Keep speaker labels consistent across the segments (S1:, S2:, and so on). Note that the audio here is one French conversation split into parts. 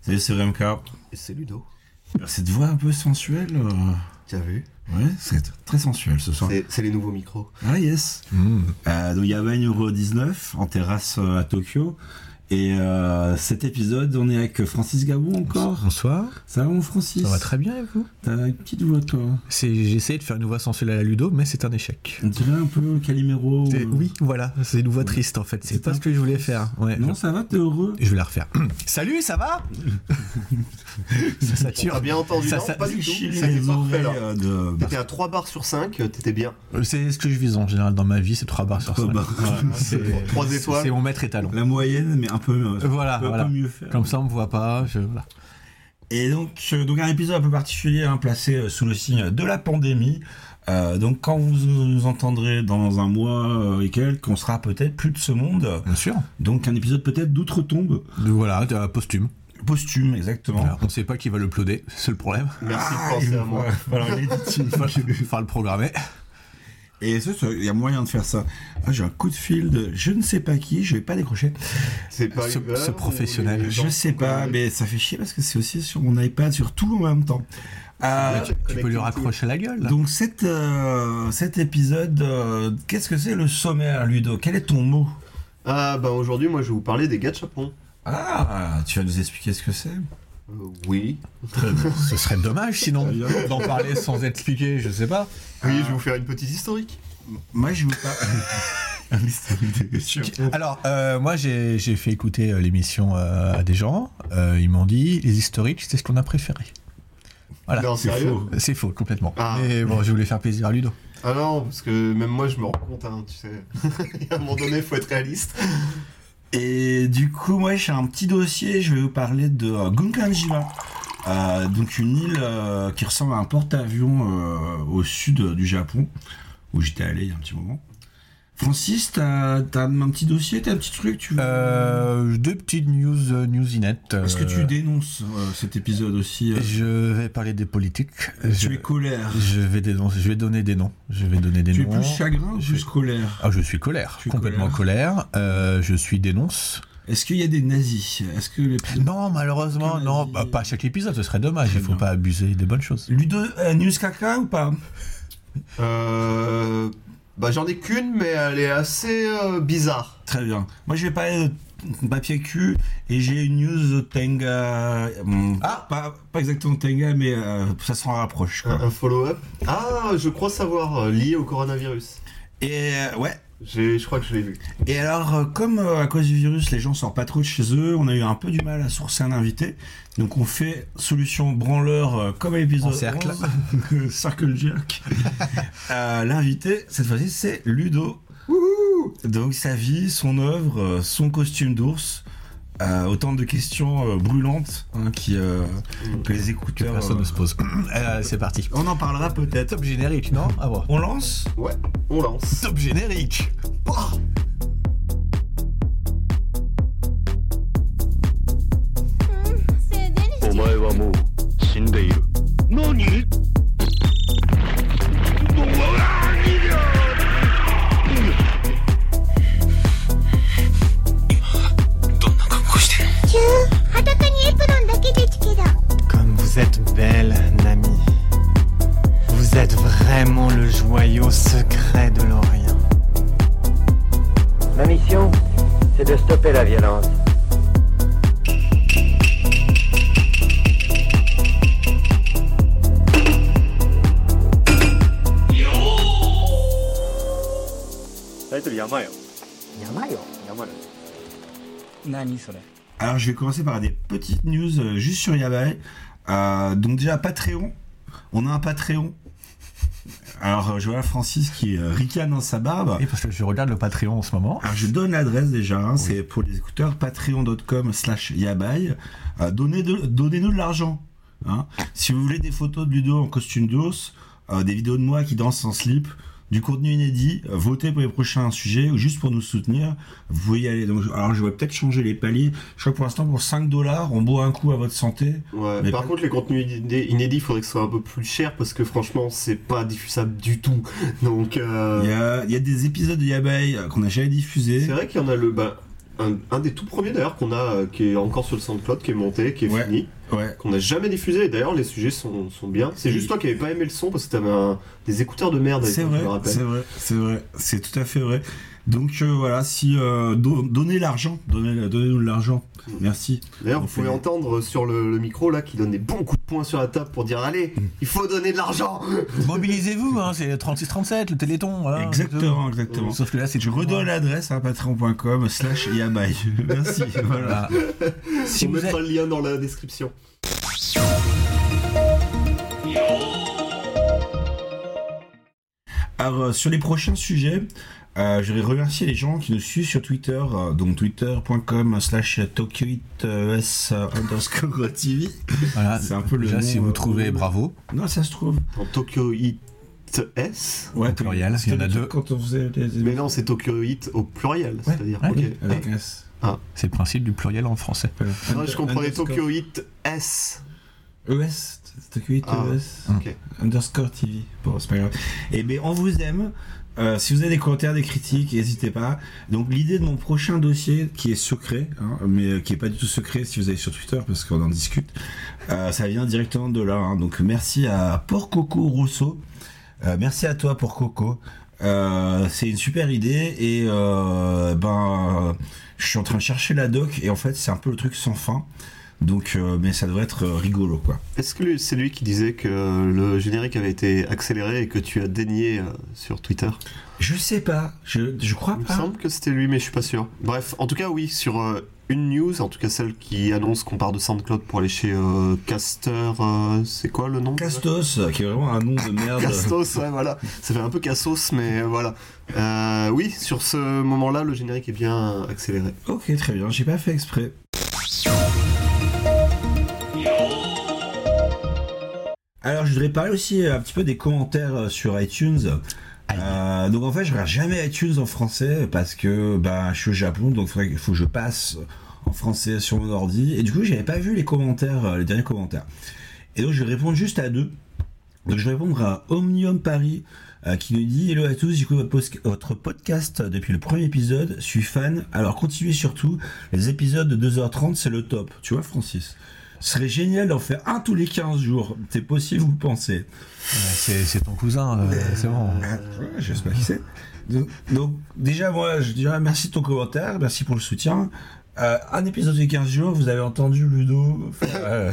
S1: Salut, c'est Remka.
S2: Et c'est Ludo.
S1: Cette voix un peu sensuelle. euh,
S2: Tu as vu
S1: Ouais, c'est très sensuel ce soir.
S2: C'est- C'est les nouveaux micros.
S1: Ah yes.
S3: Mmh.
S1: Euh, donc il y avait une Euro 19 en terrasse euh, à Tokyo. Et euh, cet épisode, on est avec Francis Gabou encore.
S3: Bonsoir.
S1: Ça va mon Francis
S3: Ça va très bien et vous
S1: T'as une petite voix toi.
S3: C'est- J'ai essayé de faire une voix sensuelle à la Ludo, mais c'est un échec.
S1: On dirait un peu Calimero.
S3: C'est-
S1: euh,
S3: Oui, voilà, c'est une voix triste en fait.
S1: C'est
S3: C'est pas
S1: un
S3: ce que je voulais faire. Ouais.
S1: Non, ça va, t'es heureux
S3: Je vais la refaire. Salut, ça va Ça
S2: Tu as
S3: sature.
S2: bien entendu
S3: Ça,
S2: Non,
S3: ça-
S2: pas du tout.
S1: Chier
S2: C'était
S1: les
S2: parfait
S1: oreilles
S2: là.
S1: euh, de...
S2: T'étais à 3 barres sur 5, t'étais bien.
S3: Euh, C'est ce que je vise en général dans ma vie, c'est 3 barres sur
S1: Trois
S3: 5.
S1: barres.
S2: Trois étoiles.
S3: C'est mon maître étalon.
S1: La moyenne, mais un peu, euh,
S3: Voilà,
S1: un peu
S3: voilà.
S1: mieux faire.
S3: Comme ça, on me voit pas. je- voilà.
S1: Et donc, euh, donc un épisode un peu particulier, hein, placé euh, sous le signe de la pandémie. Euh, donc quand vous nous entendrez dans un mois euh, et quelques, on sera peut-être plus de ce monde.
S3: Bien sûr.
S1: Donc un épisode peut-être d'outre-tombe.
S3: Donc Voilà, euh, posthume.
S1: Posthume, exactement.
S3: Voilà, On sait pas qui va le plauder, c'est le problème.
S2: Merci
S1: Ah,
S2: de penser
S1: et
S2: à moi.
S1: voilà, voilà, l'édite.
S3: Il va falloir le programmer.
S1: et ça, ça, il y a moyen de faire ça. Ah, j'ai un coup de fil de je ne sais pas qui, je vais pas décrocher.
S2: C'est pas
S3: Ce-
S2: Uber
S3: ce
S2: ou
S3: professionnel.
S2: les gens
S1: Je sais
S2: qui
S1: pas,
S2: connaissent.
S1: mais ça fait chier parce que c'est aussi sur mon iPad, sur tout en même temps. Euh,
S2: Ouais,
S3: Ah, Tu peux lui raccrocher la gueule. là.
S1: Donc cet, euh, cet épisode, euh, qu'est-ce que c'est le sommaire, Ludo Quel est ton mot
S2: Ah bah aujourd'hui, moi je vais vous parler des gachapons.
S1: Ah, tu vas nous expliquer ce que c'est
S2: Euh, oui.
S3: Ce serait dommage sinon d'en parler sans expliquer, je sais pas.
S2: Oui, je vais vous faire une petite historique.
S1: Moi, je veux pas. Un historique de questions.
S3: Alors, euh, moi j'ai j'ai fait écouter euh, l'émission euh, à des gens, Euh, ils m'ont dit les historiques c'est ce qu'on a préféré. Voilà.
S2: Non,
S1: C'est
S2: sérieux
S1: faux.
S3: C'est faux, complètement.
S2: Ah.
S3: Mais bon, je voulais faire plaisir à Ludo.
S2: Ah non, parce que même moi je me rends compte, hein, tu sais. à un moment donné, faut être réaliste.
S1: Et du coup, moi, j'ai un petit dossier. Je vais vous parler de euh, Gunkanjiwa. Euh, donc une île euh, qui ressemble à un porte-avions euh, au sud euh, du Japon, où j'étais allé il y a un petit moment. Francis, t'as t'as un petit dossier, t'as un petit truc, tu veux
S3: Euh, deux petites news, euh, newsinettes. euh,
S1: Est-ce que tu dénonces euh, cet épisode aussi euh,
S3: Je vais parler des politiques. Je,
S1: Tu es colère.
S3: je vais dénoncer- je vais donner des noms. Je vais donner des
S1: Tu es
S3: noms.
S1: plus chagrin ou
S3: Je-
S1: plus colère
S3: Ah, je suis colère,
S1: Tu es
S3: complètement colère. Euh, je suis dénonce.
S1: Est-ce qu'il y a des nazis Est-ce que les...
S3: Non, malheureusement,
S1: Aucun
S3: non,
S1: avis.
S3: bah, pas à chaque épisode, ce serait dommage. Il faut
S1: Non.
S3: pas abuser des bonnes choses.
S1: Ludo euh, News Caca ou pas
S2: Euh. Bah j'en ai qu'une, mais elle est assez euh, bizarre.
S1: Très bien. Moi, je vais parler de papier cul et j'ai une news Tenga. Hum,
S3: Ah
S1: pas, pas exactement Tenga, mais euh, ça s'en rapproche. Quoi.
S2: Un, un follow-up Ah, je crois savoir, euh, lié au coronavirus.
S1: Et euh, ouais.
S2: J'ai- Je crois que je l'ai vu.
S1: Et alors, euh, comme euh, à cause du virus, les gens sortent pas trop de chez eux, on a eu un peu du mal à sourcer un invité. Donc, on fait solution branleur euh, comme à l'épisode
S3: En cercle.
S1: 11. circle jerk. Euh, L'invité, cette fois-ci, c'est Ludo. Donc, sa vie, son œuvre, euh, son costume d'ours. euh, autant de questions euh, brûlantes hein, qui, euh, que les
S3: Que
S1: écouteurs.
S3: personne
S1: euh,
S3: ne se pose. Euh, C'est parti.
S1: On en parlera peut-être.
S3: Top générique, non Ah bon.
S1: On lance
S2: Ouais, on lance.
S3: Top générique Pouah
S4: お前はもう死んでいる何
S5: 裸にエプロンだけですけど
S6: Comme vous êtes belle, Nami. Vous êtes vraiment le joyau secret de l'Orient.
S7: Ma mission, c'est de stopper la violence.
S1: Alors, je vais commencer par des petites news euh, juste sur Yabai. Euh, donc, déjà, Patreon. On a un Patreon. Alors, euh, je vois Francis qui euh, ricane dans sa barbe.
S3: Et parce que je regarde le Patreon en ce moment.
S1: Alors, je donne l'adresse déjà. hein, C'est pour les écouteurs patreon.com/slash yabai. Euh, donnez de- Donnez-nous de l'argent. hein. Si vous voulez des photos de Ludo en costume d'ours, euh, des vidéos de moi qui danse en slip, du contenu inédit, euh, votez pour les prochains sujets ou juste pour nous soutenir. Vous pouvez y aller. Donc, alors, je vais peut-être changer les paliers. Je crois que pour l'instant, pour 5 dollars, on boit un coup à votre santé.
S2: Ouais,
S1: Mais
S2: par
S1: pas-
S2: contre, les contenus inédits, inédits, il faudrait que ce soit un peu plus cher parce que franchement, c'est pas diffusable du tout. Donc, euh,
S1: Il y a, il y a des épisodes de Yabai euh, qu'on n'a jamais diffusés.
S2: c'est vrai qu'il y en a le. Bah, un, un des tout premiers d'ailleurs qu'on a, euh, qui est encore sur le SoundCloud, qui est monté, qui est
S1: Ouais.
S2: fini,
S1: Ouais.
S2: qu'on n'a jamais diffusé. Et d'ailleurs, les sujets sont, sont bien. C'est juste toi qui n'avais pas aimé le son parce que t'avais un- des écouteurs de merde. à
S1: C'est
S2: l'époque,
S1: vrai,
S2: je me rappelle.
S1: c'est vrai, c'est vrai, c'est tout à fait vrai. Donc euh, voilà, si euh, don- donnez l'argent, donnez- donnez-nous de l'argent. Merci.
S2: D'ailleurs,
S1: On
S2: vous
S1: fait
S2: pouvez
S1: des-
S2: entendre sur le, le micro là qui donne des bons coups de poing sur la table pour dire allez, il faut donner de l'argent.
S3: Mobilisez-vous, hein, c'est 36-37, le téléthon. voilà,
S1: exactement, exactement.
S3: Sauf que là, c'est
S1: Je redonne l'adresse hein, à patreon.com slash yabai. Merci. Voilà.
S3: Voilà. Si
S2: on
S3: vous
S2: mettra
S3: êtes-
S2: le lien dans la description.
S1: Alors, euh, sur les prochains sujets, euh, je vais remercier les gens qui nous suivent sur Twitter, euh, donc twitter.com slash tokyoites euh, underscore TV.
S3: Voilà.
S1: C'est un peu le
S3: Déjà,
S1: nom,
S3: si
S1: euh,
S3: vous trouvez, bravo.
S1: Non, ça se trouve.
S2: En Tokyo Hit S.
S1: Ouais,
S3: pluriel, il y en a
S1: c'était
S3: deux.
S1: Quand on faisait les...
S2: Mais non, c'est Tokyo Hit au pluriel. C'est-à-dire,
S3: ouais,
S2: ok.
S3: oui,
S1: Avec S.
S3: C'est le principe du pluriel en français.
S1: Euh,
S2: Non, je comprenais
S1: underscore-
S2: Tokyo Hit S.
S1: ES, Tokyoite
S2: Ah,
S1: ES,
S2: ok.
S1: E underscore TV. Bon, c'est pas grave. Eh bien, on vous aime. Euh, si vous avez des commentaires, des critiques, n'hésitez pas. Donc, l'idée de mon prochain dossier, qui est secret, hein, mais euh, qui est pas du tout secret si vous allez sur Twitter, parce qu'on en discute, euh, ça vient directement de là. hein. Donc, merci à Porcoco Rousseau. Euh, merci à toi, Porcoco. Euh, c'est une super idée et euh, ben euh, je suis en train de chercher la doc et en fait c'est un peu le truc sans fin donc euh, mais ça devrait être euh, rigolo quoi
S2: Est-ce que lui- c'est lui qui disait que le générique avait été accéléré et que tu as dénié euh, sur Twitter
S3: Ah,
S1: Je sais pas, je, je crois
S2: Il me
S1: pas.
S2: semble que c'était lui, mais je suis pas sûr. Bref, en tout cas, oui, sur euh, une news, en tout cas celle qui annonce qu'on part de SoundCloud pour aller chez euh, Caster. euh, c'est quoi le nom
S1: Castos, euh, qui est vraiment un nom de merde.
S2: Castos, ouais, voilà. Ça fait un peu Cassos, mais euh, voilà. Euh, oui, sur ce moment-là, le générique est bien accéléré.
S1: Ok, très bien, j'ai pas fait exprès. Alors, je voudrais parler aussi euh, un petit peu des commentaires euh, sur iTunes. Euh, donc en fait, je regarde jamais iTunes en français parce que ben, je suis au Japon, donc il faut que je passe en français sur mon ordi. Et du coup, j'avais pas vu les commentaires, euh, les derniers commentaires. Et donc, je vais répondre juste à deux. Donc, je vais répondre à Omnium Paris euh, qui nous dit Hello à tous, j'écoute votre, posca- votre podcast depuis le premier épisode, je suis fan, alors continuez surtout. Les épisodes de 2h30, c'est le top. Tu vois, Francis Ce serait génial d'en faire un tous les 15 jours. C'est possible, vous le pensez
S3: C'est c'est ton cousin, euh, c'est bon.
S1: ah, ouais, Je sais pas qui c'est. Donc, donc, déjà, moi, je dirais merci de ton commentaire, merci pour le soutien. Euh, un épisode de 15 jours, vous avez entendu Ludo. faire, euh,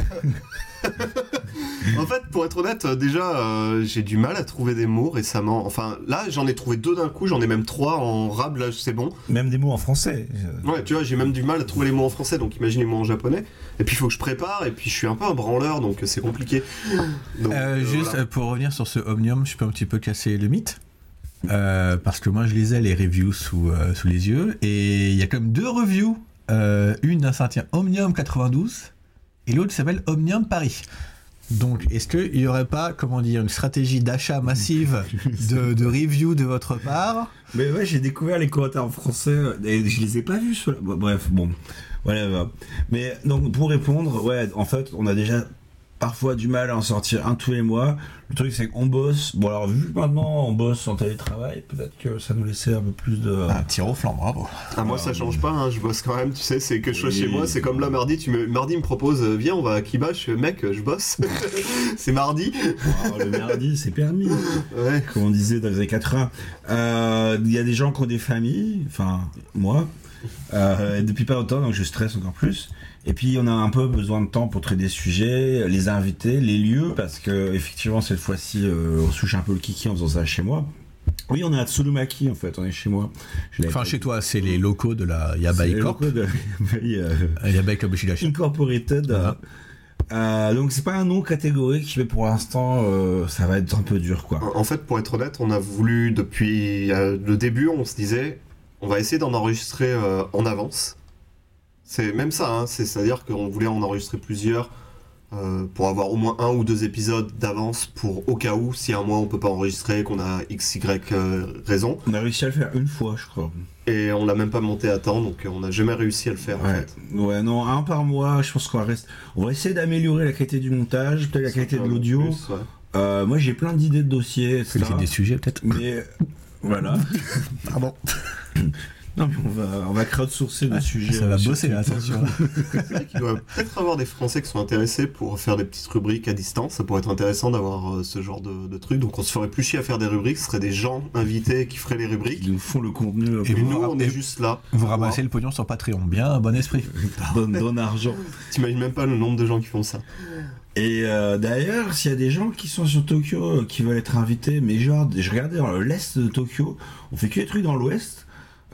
S2: En fait, pour être honnête, euh, déjà, euh, j'ai du mal à trouver des mots récemment. Enfin, là, j'en ai trouvé deux d'un coup, j'en ai même trois en rab, là, c'est bon.
S1: même des mots en français. Euh,
S2: Ouais, tu vois, j'ai même du mal à trouver les mots en français, donc imagine les mots en japonais. Et puis, il faut que je prépare, et puis je suis un peu un branleur, donc euh, c'est compliqué. Donc,
S3: Euh,
S2: euh,
S3: juste
S2: voilà.
S3: euh, pour revenir sur ce Omnium, je peux un petit peu casser le mythe. Euh, parce que moi, je lisais les reviews sous, euh, sous les yeux. Et il y a comme deux reviews. Euh, une d'un certain Omnium 92 et l'autre s'appelle Omnium Paris. Donc, est-ce qu'il n'y aurait pas, comment dire, une stratégie d'achat massive de, de review de votre part
S1: Mais ouais, j'ai découvert les commentaires en français euh, et je les ai pas vus. Sur la- bon, Bref, bon, voilà. voilà. Mais donc pour répondre, ouais, en fait, on a déjà parfois du mal à en sortir un tous les mois. Le truc c'est qu'on bosse. Bon alors vu que maintenant on bosse en télétravail, peut-être que ça nous laissait un peu plus de.
S3: Un tir au flanc, bravo.
S2: Ah, moi, ça change pas, hein, je bosse quand même, tu sais, c'est que je sois
S1: Oui.
S2: chez moi, c'est comme là, mardi, tu me... mardi il me propose, euh, viens, on va à Kiba, je fais, mec, euh, je bosse. c'est mardi.
S1: Oh, le merdi, c'est permis.
S2: Ouais.
S1: Comme on disait dans les années 80. Euh, Il y a des gens qui ont des familles, enfin moi, euh, depuis pas longtemps, donc je stresse encore plus. Et puis on a un peu besoin de temps pour traiter des sujets, les invités, les lieux, parce que effectivement cette fois-ci euh, on souche un peu le kiki en faisant ça chez moi. Oui, on est à Tsurumaki en fait, on est chez moi. Je l'avais
S3: Enfin,
S1: pas
S3: chez
S1: dit.
S3: toi, c'est les locaux de la Yabai
S1: C'est le
S3: Corp.
S1: logo de- Yabai, euh,
S3: Euh, Yabai Club Shidashi.
S1: Incorporated.
S3: Voilà.
S1: Euh, donc c'est pas un nom catégorique, mais pour l'instant euh, ça va être un peu dur quoi.
S2: En en fait, pour être honnête, on a voulu, depuis euh, le début, on se disait, on va essayer d'en enregistrer euh, en avance. C'est même ça, hein, c'est- c'est-à-dire qu'on voulait en enregistrer plusieurs euh, pour avoir au moins un ou deux épisodes d'avance pour au cas où, si un mois on peut pas enregistrer, qu'on a x, y euh, raison.
S1: On a réussi à le faire une fois, je crois.
S2: Et on l'a même pas monté à temps, donc euh, on n'a jamais réussi à le faire en
S1: Ouais.
S2: fait.
S1: ouais, non, un par mois, je pense qu'on reste. On va essayer d'améliorer la qualité du montage, peut-être la qualité de
S2: Ouais,
S1: l'audio.
S2: plus, ouais.
S1: Euh, moi, j'ai plein d'idées de dossiers, etc.
S3: C'est des sujets, peut-être
S1: Mais voilà.
S3: Pardon.
S1: Non, mais on va, on va crowdsourcer le sujet.
S3: Ça va
S1: euh, sur
S3: bosser, là,
S1: Twitter.
S3: attention.
S2: C'est vrai qu'il doit peut-être avoir des Français qui sont intéressés pour faire des petites rubriques à distance. Ça pourrait être intéressant d'avoir euh, ce genre de, de truc. Donc on se ferait plus chier à faire des rubriques. Ce seraient des gens invités qui feraient les rubriques.
S1: Ils nous font le contenu euh,
S2: Et
S3: Et
S1: pour-
S3: vous
S2: nous,
S3: vous
S2: on
S3: rappelez-
S2: est juste là.
S3: Vous ramassez le pognon sur Patreon, bien, bon esprit.
S1: donne, donne argent.
S2: T'imagines même pas le nombre de gens qui font ça.
S1: Et euh, d'ailleurs, s'il y a des gens qui sont sur Tokyo euh, qui veulent être invités, mais genre, je regardais dans l'est de Tokyo, on fait que des trucs dans l'ouest.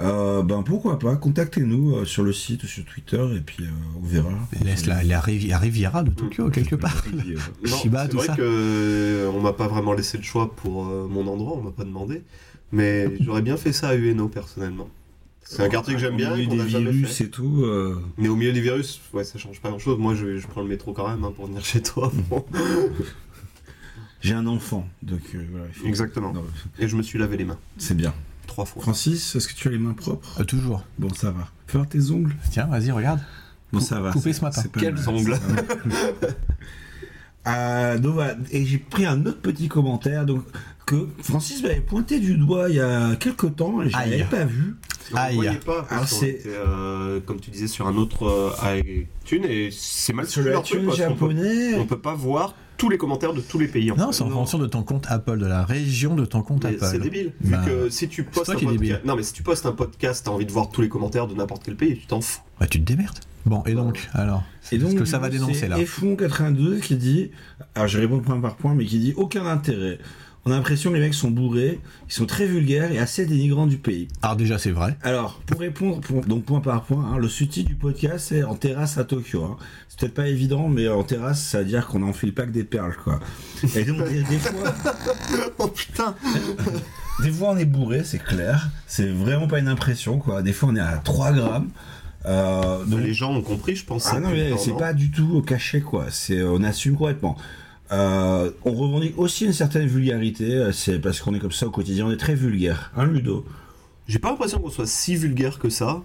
S1: euh, ben pourquoi pas, contactez-nous euh, sur le site ou sur Twitter et puis euh, on verra.
S3: Laisse la, la, Rivi- la Riviera de Tokyo, quelque part.
S1: Et puis, euh,
S2: Non,
S3: Shiba,
S2: c'est
S3: tout
S2: vrai
S3: ça.
S2: que euh, on m'a pas vraiment laissé le choix pour euh, mon endroit, on m'a pas demandé. Mais j'aurais bien fait ça à Ueno personnellement. C'est un quartier que j'aime bien.
S1: Au
S2: et
S1: milieu
S2: qu'on
S1: des
S2: a jamais
S1: virus
S2: fait.
S1: et tout. euh,
S2: Mais au milieu des virus, ouais, ça change pas grand chose. Moi, je, je prends le métro quand même hein, pour venir chez toi. bon.
S1: J'ai un enfant, donc euh, voilà, il faut-
S2: Exactement.
S1: Non,
S2: Et je me suis lavé les mains
S1: C'est bien.
S2: trois fois.
S1: Francis, est-ce que tu as les mains propres
S3: Euh, toujours.
S1: Bon, ça va. Faire tes ongles
S3: Tiens, vas-y, regarde.
S1: Bon,
S3: Cou-
S1: ça va.
S3: coupé
S1: c'est-
S3: ce matin.
S1: c'est pas
S2: Quels
S1: mal,
S2: ongles
S1: ça va. Euh, donc voilà. Et j'ai pris un autre petit commentaire donc, que Francis m'avait pointé du doigt il y a quelques temps et je
S3: Aïe.
S1: l'avais pas vu.
S2: On
S3: Aïe.
S2: voyait pas. Parce
S1: Alors, Ah,
S2: qu'on
S1: c'est-
S2: était, euh, comme tu disais, sur un autre euh, iTunes et c'est mal
S1: Sur
S2: foutu
S1: le
S2: leur truc,
S1: iTunes
S2: parce qu'on peut-
S1: japonais.
S2: On peut pas voir tous les commentaires de tous les pays. en
S3: Non,
S2: fait.
S3: c'est en fonction de ton compte Apple, de la région de ton compte
S2: Mais
S3: Apple.
S2: C'est débile. Vu
S3: Bah,
S2: que si tu postes
S3: toi
S2: un
S3: qui es débile.
S2: podcast, non mais si tu postes un podcast, t'as envie de voir tous les commentaires de n'importe quel pays, tu t'en fous.
S3: Bah, tu te démerdes. Bon, et donc, alors
S1: Et
S3: Parce
S1: donc,
S3: que
S1: du
S3: ça va
S1: coup,
S3: dénoncer,
S1: c'est
S3: là.
S1: Effron82 qui dit, alors je réponds point par point, mais qui dit aucun intérêt. On a l'impression que les mecs sont bourrés, ils sont très vulgaires et assez dénigrants du pays.
S3: Alors, déjà, c'est vrai.
S1: Alors, pour répondre, pour- donc point par point, hein, le sous-titre du podcast c'est En terrasse à Tokyo. hein. C'est peut-être pas évident, mais euh, en terrasse, ça veut dire qu'on enfile pas que des perles, quoi. Et donc, des, des fois,
S2: Oh putain
S1: des fois, on est bourré, c'est clair. C'est vraiment pas une impression, quoi. Des fois, on est à 3 grammes. Euh, donc-
S2: Les gens ont compris, je pense.
S1: Ah non, mais c'est pas du tout caché, quoi. C'est, on assume complètement. Euh, on revendique aussi une certaine vulgarité, euh, c'est parce qu'on est comme ça au quotidien, on est très vulgaire, hein Ludo
S2: J'ai pas l'impression qu'on soit si vulgaire que ça.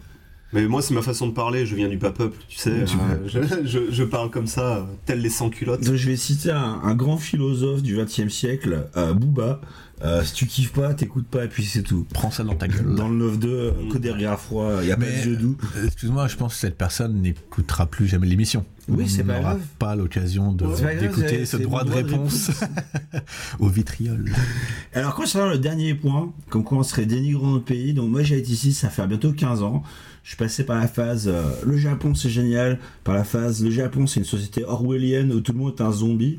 S2: Mais moi, c'est ma façon de parler. Je viens du pas peuple, tu sais. euh, je, je- je parle comme ça, euh, tel les sans culottes.
S1: Donc, Je vais citer un, un grand philosophe du XXe siècle, euh, Booba. Euh, si tu kiffes pas, t'écoutes pas, et puis c'est tout.
S3: Prends ça dans ta gueule.
S1: Dans le 9-2, euh, que des regards froids, y a pas
S3: Mais-
S1: de yeux doux.
S3: Euh, Excuse-moi, je pense que cette personne n'écoutera plus jamais l'émission.
S1: Oui, c'est
S3: On
S1: pas
S3: n'aura
S1: grave.
S3: pas l'occasion de-
S1: C'est pas grave,
S3: d'écouter
S1: c'est-
S3: ce
S1: c'est
S3: droit
S1: mon
S3: de
S1: droit de
S3: réponse au vitriol.
S1: Alors, concernant le dernier point, comme quoi on serait dénigrant notre pays, donc moi j'ai été ici, ça fait bientôt 15 ans. Je suis passé par la phase euh, le Japon c'est génial, par la phase le Japon c'est une société orwellienne où tout le monde est un zombie,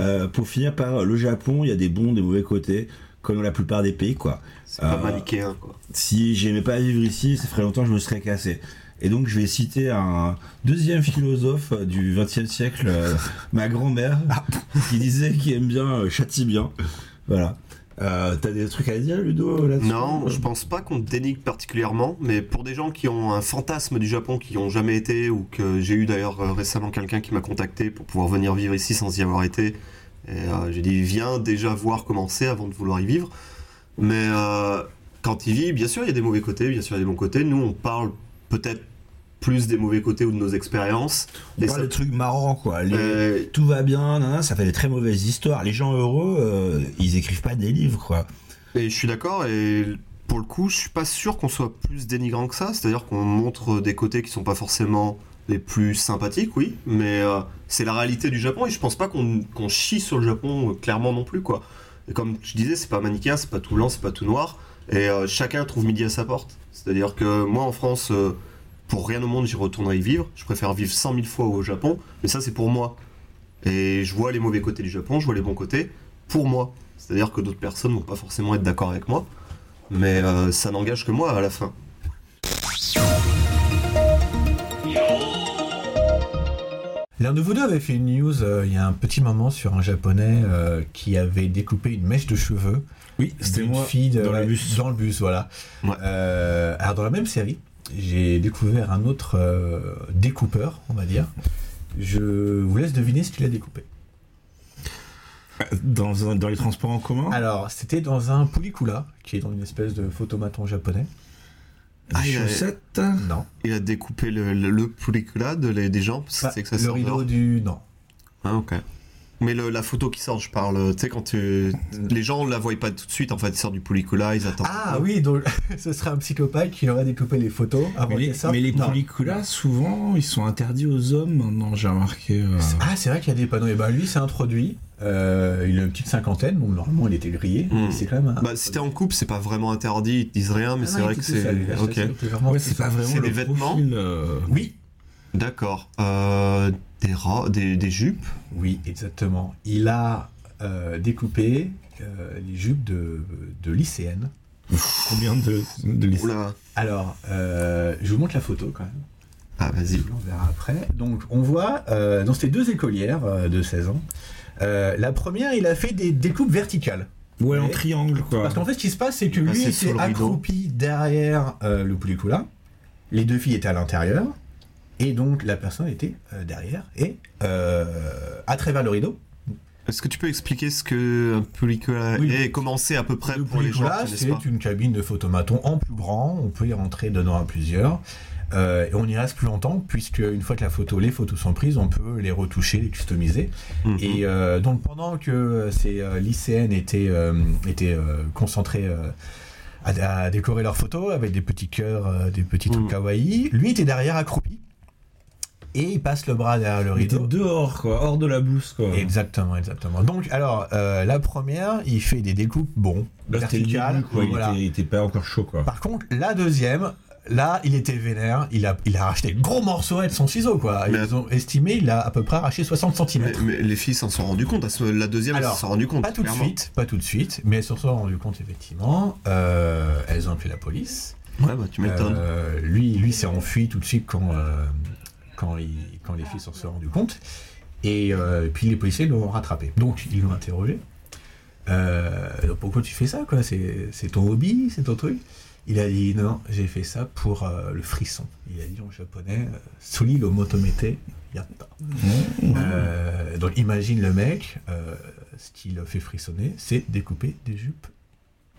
S1: euh, pour finir par euh, le Japon, il y a des bons, des mauvais côtés, comme dans la plupart des pays, quoi.
S2: C'est pas
S1: Euh,
S2: manichéen, quoi.
S1: si j'aimais pas vivre ici, ça ferait longtemps que je me serais cassé. Et donc je vais citer un deuxième philosophe euh, du XXe siècle, euh, ma grand-mère, qui disait qu'il aime bien euh, châtie bien. Voilà. Euh, T'as des trucs à dire, Ludo là
S2: Non, je pense pas qu'on dénigre particulièrement, mais pour des gens qui ont un fantasme du Japon, qui n'y ont jamais été, ou que j'ai eu d'ailleurs euh, récemment quelqu'un qui m'a contacté pour pouvoir venir vivre ici sans y avoir été, et euh, j'ai dit viens déjà voir comment c'est avant de vouloir y vivre. Mais euh, quand il vit, bien sûr, il y a des mauvais côtés, bien sûr, il y a des bons côtés. Nous, on parle peut-être plus des mauvais côtés ou de nos expériences.
S1: On
S2: Et
S1: parle
S2: ça-
S1: de trucs marrants, quoi. Les-
S2: Euh,
S1: Tout va bien, nanana, ça fait des très mauvaises histoires. Les gens heureux, euh, ils écrivent pas des livres, quoi.
S2: Et je suis d'accord, et pour le coup, je suis pas sûr qu'on soit plus dénigrant que ça, c'est-à-dire qu'on montre des côtés qui sont pas forcément les plus sympathiques, oui, mais euh, c'est la réalité du Japon, et je pense pas qu'on qu'on chie sur le Japon euh, clairement non plus, quoi. Et comme je disais, c'est pas manichéen, c'est pas tout blanc, c'est pas tout noir, et euh, chacun trouve midi à sa porte. C'est-à-dire que moi, en France, euh, pour rien au monde, j'y retournerai y vivre, je préfère vivre 100 000 fois au Japon, mais ça, c'est pour moi. Et je vois les mauvais côtés du Japon, je vois les bons côtés, pour moi. C'est-à-dire que d'autres personnes vont pas forcément être d'accord avec moi, mais euh, ça n'engage que moi à la fin.
S3: L'un de vous deux avait fait une news euh, il y a un petit moment sur un japonais euh, qui avait découpé une mèche de cheveux.
S1: Oui,
S3: d'une fille de-
S1: dans le
S3: ouais,
S1: bus.
S3: dans le bus, voilà.
S2: Ouais.
S3: Euh, alors dans la même série, j'ai découvert un autre euh, découpeur, on va dire. Je vous laisse deviner ce qu'il a découpé.
S1: Dans, un- dans les transports en commun
S3: Alors c'était dans un pulikula, qui est dans une espèce de photomaton japonais.
S2: Ah,
S1: Les
S2: il a-
S1: chaussettes
S3: Non.
S2: Il a découpé le, le, le pellicula de les- des gens, parce que
S3: Pas-
S2: c'est que ça
S3: Bah, le
S2: sort
S3: rideau
S2: dehors.
S3: du non.
S2: Ah, ok. Mais le- la photo qui sort, je parle, tu sais, quand tu... les gens la voient pas tout de suite, en fait, ils sortent du pellicula, ils attendent.
S3: Ah oui, donc ce serait un psychopathe qui aurait découpé les photos avant
S1: Mais les,
S3: qu'elles sortent.
S1: mais les
S3: Ah, Non.
S1: pelliculas, souvent, ils sont interdits aux hommes maintenant, j'ai remarqué. euh.
S2: Mmh.
S3: Ah, c'est vrai qu'il y a des panneaux. Et ben lui, c'est introduit. Euh, il a une petite cinquantaine, donc normalement il était grillé.
S2: Hmm.
S3: C'est quand même un.
S2: Bah, si t'es en couple, c'est pas vraiment interdit, ils te disent rien, mais
S3: Ah
S2: c'est
S3: non,
S2: vrai
S3: il
S2: que
S3: était tout seul, il
S2: c'est.
S3: a
S2: Ok,
S3: chassé, il était vraiment
S1: Ouais,
S3: tout
S1: c'est pas
S3: seul.
S1: vraiment
S2: c'est
S1: le
S2: des vêtements
S1: profil, euh,
S3: Oui,
S2: d'accord. Euh, des, robes, des, des jupes
S3: oui, exactement. Il a euh, découpé euh, les jupes de, de lycéennes.
S1: Combien de, de lycées
S2: Oula.
S3: Alors, euh, je vous montre la photo quand même.
S2: Ah, vas-y.
S3: On verra après. Donc, on voit euh, dans ces deux écolières euh, de 16 ans, euh, la première, il a fait des découpes verticales.
S1: Ouais, en
S3: Mais-
S1: triangle, quoi.
S3: Parce qu'en fait, ce qui se passe, c'est que
S2: Il est
S3: lui
S2: passé sous
S3: était
S2: le rideau.
S3: accroupi derrière euh, le coulis-coula. Les deux filles étaient à l'intérieur. Et donc, la personne était euh, derrière et euh, à travers le rideau.
S2: Est-ce que tu peux expliquer ce que un pellicula
S3: Oui.
S2: est et commencer à peu près
S3: Le
S2: pour les gens
S3: coulis-coula,
S2: qui connaissent pas
S3: c'est une cabine de photomaton en plus grand. On peut y rentrer dedans à plusieurs. Euh, et on y reste plus longtemps, puisque une fois que la photo, les photos sont prises, on peut les retoucher, les customiser.
S2: Mhm.
S3: Et euh, donc pendant que euh, ces euh, lycéennes étaient, euh, étaient euh, concentrées euh, à, à décorer leurs photos avec des petits cœurs, euh, des petits trucs
S2: Mm.
S3: kawaii, lui était derrière accroupi et il passe le bras derrière le
S1: Il était
S3: rideau.
S1: dehors, quoi, hors de la bouse, quoi.
S3: Exactement, exactement. Donc alors euh, la première, il fait des découpes, bon,
S1: Là, c'était le
S3: verticales,
S1: début, quoi. Il,
S3: voilà.
S1: était, il était pas encore chaud, quoi.
S3: Par contre la deuxième. Là, il était vénère, il a, il a arraché un gros morceau avec son ciseau, quoi.
S2: Mais-
S3: Ils ont estimé, il a à peu près arraché 60 cm.
S2: Mais, mais les filles s'en sont rendues compte. à ce- La deuxième, elles
S3: Alors,
S2: s'en sont rendues compte.
S3: Pas tout de
S2: clairement.
S3: suite, pas tout de suite, mais elles se sont rendues compte effectivement. Euh, elles ont appelé la police.
S2: Ouais, bah tu m'étonnes.
S3: Euh, lui, lui s'est enfui tout de suite quand, euh, quand, il- quand les filles s'en sont rendues compte. Et euh, puis les policiers l'ont rattrapé. Donc ils l'ont interrogé. Euh, alors, pourquoi tu fais ça quoi c'est, c'est ton hobby, c'est ton truc. Il a dit non, j'ai fait ça pour euh, le frisson. Il a dit en japonais, euh, Soli lo motomete yatta. Euh, donc imagine le mec, euh, ce qui le fait frissonner, c'est découper des jupes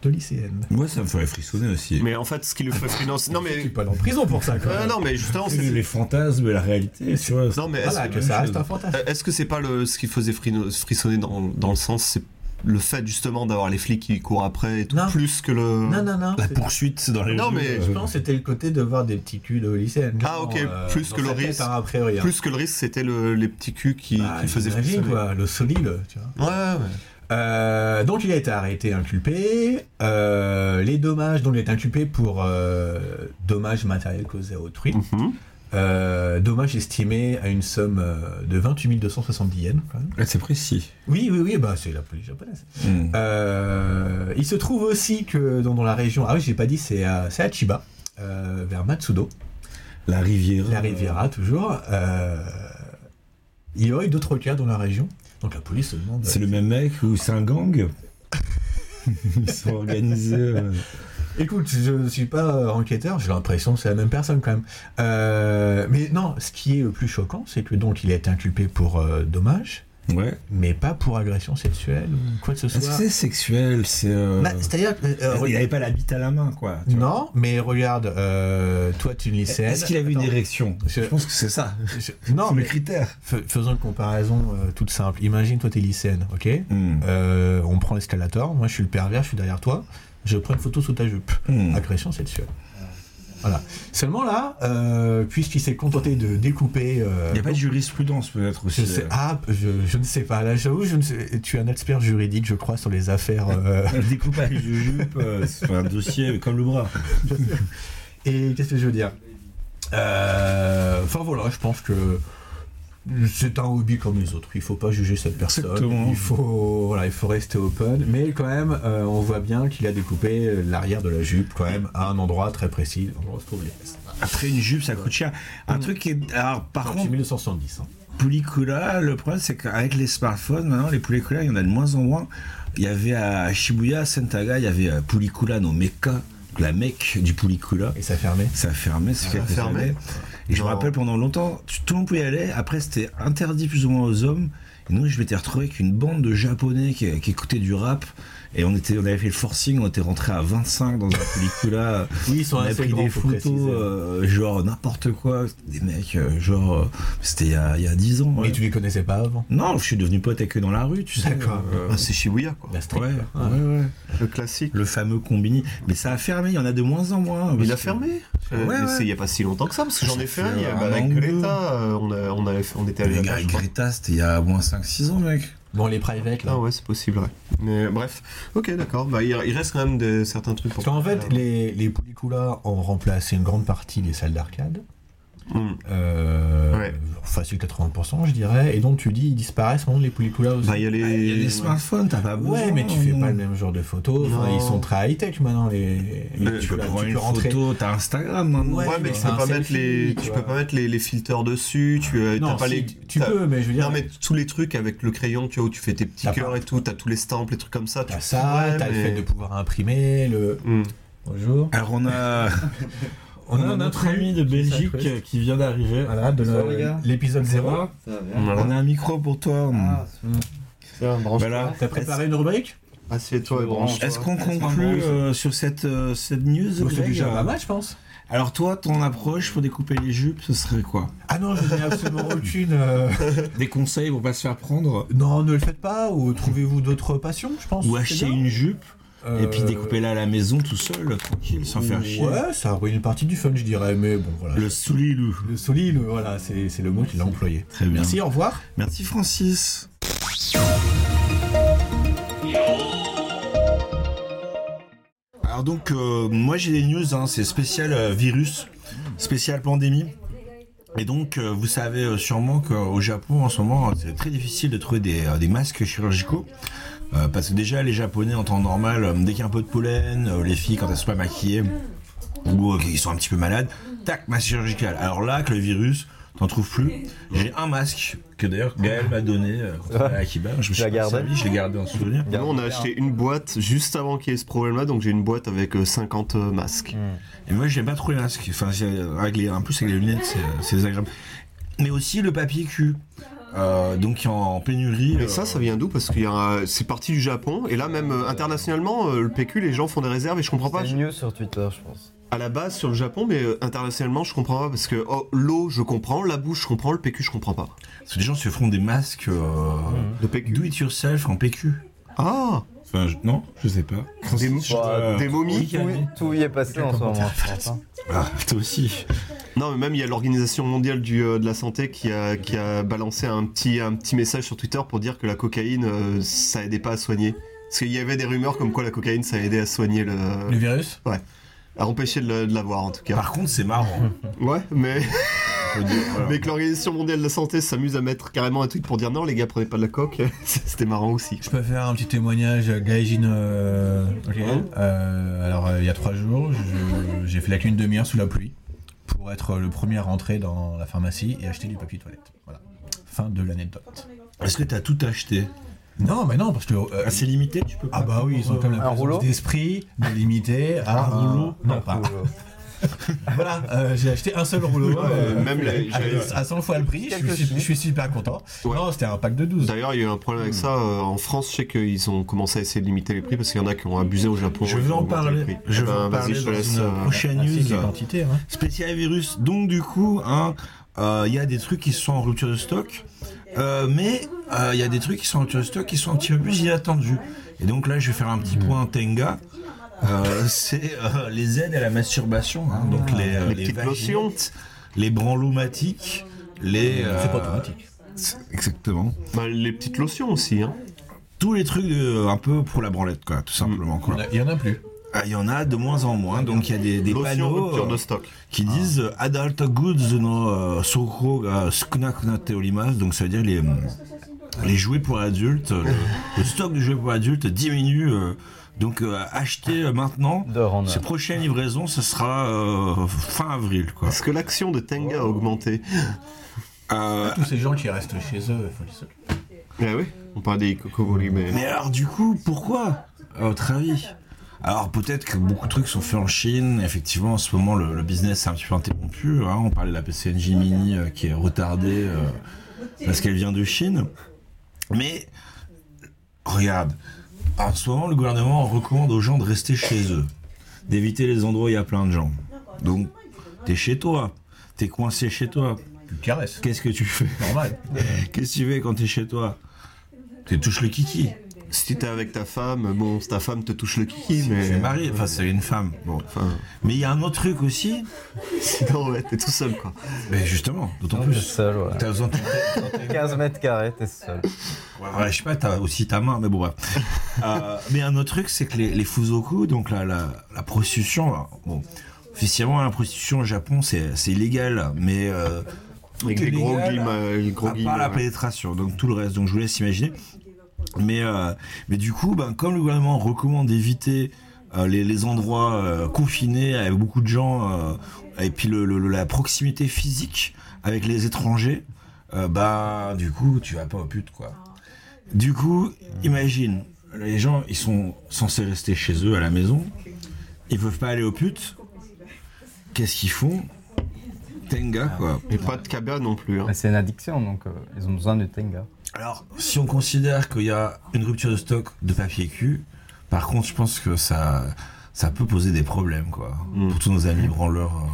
S3: de lycéennes.
S1: Moi, ça me ferait frissonner aussi.
S2: Mais en fait, ce qui lui fait freelance. Non,
S3: Tu
S2: mais.
S3: peux aller en prison pour ça quand
S2: Ah,
S3: même.
S2: non, mais justement,
S1: C'est
S2: c'est.
S1: les fantasmes et la réalité, tu vois.
S2: Non, mais est-ce
S3: Voilà,
S2: que-
S3: que ça reste un fantasme.
S2: Euh, Est-ce que c'est pas le, ce qui faisait frino- frissonner dans, dans le sens, c'est le fait justement d'avoir les flics qui courent après et tout,
S3: Non.
S2: plus que le.
S3: Non, non, non.
S1: La
S3: c'est-
S1: poursuite dans les
S2: Non,
S1: jeux,
S2: mais-
S1: euh,
S3: Je pense que c'était le côté de voir des petits culs de lycéennes.
S2: Ah, ok, plus
S3: dans
S2: que le
S3: sa tête,
S2: risque.
S3: hein, a priori. hein.
S2: Plus que le risque, c'était le- les petits culs qui,
S3: Bah,
S2: qui faisaient
S3: j'imagine,
S2: frissonner.
S3: quoi, le solide, tu vois.
S2: Ouais, ouais, ouais.
S3: Euh, donc il a été arrêté, inculpé. Euh, les dommages, donc il est inculpé pour euh, dommages matériels causés à autrui.
S2: Mhm.
S3: Euh, dommages estimés à une somme euh, de 28 270 yens. quand même.
S1: là, c'est précis.
S3: Oui, oui, oui, bah, c'est la police japonaise.
S1: Mm.
S3: Euh, il se trouve aussi que dans, dans la région, ah oui, j'ai pas dit, c'est à, c'est à Chiba, euh, vers Matsudo.
S1: La rivière.
S3: La Riviera, toujours. euh, il y aurait eu d'autres cas dans la région. Donc la police se demande.
S1: C'est le même mec ou c'est un gang Ils sont organisés. euh.
S3: Écoute, je ne suis pas euh, enquêteur, j'ai l'impression que c'est la même personne quand même. Euh, mais non, ce qui est le plus choquant, c'est que donc il a été inculpé pour euh, dommage,
S1: Ouais.
S3: mais pas pour agression sexuelle ou quoi que ce soit.
S1: Est-ce que c'est sexuel C'est. euh,
S3: Bah, C'est-à-dire que. euh,
S1: Il
S3: regarde-
S1: avait pas la bite à la main, quoi. tu vois.
S3: non, mais regarde, euh, toi tu es une lycéenne.
S1: Est-ce qu'il avait une
S3: Attends,
S1: érection
S3: Je-
S1: Je pense que c'est ça.
S3: je- Non,
S1: C'est le
S3: mais
S1: critère.
S3: fais- faisons une comparaison euh, toute simple. Imagine, toi tu es lycéenne, ok
S1: Mm.
S3: Euh, on prend l'escalator, moi je suis le pervers, je suis derrière toi, je prends une photo sous ta jupe.
S1: Mm.
S3: Agression sexuelle. Voilà. Seulement là, euh, puisqu'il s'est contenté de découper. euh,
S1: Il n'y a pas de jurisprudence, peut-être
S3: je
S1: aussi.
S3: sais-
S1: euh.
S3: ah, je, je ne sais pas. Là, j'avoue, je ne sais- tu es un expert juridique, je crois, sur les affaires. euh,
S1: Le découpage de jupe, euh, c'est un dossier comme le bras.
S3: et qu'est-ce que je veux dire Euh, Enfin voilà, je pense que c'est un hobby comme les autres. Il faut pas juger cette personne.
S1: Exactement.
S3: Il faut voilà, il faut rester open. Mais quand même, euh, on voit bien qu'il a découpé l'arrière de la jupe quand même à un endroit très précis. On retrouve les fesses.
S1: Après, une jupe, ça coûte cher. Un
S3: Hmm.
S1: truc qui est. Alors,
S3: Ah
S1: par contre,
S3: 1970. hein.
S1: Poulicula, le problème c'est qu'avec les smartphones, maintenant les Poulicula, il y en a de moins en moins. Il y avait à Shibuya, à Sentaga, il y avait euh, Poulicula no Mecca, la mecque du Poulicula.
S3: Et ça fermait.
S1: Ça a fermé, c'est
S2: a
S1: quelques
S2: fermé
S1: années. Et je me
S2: Non.
S1: rappelle pendant longtemps, tu- tout le monde pouvait y aller. Après, c'était interdit plus ou moins aux hommes. Nous, je m'étais retrouvé avec une bande de japonais qui, qui écoutaient du rap. Et on, était, on avait fait le forcing, on était rentré à 25 dans un pellicula.
S3: Oui, ils sont
S1: on a
S3: assez
S1: pris
S3: grands,
S1: des
S3: faut
S1: photos,
S3: préciser.
S1: euh, genre n'importe quoi. Des mecs, euh, genre, euh, c'était il y a, il y a 10 ans. ouais.
S3: Mais tu les connaissais pas avant.
S1: Non, je suis devenu pote avec eux dans la rue, tu sais. euh,
S2: Ah, c'est Shibuya, quoi.
S3: La street,
S1: ouais,
S3: quoi. Ouais.
S1: ouais, ouais.
S2: Le classique.
S1: Le fameux combini. Mais ça a fermé, il y en a de moins en moins.
S2: Il a
S1: parce que-
S2: fermé Euh,
S1: Ouais,
S2: mais
S1: ouais.
S2: c'est Il n'y a pas si longtemps que ça, parce que j'en ai fait un il y a- bah,
S1: un
S2: avec
S1: an ou deux.
S2: Greta. euh, On, a- on, avait fait- on était allé
S1: Les
S2: là-bas,
S1: gars,
S2: je crois.
S1: Greta, c'était il y a au moins 5-6 ans, mec.
S3: Dans les private, là.
S2: Ah ouais, c'est possible, ouais. Mais bref, ok, d'accord. Bah, il, il reste quand même des, certains trucs pour.
S3: Parce qu'en fait, les, les Polycula ont remplacé une grande partie des salles d'arcade.
S2: Hmm.
S3: Euh,
S2: Ouais.
S3: Facile 80%, je dirais. Et donc, tu dis, ils disparaissent maintenant, les Polycula aussi.
S2: Bah, il y a les.
S1: Il y a des smartphones, t'as pas besoin. hein.
S3: Ouais, mais tu fais pas le même genre de photos. Enfin,
S2: Non.
S3: ils sont très high-tech maintenant. Les...
S2: Mais
S3: tu
S2: tu
S3: peux,
S2: peux
S3: tu
S1: Prends
S3: peux
S1: une
S3: rentrer.
S1: photo, t'as Instagram hein. maintenant.
S3: Ouais,
S2: Ouais, mais
S3: tu
S2: tu
S3: vois,
S2: peux pas
S3: un
S2: mettre les,
S3: selfie,
S2: tu
S3: tu
S2: peux
S3: vois.
S2: pas mettre les, les filters dessus. Tu euh,
S3: Non,
S2: t'as pas
S3: si,
S2: les.
S3: tu
S2: t'as-
S3: peux, mais je veux dire.
S2: Non mais tous les trucs avec le crayon, tu vois, où tu fais tes petits
S3: T'as
S2: cœurs
S3: pas-
S2: et tout, t'as tous les stamps, les trucs comme ça.
S3: T'as
S2: tu-
S3: ça,
S2: Ouais,
S3: t'as le
S2: mais-
S3: fait de pouvoir imprimer, le.
S2: Hmm.
S3: Bonjour.
S1: Alors on a,
S3: On, a notre ami de Belgique.
S1: qui vient d'arriver.
S3: Voilà, de
S8: Bonsoir, les
S3: le-
S8: gars.
S3: l'épisode 0.
S2: Voilà.
S1: On a un micro pour toi. Hmm.
S8: Ah,
S1: voilà.
S3: T'as préparé une rubrique
S2: Assieds-toi et branche.
S1: Est-ce qu'on conclut euh, sur cette, euh, cette news
S3: C'est
S1: Greg euh, Ah bah.
S3: déjà pas mal, je pense.
S1: Alors toi, ton approche pour découper les jupes, ce serait quoi
S3: Ah non, je n'ai absolument aucune. euh,
S1: Des conseils pour pas se faire prendre
S3: Non, ne le faites pas, ou trouvez-vous d'autres passions, je pense.
S1: Ou
S3: c'est
S1: acheter
S3: bien.
S1: une jupe
S3: Euh,
S1: et puis découper-la à la maison tout seul, tranquille, sans faire chier.
S3: Ouais, ça a ruiné une partie du fun, je dirais, mais bon, voilà.
S1: Le soulilou.
S3: Le soli, le- voilà, c'est c'est le mot qu'il a employé.
S1: Très bien.
S3: Merci, au revoir.
S1: Merci Francis. Alors donc euh, moi j'ai des news, hein, c'est spécial euh, virus, spécial pandémie. Et donc euh, vous savez euh, sûrement qu'au Japon en ce moment c'est très difficile de trouver des, euh, des masques chirurgicaux. Euh, parce que déjà les Japonais en temps normal, euh, dès qu'il y a un peu de pollen, euh, les filles quand elles sont pas maquillées, ou euh, qu'ils sont un petit peu malades, tac, masque chirurgical. Alors là, que le virus, t'en trouves plus. J'ai un masque que d'ailleurs Gaël m'a donné euh, quand on est allé à Akiba. Je me suis
S8: l'as
S1: pas
S8: gardé
S1: servi, je l'ai gardé en souvenir.
S2: Nous, on a acheté une boîte juste avant qu'il y ait ce problème-là, donc j'ai une boîte avec euh, 50 euh, masques.
S1: Et moi, j'aime pas trop les masques. Enfin, c'est- avec les- en plus, avec les lunettes, c'est- c'est désagréable. Mais aussi le papier cul. Euh, donc en pénurie.
S2: Mais ça,
S1: euh,
S2: ça vient d'où Parce que c'est parti du Japon, et là, même euh, internationalement, euh, le PQ, les gens font des réserves, et je comprends pas.
S8: C'est
S2: je-
S8: mieux sur Twitter, je pense.
S2: À la base, sur le Japon, mais euh, internationalement, je comprends pas, parce que oh, l'eau, je comprends, la bouche, je comprends, le PQ, je comprends pas.
S1: parce que les gens se font des masques euh,
S2: De PQ.
S1: do it yourself en PQ.
S2: Ah
S1: Enfin, je- non, je sais pas.
S2: Des,
S1: Je-
S2: bah, des momies
S8: Tout, tout y est passé en ce moment. hein. enfin.
S1: Ah, toi aussi.
S2: Non, mais même il y a l'Organisation mondiale du, euh, de la santé qui a, qui a balancé un petit, un petit message sur Twitter pour dire que la cocaïne, euh, ça aidait pas à soigner. Parce qu'il y avait des rumeurs comme quoi la cocaïne, ça aidait à soigner le.
S3: Le virus
S2: à empêcher de le- de l'avoir en tout cas.
S1: Par contre, c'est marrant.
S2: Ouais, mais,
S1: Faut dire, voilà.
S2: mais que l'Organisation mondiale de la santé s'amuse à mettre carrément un tweet pour dire non, les gars, prenez pas de la coque. C'était marrant aussi.
S3: Je peux faire un petit témoignage euh, Gaijin. euh, ok. Euh, alors, euh, il y a trois jours, je- j'ai fait la qu'une demi-heure sous la pluie pour être le premier à rentrer dans la pharmacie et acheter du papier toilette. Voilà. Fin de l'anecdote.
S1: Est-ce que t'as tout acheté
S3: Non, mais non, parce que. euh,
S1: Ah, C'est limité, tu peux pas.
S3: ah bah oui, ils ont comme la
S8: Un rouleau
S3: présence d'esprit délimité à un rouleau. Non, pas. voilà, euh, j'ai acheté un seul rouleau. euh,
S2: même les-
S3: avec-
S2: j'avais-
S3: à 100 fois le prix, je suis, je suis super content.
S2: Ouais. Ah,
S3: Non, c'était un pack de 12.
S2: D'ailleurs, il y a eu un problème avec ça. euh, En France, je sais qu'ils ont commencé à essayer de limiter les prix parce qu'il y en a qui ont abusé au Japon.
S1: euh, Je
S2: ils
S1: veux
S2: ont
S1: en
S2: augmenté les
S1: parler.
S2: prix.
S1: Je
S2: Eh
S1: veux
S2: ben,
S1: en
S2: vas-y,
S1: parler
S2: je te
S1: dans
S2: laisse,
S1: une
S2: euh,
S1: prochaine
S3: Ah, c'est
S1: news.
S3: une quantité, hein.
S1: Spécial virus. Donc du coup, hein, euh, il y a des trucs qui sont en rupture de stock, euh, mais euh, il y a des trucs qui sont en rupture de stock qui sont un petit peu plus inattendus. Et donc là, je vais faire un petit point
S2: Hmm.
S1: Tenga. Euh, c'est euh, les aides à la masturbation, hein, donc les, euh,
S2: Ah. Les petites
S1: vaginettes,
S2: lotions.
S1: les branlomatiques, les. euh,
S3: C'est pas automatique.
S1: c'est- Exactement.
S2: bah, les petites lotions aussi. Hein.
S1: Tous les trucs de- euh, un peu pour la branlette, quoi, tout simplement. quoi.
S3: Il y en a plus.
S1: Ah, Il y en a de moins en moins, donc il y a des, des
S2: Lotions,
S1: panneaux.
S2: rupture
S1: euh,
S2: de stock.
S1: qui disent euh, adult goods no euh, soko ga sukunakunatte olimasu, donc ça veut dire les, mm, les jouets pour adultes, euh, le, le stock de jouets pour adultes diminue. euh, donc euh, achetez euh, maintenant.
S8: D'heure en
S1: Ces
S8: heure.
S1: prochaines livraisons, ce sera euh, fin avril. Quoi.
S2: Parce que l'action de Tenga a augmenté.
S1: Euh,
S3: Tous ces gens qui restent chez eux, faut qu'ils se-
S2: Ah oui, on parle des cocoboli, mais.
S1: mais alors du coup, pourquoi, à votre avis alors peut-être que beaucoup de trucs sont faits en Chine. Effectivement, en ce moment, le, le business est un petit peu interrompu. hein. On parlait de la PCNJ Mini euh, qui est retardée euh, parce qu'elle vient de Chine. Mais regarde, en ce moment, le gouvernement recommande aux gens de rester chez eux, d'éviter les endroits où il y a plein de gens. Donc, t'es chez toi, t'es coincé chez toi.
S3: Tu te caresses.
S1: Qu'est-ce que tu fais
S3: Normal.
S1: Qu'est-ce que tu fais quand t'es chez toi Tu touches le kiki.
S2: Si t'es avec ta femme, bon, ta femme te touche le kiki,
S1: Tu
S2: mais.
S1: es marié, enfin c'est une femme. Bon.
S2: Enfin,
S1: Mais il y a un autre truc aussi,
S2: sinon, ouais, t'es tout seul, quoi.
S1: mais justement, d'autant
S8: T'es
S1: plus.
S8: seul, ouais.
S1: T'as besoin de ton-
S8: 15 mètres carrés, t'es seul.
S1: Ouais, je sais pas, t'as aussi ta main, mais bon, bref. Euh, mais un autre truc, c'est que les, les fuzoku, donc la, la, la prostitution, là, bon, officiellement, la prostitution au Japon, c'est c'est illégal, mais euh, tout
S2: Avec
S1: est
S2: des gros
S1: légal,
S2: guillemets, euh, les gros
S1: à part la
S2: guillemets, ouais.
S1: pénétration, donc tout le reste. Donc je vous laisse imaginer. Mais, euh, mais du coup, ben, comme le gouvernement recommande d'éviter euh, les, les endroits euh, confinés avec beaucoup de gens euh, et puis le, le- le- la proximité physique avec les étrangers, euh, bah du coup, tu vas pas au pute quoi. Du coup, imagine, les gens ils sont censés rester chez eux à la maison, ils peuvent pas aller au pute. Qu'est-ce qu'ils font Tenga quoi.
S2: Et pas de cabane non plus. hein.
S8: Mais c'est une addiction, donc euh, ils ont besoin du Tenga.
S1: Alors, si on considère qu'il y a une rupture de stock de papier cul, par contre, je pense que ça, ça peut poser des problèmes, quoi. Pour tous nos amis branleurs. euh,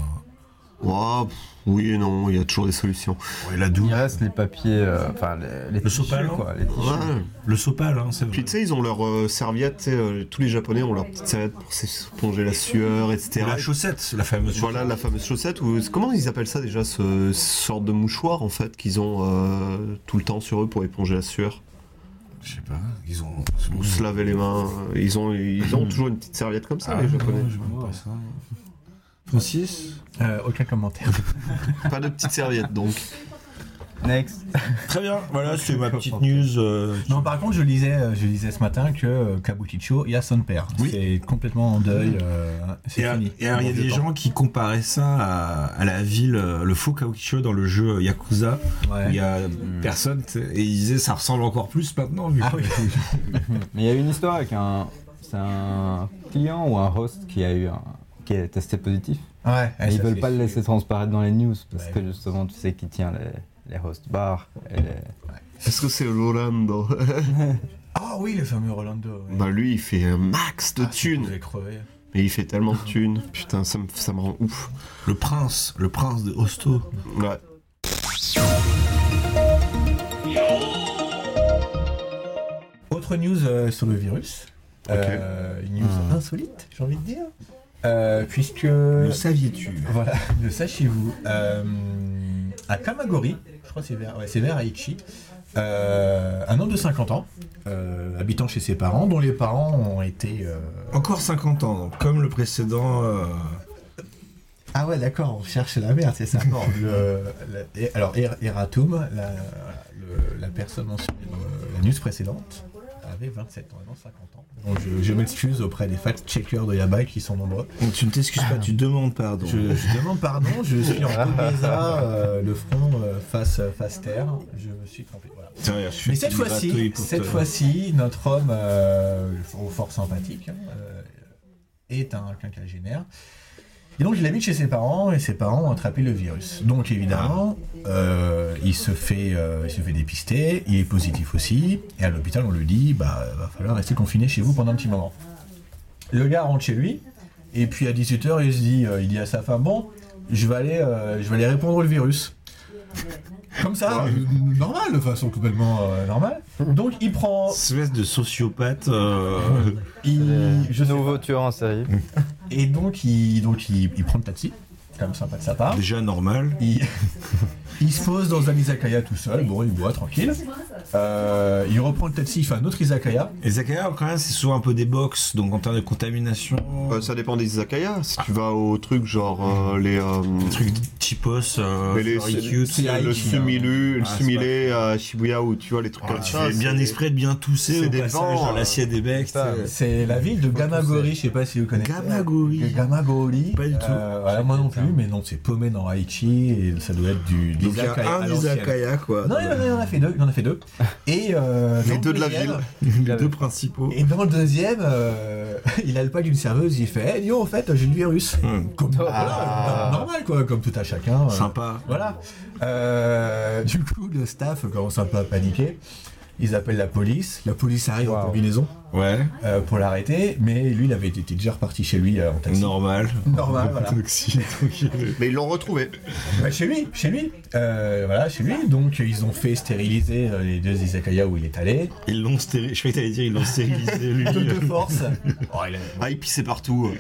S2: Ouah, pff, oui et non, il y a toujours des solutions.
S1: ouais, la douche.
S8: Il reste les papiers, euh, enfin les, les tissus,
S1: sopalin.
S8: quoi. Les tissus.
S2: Ouais.
S1: Le sopal, hein, c'est vrai.
S2: Puis tu sais, ils ont leur euh, serviette, tu sais, euh, tous les japonais ont leur petite serviette pour s'éponger la sueur,
S1: Et
S2: etc.
S1: la chaussette, la fameuse.
S2: Voilà la fameuse chaussette, ou comment ils appellent ça déjà, ce, ce sorte de mouchoir en fait qu'ils ont euh, tout le temps sur eux pour éponger la sueur,
S1: Je sais pas, ils ont.
S2: ou se laver les mains. euh, Ils ont, ils ont toujours une petite serviette comme ça,
S1: Ah,
S2: les japonais.
S1: non, je vois pas ça. Francis
S3: Euh, aucun commentaire.
S2: Pas de petite serviette donc.
S8: Next.
S1: Très bien, voilà, c'est ma petite news. euh,
S3: Non, par contre, je lisais, euh, je lisais ce matin que euh, Kabukicho, il y a son père.
S1: Oui.
S3: C'est complètement en deuil. euh, c'est
S1: Et alors,
S3: fini.
S1: et alors, il y a
S3: Bon,
S1: des
S3: je
S1: gens qui comparaient ça à, à la ville, euh, le faux Kabukicho dans le jeu Yakuza.
S3: pense. Ouais. Mm.
S1: Il y a personne t- et ils disaient ça ressemble encore plus maintenant vu
S3: Ah
S1: que-
S3: oui.
S8: Mais il y a eu une histoire avec un, c'est un client ou un host qui a eu un, qui a testé positif.
S3: Ouais,
S8: Et ils
S3: Ah, ça,
S8: veulent
S3: c'est
S8: pas le
S3: sûr.
S8: laisser transparaître dans les news parce
S3: Bah
S8: que justement tu sais qui tient les, les host bars et les...
S2: Est-ce que c'est Rolando
S3: Ah oui, le fameux Rolando. ouais.
S2: Bah lui il fait un max de
S3: Ah, c'est
S2: thunes,
S3: vous avez crevé.
S2: mais il fait tellement de thunes. Putain, ça me, ça me rend ouf.
S1: Le prince, le prince de Hosto.
S2: Ouais.
S3: Autre news euh, sur le virus. Euh, une news insolite, j'ai envie de dire. Euh, puisque.
S1: Le saviez-tu
S3: Voilà, le sachez-vous. Euh, à Kamagori, je crois que c'est vers, ouais, c'est vers Aichi, euh, un homme de 50 ans, euh, habitant chez ses parents, dont les parents ont été. euh,
S1: Encore 50 ans, donc, comme le précédent. euh,
S3: Ah ouais, d'accord, on cherche la merde, c'est ça. Bon, le- la- et- alors, Er- Eratum, la, le- la personne mentionnée dans la news précédente, avait 27 ans, et non 50 ans. Donc je, je m'excuse auprès des fact-checkers de Yabai qui sont nombreux.
S1: donc tu ne t'excuses pas, tu demandes pardon.
S3: Ah. Je, je demande pardon, je suis en Gomeza, euh, le front euh, face, face terre. Je me suis trompé. voilà.
S1: Sérieux, je suis
S3: Mais cette
S1: une
S3: fois-ci,
S1: gratouille pour
S3: cette
S1: te-
S3: fois-ci, notre homme euh, aux forces sympathiques hein, euh, est un quinquagénaire. Et donc, il habite chez ses parents et ses parents ont attrapé le virus. Donc, évidemment, euh, il, se fait, euh, il se fait dépister, il est positif aussi. Et à l'hôpital, on lui dit bah, va falloir rester confiné chez vous pendant un petit moment. Le gars rentre chez lui, et puis à 18h, il se dit, euh, il dit à sa femme Bon, je vais aller, euh, je vais aller répondre le virus. Comme ça, euh, normal, de façon complètement euh, normale. Donc il prend.
S1: espèce de sociopathe. euh,
S3: Il, je sais
S8: nouveau tueur en série.
S3: pas. et donc, il, donc il, il prend le taxi, quand même sympa de sa part.
S1: déjà normal.
S3: Il, il se pose dans un izakaya tout seul, bon, il boit tranquille. Euh, il reprend le taxi, il fait un autre izakaya.
S1: Les Zakaya, quand même, c'est souvent un peu des box, donc en termes de contamination.
S2: Euh, ça dépend des izakaya. Si tu vas au truc genre euh, les. euh,
S1: Des trucs cheapos, euh,
S2: Mais les-
S1: furry cute.
S3: c'est-
S2: le
S3: Aiki,
S2: sumilu, le
S1: Ah, c'est
S2: sumilé à Shibuya ou tu vois les trucs
S1: Quand
S2: comme
S1: tu
S2: ça.
S1: fais bien
S2: c'est-
S1: exprès de bien tousser
S2: c'est
S1: au
S2: des
S1: passage
S2: vents,
S1: dans
S2: euh,
S1: l'assiette des becs.
S8: ça,
S1: c'est-
S3: C'est la ville de Gamagori, je sais pas si vous connaissez.
S1: Gamagori.
S3: Gamagori.
S1: Pas du tout.
S3: Euh, voilà, moi non plus, mais non, c'est paumé dans Haïti et ça doit être du.
S1: Donc il y a
S3: l'izakaya à
S1: un
S3: l'ancienne.
S1: Izakaya, quoi.
S3: Non,
S1: dans
S3: il
S1: le-
S3: en, a- il en a fait deux. Il en a fait deux. Et euh,
S2: Les
S3: dans
S2: deux de la
S3: deuxième-
S1: Les deux principaux.
S3: Et dans le deuxième, euh, il a le pas d'une serveuse. Il fait, Eh, yo, en fait, j'ai le virus.
S1: Hum.
S3: Comme voilà, normal, quoi, comme tout à chacun. euh,
S1: Sympa.
S3: Voilà. Euh, du coup, le staff commence un peu à paniquer. Ils appellent la police. La police arrive en
S8: Wow.
S3: combinaison
S1: Ouais.
S3: euh, pour l'arrêter, mais lui, il avait été déjà reparti chez lui euh, en taxi.
S1: Normal.
S3: Normal, voilà.
S2: Mais ils l'ont retrouvé.
S3: Bah, chez lui, chez lui. Euh, voilà, chez lui. Donc, ils ont fait stériliser euh, les deux izakaya où il est allé.
S1: Ils l'ont stérilisé. Je croyais que t'allais dire ils l'ont stérilisé lui.
S3: De force. Oh, il a-
S2: Ah, il pissait partout.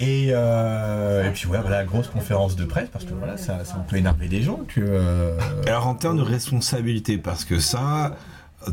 S3: Et, euh, et puis ouais, voilà, grosse conférence de presse, parce que voilà, ça, ça peut énerver des gens que... euh,
S1: Alors en termes de responsabilité, parce que ça,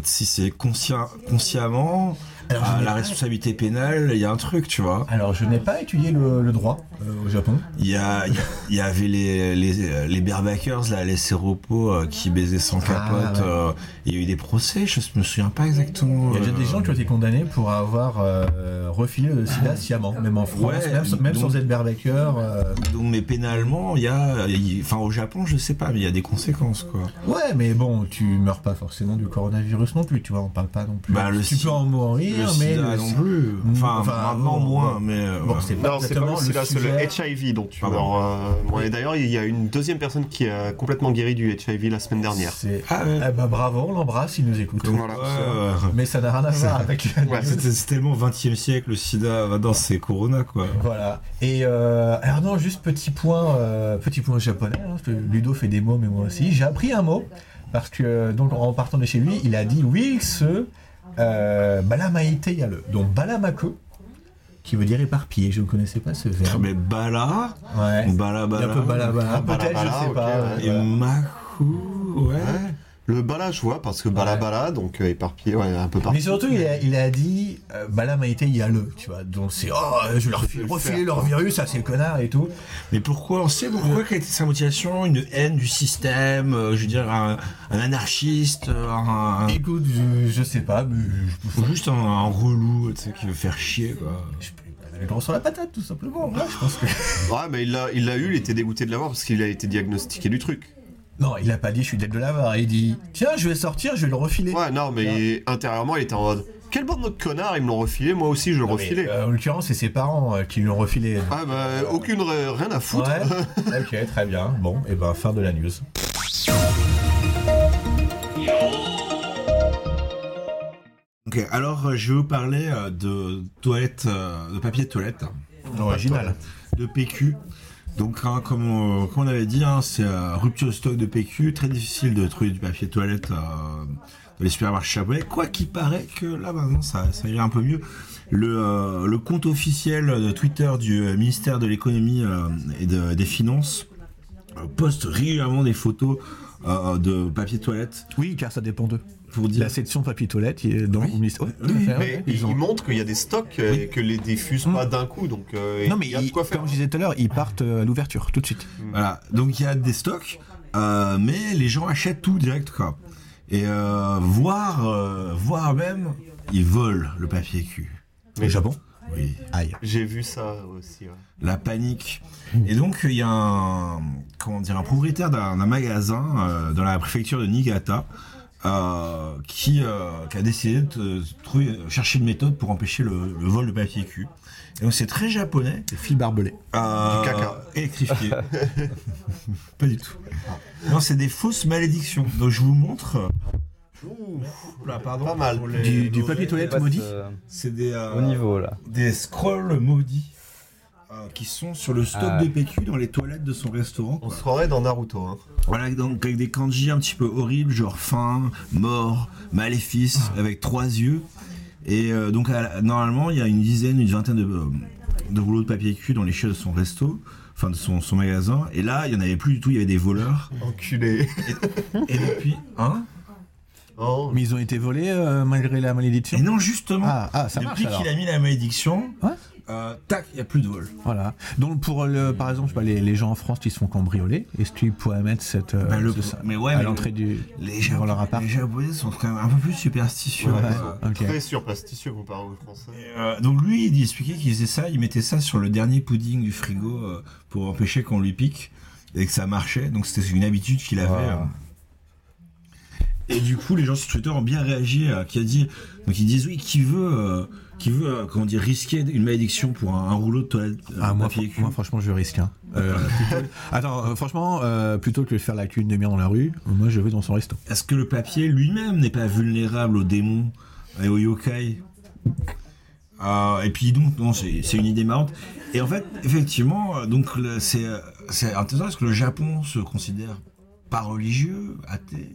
S1: si c'est conscient, consciemment,
S3: Alors, je
S1: à
S3: n'ai
S1: la
S3: pas-
S1: responsabilité pénale, il y a un truc, tu vois.
S3: Alors, je n'ai pas étudié le, le droit euh, au Japon.
S1: Il y, a- il y a- il y avait les, euh, les, les barebackers, là, les séropos euh, qui baisaient sans capote.
S3: Ah, ouais.
S1: euh, il y a eu des procès, je me souviens pas exactement.
S3: Il y a déjà des
S1: euh,
S3: gens qui ont été condamnés pour avoir euh, refilé le sida sciemment, même en France,
S1: Ouais,
S3: même, sans- même
S1: donc-
S3: sans être barbacker. euh,
S1: Donc, mais pénalement, il y a. il- Enfin, au Japon, je sais pas, mais il y a des conséquences, quoi.
S3: Ouais, mais bon, tu meurs pas forcément du coronavirus non plus, tu vois, on parle pas non plus.
S1: Bah, le
S3: tu
S1: si-
S3: peux en mourir,
S1: Le
S3: mais...
S1: sida
S3: le-
S1: non plus. Enfin,
S3: Enfin,
S1: maintenant
S3: bon,
S1: moins,
S3: bon.
S1: mais. euh,
S3: Bon,
S1: ouais.
S3: c'est pas
S2: Non, c'est pas
S3: exactement
S2: aussi là, c'est le
S3: sujet.
S2: HIV dont tu
S1: Pardon.
S2: meurs. euh, ouais, D'ailleurs, il y a une deuxième personne qui a complètement guéri du HIV la semaine dernière.
S3: C'est-
S1: Ah, ouais.
S3: Eh ben, bravo, on l'embrasse, il nous écoute.
S2: Voilà.
S1: Ouais, ouais.
S3: Mais ça n'a rien à voir avec...
S2: Ouais,
S1: C'était c'est tellement 20 e siècle, le sida, maintenant c'est Corona quoi.
S3: Voilà. Et euh, alors non, juste petit point, euh, petit point japonais. hein, parce que Ludo fait des mots, mais moi aussi. J'ai appris un mot parce que donc en partant de chez lui, il a dit oui ce euh, balamaite le donc balamaku qui veut dire éparpillé. Je ne connaissais pas ce verbe.
S1: Mais bala, bala
S3: Ouais. Il y a
S1: bala.
S3: un peu balabala,
S2: Balabala,
S3: peut-être, je sais
S2: ok,
S3: pas.
S2: ouais.
S1: Et
S3: voilà.
S1: maku, ouais.
S2: Le bala, je vois, parce que bala
S3: Ouais.
S2: bala, donc euh, éparpillé, ouais, un peu partout.
S3: Mais surtout, il a, il a dit euh, balamaite le tu vois. Donc c'est oh, je leur file,
S2: le
S3: refiler
S2: faire,
S3: leur
S2: quoi.
S3: virus à ces connards et tout.
S1: Mais pourquoi On sait pourquoi quelle était sa motivation Une haine du système, euh, je veux dire un, un anarchiste, euh, un, un-
S3: Écoute, je, je sais pas, mais je,
S1: ou juste un, un relou, tu sais, qui veut faire chier quoi.
S3: je, je, le grand sur la patate tout simplement. Ouais, je pense que
S2: Ouais, mais il l'a il l'a eu, il était dégoûté de l'avoir parce qu'il a été diagnostiqué du truc.
S3: Non, il a pas dit je suis dead de l'avare. Il dit tiens, je vais sortir, je vais le refiler.
S2: Ouais, non, mais intérieurement, il était en mode Quelle bande de connards, ils me l'ont refilé, moi aussi je le
S3: Non, mais,
S2: refilais.
S3: euh, en l'occurrence, c'est ses parents euh, qui lui ont refilé.
S2: Ah, bah, aucune, ra- rien à foutre.
S3: Ouais. ok, très bien. Bon, et ben fin de la news.
S1: Ok, alors euh, je vais vous parler euh, de toilette, euh, de papier de toilette,
S3: Original.
S1: de PQ. Donc, hein, comme, on, comme on avait dit, hein, c'est euh, rupture de stock de PQ, très difficile de trouver du papier toilette euh, dans les supermarchés japonais. Quoi qu'il paraît que là maintenant ça, ça irait un peu mieux. Le, euh, le compte officiel de Twitter du euh, ministère de l'économie euh, et de- des finances euh, poste régulièrement des photos euh, de papier toilette
S3: Oui, car ça dépend d'eux.
S1: pour dire
S3: La section papier toilette est dans
S1: Oui.
S3: le ministère. Ouais,
S1: Oui,
S3: tout à fait,
S2: Mais
S3: ouais.
S2: ils,
S3: Ils ont-
S2: montrent qu'il y a des stocks euh, et que les diffusent pas d'un coup, donc euh,
S3: Non, mais
S2: il y a
S3: ils-
S2: de quoi faire.
S3: comme je disais tout à l'heure, ils partent euh, à l'ouverture tout de suite.
S1: Voilà, donc il y a des stocks, euh, mais les gens achètent tout direct, quoi. Et euh, voire, euh, voire même, ils volent le papier cul.
S3: Au Japon
S1: Oui,
S3: Aïe.
S2: J'ai vu ça aussi. ouais.
S1: la panique. Et donc il y a un, comment dire, un propriétaire d'un d'un magasin euh, dans la préfecture de Niigata euh, qui, euh, qui a décidé de trouver, chercher une méthode pour empêcher le, le vol de papier cul. Et donc c'est très japonais.
S3: Les fils barbelés.
S1: Euh,
S2: Du caca.
S1: Électrifié. pas du tout. Non, c'est des fausses malédictions. Donc je vous montre. Là, pardon.
S2: Pas mal.
S1: pour les-
S3: Du- du
S1: nos-
S3: papier toilette.
S8: Passe,
S3: maudit
S8: euh,
S1: C'est des, euh,
S8: Au niveau là.
S1: des scrolls maudits euh, qui sont sur le stock
S8: Ah.
S1: de PQ dans les toilettes de son restaurant.
S2: On
S1: quoi.
S2: se croirait dans Naruto. Hein.
S1: Voilà, donc avec des kanji un petit peu horribles, genre fin, mort, maléfice,
S3: Ah.
S1: avec trois yeux. Et euh, donc à la- normalement, il y a une dizaine, une vingtaine de, euh, de rouleaux de papier cul dans les chiottes de son resto, enfin de son, son magasin. Et là, il y en avait plus du tout, il y avait des voleurs.
S2: Enculé.
S1: Et depuis, hein
S2: Oh,
S3: Mais ils ont été volés euh, malgré la malédiction
S1: Et non, justement,
S3: Ah, ah, ça marche
S1: depuis
S3: alors.
S1: qu'il a mis la malédiction,
S3: Ouais.
S1: euh, tac, il n'y a plus de vol.
S3: Voilà. Donc pour le, par exemple, je sais pas, les, les gens en France qui se font cambrioler, est-ce qu'ils pourraient mettre cette euh,
S1: Bah, le-
S3: ce- ça
S1: mais ouais,
S3: à
S1: mais
S3: l'entrée du
S1: Les,
S3: Ils vont leur
S1: Japonais-
S3: appart.
S1: les Japonais sont quand même un peu plus superstitieux.
S2: Ouais.
S1: euh,
S3: Ok.
S2: Très surprestigieux comparé aux Français.
S1: Et, euh, donc lui, il expliquait qu'il faisait ça, il mettait ça sur le dernier pudding du frigo euh, pour empêcher qu'on lui pique et que ça marchait. Donc c'était une habitude qu'il avait.
S8: Wow.
S1: euh. Et du coup, les gens sur Twitter ont bien réagi, euh, qui a dit, donc ils disent oui, qui veut, euh, qui veut, euh, comment dire, risquer une malédiction pour un, un rouleau de toilette, euh,
S3: Ah, moi,
S1: papier
S3: fran-
S1: cul.
S3: moi, franchement, je risque. hein. Euh, plutôt- Attends, euh, franchement, euh, plutôt que de faire la queue une demi-heure dans la rue, moi, je vais dans son resto.
S1: Est-ce que le papier lui-même n'est pas vulnérable aux démons et aux yokai Euh, Et puis donc, non, c'est c'est une idée marrante. Et en fait, effectivement, euh, donc le- c'est euh, c'est intéressant parce que le Japon se considère pas religieux, athée,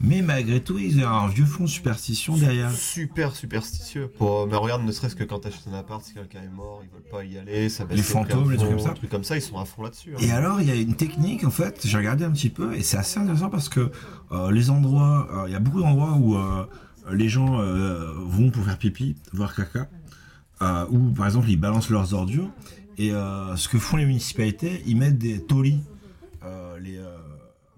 S1: mais malgré tout, ils ont un vieux fond de superstition derrière.
S2: Super superstitieux. Pour, mais regarde, ne serait-ce que quand t'achètes un appart, si quelqu'un est mort, ils veulent pas y aller, ça baisse
S1: Les
S2: prix
S1: fantômes,
S2: à
S1: les trucs
S2: fond,
S1: comme ça.
S2: des trucs comme ça, ils sont à fond là-dessus. hein.
S1: Et alors, il y a une technique, en fait, j'ai regardé un petit peu, et c'est assez intéressant parce que euh, les endroits, euh, il y a beaucoup d'endroits où euh, les gens euh, vont pour faire pipi, voire caca, euh, où, par exemple, ils balancent leurs ordures, et euh, ce que font les municipalités, ils mettent des torii, euh, les, euh,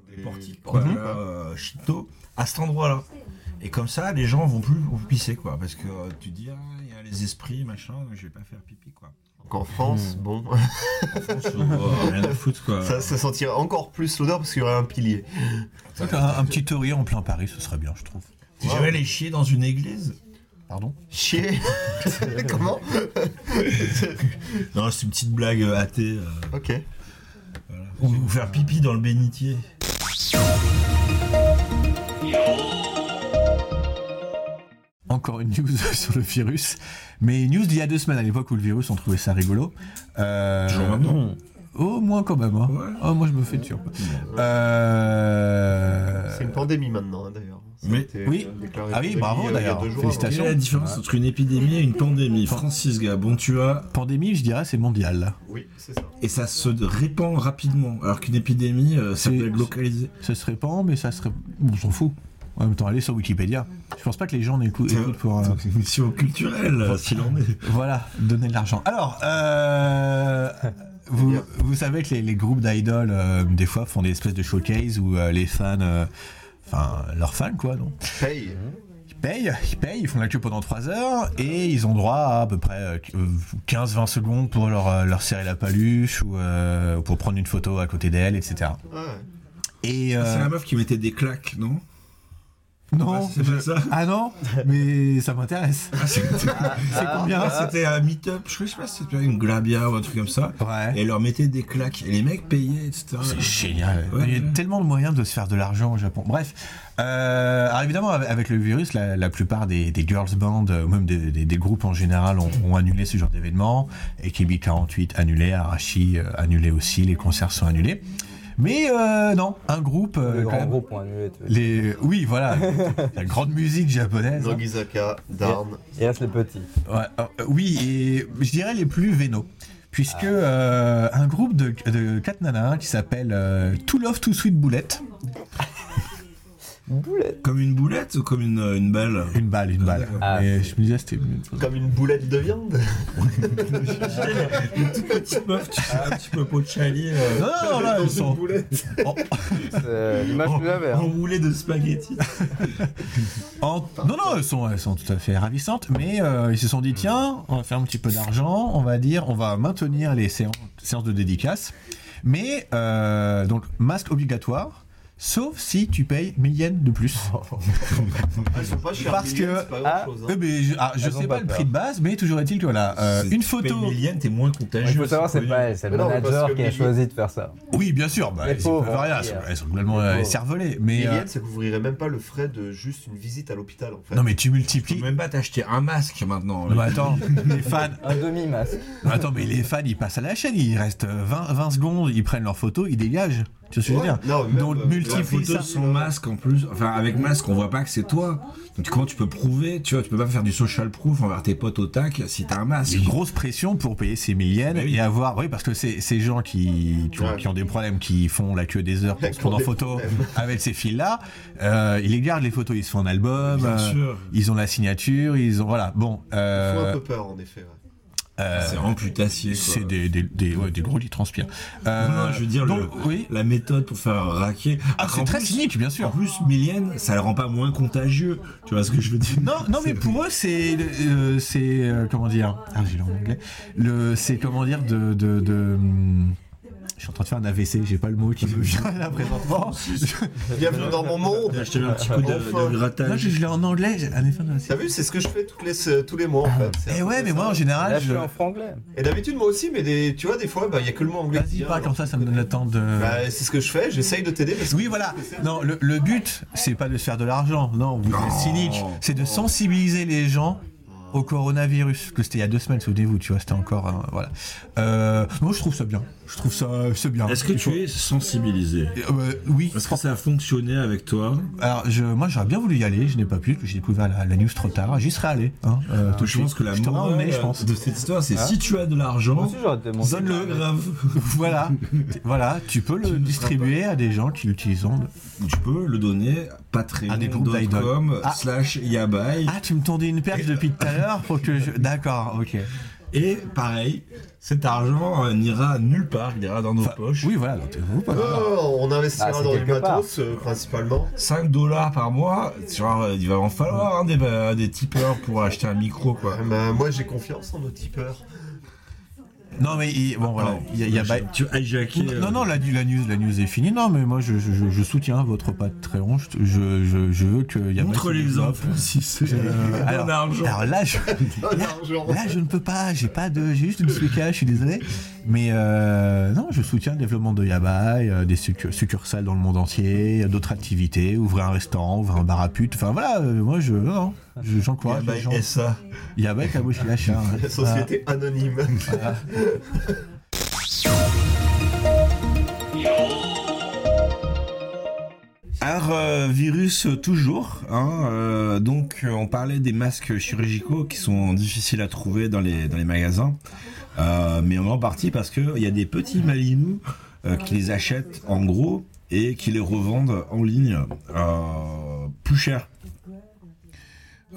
S1: les
S2: Des
S1: portiques, quoi,
S2: portiques,
S1: là, euh, Shinto, à cet endroit-là. Et comme ça, les gens vont plus pisser, quoi, parce que euh, tu te dis, Ah, il y a les esprits, machin, donc je vais pas faire pipi, quoi.
S2: Donc en France, bon,
S1: Oh, rien à foutre, quoi.
S2: ça, ça sentirait encore plus l'odeur parce qu'il y aurait un pilier.
S3: Donc, un, un petit taurier en plein Paris, ce serait bien, je trouve.
S1: T'es jamais allé chier dans une église
S3: Pardon
S2: Chier Comment
S1: Non, c'est une petite blague euh, athée. euh,
S2: Ok.
S1: ou, ou faire pipi dans le bénitier.
S3: Encore une news sur le virus, mais une news d'il y a deux semaines, à l'époque où le virus, on trouvait ça rigolo. Euh, Au moins quand même. Hein.
S1: Ouais.
S3: Oh, moi, je me fais tuer. Euh...
S2: C'est une pandémie maintenant, hein, d'ailleurs. Ça a
S1: Mais-
S2: été,
S3: oui.
S2: euh, déclaré
S3: Ah oui,
S2: pandémie,
S3: bravo,
S2: euh, il y a
S3: d'ailleurs.
S2: deux jours
S3: Félicitations.
S1: Quelle est la différence entre une épidémie et une pandémie Francis Gabon, tu as.
S3: Pandémie, je dirais, c'est mondial.
S2: avant. hein. Oui, c'est ça.
S1: Et ça se répand rapidement, alors qu'une épidémie, euh, ça
S3: C'est-
S1: peut être localisé.
S3: Ça se répand, mais ça serait. On s'en fout. En même temps, allez sur Wikipédia. Je pense pas que les gens n'écoutent écoutent pour. euh,
S1: C'est une mission culturelle, euh, s'il en est.
S3: Voilà, donner de l'argent. Alors, euh, vous, vous savez que les, les groupes d'idoles, euh, des fois, font des espèces de showcase où euh, les fans, euh, enfin, leurs fans, quoi, donc,
S2: Paye.
S3: ils payent, ils payent, ils font la queue pendant 3 heures et ils ont droit à à peu près euh, 15-20 secondes pour leur, euh, leur serrer la paluche ou euh, pour prendre une photo à côté d'elle, etc.
S2: Ah Ouais.
S3: Et. euh,
S1: Ah, C'est la meuf qui mettait des claques, non
S3: non
S1: C'est pas ça
S3: Ah non Mais ça m'intéresse. C'est combien
S1: Ah, C'était à Meetup, je sais pas si c'était une Grabia ou un truc comme ça.
S3: Ouais.
S1: Et elle leur mettait des claques. Et les mecs payaient, etc.
S3: C'est génial.
S1: Ouais.
S3: Il y a tellement de moyens de se faire de l'argent au Japon. Bref, Euh, alors évidemment, avec avec le virus, la, la plupart des, des girls bands, euh, ou même des, des- des groupes en général, ont, ont annulé ce genre d'événement. Ekibi 48 annulé, Arashi euh, annulé aussi, les concerts sont annulés. Mais euh, non, un groupe. euh,
S8: Les
S3: quand
S8: grands
S3: même-
S8: groupes ont annulé. tu vois.
S3: les- oui, voilà, la grande musique japonaise. hein.
S2: Nogizaka, Darn.
S8: Il reste les petits.
S3: Ouais, euh, oui, et je dirais les plus vénaux.
S8: Ah.
S3: Puisque euh, un groupe de, de quatre nanas qui s'appelle euh, Too Love Too Sweet Boulette.
S1: Comme une boulette ou comme une, euh, une balle
S3: Une balle, une balle.
S8: Ah,
S3: Mais je
S8: c'est-
S3: me disais, c'était.
S2: Comme une boulette de viande.
S1: petite meuf, tu sais, Ah, un petit peu pot de chalet, euh,
S3: Non,
S8: Ah,
S3: non, non, là, elles sont.
S8: C'est l'image que j'avais. hein.
S1: enroulée de spaghettis.
S3: en- Non, non, elles sont, elles sont tout à fait ravissantes, mais euh, ils se sont dit, tiens, on va faire un petit peu d'argent, on va dire, on va maintenir les séances, séances de dédicace, mais euh, donc masque obligatoire, sauf si tu payes 1000 yens de plus.
S8: Oh,
S2: Elles Ah, sont pas chères.
S3: Parce
S2: millions,
S3: que-
S2: c'est pas grand-chose, hein.
S3: Euh, mais je ah, je
S8: Elles ont
S3: sais
S8: pas
S3: pas, le
S8: peur.
S3: prix de base, mais toujours est-il que voilà, euh, une photo.
S1: Millienne, t'es moins contagieux.
S8: Il faut savoir, c'est
S1: connu.
S8: pas elle, c'est le
S2: Mais non, mais parce
S8: manager
S2: que
S8: qui a
S2: Lily-
S8: choisi de faire ça.
S3: Oui, bien sûr, bah,
S8: Les
S3: elles,
S8: pauvres,
S3: peuvent rien, elles, sont,
S8: hein.
S3: elles sont complètement
S8: Les
S3: euh,
S8: pauvres.
S3: cervelées. Mais,
S2: Les
S3: euh,
S2: yens, ça couvrirait même pas le frais de juste une visite à l'hôpital, en fait.
S3: non, mais tu
S1: Tu peux
S3: multiplies.
S1: même pas t'acheter un masque maintenant.
S3: Non, mais attends, les fans,
S8: Un demi-masque.
S3: Mais Attends, mais les fans, ils passent à la chaîne, ils restent euh, 20, 20 secondes, ils prennent leur photo, ils dégagent. Tu vois ce que je veux dire
S2: Non, même,
S3: Donc,
S2: euh,
S1: La
S3: multiplie
S1: photo
S3: ça.
S1: sans masque en plus, enfin avec masque on voit pas que c'est toi. Donc comment tu peux prouver, tu vois, tu peux pas faire du social proof envers tes potes au tac si t'as un masque.
S3: Une grosse pression pour payer ces milliennes
S1: Mais oui.
S3: et avoir. Oui, parce que c'est- ces gens qui, tu vois,
S2: Ouais.
S3: qui ont des problèmes, qui font la queue des heures pour
S2: Qui
S3: se prendre en
S2: ont des
S3: photo
S2: problèmes.
S3: avec ces filles-là, euh, ils les gardent, les photos, ils se font un album,
S1: Bien
S3: euh,
S1: sûr.
S3: ils ont la signature, ils ont. Voilà, bon.
S2: Ils font un
S3: euh,
S2: peu peur, en effet. ouais.
S3: euh,
S1: C'est vraiment putassier. quoi.
S3: c'est des, des, des, ouais, des gros qui transpirent.
S1: Non,
S3: Euh,
S1: non, je veux dire, le-
S3: donc, oui.
S1: la méthode pour faire raquer.
S3: Ah, c'est
S1: En
S3: très
S1: plus-
S3: cynique, bien sûr.
S1: En plus, Millienne, ça le rend pas moins contagieux. Tu vois ce que je veux dire
S3: Non, non, mais pour eux, c'est, euh, c'est euh, comment dire Ah, j'ai le mot anglais. Le, c'est comment dire de, de, de, hum, Je suis en train de faire un AVC, j'ai pas le mot qui me vient là présentement.
S2: Bienvenue dans mon monde
S1: Je te mets un petit coup de,
S2: Enfin.
S1: de
S3: Là,
S1: grattage.
S3: Bah, je, je l'ai en anglais, j'ai un effet de
S2: T'as vu, c'est ce que je fais toutes les, euh, tous les mois en fait. C'est
S3: Eh
S2: un
S3: ouais,
S2: peu
S3: mais
S2: ça.
S3: moi en général, je.
S8: Lâche-le en franglais.
S2: Et d'habitude, moi aussi, mais des, tu vois, des fois, il n'y a que le mot anglais. qui
S3: Vas-y,
S2: vient,
S3: pas
S2: alors.
S3: comme ça, ça me donne le temps de.
S2: Bah, c'est ce que je fais, j'essaye de t'aider parce que.
S3: Oui, voilà. Non, le, le but, c'est pas de se faire de l'argent. Non, vous êtes cynique. C'est de sensibiliser les gens au coronavirus. Parce que c'était il y a deux semaines, souvenez-vous, tu vois, c'était encore. hein, voilà. Euh, moi, je trouve ça bien. Je trouve ça, c'est bien.
S1: Est-ce que tu es sensibilisé
S3: Euh, bah, oui.
S1: Est-ce que ça a fonctionné avec toi
S3: Alors, je, moi, j'aurais bien voulu y aller. Je n'ai pas pu, parce que j'ai découvert la, la news trop tard. J'y serais allé. Hein, euh, tout de
S1: Ah, Je
S3: suite.
S1: pense que la
S3: Je t'aurais
S1: morale
S3: emmené, je pense.
S1: de cette histoire, c'est
S8: Ah.
S1: si tu as de
S8: Moi
S1: l'argent,
S8: aussi, j'aurais demandé.
S1: donne-le grave.
S3: voilà. voilà. Tu peux le distribuer à des gens qui l'utilisent.
S1: Tu peux le donner à
S3: À des groupes
S1: patreon.com
S3: d'idoles. Ah.
S1: slash yabai.
S3: Ah, tu me tendais une perche depuis tout à l'heure pour que je. D'accord, ok.
S1: Et pareil, cet argent euh, n'ira nulle part, il ira dans nos
S3: Enfin,
S1: poches.
S3: oui, voilà. donc, vous, pas-
S2: Oh, on investira
S8: Bah, c'est
S2: dans du
S8: quelque part.
S2: matos euh, principalement.
S1: 5 dollars par mois, genre, euh, il va en falloir hein, des, bah, des tipeurs pour acheter un micro, quoi.
S2: Ah, bah, moi j'ai confiance en nos tipeurs.
S3: Non, mais il- bon, voilà.
S1: Pardon.
S3: Il y a, il y a ba-
S1: Tu as hijacké. euh,
S3: Non, non, la, la news, la news est finie. Non, mais moi, je, je- je- je soutiens votre Patreon. Je, je, je, je veux qu'il y a
S1: Montre l'exemple si c'est
S3: Euh, alors,
S1: un argent.
S3: alors là, je,
S2: Ah, l'argent.
S3: là, je ne peux pas. J'ai pas de, j'ai juste une SWICA, je suis désolé. Mais euh, non, je soutiens le développement de Yabai, euh, des succu- succursales dans le monde entier, euh, d'autres activités, ouvrir un restaurant, ouvrir un bar à pute. Enfin voilà, euh, moi, je, non, non, je-
S2: Ah,
S3: j'encourage les gens.
S1: Yabai SA.
S3: Yabai, Kabushi, Lacha.
S2: La bah,
S3: Euh,
S2: société anonyme.
S1: Art euh, virus euh, toujours. hein, euh, donc euh, on parlait des masques chirurgicaux qui sont difficiles à trouver dans les, dans les magasins. Euh, mais en partie parce qu'il y a des petits malinous euh, qui les achètent en gros et qui les revendent en ligne euh, plus cher.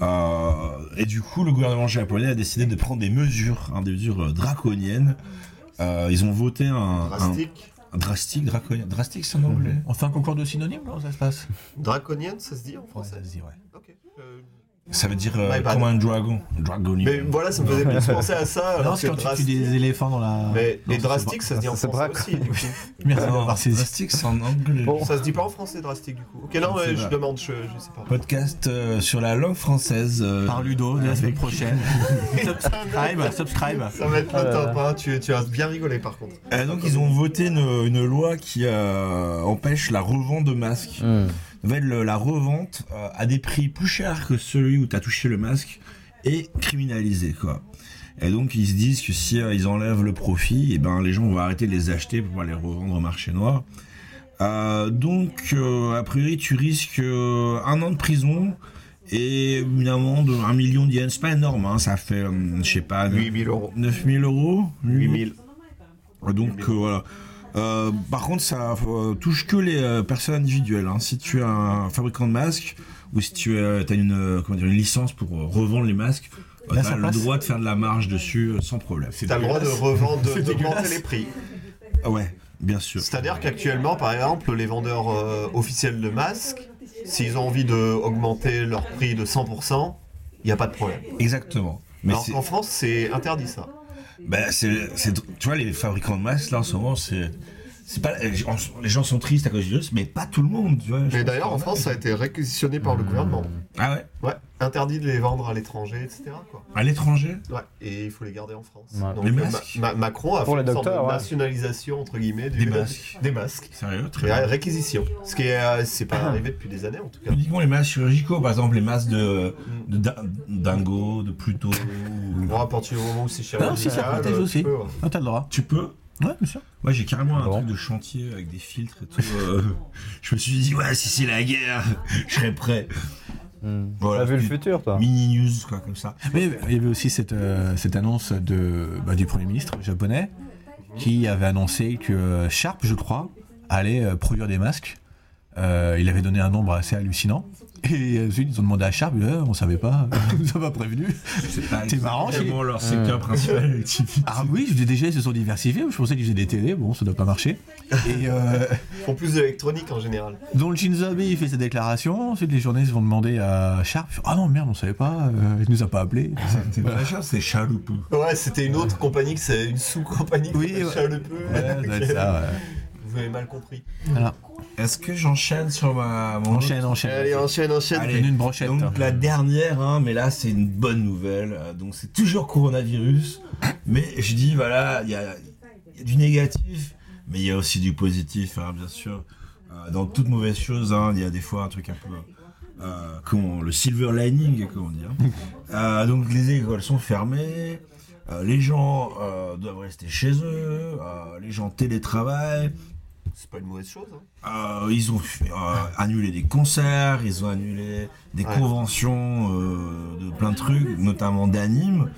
S1: Euh, et du coup, le gouvernement japonais a décidé de prendre des mesures, hein, des mesures euh, draconiennes. Euh, ils ont voté un,
S2: Ah.
S1: un-
S2: Drastique.
S1: drastique, draconien, drastique, c'est en anglais.
S3: On fait un concours de synonymes, comment ça se passe
S2: Draconienne, ça se dit en français
S3: Vas-y, ouais.
S2: Ok. Euh,
S1: Ça veut dire euh,
S2: Ouais, bah,
S1: comme un dragon. Dragonier.
S2: Mais voilà, ça me faisait plus penser à ça. alors
S3: Non, c'est
S2: que
S3: quand tu
S2: Ah,
S3: tues
S2: drastique-
S3: des éléphants dans la.
S2: Mais
S3: Non,
S2: les
S3: c'est
S2: drastiques, ça se dit en
S8: c'est
S2: français
S8: braque.
S2: aussi. du coup.
S3: Merci
S1: Non,
S3: d'avoir saisi.
S1: drastique, c'est en anglais.
S8: Bon.
S2: Ça se dit pas en français, drastique, du coup. Ok, non,
S1: sais
S2: mais je
S1: pas.
S2: demande, je, je sais pas.
S1: Podcast euh, sur la langue française. euh,
S3: Par Ludo de la semaine prochaine. subscribe, subscribe.
S2: Ça va être le top, hein. tu, tu as bien rigolé par contre.
S1: euh, donc ils ont voté une, une loi qui euh, empêche la revente de masques. En fait, le- la revente euh, à des prix plus chers que celui où tu as touché le masque est criminalisée quoi. Et donc ils se disent que si euh, ils enlèvent le profit, et ben les gens vont arrêter de les acheter pour pouvoir les revendre au marché noir. Euh, donc euh, a priori tu risques euh, un an de prison et une amende de 1 million d'yens. C'est pas énorme, hein, ça fait euh, je sais pas
S2: 8000 euros.
S1: 9000 euros.
S2: 8000.
S1: Donc euh, voilà. Euh, par contre, ça euh, touche que les euh, personnes individuelles. hein. Si tu es un fabricant de masques ou si tu as une, euh, comment dire, une licence pour euh, revendre les masques, tu
S3: Là,
S1: as
S3: ça
S1: le
S3: passe.
S1: droit de faire de la marge dessus euh, sans problème.
S2: T'as le droit de revendre,
S3: C'est
S2: d'augmenter
S3: dégueulasse.
S2: les prix.
S1: Ah ouais, bien sûr.
S2: C'est-à-dire qu'actuellement, par exemple, les vendeurs euh, officiels de masques, s'ils ont envie d'augmenter leur prix de 100%, il n'y a pas de problème.
S1: Exactement. Mais
S2: Alors
S1: c'est-
S2: qu'en France, c'est interdit ça.
S1: bah, c'est- c'est- tu vois, les fabricants de masques, là, en ce moment, c'est. c'est pas, euh, les gens- les gens sont tristes à cause du virus, mais pas tout le monde. Tu vois, Je
S2: Mais
S1: pense
S2: d'ailleurs,
S1: que-
S2: en France, ça a été réquisitionné par le gouvernement.
S1: Ah ouais
S2: Ouais, interdit de les vendre à l'étranger, etc. Quoi.
S1: À l'étranger
S2: Ouais, et il faut les garder en France.
S8: Ouais.
S2: Donc,
S1: Les
S2: euh,
S1: masques.
S2: Ma- Ma- Macron a
S8: Pour
S2: fait
S8: les
S2: une sorte de
S8: docteurs, ouais.
S2: nationalisation, entre guillemets, du-
S1: Des masques.
S2: Des masques.
S1: Sérieux Très
S2: Et
S1: bien.
S2: ré- réquisition. Ce qui est, euh, c'est pas arrivé depuis des années, en tout cas.
S1: Uniquement les masques chirurgicaux, par exemple les masques de, de din- dingo, de Pluto. ou-
S2: On rapporte du moment où c'est euh, cher.
S3: Non, si, ça protège aussi. Ah, t'as le droit.
S1: Tu peux
S3: Ouais, bien sûr.
S1: Moi j'ai carrément un
S8: Bon.
S1: truc de chantier avec des filtres et tout. euh, je me suis dit, ouais, si c'est la guerre, je serais prêt. Voilà.
S8: Hmm. T'as vu le futur, toi
S1: Mini news, quoi, comme ça.
S3: Mais il y avait aussi cette, euh, cette annonce de, bah, du Premier ministre japonais qui avait annoncé que euh, Sharp, je crois, allait euh, produire des masques. Euh, il avait donné un nombre assez hallucinant. Et euh, ensuite, ils ont demandé à Sharp, euh, on savait pas, on nous a pas prévenu. T'es marrant,
S1: C'est Hmm.
S3: chez-
S1: vraiment leur secteur principal d'activité.
S3: Ah oui, je dis déjà, ils se sont diversifiés. Je pensais qu'ils faisaient des télés, bon, ça doit pas marcher. Et euh,
S2: Ils font plus d'électronique en général.
S3: donc Shinzo Abe, il fait sa déclaration. Ensuite, les journalistes vont demander à Sharp, ah non, merde, on savait pas, euh, il nous a pas appelé.
S1: C'est pas cher, c'est chaloupe.
S2: Ouais, c'était une autre compagnie, que c'est une sous-compagnie
S3: Oui,
S2: qui s'appelle
S3: ouais.
S2: Charlepeu.
S3: Ouais, ça doit être ça, ouais.
S2: Vous avez mal compris.
S1: Est-ce que j'enchaîne sur ma. mon autre-
S3: Enchaîne, enchaîne.
S2: Allez, enchaîne, enchaîne.
S1: Allez.
S3: Donne une brochette.
S1: Donc la dernière, hein, mais là c'est une bonne nouvelle. Euh, Donc c'est toujours coronavirus, mais je dis voilà, il y a, il y a du négatif, mais il y a aussi du positif, hein, bien sûr. Euh, dans toute mauvaise chose, hein, il y a des fois un truc un peu euh, comment- le silver lining, comment dire. Euh, donc les écoles sont fermées, euh, les gens euh, doivent rester chez eux, euh, les gens télétravaillent.
S2: C'est pas une mauvaise chose. hein.
S1: Euh, ils ont euh, annulé des concerts, ils ont annulé des
S2: Ouais.
S1: conventions euh, de plein de trucs, notamment d'animes.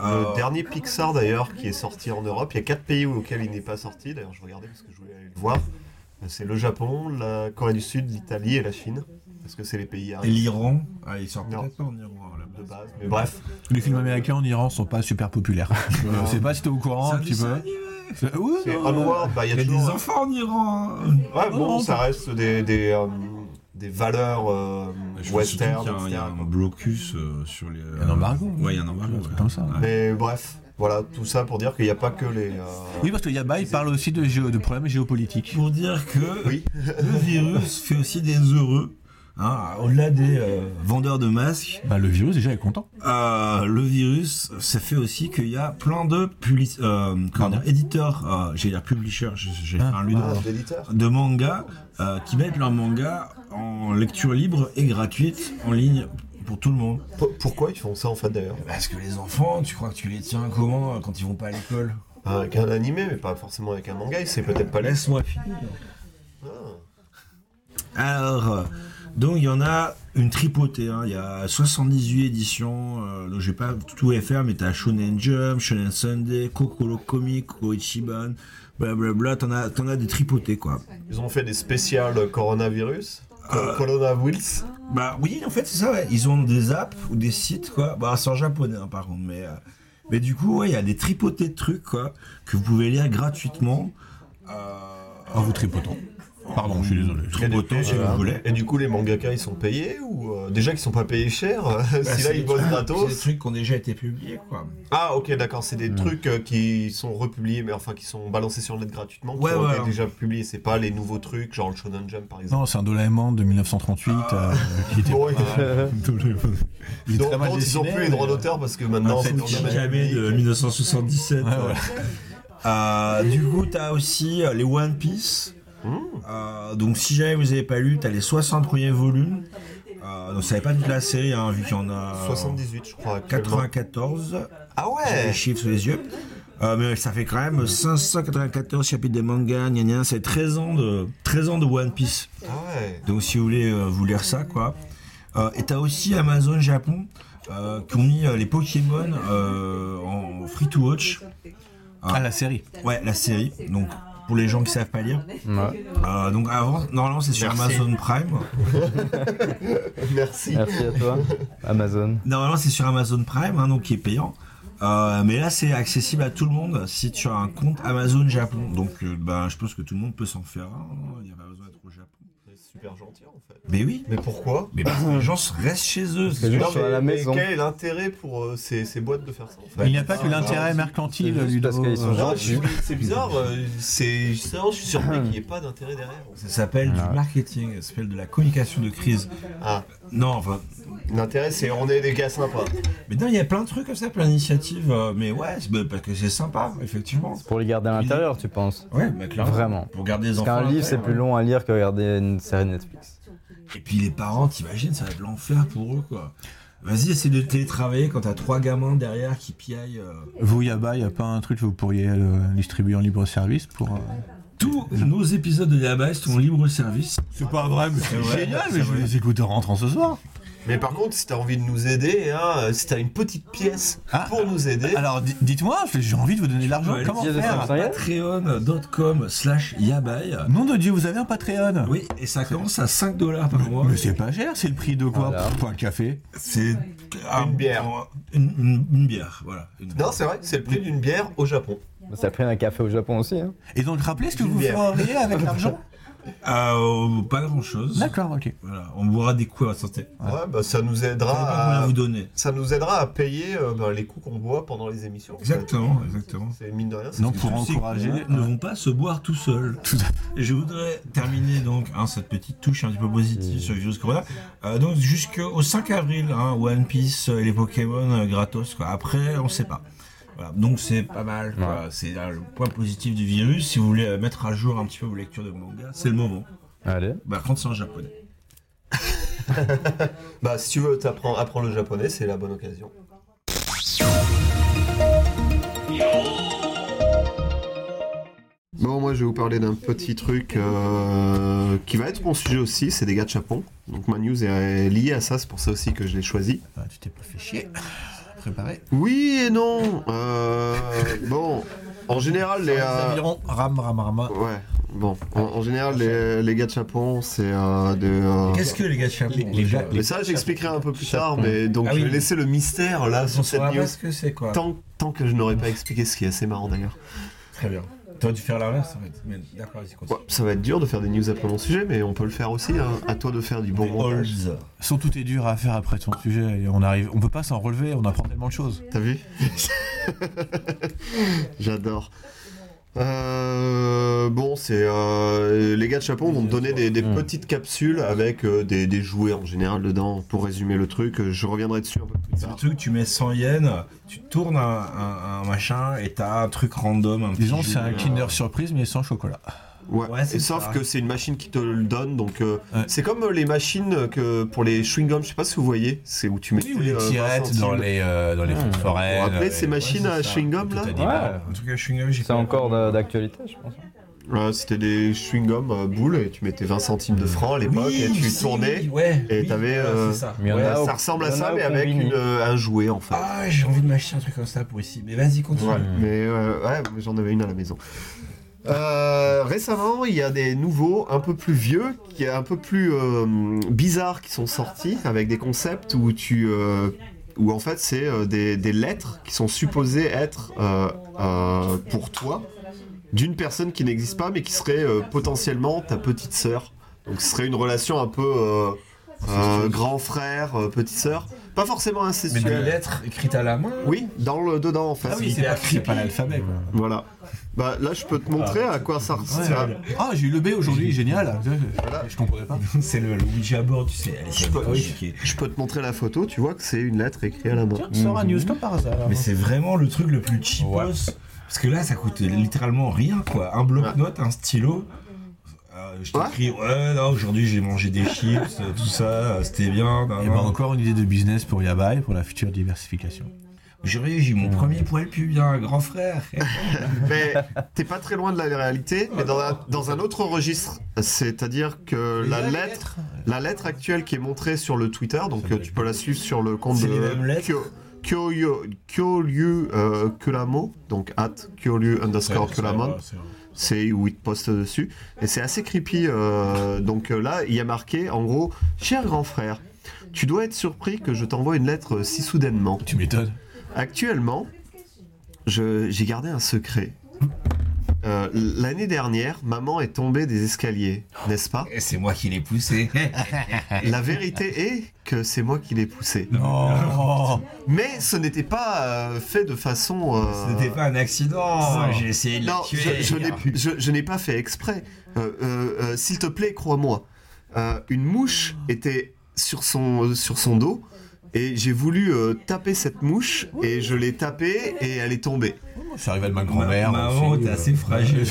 S1: Euh,
S2: Le dernier Pixar d'ailleurs qui est sorti en Europe, il y a quatre pays auxquels il n'est pas sorti. D'ailleurs, je regardais parce que je voulais aller le voir. Euh, C'est le Japon, la Corée du Sud, l'Italie et la Chine. Parce que c'est les pays à
S1: et l'Iran, ah, ils sortent
S2: Non.
S1: peut-être pas en Iran à la
S2: de
S1: base.
S2: base. Mais bref,
S3: Les films américains en Iran sont pas super populaires. Je sais pas si t'es au courant un
S1: Ça,
S3: petit
S1: ça,
S3: peu. C'est- Oui,
S2: c'est
S3: non,
S2: Onward, bah, il y a
S1: Il y a
S2: toujours.
S1: des enfants en Iran. hein.
S2: Ouais,
S3: Non,
S2: bon, ça reste des, des, euh, des valeurs euh,
S1: Je pense surtout
S2: western,
S1: qu'il y a un- Il y,
S2: etc.
S1: a un blocus euh, sur les.
S3: un embargo.
S1: Ouais, il y a un embargo.
S3: Un truc
S1: ouais.
S3: comme ça. hein.
S1: Ouais.
S2: Mais bref, voilà, tout ça pour dire qu'il n'y a pas que les. euh,
S3: Oui, parce que Yaba, il parle aussi de, géo- de problèmes géopolitiques.
S1: Pour dire que
S2: Oui.
S1: le virus fait aussi des heureux. hein, Au-delà des euh, vendeurs de masques,
S3: Bah, le virus, déjà, est content.
S1: Euh, le virus, ça fait aussi qu'il y a plein de publi- euh, comment dire, éditeurs, euh, j'allais dire publishers, j'ai- j'ai fait un ludo,
S2: Ah, l'éditeur.
S1: de manga euh, qui mettent leur manga en lecture libre et gratuite en ligne pour tout le monde.
S2: P- Pourquoi ils font ça en fait d'ailleurs
S1: Parce que les enfants, tu crois que tu les tiens comment euh, quand ils vont pas à l'école
S2: Avec un animé, mais pas forcément avec un manga, c'est peut-être pas les.
S1: Laisse-moi finir. Alors, euh, donc il y en a une tripotée. hein. Il y a 78 éditions. euh, donc je vais pas tout les faire, mais t'as Shonen Jump, Shonen Sunday, Kokoro Comic, Koichiban, blablabla. T'en as, t'en as des tripotées quoi.
S2: Ils ont fait des spéciales coronavirus.
S1: Euh.
S2: Coronavirus.
S1: Bah oui, en fait c'est ça. ouais. Ils ont des apps ou des sites quoi. Bah c'est en japonais hein, par contre, mais euh, mais du coup ouais, il y a des tripotées de trucs quoi que vous pouvez lire gratuitement. Euh,
S3: En Ah, vous tripotant. Pardon, je suis désolé.
S1: Tripotant si vous voulez.
S2: Et du coup, les mangaka, ils sont payés ou euh, déjà qu'ils sont pas payés cher euh, Si
S1: Bah, c'est
S2: là,
S1: des
S2: ils bossent
S1: trucs- c'est des
S2: gratos.
S1: trucs qui Hmm. ont déjà été publiés quoi.
S2: Ah, ok, d'accord, c'est des trucs euh, qui sont republiés, mais enfin qui sont balancés sur le net gratuitement, qui
S1: Ouais,
S2: ont
S1: ouais.
S2: été déjà publiés. C'est pas les nouveaux trucs, genre le Shonen Jump par exemple.
S3: Non, c'est un Doraemon de 1938 euh, qui était
S2: Bon,
S3: pas
S2: ils-
S3: mal. Doraemon. Il est
S2: Donc,
S3: très mal
S2: donc, ils ont
S3: dessiné,
S2: plus les droits
S1: euh,
S2: d'auteur parce que maintenant,
S1: Non, c'est
S2: c'est
S1: le
S2: dans le domaine
S1: Shinigami de
S2: public.
S1: 1977.
S3: Ouais, voilà.
S1: Euh, du coup, t'as aussi euh, les One Piece. Euh, donc, si jamais vous avez pas lu, t'as les 60 premiers volumes. Euh, donc, ça n'est pas toute la série, hein, vu qu'il y en a euh,
S2: 78, je crois. actuellement.
S1: 94.
S2: Ah
S1: J'ai
S2: ouais
S1: les chiffres sous les yeux. Euh, mais ça fait quand même 594 chapitres des mangas, gna gna, c'est 13 ans de 13 ans de One Piece.
S2: Ah ouais
S1: Donc si vous voulez euh, vous lire ça, quoi. Euh, et t'as aussi Amazon Japon euh, qui ont mis euh, les Pokémon euh, en free to watch.
S3: Ah, la série.
S1: Ouais, la série. Donc pour les gens qui savent pas lire.
S8: Ouais.
S1: Euh, donc avant, normalement c'est sur
S2: Merci.
S1: Amazon Prime.
S2: Merci.
S8: Merci à toi, Amazon.
S1: Normalement c'est sur Amazon Prime, hein, donc qui est payant. Euh, mais là c'est accessible à tout le monde si tu as un compte Amazon Japon. Donc euh, ben, je pense que tout le monde peut s'en faire. un, hein. Il n'y a pas besoin d'être au Japon.
S2: C'est super gentil en fait.
S1: Mais oui.
S2: Mais pourquoi
S1: Mais parce que les gens restent chez eux.
S8: que je
S2: Non,
S8: suis
S2: mais-
S8: à la
S2: mais
S8: maison.
S2: Quel est l'intérêt pour euh, ces, ces boîtes de faire ça en fait
S3: Il n'y a pas que
S2: Ah,
S3: l'intérêt mercantile,
S8: c'est juste
S3: Ludo. Euh,
S8: parce qu'ils sont
S2: non,
S8: gentils.
S2: je suis- C'est bizarre, euh, c'est justement, je suis surpris qu'il n'y ait pas d'intérêt derrière. en fait.
S1: Ça s'appelle du marketing, ça s'appelle de la communication de crise.
S2: Ah,
S1: Non, enfin,
S2: l'intérêt c'est on est des gars sympas.
S1: mais non, il y a plein de trucs comme ça, plein d'initiatives. euh, mais ouais, c'est- bah, parce que c'est sympa, effectivement.
S8: Pour les garder à l'intérieur, tu penses
S1: Ouais, bah, clairement.
S8: Vraiment.
S1: Pour garder les
S8: Parce
S1: enfants. à
S8: qu'un livre, c'est
S1: l'intérieur.
S8: plus long à lire que regarder une série Netflix.
S1: Et puis les parents, t'imagines, ça va être l'enfer pour eux, quoi. Vas-y, essaie de télétravailler quand t'as trois gamins derrière qui piaillent. euh.
S3: Vous, Yaba, il n'y a pas un truc que vous pourriez euh, distribuer en libre service pour. euh,
S1: Tous nos épisodes de Yabas sont libre service.
S3: C'est pas vrai, mais
S1: c'est vrai.
S3: génial,
S1: C'est
S3: mais je vais
S1: vrai.
S3: les écouter en rentrant ce soir.
S2: Mais par contre, si t'as envie de nous aider, hein, euh, si t'as une petite pièce
S3: Ah.
S2: pour nous aider,
S3: Alors di- dites-moi, j'ai envie de vous donner de l'argent.
S1: Ouais,
S3: Comment
S8: les pièces de
S3: faire
S8: cinq cents.
S1: Patreon.com slash yabai.
S3: Nom de Dieu, vous avez un Patreon
S1: Oui, et ça commence à 5 dollars par mois.
S3: Mais c'est pas cher, c'est le prix de quoi
S8: Voilà.
S3: pour, pour un café
S1: C'est
S2: Une bière.
S1: Une, une- une bière, voilà. Une-
S2: non, c'est vrai, c'est le prix d'une bière au Japon.
S8: Ça a pris un café au Japon aussi. Hein.
S3: Et donc rappelez ce que
S2: Une
S3: vous
S2: bière.
S3: feriez avec l'argent
S1: Euh, pas grand chose.
S3: D'accord, ok.
S1: Voilà, on boira des coups à la santé.
S2: Ouais, bah ça nous
S1: Je savais pas
S2: aidera.
S1: combien
S2: À...
S1: vous donner.
S2: Ça nous aidera à payer euh, ben, les coups qu'on boit pendant les émissions. en fait.
S1: Exactement, exactement.
S2: C'est mine de rien. c'est-
S3: Donc pour
S1: Ces
S3: encourager.
S1: coups-là ne vont pas se boire tout seuls. Et Je voudrais terminer donc hein, cette petite touche un petit peu positive sur Virus Corona. Euh, donc jusqu'au 5 avril, hein, One Piece et les Pokémon euh, gratos. Quoi. Après, on sait pas. Voilà, donc c'est pas mal. quoi. C'est euh, le point positif du virus. Si vous voulez euh, mettre à jour un petit peu vos lectures de manga, c'est le moment.
S8: Allez.
S1: Bah, quand c'est en japonais.
S2: Bah si tu veux, t'apprends apprends le japonais, c'est la bonne occasion. Bon, moi je vais vous parler d'un petit truc euh, qui va être mon sujet aussi, c'est des gars de Japon. Donc ma news est liée à ça, c'est pour ça aussi que je l'ai choisi.
S3: Ah, tu t'es pas fait chier. Préparé.
S2: Oui et non euh, Bon, en général, les. euh,
S3: Environ ram ram ram.
S2: ouais, bon. En, en général, les, les gars de Japon, c'est euh, des. euh,
S1: Qu'est-ce que les gars de Japon
S3: Les- les
S1: déjà
S3: gars-
S2: Mais ça, j'expliquerai un peu plus
S8: Chaperon.
S2: tard, mais donc
S1: Ah oui.
S2: je vais laisser le mystère là
S1: On
S2: sur cette
S1: saura
S2: news.
S1: pas ce que c'est quoi.
S2: Tant, tant que je n'aurai pas expliqué, ce qui est assez marrant d'ailleurs.
S1: Très bien. T'aurais dû faire l'inverse en fait. Mais d'accord, vas-y, continue.
S2: Ouais, ça va être dur de faire des news après mon sujet, mais on peut le faire aussi. hein. À toi de faire du bon
S1: Les
S2: montage.
S1: Halls.
S3: Surtout est dur à faire après ton sujet. et on arrive, on peut pas s'en relever. On apprend tellement de choses.
S2: T'as vu J'adore. Euh, bon, c'est euh, les gars de Japon vont me donner des, des petites capsules avec euh, des, des jouets en général dedans. Pour résumer le truc, je reviendrai dessus un peu plus
S1: C'est le
S2: tard.
S1: truc, tu mets 100 yens, tu tournes un, un- un machin et t'as un truc random. Un
S3: Disons,
S1: petit
S3: c'est un
S1: jeu.
S3: Kinder Surprise mais sans chocolat.
S2: Ouais.
S1: Ouais, c'est
S2: Et sauf
S1: ça.
S2: que c'est une machine qui te le donne, donc euh,
S3: Ouais.
S2: c'est comme euh, les machines que pour les chewing gums, je sais pas si vous voyez, c'est où tu mets
S3: Ou les tirettes dans les euh, dans les fonds de forêt.
S2: Vous vous rappelez
S3: euh,
S2: ces
S3: et-
S2: machines
S1: ouais,
S2: à
S1: c'est ça.
S2: chewing gum
S3: Tout
S2: là
S3: à dit.
S8: Ouais.
S1: Un truc à chewing-gum, j'ai
S8: C'est
S1: pas-
S8: encore d'a- d'actualité, je pense.
S2: Ouais, C'était des chewing gums euh, boules et tu mettais 20 centimes de francs à
S1: Oui,
S2: l'époque et tu
S1: si,
S2: tournais.
S1: oui, ouais,
S2: et
S1: oui,
S2: t'avais,
S1: voilà,
S2: euh,
S1: c'est ça.
S8: Mais il y en
S2: Ouais,
S8: a au-
S2: ça ressemble à
S8: Ah, il y en
S2: ça,
S8: a au
S2: mais avec
S8: Combini.
S2: une, euh, un jouet en fait.
S1: Ah, j'ai envie de m'acheter un truc comme ça pour ici. Mais vas-y, continue.
S2: Ouais, mais euh, ouais, mais j'en avais une à la maison. Euh, récemment, il y a des nouveaux, un peu plus vieux, qui est un peu plus euh, bizarres, qui sont sortis avec des concepts où tu, euh, où en fait c'est euh, des, des lettres qui sont supposées être euh, euh, pour toi d'une personne qui n'existe pas, mais qui serait euh, potentiellement ta petite sœur. Donc ce serait une relation un peu euh, euh, grand frère, euh, petite sœur, pas forcément
S1: Mais des
S2: incestuelle.
S1: lettres écrites à la main.
S2: Oui, dans le dedans en fait.
S1: Ah c'est pas l'alphabet.
S2: Voilà. Bah là, je peux te montrer à quoi ça ressemble.
S3: Ah, j'ai eu le B aujourd'hui, génial. Je comprenais pas.
S1: C'est le le Ouija board, tu sais. Allez, c'est
S2: peux-
S1: compliqué.
S2: Je peux te montrer la photo, tu vois que c'est une lettre écrite à la main.
S3: Sors un news comme par hasard.
S1: Mais c'est vraiment le truc le plus cheapos. Parce que là, ça coûte littéralement rien, quoi. Un bloc-notes, un stylo. Euh, je t'écris, ouais, là, aujourd'hui, j'ai mangé des chips, euh, tout ça, euh, c'était bien. nan,
S3: Et
S1: nan.
S3: ben encore une idée de business pour Yabai pour la future diversification.
S1: Aujourd'hui, j'ai eu mon premier poil pubien, grand frère.
S2: Mais t'es pas très loin de la réalité, mais dans, un- dans un autre registre. C'est-à-dire que la lettre, la lettre actuelle qui est montrée sur le Twitter, donc euh, tu peux la suivre sur le compte
S1: C'est les mêmes
S2: de
S1: lettres
S2: Kyo- Kyoryu Kyoryu, euh, Kulamo, donc at Kyoryu underscore Kulamon. c'est où il te poste dessus. Et c'est assez creepy. euh, donc euh, là, il y a marqué, en gros, cher grand frère, tu dois être surpris que je t'envoie une lettre euh, si soudainement.
S3: Tu m'étonnes.
S2: Actuellement, je- j'ai gardé un secret. Euh, L'année dernière, maman est tombée des escaliers, n'est-ce pas
S1: Et c'est moi qui l'ai poussé.
S2: La vérité est que c'est moi qui l'ai poussée.
S3: Oh,
S2: Mais ce n'était pas euh, fait de façon. euh,
S1: Ce n'était pas un accident,
S3: Non.
S1: j'ai essayé de la
S2: Non,
S1: tuer.
S2: je, je n'ai- je- je n'ai pas fait exprès. Euh, euh, euh, S'il te plaît, crois-moi. Euh, une mouche était sur son, euh, sur son dos et j'ai voulu euh, taper cette mouche et je l'ai tapée et elle est tombée.
S3: ça arrive à
S1: Ma-
S3: ma grand-mère.
S1: Maman,
S3: aussi,
S1: t'es
S3: euh.
S1: assez fragile.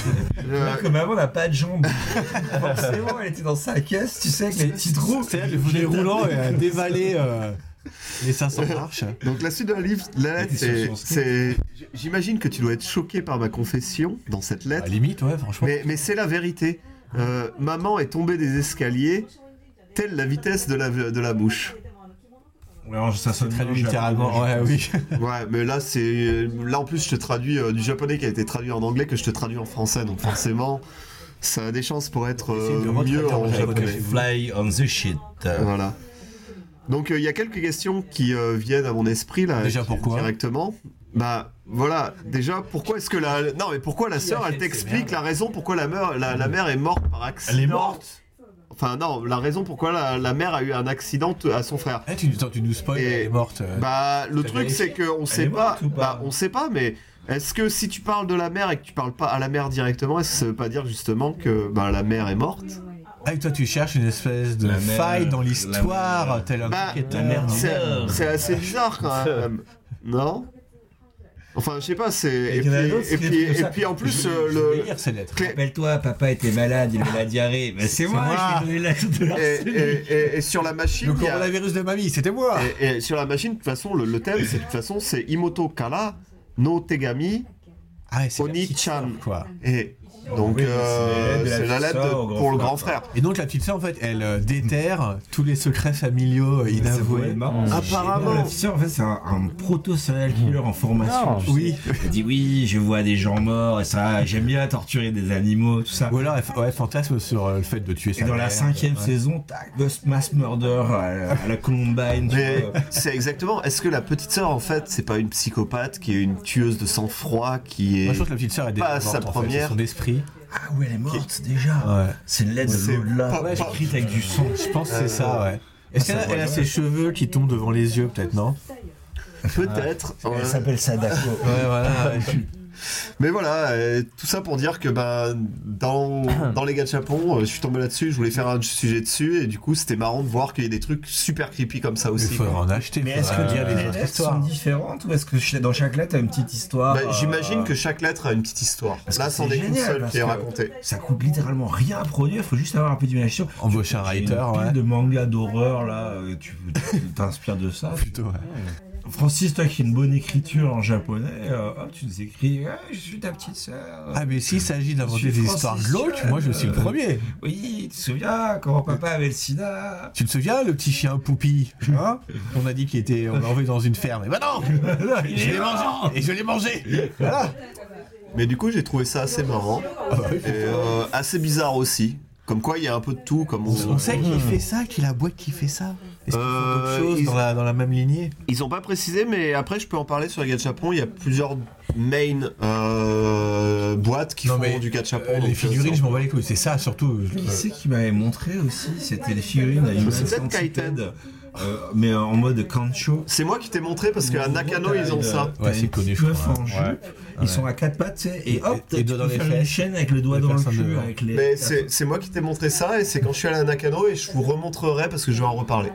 S1: Bien que
S2: Je-
S1: maman n'a pas de jambes. Forcément, elle était dans sa caisse, tu sais, avec les petits trous.
S3: C'est-à-dire que vous les roulant et à dévaler euh, les 500 marches.
S2: donc la suite de la, livre, la lettre, c'est- c'est... J'imagine que tu dois être choqué par ma confession dans cette
S3: À la
S2: lettre,
S3: limite, ouais, franchement.
S2: mais, mais c'est la vérité. Euh, maman est tombée des escaliers, telle la vitesse de la, de la mouche.
S1: Ouais, ça
S3: C'est
S1: sonne
S3: très
S1: bien,
S3: littéralement,
S1: j'ai-
S3: ouais, oui.
S2: Ouais, mais là, c'est. Là, en plus, je te traduis euh, du japonais qui a été traduit en anglais que je te traduis en français, donc forcément, ça a des chances pour être euh,
S3: de
S2: mieux
S3: retraduire en
S2: en
S3: japonais.
S2: japonais.
S9: Fly on the shit.
S2: Voilà. Donc, euh, il y a quelques questions qui euh, viennent à mon esprit, là.
S3: Déjà,
S2: qui-
S3: pourquoi
S2: Directement. Bah, voilà. Déjà, pourquoi est-ce que la. Non, mais pourquoi la sœur, elle t'explique la raison pourquoi la mère, la, la mère est morte par accident
S9: Elle est morte
S2: Enfin, non, la raison pourquoi la, la mère a eu un accident t- à son frère.
S3: Eh, tu, attends, tu nous spoil,
S2: Et-
S3: elle est morte. euh.
S2: Bah, le
S3: T'as
S2: truc,
S3: vérifié
S2: c'est qu'on
S9: est
S2: sait pas.
S9: morte ou pas
S2: bah, on sait pas, mais est-ce que si tu parles de la mère et que tu parles pas à la mère directement, est-ce que ça veut pas dire justement que bah, la mère est morte
S3: Ah, et toi, tu cherches une espèce de
S9: La mère,
S3: faille dans
S9: la
S3: l'histoire,
S9: mère.
S3: tel un
S2: Bah,
S3: enquêteur.
S9: la mère,
S2: C'est
S9: merde.
S2: c'est assez bizarre quand même. Non Enfin, je sais pas, c'est. Et,
S3: il y en a
S2: puis-
S3: d'autres qui
S2: et puis,
S3: écrivent
S2: et
S3: ça.
S2: puis en
S3: Je-
S2: plus,
S3: je
S2: euh,
S3: vais
S2: le.
S3: lire ces lettres.
S2: Clé-
S8: Rappelle-toi, papa était malade, il avait la diarrhée. Bah, c'est moi,
S3: moi.
S8: je lui ai donné la de la-
S2: Et, et- et- et sur la machine,
S3: Le
S2: il y a-
S3: coronavirus de mamie, c'était moi
S2: et, et sur la machine, de toute façon, le, le thème, c'est de toute façon, c'est Imoto Kara no Tegami
S3: Ah, et c'est la
S2: Oni-chan.
S3: petite sœur, quoi.
S2: Et donc,
S9: Oui, mais
S2: euh, c'est la lettre
S9: sœur
S2: de-
S9: au grand
S2: pour le
S9: frère,
S2: grand
S9: quoi.
S2: frère.
S3: Et donc, la petite sœur, en fait, elle euh, déterre tous les secrets familiaux euh,
S1: C'est vrai,
S3: inavoués.
S1: marrant.
S2: Apparemment.
S1: La fille, en fait, c'est un, un proto-serial killer en formation.
S8: Non,
S1: tu sais.
S3: Oui.
S1: Elle dit oui, je vois des gens morts et ça, j'aime bien torturer des animaux, tout ça.
S3: Ou alors, elle f- ouais, fantasme sur euh, le fait de tuer
S1: Et
S3: sa
S1: dans la
S3: mère.
S1: cinquième
S3: Ouais.
S1: saison, tac, Ghost Mass Murder à la, à la Columbine. tu
S2: Mais
S1: vois.
S2: c'est exactement. Est-ce que la petite sœur, en fait, c'est pas une psychopathe qui est une tueuse de sang-froid qui
S3: Moi,
S2: est.
S3: je pense que la petite sœur, elle est
S2: Pas
S3: morte,
S2: sa
S3: en fait,
S2: première.
S3: c'est son esprit.
S1: Ah ouais, elle est morte déjà.
S3: Ouais.
S1: C'est une lettre
S2: C'est
S1: de l'au-delà,
S2: pas- pas-
S1: écrite avec du sang.
S3: Je pense que c'est ça, ouais. Est-ce qu'elle a,
S1: Euh, ça
S3: elle a
S1: voit
S3: ses cheveux qui tombent devant les yeux, peut-être, non
S2: Peut-être. ouais.
S1: Elle s'appelle Sadako.
S3: Ouais, voilà. ouais.
S2: Mais voilà, euh, tout ça pour dire que bah, dans, dans les gachapons, euh, je suis tombé là-dessus, je voulais faire un sujet dessus, et du coup, c'était marrant de voir qu'il y a des trucs super creepy comme ça
S3: Il
S2: aussi.
S3: faudra
S2: quoi.
S3: en acheter.
S1: Mais est-ce que
S3: faudra lire
S1: les
S3: autres
S1: lettres sont différentes ou est-ce que ch- dans chaque lettre, t'as une petite histoire
S2: Bah,
S1: euh,
S2: J'imagine que chaque lettre a une petite histoire.
S1: Parce
S2: Là,
S1: que
S2: c'en
S1: c'est
S2: est une
S1: génial,
S2: seule
S1: parce
S2: qui est
S1: que-
S2: racontée.
S1: Ça coûte littéralement rien à produire, faut juste avoir un peu d'imagination.
S3: Embaucher un writer,
S1: Une pile
S3: ouais.
S1: de mangas d'horreur là, euh, tu tu t'inspires de ça.
S3: Plutôt, ouais.
S1: Francis, toi qui as une bonne écriture en japonais, euh, hop, tu nous écris Ah, Je suis ta petite sœur.
S3: Ah, mais s'il s'agit d'inventer
S1: Je suis
S3: des histoires
S1: Francis
S3: glauques,
S1: Jeanne.
S3: moi je suis le premier.
S1: Oui, tu te souviens quand papa avait le sida
S3: Tu te souviens, le petit chien Poupi hein On a dit qu'il était. On l'a enlevé dans une ferme. Et bah non Je l'ai mangé Et je l'ai mangé Voilà
S2: Mais du coup, j'ai trouvé ça assez marrant,
S1: Ah bah
S2: et euh, assez bizarre aussi. Comme quoi, il y a un peu de tout, comme on,
S3: On sait qui fait ça, qui la boîte qui fait ça. Est-ce qu'il faut d'autres
S2: Euh,
S3: choses
S2: ils-
S3: dans, la, dans la même lignée
S2: Ils ont pas précisé, mais après je peux en parler sur les gachapons. Il y a plusieurs main euh, boîtes qui font du gachapon.
S3: euh,
S2: donc,
S3: Les
S2: euh,
S3: figurines,
S2: c'est-
S3: je m'en bats les couilles. C'est ça surtout. je-
S1: Qui c'est qui m'avait montré aussi C'était les figurines à
S2: C'est peut-être
S1: Human
S2: Kaiten.
S1: Centipede, euh, mais euh, en mode kancho.
S2: C'est moi qui t'ai montré parce qu'à Nakano ils ont ça.
S3: Ouais, c'est connu, je
S1: Meuf
S3: crois.
S1: en jupe, ils sont à quatre pattes, tu sais, et hop,
S3: et
S1: tu
S3: doigts
S1: peux
S3: dans les
S1: faire une
S3: fesses.
S1: chaîne avec le doigt
S3: Les
S1: dans le
S3: personnes
S1: cul,
S3: devant.
S1: avec les.
S2: Mais c'est c'est moi qui t'ai montré ça et c'est quand je suis allé à Nakano et je vous remontrerai parce que je vais en reparler.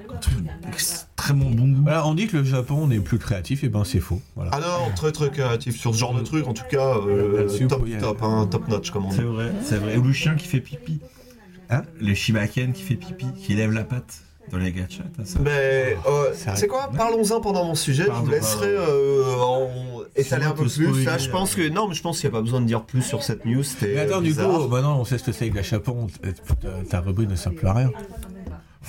S1: extrêmement bon goût.
S3: Voilà, on dit que le Japon n'est plus créatif, et ben c'est faux. Voilà.
S2: Ah non, très très créatif sur ce genre de truc en tout cas euh,
S3: Là-dessus,
S2: top
S3: vous pouvez-
S2: top hein, top notch comme on
S1: C'est
S2: dit.
S1: vrai, c'est vrai. Ou le chien qui fait pipi.
S3: Hein
S1: Le Shibaken qui fait pipi, qui lève la patte dans les gachas, t'as ça.
S2: Mais euh,
S3: C'est vrai.
S2: c'est quoi Parlons-en pendant mon sujet.
S1: Pardon,
S2: je vous laisserai euh, en étaler un
S1: moi
S2: peu
S1: te
S2: plus.
S1: spoiler,
S2: Là, je pense que non, mais je pense qu'il n'y a pas besoin de dire plus sur cette news. c'était,
S3: Mais attends,
S2: euh,
S3: du
S2: bizarre.
S3: coup, maintenant on sait ce que c'est que la chapon. euh, Ta rubrique ne sert plus à rien.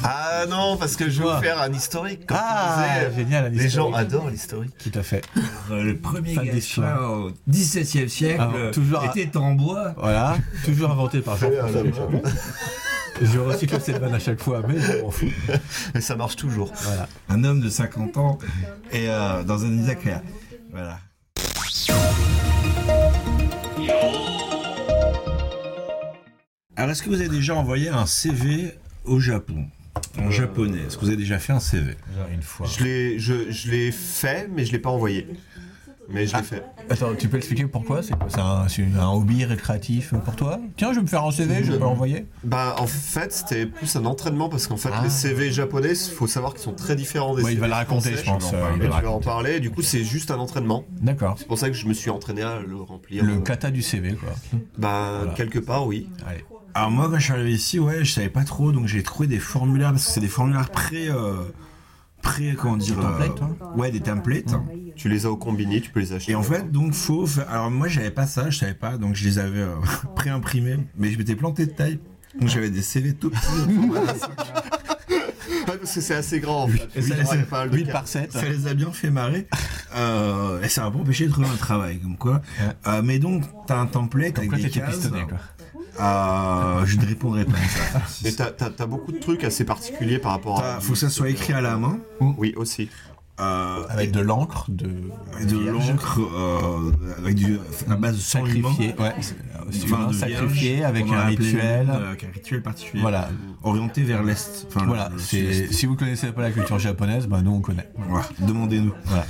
S2: Ah non, parce que je vais
S3: Quoi
S2: vous faire un historique. Comme
S3: Ah,
S2: je disais,
S3: génial, un
S2: les gens
S3: historique.
S2: adorent l'historique.
S3: Tout à fait.
S1: Euh, Le premier
S3: Fin
S1: gacha
S3: d'histoire.
S1: au XVIIe siècle
S3: Alors,
S1: euh,
S3: toujours à-
S1: était en bois.
S3: Voilà, toujours inventé par Jean-François
S2: Euh,
S3: Lejeune. Je recycle cette vanne à chaque fois, mais je m'en fous.
S2: Et ça marche toujours.
S3: Voilà.
S1: Un homme de 50 ans et euh, dans un izakaya. Voilà. Alors, est-ce que vous avez déjà envoyé un CV au Japon En japonais, est-ce que vous avez déjà fait un CV
S3: Genre une fois.
S2: Je l'ai, je, je l'ai fait, mais je l'ai pas envoyé. Mais je l'ai fait.
S3: Attends, tu peux expliquer pourquoi C'est quoi C'est un, c'est un hobby récréatif pour toi Tiens, je vais me faire un CV, je peux l'envoyer
S2: Bah en fait, c'était plus un entraînement parce qu'en fait,
S3: Ah.
S2: les CV japonais, faut savoir qu'ils sont très différents des
S3: Ouais, il
S2: CV
S3: va le raconter, je
S2: français.
S3: pense. euh, il
S2: Et
S3: va le
S2: je vais en
S3: raconter.
S2: parler. Du coup, c'est juste un entraînement.
S3: D'accord.
S2: C'est pour ça que je me suis entraîné à le remplir.
S3: Le
S2: Euh,
S3: kata du CV, quoi.
S2: Bah
S3: Voilà.
S2: quelque part, oui.
S3: Allez.
S1: Alors moi quand je suis arrivé ici, ouais, je savais pas trop, donc j'ai trouvé des formulaires parce que c'est des formulaires pré, euh, pré, comment dire, euh,
S3: templates,
S1: ouais, des templates.
S2: Tu les as au combiné, tu peux les acheter.
S1: Et en fait, donc faut, fa- alors moi j'avais pas ça, je savais pas, donc je les avais euh, pré-imprimés, mais je m'étais planté de taille, donc j'avais des CV tout petits.
S2: pas parce que c'est assez grand en fait.
S3: Et ça,
S2: Oui,
S3: c'est-
S2: ouais, pas mal de
S3: 8
S2: cas.
S3: par 7.
S1: Ça les a bien fait marrer. Euh, et ça m'a pas empêché de trouver un travail, comme quoi.
S3: Ouais.
S1: Euh, mais donc, t'as un template
S3: Comme
S1: avec
S3: quoi,
S1: des
S3: t'étais
S1: cases.
S3: pistonné, quoi.
S1: Euh, je ne répondrai pas à ça.
S2: Mais t'as- t'as t'as beaucoup de trucs assez particuliers par rapport
S1: T'as-
S2: à.
S1: Faut que ça soit écrit à la main.
S2: Oui, aussi.
S1: Euh,
S3: Avec de l'encre, de.
S1: et de l'encre, euh, avec du, la base de sang humain.
S3: Sacrifié. Ouais.
S1: Enfin,
S3: Humain
S1: de
S3: sacrifié
S1: vierge,
S3: avec
S1: qu'on
S3: un
S1: appelait,
S3: rituel.
S1: euh, avec un rituel particulier.
S3: Voilà.
S1: Orienté vers l'est. Enfin, le-
S3: Voilà.
S1: le sud-est.
S3: c'est- Si vous connaissez pas la culture japonaise, bah nous on connaît.
S1: Voilà, demandez-nous.
S3: Voilà.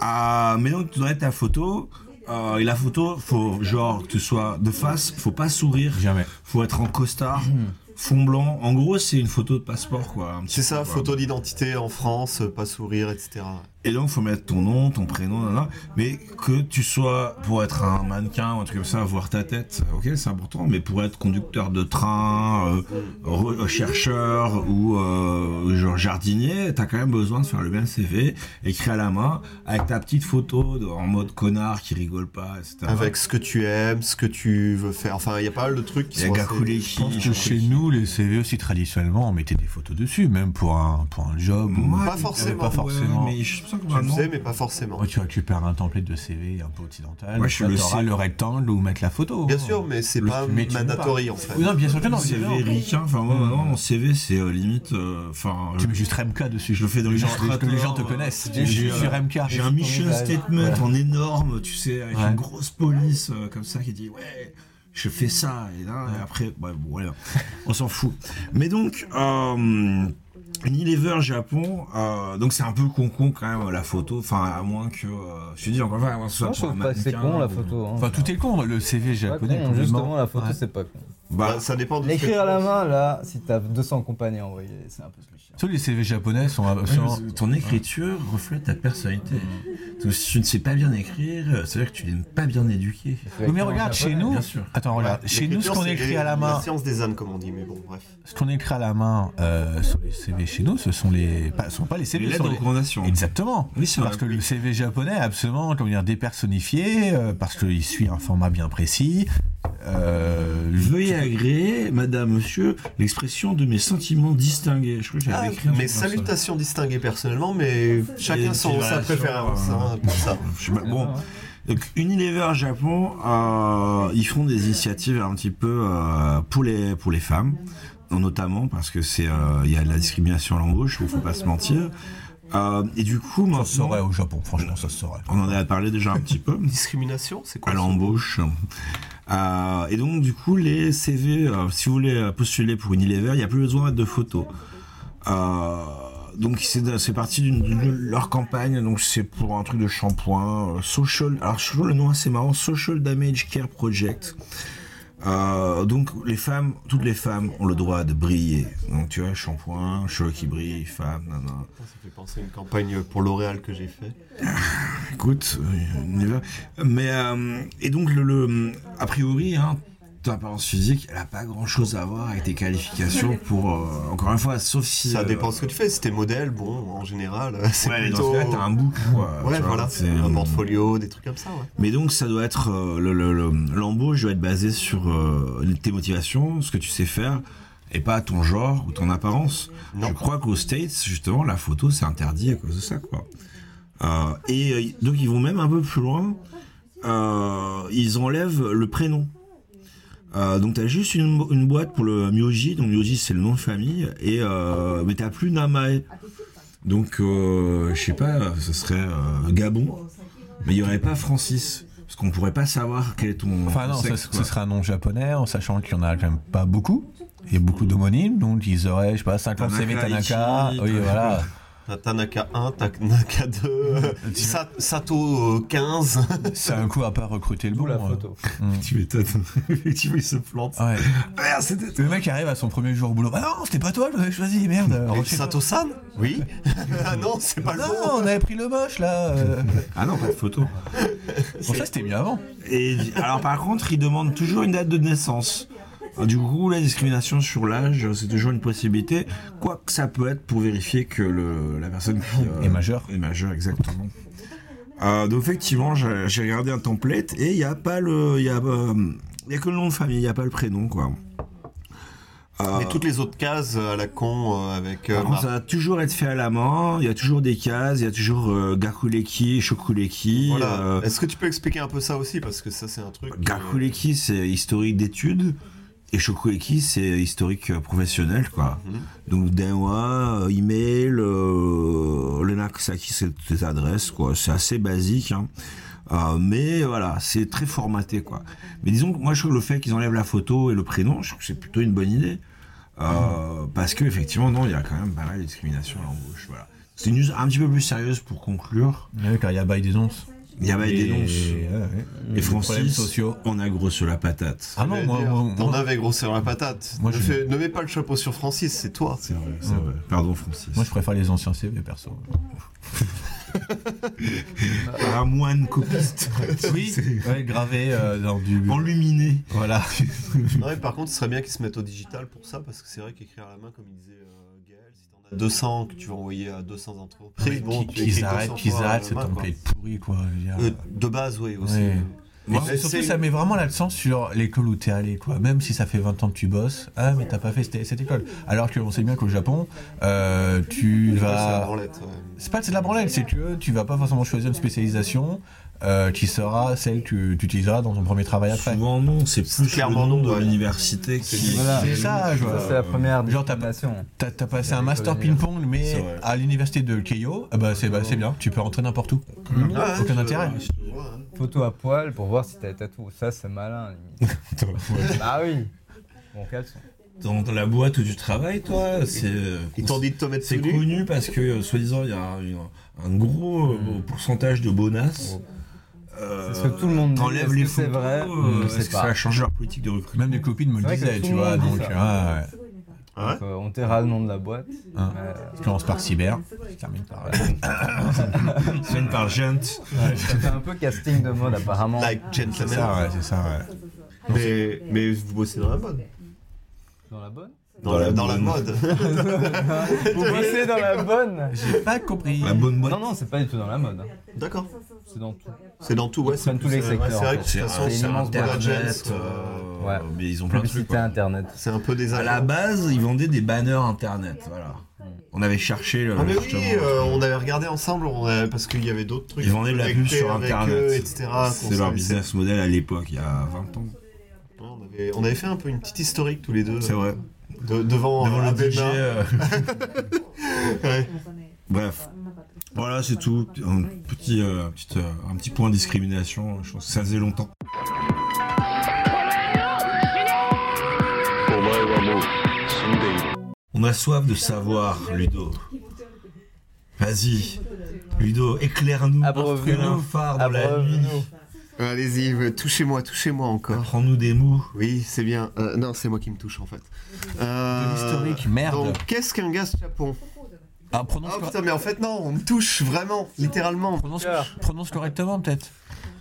S1: Ah, mais donc, tu dois être ta photo. Euh, et la photo, faut genre que tu sois de face, faut pas sourire,
S3: Jamais.
S1: faut être en costard,
S3: Hmm.
S1: fond blanc. En gros, c'est une photo de passeport, quoi. un petit
S2: C'est
S1: peu,
S2: ça,
S1: quoi.
S2: photo d'identité en France, euh, pas sourire, etc.
S1: Et donc, faut mettre ton nom, ton prénom, nanana. mais que tu sois, pour être un mannequin ou un truc comme ça, voir ta tête, ok, c'est important, mais pour être conducteur de train, euh, re- chercheur ou euh, genre jardinier, t'as quand même besoin de faire le même CV, écrit à la main, avec ta petite photo de- en mode connard qui rigole pas, etc.
S2: Avec ce que tu aimes, ce que tu veux faire. Enfin, il y a pas mal de trucs qui
S1: Il y a
S2: sont.
S1: Gakulé
S2: assez-
S1: qui-
S3: Je pense que chez nous, les CV aussi traditionnellement, on mettait des photos dessus, même pour un, pour un job. ou-
S1: Moi,
S2: Pas forcément.
S3: Pas forcément.
S1: ouais, mais je sens que
S2: Tu le
S1: maintenant-
S2: sais, mais pas forcément.
S3: Moi, tu récupères un template de CV un peu occidental.
S1: Ouais, je suis le
S3: t'auras
S1: C-
S3: le rectangle où mettre la photo.
S2: Bien sûr, mais c'est
S3: Le-
S2: pas
S3: mais tu veux
S2: mandatory
S3: pas.
S2: en fait.
S3: Oui, non, bien sûr que non.
S1: Mon CV
S3: bien sûr.
S1: ricain, hein. enfin moi maintenant mon CV c'est euh, limite, euh, enfin
S3: Tu mets juste RMK dessus.
S1: Je le fais dans les
S3: gens,
S1: illustrator,
S3: que les gens te
S1: euh,
S3: connaissent.
S1: j'ai-
S3: Je suis
S1: euh,
S3: sur MK.
S1: J'ai un mission statement en énorme, tu sais, avec
S3: Ouais.
S1: une grosse police euh, comme ça qui dit ouais, je fais ça et là et après, ouais, bon, voilà, on s'en fout. Mais donc, euh, Unilever Japon, euh, donc c'est un peu con con quand même la photo, enfin à moins que, euh, je te dis encore une fois, à moins que ce soit
S8: Moi, je
S1: pour
S8: trouve
S1: un
S8: pas que c'est
S1: mannequin euh,
S8: con la
S1: ou-
S8: photo. hein.
S3: Enfin, tout est con. Le CV
S8: C'est pas
S3: japonais,
S8: con, justement, la photo, c'est pas con.
S2: Bah, ça dépend de. ce que tu
S8: L'écrire à la
S2: penses.
S8: main, là, si t'as 200 compagnies à envoyer, c'est un peu plus cher.
S3: Tous les CV japonais sont
S1: Ouais, mais
S3: absolument.
S1: ton écriture reflète ta personnalité. Donc, si tu ne sais pas bien écrire, c'est vrai que tu n'es pas bien éduqué.
S3: mais regarde, chez nous.
S1: Bien sûr.
S3: Attends, regarde.
S2: Ouais,
S3: chez nous, ce
S2: l'écriture,
S3: qu'on
S2: c'est
S3: écrit à la main,
S2: La science des âmes, comme on dit, mais bon, bref.
S3: ce qu'on écrit à la main euh, sur les CV chez nous, ce sont les, pas, ce sont pas les CV,
S1: Les
S3: ce
S1: lettres
S3: sont
S1: de
S3: les-
S1: recommandation.
S3: Exactement.
S1: Oui, c'est vrai.
S3: Parce que le CV japonais est absolument comment dire, dépersonnifié, euh, parce qu'il suit un format bien précis. Euh,
S1: Veuillez agréer, madame, monsieur, l'expression de mes sentiments distingués. Je crois que
S8: Ah,
S3: Ah,
S1: j'avais écrit un
S2: Mes
S1: truc comme ça.
S2: salutations distinguées personnellement, mais chacun son, sa
S1: variation,
S2: préférence.
S1: euh,
S2: hein, pour ça.
S1: Je sais pas, bon. Donc, Unilever Japon, euh, ils font des initiatives un petit peu euh, pour les pour les femmes, notamment parce que c'est euh, il y a de la discrimination à l'embauche, il faut pas se mentir. Euh, et du coup,
S3: Ça se
S1: maintenant,
S3: saurait au Japon, franchement, ça se saurait.
S1: on en a parlé déjà un petit peu.
S2: Discrimination, c'est quoi
S1: à
S2: ça
S1: l'embauche. Euh, et donc, du coup, les CV, euh, si vous voulez euh, postuler pour Unilever, il n'y a plus besoin de photos. Euh, donc, c'est c'est parti d'une- de leur campagne. Donc, c'est pour un truc de shampoing. euh, social. Alors, je trouve le nom assez marrant Social Damage Care Project. Euh, donc les femmes, toutes les femmes ont le droit de briller. Donc tu vois, shampoing, cheveux qui brillent, femmes, nanana.
S2: Ça fait penser à une campagne pour L'Oréal que j'ai fait.
S1: Écoute, euh, on y va. Mais, euh, et donc, le, le- a priori, hein, ton apparence physique, elle n'a pas grand chose à voir avec tes qualifications pour, euh, encore une fois, sauf si.
S2: Ça
S1: euh,
S2: dépend ce que tu fais. Si t'es modèle, bon, en général, c'est
S1: Ouais, mais dans
S2: plutôt.
S1: ce cas-là, t'as un book, quoi.
S2: Ouais,
S1: tu vois,
S2: voilà,
S1: c'est- euh,
S2: un portfolio, des trucs comme ça, ouais.
S1: Mais donc, ça doit être. euh, le- le- le- L'embauche doit être basée sur euh, tes motivations, ce que tu sais faire, et pas ton genre ou ton apparence.
S2: Non.
S1: Je crois qu'aux States, justement, la photo, c'est interdit à cause de ça, quoi. Euh, et euh, donc, ils vont même un peu plus loin. Euh, ils enlèvent le prénom. Euh, donc, t'as juste une, une boîte pour le Myoji. Donc, Myoji, c'est le nom de famille. Et, euh, mais t'as plus Namae. Donc, euh, je sais pas, ce serait euh, Gabon. Mais il n'y aurait pas Francis. Parce qu'on pourrait pas savoir quel est ton.
S3: Enfin
S1: ton
S3: non, ça,
S1: sexe,
S3: ce
S1: quoi.
S3: serait un nom japonais, en sachant qu'il y en a quand même pas beaucoup. Il y a beaucoup d'homonymes, donc ils auraient, je sais pas, 50 CV
S1: Tanaka,
S3: Tanaka.
S1: Ichi,
S3: Oui, voilà.
S2: T'as Tanaka 1, Tanaka 2, euh, Sa- Sato euh, 15.
S3: C'est un coup à pas recruter le bon.
S8: D'où la
S3: euh.
S8: photo.
S1: Tu m'étonnes. Effectivement, il se plante.
S3: Ouais.
S1: Merde, c'était.
S3: Le mec arrive à son premier jour au boulot. Ah non, c'était pas toi, je l'avais choisi, merde.
S2: Et
S3: recrute-moi.
S2: Sato-san Oui. ah non, c'est pas le
S3: Non,
S2: bon.
S3: on avait pris le moche là. euh.
S1: Ah non, pas de photo.
S3: Bon, ça c'était mieux avant.
S1: Et alors par contre, ils demandent toujours une date de naissance. Hein, Du coup, la discrimination sur l'âge, c'est toujours une possibilité, quoi que ça peut être pour vérifier que le, la personne qui, euh,
S3: Est majeure.
S1: Est majeure, exactement. Euh, donc effectivement, j'ai j'ai regardé un template et il n'y a pas le, il y a, euh, il y a que le nom de famille, il n'y a pas le prénom, quoi. Euh,
S2: Mais toutes les autres cases euh, à la con euh, avec. euh,
S1: par contre,
S2: Mar-
S1: ça va toujours être fait à la main. Il y a toujours des cases. Il y a toujours euh, Gakuleki, Shokuleki.
S2: voilà.
S1: euh,
S2: Est-ce que tu peux expliquer un peu ça aussi Parce que ça, c'est un truc. euh,
S1: Gakuleki, c'est historique d'études. Et Shokueki, c'est historique euh, professionnel, quoi.
S2: Mhm.
S1: Donc, Denwa, euh, email, euh, le Nakusaki, c'est tes adresses, quoi. C'est assez basique, hein. Euh, mais voilà, c'est très formaté, quoi. Mais disons que moi, je trouve le fait qu'ils enlèvent la photo et le prénom, je trouve que c'est plutôt une bonne idée. Euh, Parce que, effectivement, non, il y a quand même pas mal de discrimination à l'embauche, voilà. C'est une news un petit peu plus sérieuse pour conclure.
S3: Ouais, car il y a bail des onces.
S1: Il y avait des noms.
S3: Ouais, ouais.
S1: Et
S3: problèmes
S1: Francis,
S3: sociaux.
S1: on a grosso la patate.
S3: Ah non,
S2: j'allais
S3: moi,
S2: dire,
S3: moi,
S2: T'en
S3: moi-
S2: avais grossé sur la patate.
S3: Moi,
S2: ne,
S3: je-
S2: fais- ne mets pas le chapeau sur Francis, c'est toi.
S1: C'est vrai, c'est
S8: Ah
S1: vrai. Pardon, Francis.
S3: moi, je préfère les anciens CV, perso.
S1: un moine copiste.
S3: Oui,
S1: C'est-
S3: ouais, gravé euh, dans du.
S1: Enluminé.
S3: Voilà.
S2: Non, mais par contre, ce serait bien qu'ils se mettent au digital pour ça, parce que c'est vrai qu'écrire à la main, comme il disait euh, Gaël, si t'en as 200 que tu vas envoyer à 200
S3: Ah,
S2: entreprises, bon, tu écris
S3: qu'ils
S2: 200
S3: arrêtent, qu'ils
S2: fois à la
S3: arrêtent ce
S2: main, quoi.
S3: template pourri, quoi. je veux dire.
S2: Euh, de base, oui, aussi.
S3: Ouais.
S2: Mais
S3: Moi,
S2: c'est-
S3: surtout,
S2: c'est-
S3: ça met vraiment l'accent sur l'école où t'es allé, quoi. Même si ça fait 20 ans que tu bosses, ah, mais t'as pas fait cette, cette école. Alors que on sait bien qu'au Japon, euh, tu
S2: Ouais, c'est la
S3: vas.
S2: branlette, ouais.
S3: C'est pas que c'est de la branlette, c'est que tu vas pas forcément choisir une spécialisation euh, qui sera celle que tu utiliseras dans ton premier travail après.
S1: Souvent non, c'est
S2: C'est
S1: plus
S2: clairement
S1: clairement le nom
S2: non,
S1: de
S2: ouais.
S1: l'université qui.
S8: Voilà.
S3: C'est ça, je vois.
S8: Ça, c'est la première
S3: Genre, t'as-
S8: discrimination.
S3: T'as t'as passé un master
S2: hein.
S3: ping-pong, mais à l'université de Keio, bah c'est bah, c'est bien, tu peux rentrer n'importe où.
S2: Ouais,
S3: Aucun
S2: je-
S3: intérêt.
S2: je vois, hein.
S8: Photo à poil pour voir si t'as des tatous. Ça, c'est malin. limite. bah oui. Bon, caleçon.
S9: Dans, dans la boîte où tu travailles, toi, c'est. euh,
S2: Ils t'ont dit de te mettre
S9: C'est
S2: tout nu
S9: connu parce que, euh, soi-disant, il y a un, une- un gros euh, pourcentage de bonasses. Euh,
S8: Mm. C'est ce que tout le monde dit.
S9: T'enlèves
S8: Est-ce
S9: les
S8: que c'est
S9: photos,
S8: vrai
S9: euh,
S8: Je sais
S9: Est-ce que
S8: pas.
S9: ça a changé leur politique de recrutement
S3: Même des copines me
S8: C'est
S3: le
S8: vrai que
S3: disaient,
S8: tout
S3: tu
S8: le
S3: vois.
S8: monde dit
S3: Donc,
S8: ça.
S3: ah,
S8: Donc, euh, on taira le nom de la boîte.
S3: ouais, hein. Je commence par cyber, je termine par. euh,
S1: C'est une par gente.
S8: Ça fait un peu casting de mode apparemment.
S2: Like
S3: C'est
S2: gentleman.
S3: ça, ouais, c'est ça, ouais.
S2: Mais, mais vous bossez dans la mode.
S8: Dans la bonne
S2: Dans, la, dans la mode.
S8: Vous bossez dans la bonne
S3: J'ai pas compris.
S1: La bonne boîte.
S8: Non, non, c'est pas du tout dans la mode. hein.
S2: D'accord.
S8: C'est dans tout.
S2: C'est dans tout, ouais.
S8: Ils prennent tous les
S2: c'est- ouais,
S8: secteurs,
S2: C'est vrai que
S8: en
S2: de
S8: fait.
S2: toute façon,
S8: C'est
S2: c'est un
S8: immense
S2: peu la
S1: Internet,
S2: gent, euh,
S1: euh,
S8: Ouais.
S1: Mais ils ont plein de trucs.
S8: Publicité
S1: quoi.
S8: internet.
S2: C'est un peu des
S9: À la base, ils vendaient des banners internet, voilà. On avait cherché le.
S2: Ah mais oui,
S9: justement,
S2: euh, on avait regardé ensemble, on avait- parce qu'il y avait d'autres trucs.
S9: Ils vendaient de la pub
S2: connectés
S9: sur
S2: avec
S9: Internet.
S2: eux, etc. qu'on
S9: C'est leur
S2: s'en
S9: business model à l'époque, il y a 20 ans.
S2: laissait. On avait, on avait fait un peu une petite historique tous les deux.
S9: C'est vrai.
S2: De- devant
S9: Devant
S2: euh,
S9: le
S2: Abema.
S9: DJ. euh,
S2: Ouais.
S9: Bref. Voilà, c'est tout. Un petit, euh, petite, euh, un petit point de discrimination. Je pense que ça faisait longtemps.
S4: お前はもう死んでいる
S9: On a soif de savoir, Ludo. Vas-y, Ludo, éclaire-nous.
S8: Abreuve-nous.
S9: Offre-nous un phare dans la nuit.
S8: Abreuve-nous.
S2: Allez-y, euh, touchez-moi, touchez-moi encore.
S9: Prends-nous des mots.
S2: Oui, c'est bien. Euh, non, c'est moi qui me touche en fait.
S3: De
S2: Euh,
S3: l'historique, merde.
S2: Donc, qu'est-ce qu'un gaz chapon
S3: Ah, prononce,
S2: Ah
S3: cor-
S2: putain, mais en fait, non, on me touche vraiment, littéralement.
S3: prononce, prononce correctement, peut-être.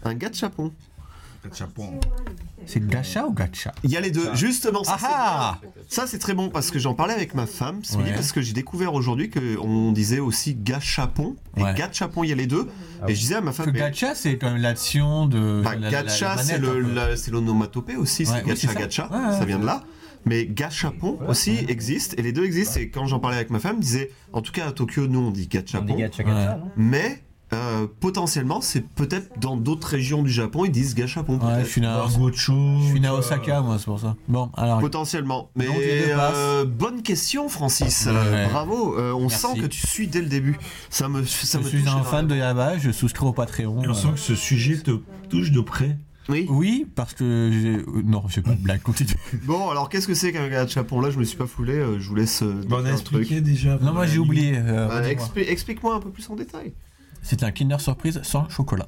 S2: Un gaz chapon.
S9: Japon.
S3: C'est gacha ou gacha
S2: Il y a les deux. Justement, ça, c'est
S3: Ah ah
S2: Ça c'est très bon parce que j'en parlais avec ma femme ce midi
S3: Ouais.
S2: parce que j'ai découvert aujourd'hui qu'on disait aussi gachapon et
S3: Ouais.
S2: gachapon il y a les deux
S8: Ah
S2: et
S8: oui.
S2: je disais à ma femme
S3: Parce que
S2: mais-
S3: gacha, c'est quand même l'action de.
S2: bah,
S3: la- la- la- la
S2: gacha
S3: manette,
S2: c'est le-
S3: un peu.
S2: la- c'est l'onomatopée aussi
S3: Ouais,
S2: c'est
S3: oui,
S2: gacha
S3: c'est ça.
S2: gacha
S3: Ouais, ouais.
S2: ça vient de là mais gachapon aussi existe et les deux existent et quand j'en parlais avec ma femme elle disait en tout cas à Tokyo nous on dit
S8: On dit
S2: gachapon
S8: gacha
S3: Ouais.
S8: gacha, non
S2: mais euh, potentiellement c'est peut-être dans d'autres régions du Japon ils disent gachapon
S3: Ouais,
S2: peut-être.
S3: je suis né à-
S9: Gocho.
S3: je suis
S2: euh,
S3: né à Osaka, moi, c'est pour ça. Bon, alors.
S2: Potentiellement. Mais
S3: Non, les deux passent.
S2: euh, bonne question, Francis.
S3: Ouais.
S2: Euh, bravo. Euh, on
S3: Merci.
S2: sent que tu suis dès le début. Ça me, ça
S3: je
S2: me
S3: suis
S2: touche
S3: un fan
S2: énormément.
S3: de Yaba, je souscris au Patreon.
S9: Et on
S3: euh.
S9: sent que ce sujet te touche de près.
S2: Oui.
S3: Oui, parce que j'ai. euh, Non, j'ai pas de blague, continue.
S2: Bon, alors qu'est-ce que c'est qu'un gars de chapon Là, je me suis pas foulé. euh, je vous laisse. euh,
S9: Bah, on a
S2: dire un truc.
S9: expliqué déjà.
S3: Non, moi j'ai oublié. euh,
S2: Euh,
S3: redis-moi.
S2: expli- Explique-moi un peu plus en détail.
S3: C'est un Kinder Surprise sans chocolat.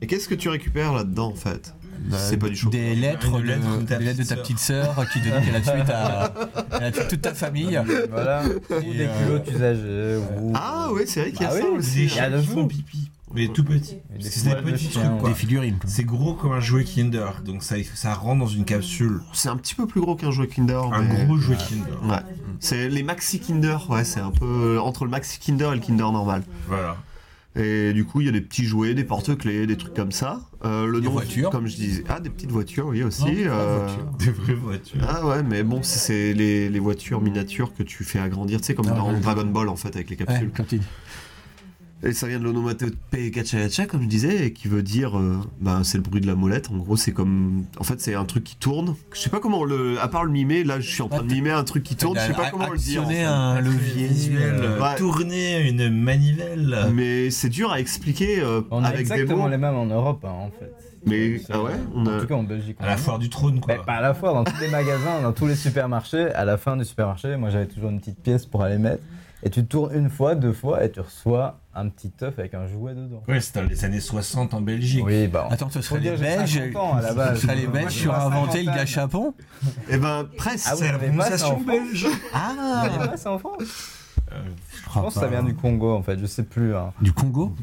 S2: Et qu'est-ce que tu récupères là-dedans, en fait
S3: Euh,
S2: Bah, C'est pas du chocolat.
S3: Des lettres,
S9: Une
S3: de,
S9: lettre de ta
S3: des lettres de ta
S9: petite
S3: petite sœur qui dédie la suite à, à toute- toute ta famille.
S8: Voilà. Ou
S3: Et,
S8: des
S3: euh,
S8: culottes usagées. ou-
S2: Ah oui, c'est vrai qu'il y a
S8: Bah
S2: ça
S8: oui,
S2: aussi.
S9: Des
S8: Il y
S9: chats
S8: a le
S9: qui font
S8: vous.
S9: pipi. Mais tout petit.
S8: Et des
S9: Parce que C'est des
S8: poils de
S9: petits
S8: chien,
S9: trucs,
S8: quoi.
S3: Des figurines. quoi.
S9: C'est gros comme un jouet Kinder, donc ça, ça rentre dans une capsule.
S2: C'est un petit peu plus gros qu'un jouet Kinder.
S9: Un
S2: mais-
S9: gros jouet Kinder.
S2: Ouais. C'est les maxi Kinder. Ouais, c'est un peu euh, entre le maxi Kinder et le Kinder normal.
S9: Voilà.
S2: Et du coup, il y a des petits jouets, des porte-clés, des trucs comme ça. Euh, le
S3: Des
S2: nom,
S3: voitures.
S2: comme je disais. Ah, des petites voitures, oui, aussi. euh,
S1: Des vraies voitures.
S2: Ah ouais, mais bon, c'est- c'est les, les voitures miniatures que tu fais agrandir, tu sais, comme
S3: Ah,
S2: dans
S3: ouais.
S2: Dragon Ball, en fait, avec les capsules.
S3: quand il-
S2: Et ça vient de l'onomatopée Gachayacha, comme je disais, et qui veut dire, euh, bah, c'est le bruit de la molette. En gros, c'est comme, en fait, c'est un truc qui tourne. Je sais pas comment le, à part le mimer, là, je suis en train de mimer un truc qui tourne. Je sais pas comment le dire. en
S3: Actionner
S2: fait.
S3: un levier. euh,
S2: Ouais.
S9: Tourner une manivelle.
S2: Mais c'est dur à expliquer euh,
S8: euh, On a
S2: avec des
S8: exactement
S2: mots.
S8: les mêmes en Europe, hein, en fait.
S2: Mais
S8: C'est-
S2: ah ouais, on
S8: En
S2: a...
S8: tout cas, en Belgique.
S9: À la
S8: on-
S9: foire du trône, quoi.
S8: Ben,
S3: Bah,
S8: pas à la fois, dans tous les magasins, dans tous les supermarchés, à la fin du supermarché, moi j'avais toujours une petite pièce pour aller mettre. Et tu tournes une fois, deux fois, et tu reçois un petit œuf avec un jouet dedans.
S9: Ouais, c'était dans les années 60 en Belgique.
S8: Oui, bah.
S3: Attends, ce serait
S8: Faut
S3: les
S8: dire, j'ai
S3: Belges.
S8: 50 ans, à la base.
S3: Ce serait les
S8: Moi,
S3: Belges
S8: j'ai
S3: qui ont
S8: pas
S3: inventé
S8: 50
S3: le
S8: ans.
S3: gâchapon.
S2: eh ben presque.
S8: Ah oui,
S2: c'est la
S8: mais moi, c'est en
S2: prononciation
S8: France.
S2: belge.
S8: Ah,
S3: Ah
S8: il y en a, c'est en France.
S3: Je
S9: Ah,
S8: Je pense que
S9: bah.
S8: ça vient du Congo en fait, je sais plus. hein.
S3: Ah, bah, Du Congo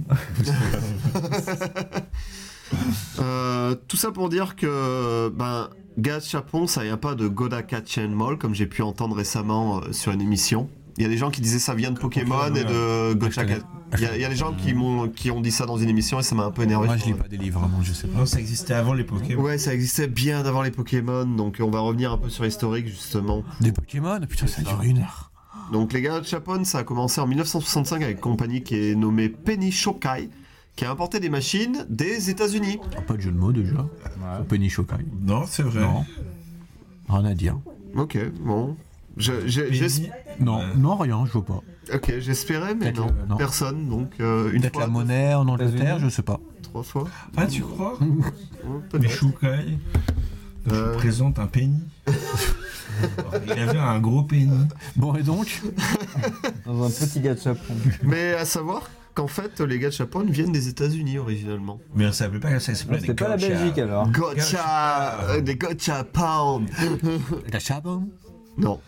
S2: Euh, tout ça pour dire que ben Gachapon, ça vient pas de Godaka Mall comme j'ai pu entendre récemment euh, sur une émission. Il y a des gens qui disaient ça vient de Pokémon
S9: Pokémon,
S2: et de Godaka. Il y, a- il y a des gens qui m'ont qui ont dit ça dans une émission et ça m'a un peu énervé.
S3: Moi, je lis pas des livres, donc je sais pas.
S9: Non, ça existait avant les Pokémon.
S2: Ouais, ça existait bien avant les Pokémon, donc on va revenir un peu sur l'historique justement.
S3: Des Pokémon Putain, ça dure une heure.
S2: Donc les gars de Chapon, ça a commencé en 1965 avec une compagnie qui est nommée Penny Shokai, qui a importé des machines des États-Unis.
S3: Ah, Pas de jeu de mots déjà.
S8: Ouais.
S3: Penny Shokai.
S9: Non, c'est vrai.
S3: Non. Rien à dire.
S2: Ok, bon. Je- je- j'es-
S3: Non,
S9: Euh.
S3: non, rien, je vois pas.
S2: ok, j'espérais, mais
S3: Peut-être
S2: non,
S3: le- non.
S2: personne. Donc euh, une
S3: Peut-être
S2: fois,
S3: la monnaie en Angleterre,
S8: États-Unis.
S3: je sais pas.
S2: trois fois.
S9: Ah, tu crois
S2: hein,
S9: Mais
S2: peut-être.
S9: Shukai je
S2: Euh.
S9: vous présente un penny. Il avait un gros penny.
S3: Bon, et donc
S8: Dans un petit gachapon.
S2: Mais à savoir qu'en fait, les gars de Chapon viennent des États-Unis originalement.
S9: Mais ça s'appelait pas ça,
S8: Non,
S9: s'appelait
S8: C'était
S9: des euh,
S8: pas la
S9: Gotcha.
S8: Belgique alors.
S2: Gotcha, euh, des Gotcha Pound.
S3: Gachapon
S2: Non.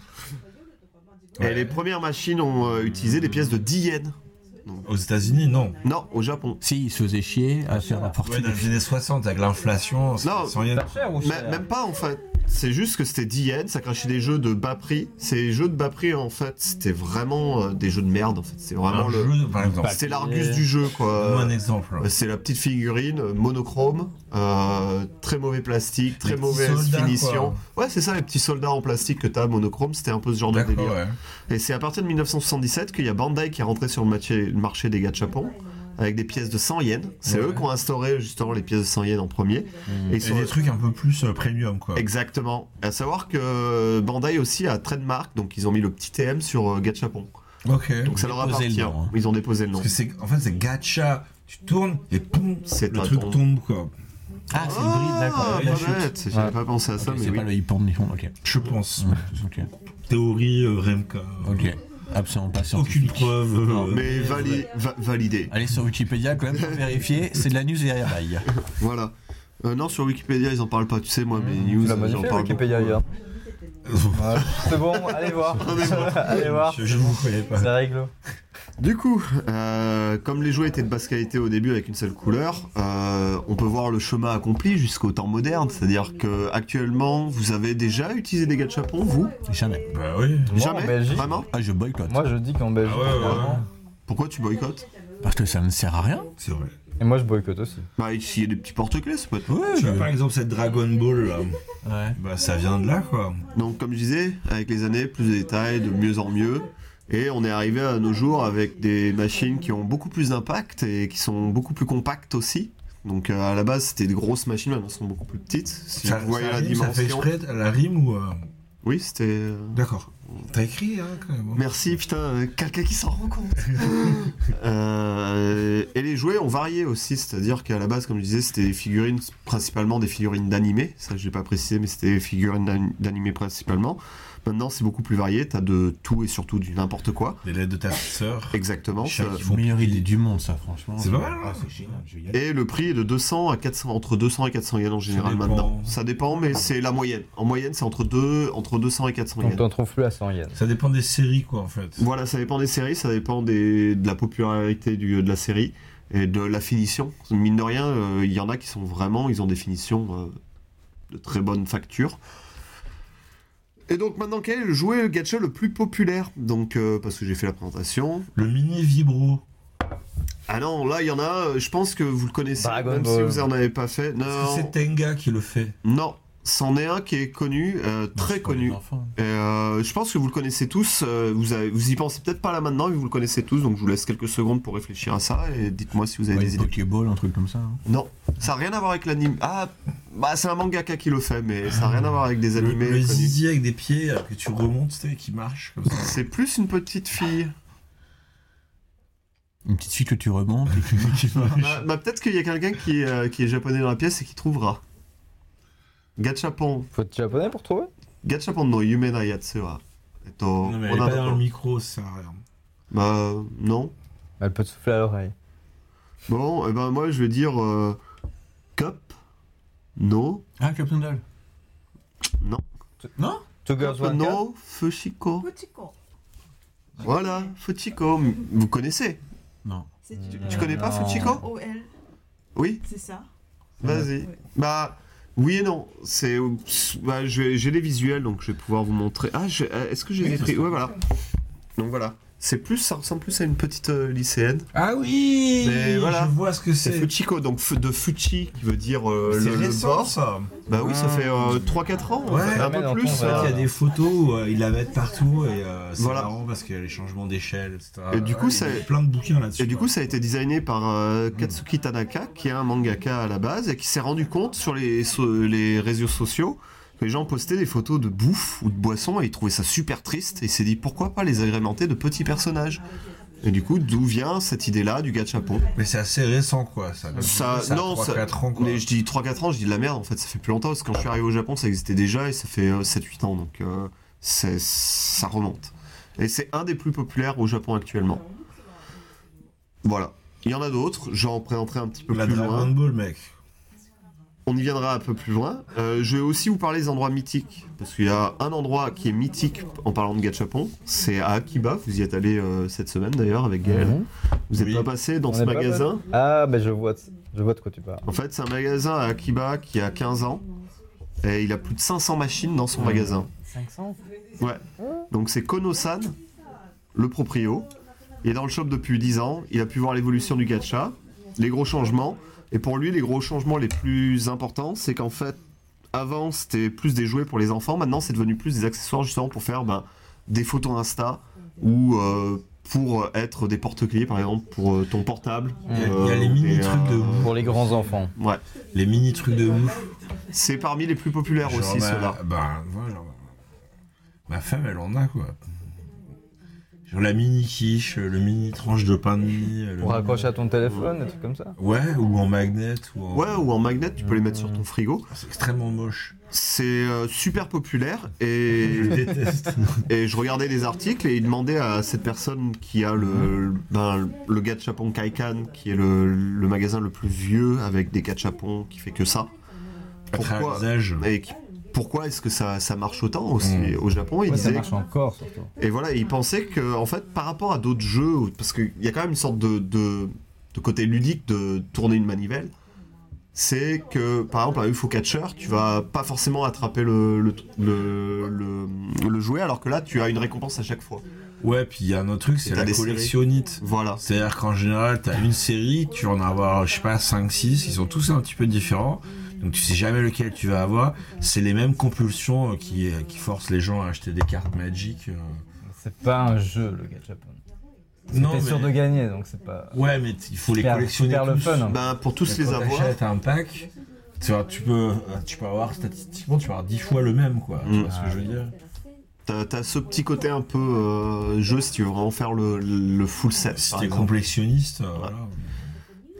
S2: Et les premières machines ont euh, utilisé des pièces de 10 yens.
S9: Aux États-Unis, non.
S2: Non, au Japon.
S3: Si, il se faisait chier à faire
S9: Ouais,
S3: apporter
S9: dans
S3: des
S9: les années 60, avec l'inflation, c'est-
S2: Non.
S9: sans rien.
S8: Pas cher ou
S2: Mais-
S8: cher
S2: même pas en fait. C'est juste que c'était 10 yens, ça crachait des jeux de bas prix. Ces jeux de bas prix en fait, c'était vraiment euh, des jeux de merde en fait. C'est vraiment
S9: Un
S2: le. euh,
S9: jeu, par exemple.
S2: C'était l'argus du jeu
S9: Donne-moi
S2: quoi.
S9: un exemple. hein.
S2: C'est la petite figurine euh, monochrome, euh, très mauvais plastique, très
S9: petits
S2: mauvaise
S9: soldats,
S2: finition. Ouais, c'est ça, les petits soldats en plastique que t'as monochrome, c'était un peu ce genre de
S9: D'accord,
S2: délire.
S9: ouais.
S2: Et c'est à partir de 1977 qu'il y a Bandai qui est rentré sur le marché, le marché des gars de Japon avec des pièces de 100 yens. C'est
S9: Ouais.
S2: eux qui ont instauré justement les pièces de 100 yens en premier. Et ils
S9: Et
S2: sont-
S9: des trucs un peu plus euh, premium, quoi.
S2: Exactement. À savoir que Bandai aussi a trademark, donc ils ont mis le petit TM sur euh, Gachapon.
S9: Ok.
S2: Donc ça leur
S3: déposé
S2: appartient.
S3: le nom, hein.
S2: Ils ont déposé le nom.
S9: Parce que c'est, en fait, c'est gacha. Tu tournes et poum,
S2: C'est
S9: le
S2: un
S9: truc
S2: tombe.
S9: tombe, quoi.
S3: Ah, c'est le bride, d'accord.
S2: Ah,
S9: la
S2: pas
S9: chute.
S2: bête. J'avais
S8: Ouais.
S2: pas pensé à ça,
S3: Ok,
S2: mais
S3: c'est
S2: oui.
S3: pas le hip-hop, mais bon, ok.
S9: Je pense.
S8: Mm.
S3: Ok.
S9: Théorie euh, Remka.
S3: Ok. Absolument pas
S9: Aucune
S3: scientifique.
S9: preuve. euh,
S3: Non,
S2: Mais vali- va- validé.
S3: Allez sur Wikipédia quand même pour vérifier, c'est de la news et rien. Bye.
S2: Voilà. Euh, non, sur Wikipédia, ils en parlent pas. Tu sais, moi, mes
S8: Mmh. Tu
S2: news,
S8: l'as
S2: j'en
S8: modifié
S2: parle
S8: Wikipédia
S2: beaucoup. euh.
S8: hier. Ouais, C'est bon, allez voir. allez voir.
S9: Je je ne vous connais pas.
S8: C'est réglo.
S2: Du coup, euh, comme les jouets étaient de basse qualité au début avec une seule couleur, euh, on peut voir le chemin accompli jusqu'au temps moderne. C'est-à-dire que actuellement, vous avez déjà utilisé des gachapons, vous
S3: Jamais.
S9: Bah oui.
S8: Moi, en
S2: Jamais
S8: Belgique-
S2: Vraiment
S3: Ah, je boycotte.
S8: Moi je dis qu'en Belgique.
S9: Ah ouais, ouais, ouais.
S8: vraiment.
S2: Pourquoi tu boycottes
S3: Parce que ça ne sert à rien.
S9: C'est vrai.
S8: Et moi je boycotte aussi.
S2: Bah, s'il y a des petits porte-clés, ça peut être.
S3: Ouais,
S9: Tu vois, par exemple, cette Dragon Ball, là,
S3: ouais.
S9: bah, ça vient de là, quoi.
S2: Donc, comme je disais, avec les années, plus de détails, de mieux en mieux. Et on est arrivé à nos jours avec des machines qui ont beaucoup plus d'impact et qui sont beaucoup plus compactes aussi. Donc, euh, à la base, c'était des grosses machines, maintenant, elles sont beaucoup plus petites. Si
S9: ça,
S2: vous voyez
S9: ça
S2: la
S9: rime, ça fait
S2: dimension.
S9: exprès de- la rime ou. euh,
S2: Oui, c'était. euh,
S9: D'accord. T'as écrit, hein, quand même.
S2: Merci, putain, euh, quelqu'un qui s'en rend compte. Euh, et les jouets ont varié aussi, c'est-à-dire qu'à la base, comme je disais, c'était des figurines, principalement des figurines d'animé. Ça, je l'ai pas précisé, mais c'était des figurines d'ani- d'animé principalement. Maintenant, c'est beaucoup plus varié. T'as de tout et surtout du n'importe quoi.
S9: Des lettres de ta sœur.
S2: Exactement.
S9: Chaque
S2: ça-
S9: Ils
S3: Faut
S9: font
S3: meilleure idée du monde, ça, franchement. Ah,
S9: C'est pas mal, hein
S3: c'est génial, je vais y aller.
S2: Et le prix est de 200 à 400, entre 200 et 400 yens en général
S9: dépend.
S2: maintenant. Ça dépend, mais c'est la moyenne. En moyenne, c'est entre, deux, entre 200 et 400
S8: Donc
S2: yens.
S8: t'en trouves plus à 100 yens.
S9: Ça dépend des séries, quoi, en fait.
S2: Voilà, ça dépend des séries, ça dépend des- de la popularité du- de la série et de la finition. Mine de rien, euh, il y en a qui sont vraiment, ils ont des finitions euh, de très bonne facture. Et donc maintenant, quel est le jouet gacha le plus populaire Donc, euh, parce que j'ai fait la présentation.
S9: Le mini vibro.
S2: Ah non, là, il y en a, euh, je pense que vous le connaissez,
S8: Dragon
S2: même si
S8: Ball.
S2: vous en avez pas fait. Non,
S1: C'est Tenga qui le fait.
S2: non. c'en est un qui est connu, euh, très
S3: C'est pour les
S2: connu.
S3: enfants.
S2: Et, euh, je pense que vous le connaissez tous, euh, vous, avez- vous y pensez peut-être pas là maintenant, mais vous le connaissez tous, donc je vous laisse quelques secondes pour réfléchir à ça, et dites-moi si vous avez
S3: Ouais,
S2: des
S3: une
S2: idées.
S3: Pokéball, un truc comme ça. hein.
S2: Non, ça n'a rien à voir avec l'anime. Ah, bah c'est un mangaka qui le fait, mais ça n'a rien à voir avec des
S1: Le,
S2: animés.
S1: le
S2: connus.
S1: zizi avec des pieds euh, que tu remontes, tu sais, qui marche comme ça.
S2: C'est plus une petite fille.
S3: Une petite fille que tu remontes et qui- qui marche.
S2: bah, bah, peut-être qu'il y a quelqu'un qui, est, euh, qui est japonais dans la pièce et qui trouvera. Gachapon,
S8: Faut être japonais pour trouver
S2: Gachapon no Yume na Yatsu wa. Eto,
S1: Non, mais elle est
S2: Onano
S1: pas dans
S2: to-
S1: le micro, ça sert à rien.
S2: Bah non.
S8: Bah, Elle peut te souffler à l'oreille.
S2: Bon, et ben moi je vais dire euh, Cup no
S3: Ah, Cup Noodle.
S2: Non.
S3: Non
S8: Two Girls
S2: Cup
S8: One Cup
S2: no Fushiko. Voilà, Fuchiko, vous connaissez
S3: Non.
S5: C'est du-
S2: Tu connais pas
S8: Non.
S2: Fuchiko
S5: OL,
S2: Oui
S5: c'est ça.
S2: Vas-y.
S5: Ouais.
S2: Bah oui et non. C'est bah, je vais- j'ai les visuels donc je vais pouvoir vous montrer. Ah je- euh, est-ce que j'ai les ai pris Ouais voilà. Donc voilà. C'est plus ça ressemble plus à une petite euh, lycéenne.
S1: Ah oui
S2: Mais voilà.
S1: Je vois ce que
S2: C'est
S1: c'est.
S2: Fuchiko donc fu- de Fuchi qui veut dire euh,
S1: C'est
S2: le, le
S1: récent,
S2: bord.
S1: ça. Ah.
S2: Bah oui, ça fait euh, 3-4 ans,
S1: Ouais.
S2: un
S8: Mais
S2: peu
S8: dans
S2: plus.
S8: ton
S1: En fait,
S2: euh,
S1: il y a des photos où euh, il la mettent partout et euh, c'est
S2: Voilà.
S1: marrant parce qu'il y a les changements d'échelle, etc.
S2: Et du coup,
S1: Ouais,
S2: ça-
S1: il y a plein de bouquins là-dessus.
S2: Et du coup, ça a été designé par euh, Katsuki Tanaka, qui est un mangaka à la base, et qui s'est rendu compte sur les, so- les réseaux sociaux que les gens postaient des photos de bouffe ou de boisson, et il trouvait ça super triste, et il s'est dit pourquoi pas les agrémenter de petits personnages. Et du coup, d'où vient cette idée-là du gachapon
S1: mais c'est assez récent, quoi. Ça,
S2: ça,
S1: ça a
S2: non,
S1: trois,
S2: ça-
S1: quatre ans, quoi.
S2: mais je dis 3-4 ans, je dis de la merde en fait, ça fait plus longtemps parce que quand je suis arrivé au Japon, ça existait déjà et ça fait 7-8 ans donc euh, c'est- ça remonte. Et c'est un des plus populaires au Japon actuellement. Voilà. Il y en a d'autres, j'en présenterai un petit peu
S1: La
S2: plus
S1: Dragon
S2: loin.
S1: Ball, mec.
S2: On y viendra un peu plus loin. Euh, je vais aussi vous parler des endroits mythiques parce qu'il y a un endroit qui est mythique en parlant de Gachapon, c'est à Akiba, vous y êtes allé euh, cette semaine d'ailleurs avec Gaël. Vous n'êtes
S1: Oui.
S2: pas passé dans
S8: On
S2: ce
S8: est pas
S2: magasin
S8: Ah, bah je vois, de- je vois de quoi tu parles.
S2: En fait, c'est un magasin à Akiba qui a 15 ans. Et il a plus de 500 machines dans son magasin.
S8: 500
S2: Ouais. Donc c'est Kono-san, le proprio. Il est dans le shop depuis 10 ans. Il a pu voir l'évolution du gacha, les gros changements. Et pour lui, les gros changements les plus importants, c'est qu'en fait, avant, c'était plus des jouets pour les enfants. Maintenant, c'est devenu plus des accessoires justement pour faire ben, des photos Insta ou euh, pour être des porte-clés, par exemple, pour euh, ton portable.
S1: Il y a, il y a
S2: Euh,
S1: les mini
S2: et,
S1: trucs de
S2: euh,
S1: ouf.
S8: Pour les grands enfants.
S2: Ouais.
S1: Les mini trucs de ouf.
S2: C'est parmi les plus populaires
S1: Genre,
S2: aussi,
S1: bah,
S2: ceux-là.
S1: bah, moi, genre, ma femme, elle en a, quoi. Genre la mini quiche, le mini tranche de pain de mie. le
S8: Pour
S1: mini-
S8: raccrocher à ton téléphone, des trucs comme ça.
S1: Ouais, ou en magnet. Ou en...
S2: Ouais, ou en magnet, tu peux les mettre sur
S1: euh,
S2: ton frigo.
S1: C'est extrêmement moche.
S2: C'est euh, super populaire et,
S1: Je déteste.
S2: et je regardais les articles et ils demandaient à cette personne qui a le, ben, le gachapon Kaikan, qui est le, le magasin le plus vieux avec des gachapons qui fait que ça.
S1: À travers
S2: Pourquoi
S1: les âges.
S2: et qui- pourquoi est-ce que ça, ça marche autant aussi
S1: Mm.
S2: au Japon Il
S8: Ouais, ça
S2: disait
S8: marche encore surtout.
S2: Et voilà, il pensait que, en fait, par rapport à d'autres jeux, parce qu'il y a quand même une sorte de, de, de côté ludique de tourner une manivelle, c'est que, par exemple, un UFO Catcher, tu vas pas forcément attraper le, le, le, le- le jouet, alors que là, tu as une récompense à chaque fois.
S1: Ouais, puis il y a un autre truc, c'est
S2: t'as
S1: la
S2: des séries.
S1: collectionnite.
S2: Voilà.
S1: C'est-à-dire qu'en général, t'as une série, tu vas en avoir, je sais pas, 5-6, ils sont tous un petit peu différents. Donc tu sais jamais lequel tu vas avoir. C'est les mêmes compulsions euh, qui, euh, qui forcent les gens à acheter des cartes euh. magiques.
S8: C'est pas un jeu le gachapon.
S1: Non,
S8: T'es sûr de gagner donc c'est pas.
S1: Ouais, mais t- il faut les
S8: Faire-
S1: collectionner.
S8: faire le
S1: tous.
S8: fun, hein.
S2: Ben, pour tous
S1: Mais
S2: les
S1: quand
S2: avoir,
S1: t'achètes un pack, tu, vois, tu, peux, euh, tu peux avoir statistiquement, tu peux avoir 10 fois le même, quoi. Tu
S2: Mm.
S1: vois euh, ce que je veux dire
S2: t'as as ce petit côté un peu euh, jeu si tu veux vraiment faire le, le full set.
S1: Si
S2: par
S1: t'es
S2: exemple.
S1: complétionniste, euh, voilà.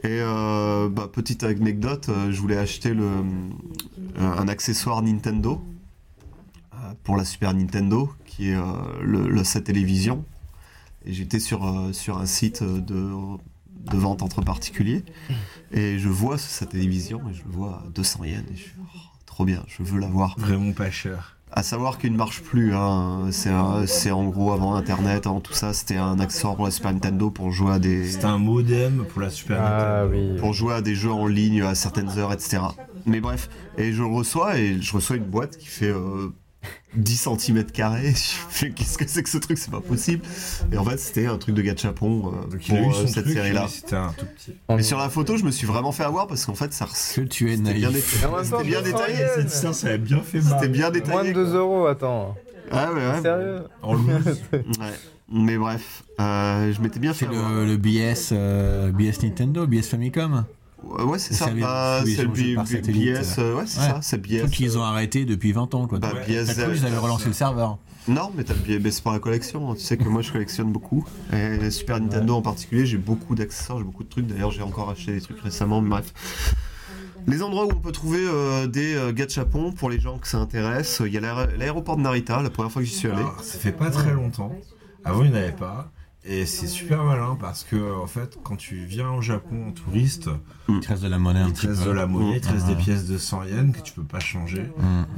S2: Et euh, bah, petite anecdote, euh, je voulais acheter le, euh, un accessoire Nintendo euh, pour la Super Nintendo, qui est euh, le, le set télévision. Et j'étais sur, euh, sur un site euh, de, de vente entre particuliers, et je vois ce set télévision, et je le vois à 200 yens, et je suis Oh, trop bien, je veux l'avoir.
S1: Vraiment pas cher.
S2: À savoir qu'il ne marche plus, hein, c'est un- c'est en gros avant Internet, avant tout ça, c'était un accessoire pour la Super Nintendo pour jouer à des
S1: C'est un modem pour la Super
S8: Ah
S1: Nintendo.
S8: oui.
S2: pour jouer à des jeux en ligne à certaines heures, etc. Mais bref, et je le reçois et je reçois une boîte qui fait euh, 10 cm carrés. Je fais qu'est-ce que c'est que ce truc, c'est pas possible. Et en fait, c'était un truc de gachapon euh,
S1: Donc il
S2: pour
S1: a eu
S2: euh,
S1: son
S2: cette
S1: truc,
S2: série-là.
S1: mais C'était un tout petit.
S2: Mais sur la photo, je me suis vraiment fait avoir parce qu'en fait, ça
S3: Que
S2: res-
S3: tu es
S2: c'était bien,
S3: naïf.
S2: déta-
S8: Mais en même
S2: c'était
S8: temps,
S2: bien
S8: 200
S2: détaillé.
S8: yens.
S1: Cette histoire, ça a bien fait mal.
S2: C'était bien
S8: Moins de
S2: détaillé.
S8: 2 euros, attends.
S2: Ah ouais, ouais.
S8: Sérieux
S1: En loose.
S2: Ouais. Mais bref, euh, je m'étais bien fait
S3: C'est
S2: avoir.
S3: le, le BS, euh, BS Nintendo, BS Famicom.
S2: Ouais, ouais, c'est
S3: Le
S2: ça.
S3: service
S2: Bah,
S3: de
S2: c'est le
S3: distribution
S2: B-
S3: par
S2: B-
S3: satellite,
S2: BS. euh, Ouais, c'est
S3: Ouais.
S2: ça, c'est
S3: Le
S2: BS.
S3: truc qu'ils ont arrêté depuis 20 ans. Quoi.
S2: euh, Bah,
S3: T'as
S2: BS.
S3: cru qu'ils avaient relancé le serveur.
S2: Non, mais t'as le BS pour la collection. hein. Tu sais que moi, je collectionne beaucoup. Et Super Nintendo en particulier, j'ai beaucoup d'accessoires, j'ai beaucoup de trucs. D'ailleurs, j'ai encore acheté des trucs récemment, mais bref. Les endroits où on peut trouver euh, des euh, gachapons pour les gens que ça intéresse, il y a l'aé- l'aéroport de Narita, la première fois que j'y suis allé.
S1: Alors, ça fait pas très longtemps. Avant, il n'y en avait pas. Et c'est super malin parce que, en fait, quand tu viens au Japon en touriste,
S2: Hmm.
S3: Il reste de la monnaie un
S1: il te
S3: petit
S1: reste de
S3: peu.
S1: la monnaie, il te reste
S3: Ah.
S1: des pièces de 100 yens que tu peux pas changer.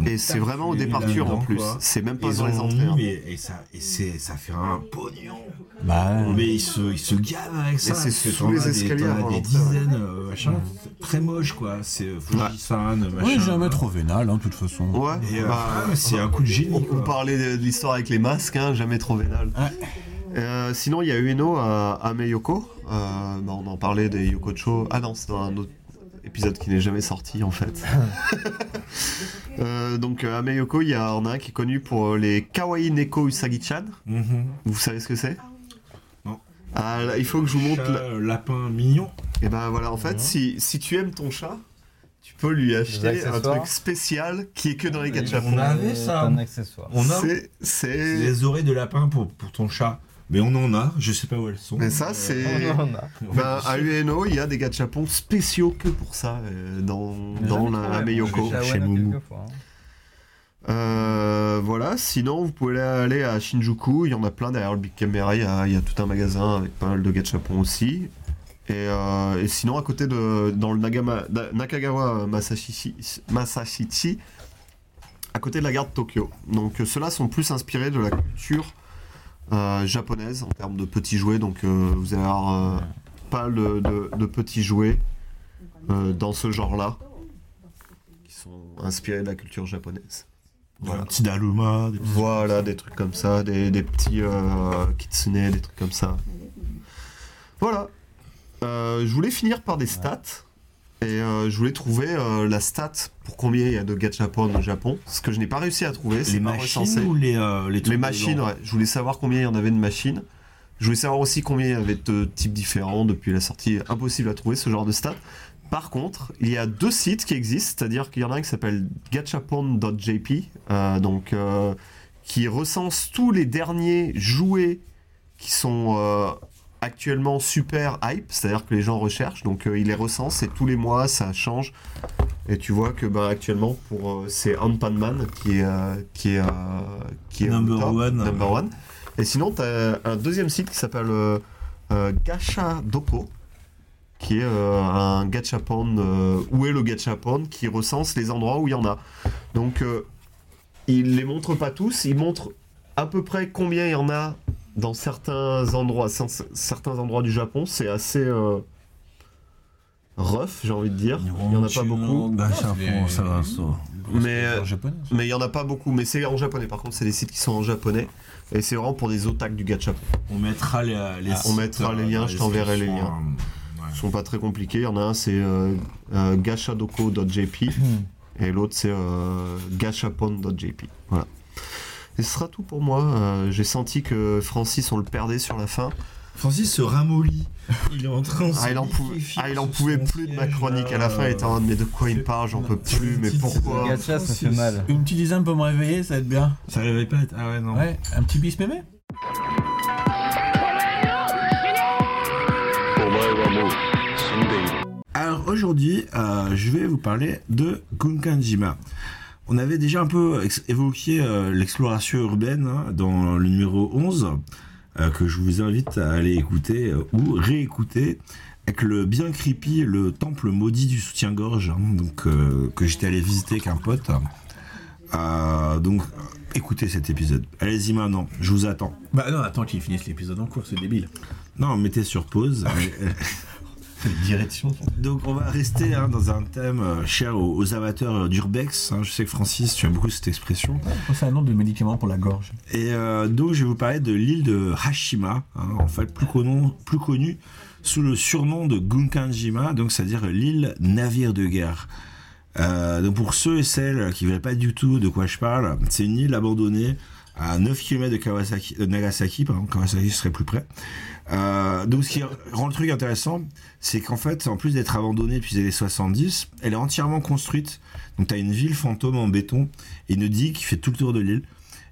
S3: Mm.
S2: Et c'est vraiment aux
S1: Il y a une
S2: départures en
S1: là-dedans,
S2: plus.
S1: quoi.
S2: C'est même pas
S1: Ils
S2: dans
S1: en
S2: les
S1: ont
S2: entrées.
S1: mis,
S2: hein.
S1: mais- et ça, et c'est, ça fait un pognon.
S3: Bah,
S1: Mais ils se, ils se gavent avec ça.
S2: c'est
S1: parce que
S2: sous
S1: t'en
S2: les
S1: as des-
S2: escaliers
S1: t'en as
S2: avant
S1: des
S2: l'entrée, ouais.
S1: dizaines, euh, machin. C'est Très moche, quoi. C'est euh, Fujisan, machin.
S3: ouais, jamais trop vénal, hein, de toute façon.
S2: Ouais,
S1: Et, euh,
S2: bah,
S1: ah, c'est un coup de génie.
S2: On, on
S1: quoi.
S2: parlait de, de l'histoire avec les masques, hein, jamais trop vénal. Euh, sinon, il y a Ueno à, à Meyoko. Euh, bah, on en parlait des Yokocho. Ah non, c'est dans un autre épisode qui n'est jamais sorti en fait. Euh, donc euh, à Meyoko, il y a, on a un qui est connu pour euh, les Kawaii Neko Usagi-chan.
S1: Mhm.
S2: Vous savez ce que c'est
S1: Non.
S2: Ah, là, il faut que je vous montre.
S1: Chat,
S2: la-
S1: euh, lapin mignon.
S2: Et ben voilà, en fait, si, si tu aimes ton chat, tu peux lui acheter un
S8: accessoires.
S2: truc spécial qui est que dans les gachapons.
S1: On avait ça.
S8: C'est un accessoire.
S1: On a
S2: C'est- C'est.
S1: les oreilles de lapin pour, pour ton chat. Mais on en a, je sais pas où elles sont.
S2: Mais ça,
S1: Euh,
S2: c'est.
S8: On en a.
S2: Ben, à UNO, il y a des gachapons spéciaux que pour ça, euh, dans,
S8: Ah,
S2: dans la, la Meyoko.
S8: J'ai
S1: chez
S8: chez
S1: Moumou.
S8: quelquefois, hein.
S2: Euh, voilà, sinon, vous pouvez aller à Shinjuku, il y en a plein derrière le Big Camera, il y a, il y a tout un magasin avec pas mal de gachapons aussi. Et, euh, et sinon, à côté de. dans le Nagama, Na- Nakagawa Masashichi- Masashichi, à côté de la gare de Tokyo. Donc, euh, ceux-là sont plus inspirés de la culture euh, japonaise en termes de petits jouets, donc euh, vous allez avoir euh, pas de, de- de petits jouets euh, dans ce genre-là qui sont inspirés de la culture japonaise.
S1: Voilà. Un petit daluma. des-
S2: Voilà, des trucs comme ça, des, des petits euh, kitsune, des trucs comme ça. Voilà. Euh, je voulais finir par des stats. Et euh, je voulais trouver euh, la stat pour combien il y a de gachapon au Japon. Ce que je n'ai pas réussi à trouver, c'est
S1: Les
S2: pas
S1: machines
S2: recensé.
S1: ou les, euh, les, trucs
S2: Les machines,
S1: dedans
S2: ouais. Je voulais savoir combien il y en avait de machines. Je voulais savoir aussi combien il y avait de types différents depuis la sortie. Impossible à trouver ce genre de stats. Par contre, il y a deux sites qui existent, c'est-à-dire qu'il y en a un qui s'appelle gachapon.jp, euh, donc euh, qui recense tous les derniers jouets qui sont euh, actuellement super hype, c'est-à-dire que les gens recherchent, donc euh, il les recense et tous les mois ça change. Et tu vois que bah, actuellement pour euh, c'est Ant-Man Man qui est euh, qui est euh, qui est au
S1: Number
S2: top,
S1: one.
S2: number one. Et sinon tu as un deuxième site qui s'appelle euh, euh, Gacha Doko qui est euh, un gachapon euh, où est le gachapon qui recense les endroits où il y en a. Donc euh, il les montre pas tous, il montre à peu près combien il y en a dans certains endroits, sans- certains endroits du Japon, c'est assez euh, rough, j'ai envie de dire. Il y en a pas beaucoup, Bah,
S3: Gachapon, ça va, ça.
S2: mais euh,
S3: En japonais.
S2: mais il y en a pas beaucoup. Mais c'est en japonais. Par contre, c'est des sites qui sont en japonais et c'est vraiment pour des otaku du gachapon.
S1: On mettra les, les
S2: Ah, on
S1: sites,
S2: mettra les
S1: euh,
S2: liens,
S1: dans
S2: je t'enverrai les
S1: description,
S2: liens.
S1: hein.
S2: Ils
S1: Ouais.
S2: sont pas très compliqués. Il y en a un c'est euh, euh, gachadoko.jp
S8: hein.
S2: et l'autre c'est euh, gachapon.jp. Voilà. Et ce sera tout pour moi. Euh, J'ai senti que Francis, on le perdait sur la fin.
S1: Francis se ramollit. Il est en train de se
S2: Ah, il en pouvait,
S1: liquéfier
S2: ah, il en
S1: sur
S2: pouvait
S1: son
S2: plus de ma
S1: siège,
S2: chronique. À la
S1: là.
S2: fin, il était en mode, mais de quoi il
S1: c'est-
S2: parle J'en
S1: non,
S2: peux
S1: c'est
S2: plus,
S1: une
S2: mais
S1: petite-
S2: pourquoi
S1: Regarde.
S8: Gacha, ça
S1: Francis.
S8: fait mal.
S3: Une petite dizaine pour me réveiller, ça va être bien.
S1: Ça réveille pas à être- Ah ouais, non.
S3: Ouais, un petit bis mémé
S10: お前はもう死んでいる
S1: Alors aujourd'hui, euh, je vais vous parler de Kunkanjima. On avait déjà un peu ex- évoqué euh, l'exploration urbaine hein, dans le numéro 11, euh, que je vous invite à aller écouter euh, ou réécouter, avec le bien creepy, le temple maudit du soutien-gorge, hein, donc euh, que j'étais allé visiter avec un pote. Euh, donc euh, écoutez cet épisode. Allez-y maintenant, je vous attends.
S3: Bah non, attends qu'ils finissent l'épisode en cours, c'est débile.
S1: Non, mettez sur pause.
S3: Direction.
S1: Donc on va rester hein, dans un thème euh, cher aux, aux amateurs euh, d'urbex. hein. Je sais que Francis, tu aimes beaucoup cette expression.
S3: Oh, C'est un nom de médicament pour la gorge.
S1: Et euh, donc je vais vous parler de l'île de Hashima, hein, en fait plus connue plus connue sous le surnom de Gunkanjima, donc c'est-à-dire l'île navire de guerre. Euh, donc pour ceux et celles qui ne verraient pas du tout de quoi je parle, c'est une île abandonnée à 9 km de Kawasaki, euh, Nagasaki, pardon, Kawasaki serait plus près. Euh, donc ce qui rend le truc intéressant, c'est qu'en fait, en plus d'être abandonnée depuis les années 70, elle est entièrement construite. Donc tu as une ville fantôme en béton et une digue qui fait tout le tour de l'île.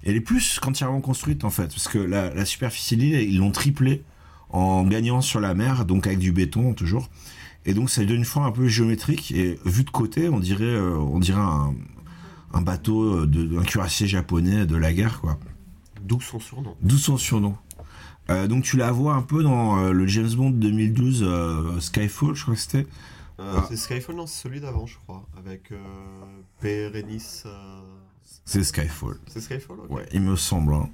S1: Elle est plus qu'entièrement construite en fait, parce que la, la superficie de l'île, ils l'ont triplée en gagnant sur la mer, donc avec du béton toujours. Et donc ça donne une forme un peu géométrique et vu de côté, on dirait, euh, on dirait un, un bateau euh, de, d'un cuirassier japonais de la guerre quoi.
S2: D'où son surnom.
S1: D'où son surnom. Euh, donc tu la vois un peu dans euh, le James Bond 2012 euh, Skyfall, je crois que c'était.
S2: Euh, C'est Skyfall, non, c'est celui d'avant, je crois, avec euh, Bérénice. euh,
S1: C'est Skyfall.
S2: C'est Skyfall ok.
S1: Ouais, il me semble. hein.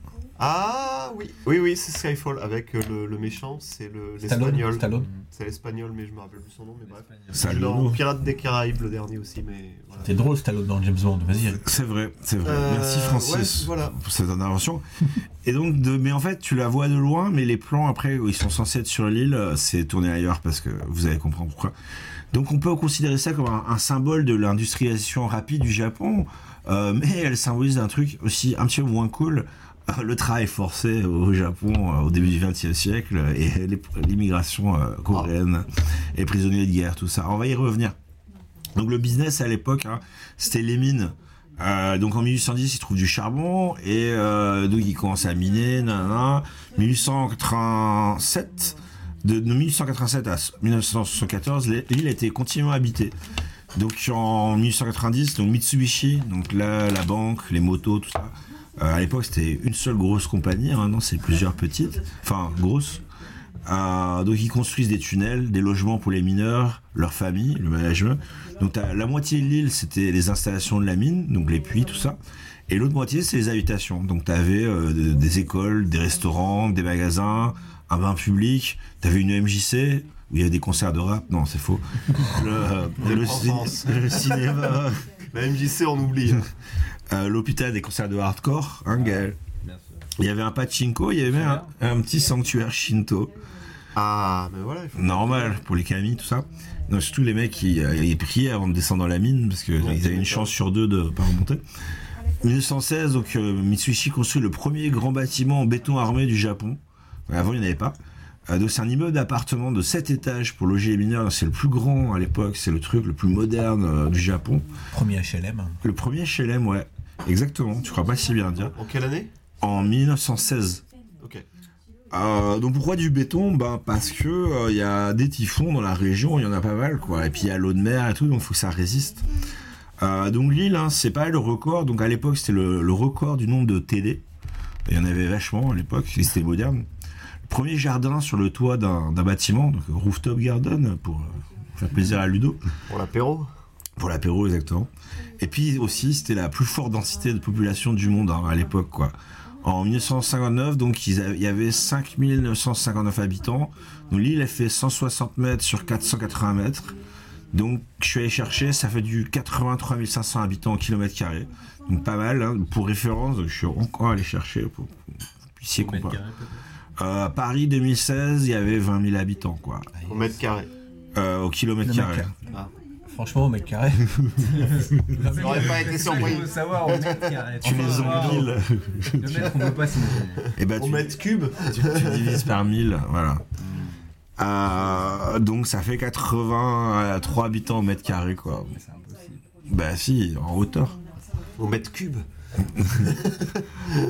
S2: Ah oui, oui, oui, c'est Skyfall avec euh, le, le méchant, c'est le- l'espagnol.
S3: Stallone.
S2: C'est l'espagnol, mais je me rappelle plus son nom, mais bref.
S1: Ça
S2: Je l'ai
S1: loue.
S2: en Pirates des Caraïbes le dernier aussi, mais voilà.
S3: C'est drôle Stallone dans James Bond, vas-y.
S1: C'est vrai, c'est vrai.
S2: Euh,
S1: Merci Francis
S2: ouais, voilà.
S1: pour cette intervention. Et donc, de, mais en fait, tu la vois de loin, mais les plans après où ils sont censés être sur l'île, euh, c'est tourné ailleurs parce que vous allez comprendre pourquoi. Donc, on peut considérer ça comme un, un symbole de l'industrialisation rapide du Japon, euh, mais elle symbolise un truc aussi un petit peu moins cool. euh, Le travail forcé au Japon euh, au début du XXe siècle euh, et les- l'immigration euh, coréenne et prisonniers de guerre, tout ça. On va y revenir. Donc le business à l'époque, hein, c'était les mines. Euh, donc en 1810, ils trouvent du charbon et euh, donc ils commencent à miner. Nanana. 1887, de, de 1887 à 1974, l'île- l'île était continuellement habitée. Donc en 1890, donc Mitsubishi, donc là la banque, les motos, tout ça. Euh, à l'époque, c'était une seule grosse compagnie. hein, Maintenant, c'est plusieurs petites, enfin grosses. Euh, donc ils construisent des tunnels, des logements pour les mineurs, leurs familles, le management. Donc t'as la moitié de l'île, c'était les installations de la mine, donc les puits, tout ça. Et l'autre moitié, c'est les habitations. Donc t'avais euh, de- des écoles, des restaurants, des magasins, un bain public. T'avais une E MJC où il y avait des concerts de rap. Non, c'est faux. Le, euh, le cin-
S2: enfance.
S1: le cinéma,
S2: La MJC, on oublie.
S1: euh, l'hôpital des concerts de hardcore, hein, Gaël. Il y avait un pachinko, il y avait même un, un petit sanctuaire shinto.
S2: ah, mais voilà, il faut.
S1: normal pour les camis, tout ça. Non, surtout les mecs qui euh, ils priaient avant de descendre dans la mine parce qu'ils
S2: Ouais,
S1: avaient une
S2: d'accord.
S1: chance sur deux de pas remonter. 1916, donc euh, Mitsubishi construit le premier grand bâtiment en béton armé du Japon. Avant, il n'y en avait pas. Euh, donc, c'est un immeuble d'appartement de 7 étages pour loger les mineurs. C'est le plus grand à l'époque, c'est le truc le plus moderne euh, du Japon.
S3: Premier HLM.
S1: Le premier HLM, ouais. Exactement, tu crois pas si bien dire.
S2: En quelle année
S1: En 1916.
S2: Ok.
S1: Euh, donc pourquoi du béton Ben parce que euh, il y a des typhons dans la région, il y en a pas mal quoi. Et puis il y a l'eau de mer et tout, donc faut que ça résiste. Euh, donc l'île, hein, c'est pas le record. Donc à l'époque c'était le, le record du nombre de TD. Il y en avait vachement à l'époque, et c'était moderne. Le premier jardin sur le toit d'un d'un bâtiment, donc rooftop garden pour euh, faire plaisir à Ludo.
S2: Pour l'apéro.
S1: Pour l'apéro, exactement. Et puis aussi, c'était la plus forte densité de population du monde hein, à l'époque, quoi. En 1959, donc, ils avaient- il y avait 5959 habitants. Donc, l'île, elle fait 160 mètres sur 480 mètres. Donc, je suis allé chercher, ça fait du 83 500 habitants au kilomètre carré. Donc, pas mal. hein. Pour référence, donc, je suis encore allé chercher pour, pour que vous puissiez comparer. Euh, Paris 2016, il y avait 20 000 habitants, quoi.
S2: Au mètre carré.
S1: Euh, au kilomètre
S3: Kilomètre
S1: carré.
S3: Franchement, au mètre carré.
S2: J'aurais pas été surpris.
S8: savoir, on dit
S1: Tu les empiles.
S8: Le mètre, on peut pas s'imaginer.
S1: Et ben,
S2: Au
S1: tu-
S2: mètre cube
S1: tu, tu divises par 1000, voilà. Euh, donc ça fait 83 habitants au mètre carré, quoi.
S8: C'est impossible.
S1: Bah si, en hauteur.
S2: Au mètre cube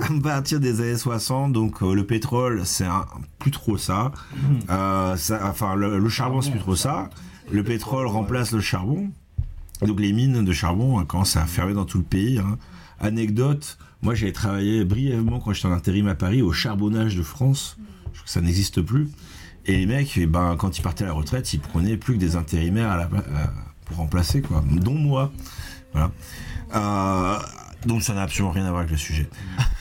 S1: À partir des années 60, donc euh, le pétrole, c'est un- plus trop ça. Euh, ça- enfin, le, le charbon, c'est plus trop ça. Le pétrole remplace le charbon. Donc les mines de charbon hein, commencent à fermer dans tout le pays. hein. Anecdote, moi j'ai travaillé brièvement quand j'étais en intérim à Paris au charbonnage de France. Je crois que ça n'existe plus. Et les mecs, eh ben, quand ils partaient à la retraite, ils prenaient plus que des intérimaires à la- à- pour remplacer, quoi, dont moi. Voilà. Euh, Donc ça n'a absolument rien à voir avec le sujet.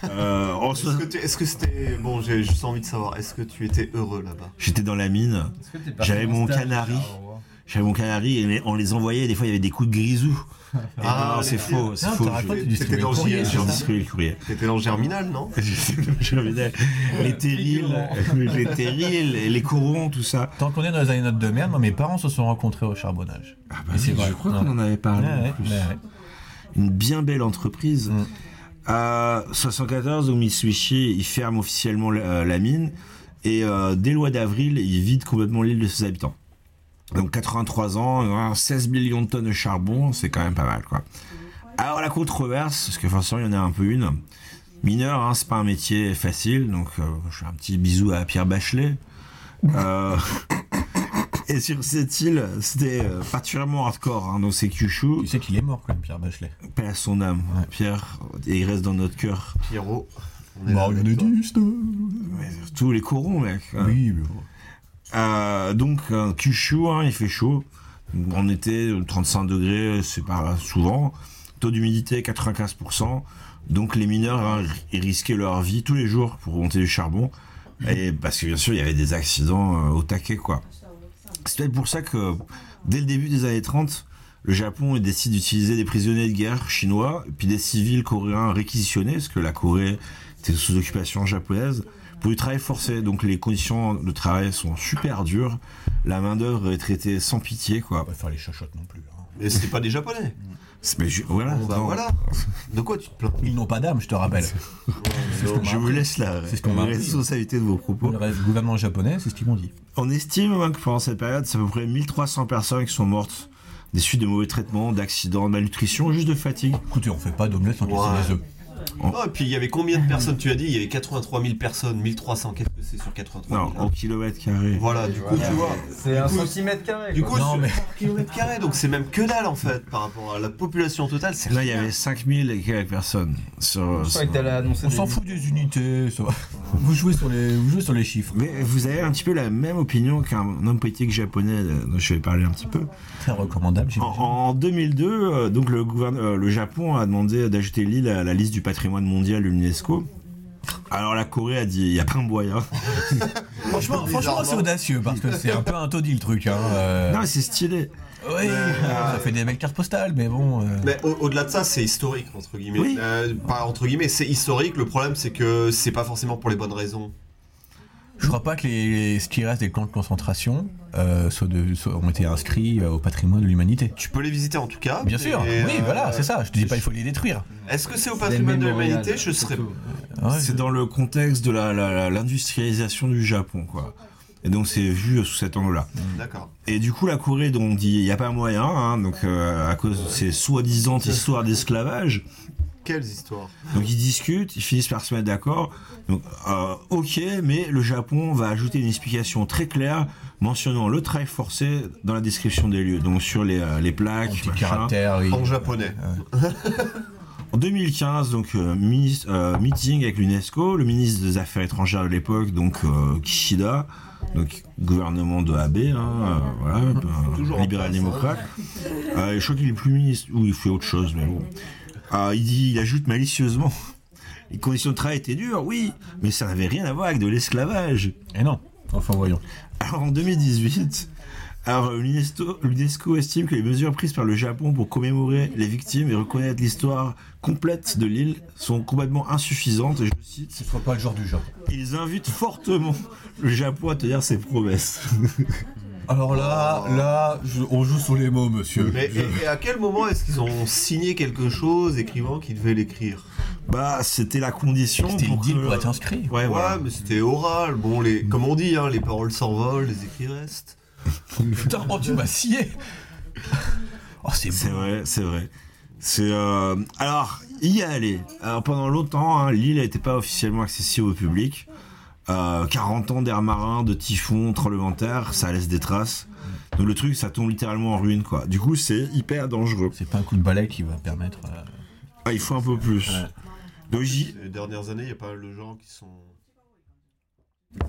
S1: Euh, en
S2: Est-ce
S1: so-
S2: que tu- est-ce que c'était. Bon, j'ai juste envie de savoir, est-ce que tu étais heureux là-bas
S1: J'étais dans la mine, J'avais mon canari. j'avais mon canari et les- on les envoyait, des fois il y avait des coups de grisou. Et
S2: Ah,
S1: non,
S2: les-
S1: c'est faux, c'est
S3: Non,
S1: faux.
S3: t'aurais
S1: je-
S3: pas dû
S2: C'était
S3: distribuer
S2: dans
S3: le courrier.
S2: JL,
S1: J'ai
S2: sur-
S1: distribué le courrier.
S2: T'étais dans le Germinal, non
S1: Je revenais. les terrils, les terrils, les- les corons, tout ça.
S3: Tant qu'on est dans les anecdotes de merde, moi, mes parents se sont rencontrés au charbonnage.
S1: Ah bah
S3: Et
S1: oui,
S3: c'est vrai.
S1: je crois
S3: Ouais.
S1: qu'on en avait parlé.
S3: Ouais,
S1: en
S3: ouais,
S1: plus.
S3: ouais, ouais.
S1: Une bien belle entreprise.
S3: Mm.
S1: Euh, 74, où Mitsubishi, il ferme officiellement la, euh, la mine. Et euh, dès le mois d'avril, il vide complètement l'île de ses habitants. Donc 83 ans, euh, 16 millions de tonnes de charbon, c'est quand même pas mal. quoi. Alors la controverse, parce que forcément il y en a un peu une. Mineur, hein, c'est pas un métier facile, donc euh, je fais un petit bisou à Pierre Bachelet. Euh, et sur cette île, c'était euh, particulièrement hardcore, hein, donc c'est Kyushu.
S3: Tu sais qu'il est mort quand même, Pierre Bachelet.
S1: Paix à son âme, Pierre, et il reste dans notre cœur.
S2: Pierrot. On est là
S3: Bah, on
S2: avec
S3: est
S2: toi.
S3: dix,
S1: Mais tous les corons, mec.
S3: Oui, mais bon.
S1: Euh, donc, un cul chaud, hein, il fait chaud. En été, 35 degrés, c'est pas souvent. Taux d'humidité, 95%. Donc, les mineurs hein, ils risquaient leur vie tous les jours pour monter du charbon. Et parce que, bien sûr, il y avait des accidents euh, au taquet, quoi. C'est peut-être pour ça que, dès le début des années 30, le Japon il décide d'utiliser des prisonniers de guerre chinois, et puis des civils coréens réquisitionnés, parce que la Corée était sous occupation japonaise, pour du travail forcé. Donc les conditions de travail sont super dures, la main-d'œuvre est traitée sans pitié, quoi.
S3: Pas faire les chochottes non plus. hein.
S2: Mais c'était pas des Japonais.
S1: C'est- mais je- voilà,
S2: Bon, bah
S1: non.
S2: voilà. De quoi tu te plains
S3: Ils n'ont pas d'âme, je te rappelle.
S1: Je vous laisse la
S3: C'est ce qu'on m'a appris.
S1: responsabilité de vos propos.
S3: Le reste- gouvernement japonais, c'est ce qu'ils m'ont dit.
S1: On estime hein, que pendant cette période, c'est à peu près 1300 personnes qui sont mortes des suites de mauvais traitements, d'accidents, de malnutrition, juste de fatigue.
S3: Écoutez, on fait pas d'omelette sans
S2: Ouais.
S3: casser les œufs.
S2: Oh, et puis il y avait combien de personnes Tu as dit, il y avait 83 000 personnes, 1300. Qu'est-ce que c'est sur 83 000
S1: Non, au kilomètre carré.
S2: Voilà, du coup, tu vois.
S8: C'est un centimètre carré.
S2: Du
S8: quoi.
S2: coup,
S3: Non,
S2: sur
S3: mais-
S2: 100 km carrés, donc c'est même que dalle en fait par rapport à la population totale. C'est
S1: Là, il y avait 5000 et quelques personnes sur.
S8: je croyais que t'allais annoncer.
S3: On
S8: des-
S3: s'en fout des unités, ça va. Vous jouez sur les, vous jouez sur les chiffres.
S1: Mais vous avez un petit peu la même opinion qu'un homme politique japonais euh, dont je vais parler un petit peu.
S3: Très recommandable,
S1: En,
S3: j'imagine.
S1: en 2002, euh, donc le, gouverne- euh, le Japon a demandé d'ajouter l'île à la liste du patrimoine mondial de l'UNESCO. Alors la Corée a dit il y a plein de moyens.
S3: Franchement, Ah, franchement c'est audacieux parce que c'est un peu un taudis le truc. Hein. euh.
S1: Non, Euh, mais c'est stylé.
S3: oui, ça fait des belles cartes postales, mais bon. euh,
S2: Mais au- au-delà de ça, c'est historique entre guillemets.
S1: Oui.
S2: Euh, pas entre guillemets, c'est historique. Le problème, c'est que c'est pas forcément pour les bonnes raisons.
S3: Je crois pas que les, ce qui reste des camps de concentration euh, soient de- soient- ont été inscrits euh, au patrimoine de l'humanité.
S2: Tu peux les visiter en tout cas.
S3: Bien sûr,
S2: mais,
S3: oui,
S2: euh,
S3: voilà, c'est ça. Je te dis pas, il faut les détruire.
S2: Est-ce que c'est au
S8: des
S2: patrimoine de
S8: mémorials,
S2: l'humanité Je
S8: c'est
S2: serais.
S8: tout.
S3: Ouais.
S1: C'est dans le contexte de la- la- la- l'industrialisation du Japon, quoi. Et donc c'est vu sous cet angle-là.
S2: D'accord.
S1: Et du coup, la Corée, dont on dit il n'y a pas moyen, hein, donc euh, à cause de ces soi-disant histoires d'esclavage,
S2: Quelles histoires
S1: Donc ils discutent, ils finissent par se mettre d'accord. Donc euh, ok, mais le Japon va ajouter une explication très claire mentionnant le travail forcé dans la description des lieux, donc sur les, euh, les
S3: Un
S1: plaques.
S3: petit
S1: machin.
S3: caractère, oui.
S2: En japonais.
S1: euh, En 2015, donc euh, ministre- euh, meeting avec l'UNESCO, le ministre des Affaires étrangères de l'époque, donc euh, Kishida, donc gouvernement de Abe, hein, euh, voilà,
S2: Toujours en hein.
S1: libéral-démocrate. Euh, je crois qu'il est plus ministre, ou il fait autre chose, mais bon. Ah, il dit, il ajoute malicieusement. Les conditions de travail étaient dures, oui, mais ça n'avait rien à voir avec de l'esclavage.
S3: Et non, enfin voyons.
S1: Alors en 2018, alors l'UNESCO l'UNESCO estime que les mesures prises par le Japon pour commémorer les victimes et reconnaître l'histoire complète de l'île sont complètement insuffisantes. Et je cite,
S3: Ce soit pas le genre du genre.
S1: ils invitent fortement le Japon à tenir ses promesses.
S3: Alors là, là, je- on joue sur les mots, monsieur.
S2: Mais et, et à quel moment est-ce qu'ils ont signé quelque chose écrivant qu'ils devaient l'écrire
S1: Bah, c'était la condition
S3: C'était une
S1: pour
S3: deal
S1: que-
S3: pour être inscrit.
S1: Ouais,
S2: Ouais,
S1: voilà.
S2: mais c'était oral. Bon, les, comme on dit, hein, les paroles s'envolent, les écrits restent.
S3: Putain, oh, tu m'as scié Oh, c'est
S1: C'est
S3: beau.
S1: vrai, c'est vrai. C'est euh, alors y aller. Alors pendant longtemps, hein, l'île n'était pas officiellement accessible au public. Euh, 40 ans d'air marin, de typhon, tremblement de terre, ça laisse des traces. Donc le truc, ça tombe littéralement en ruine, quoi. Du coup, c'est hyper dangereux.
S3: C'est pas un coup de balai qui va permettre. euh,
S1: Ah, il faut un peu plus.
S3: Ouais.
S1: Donc j'y-
S2: Ces dernières années, il y a pas mal de gens qui sont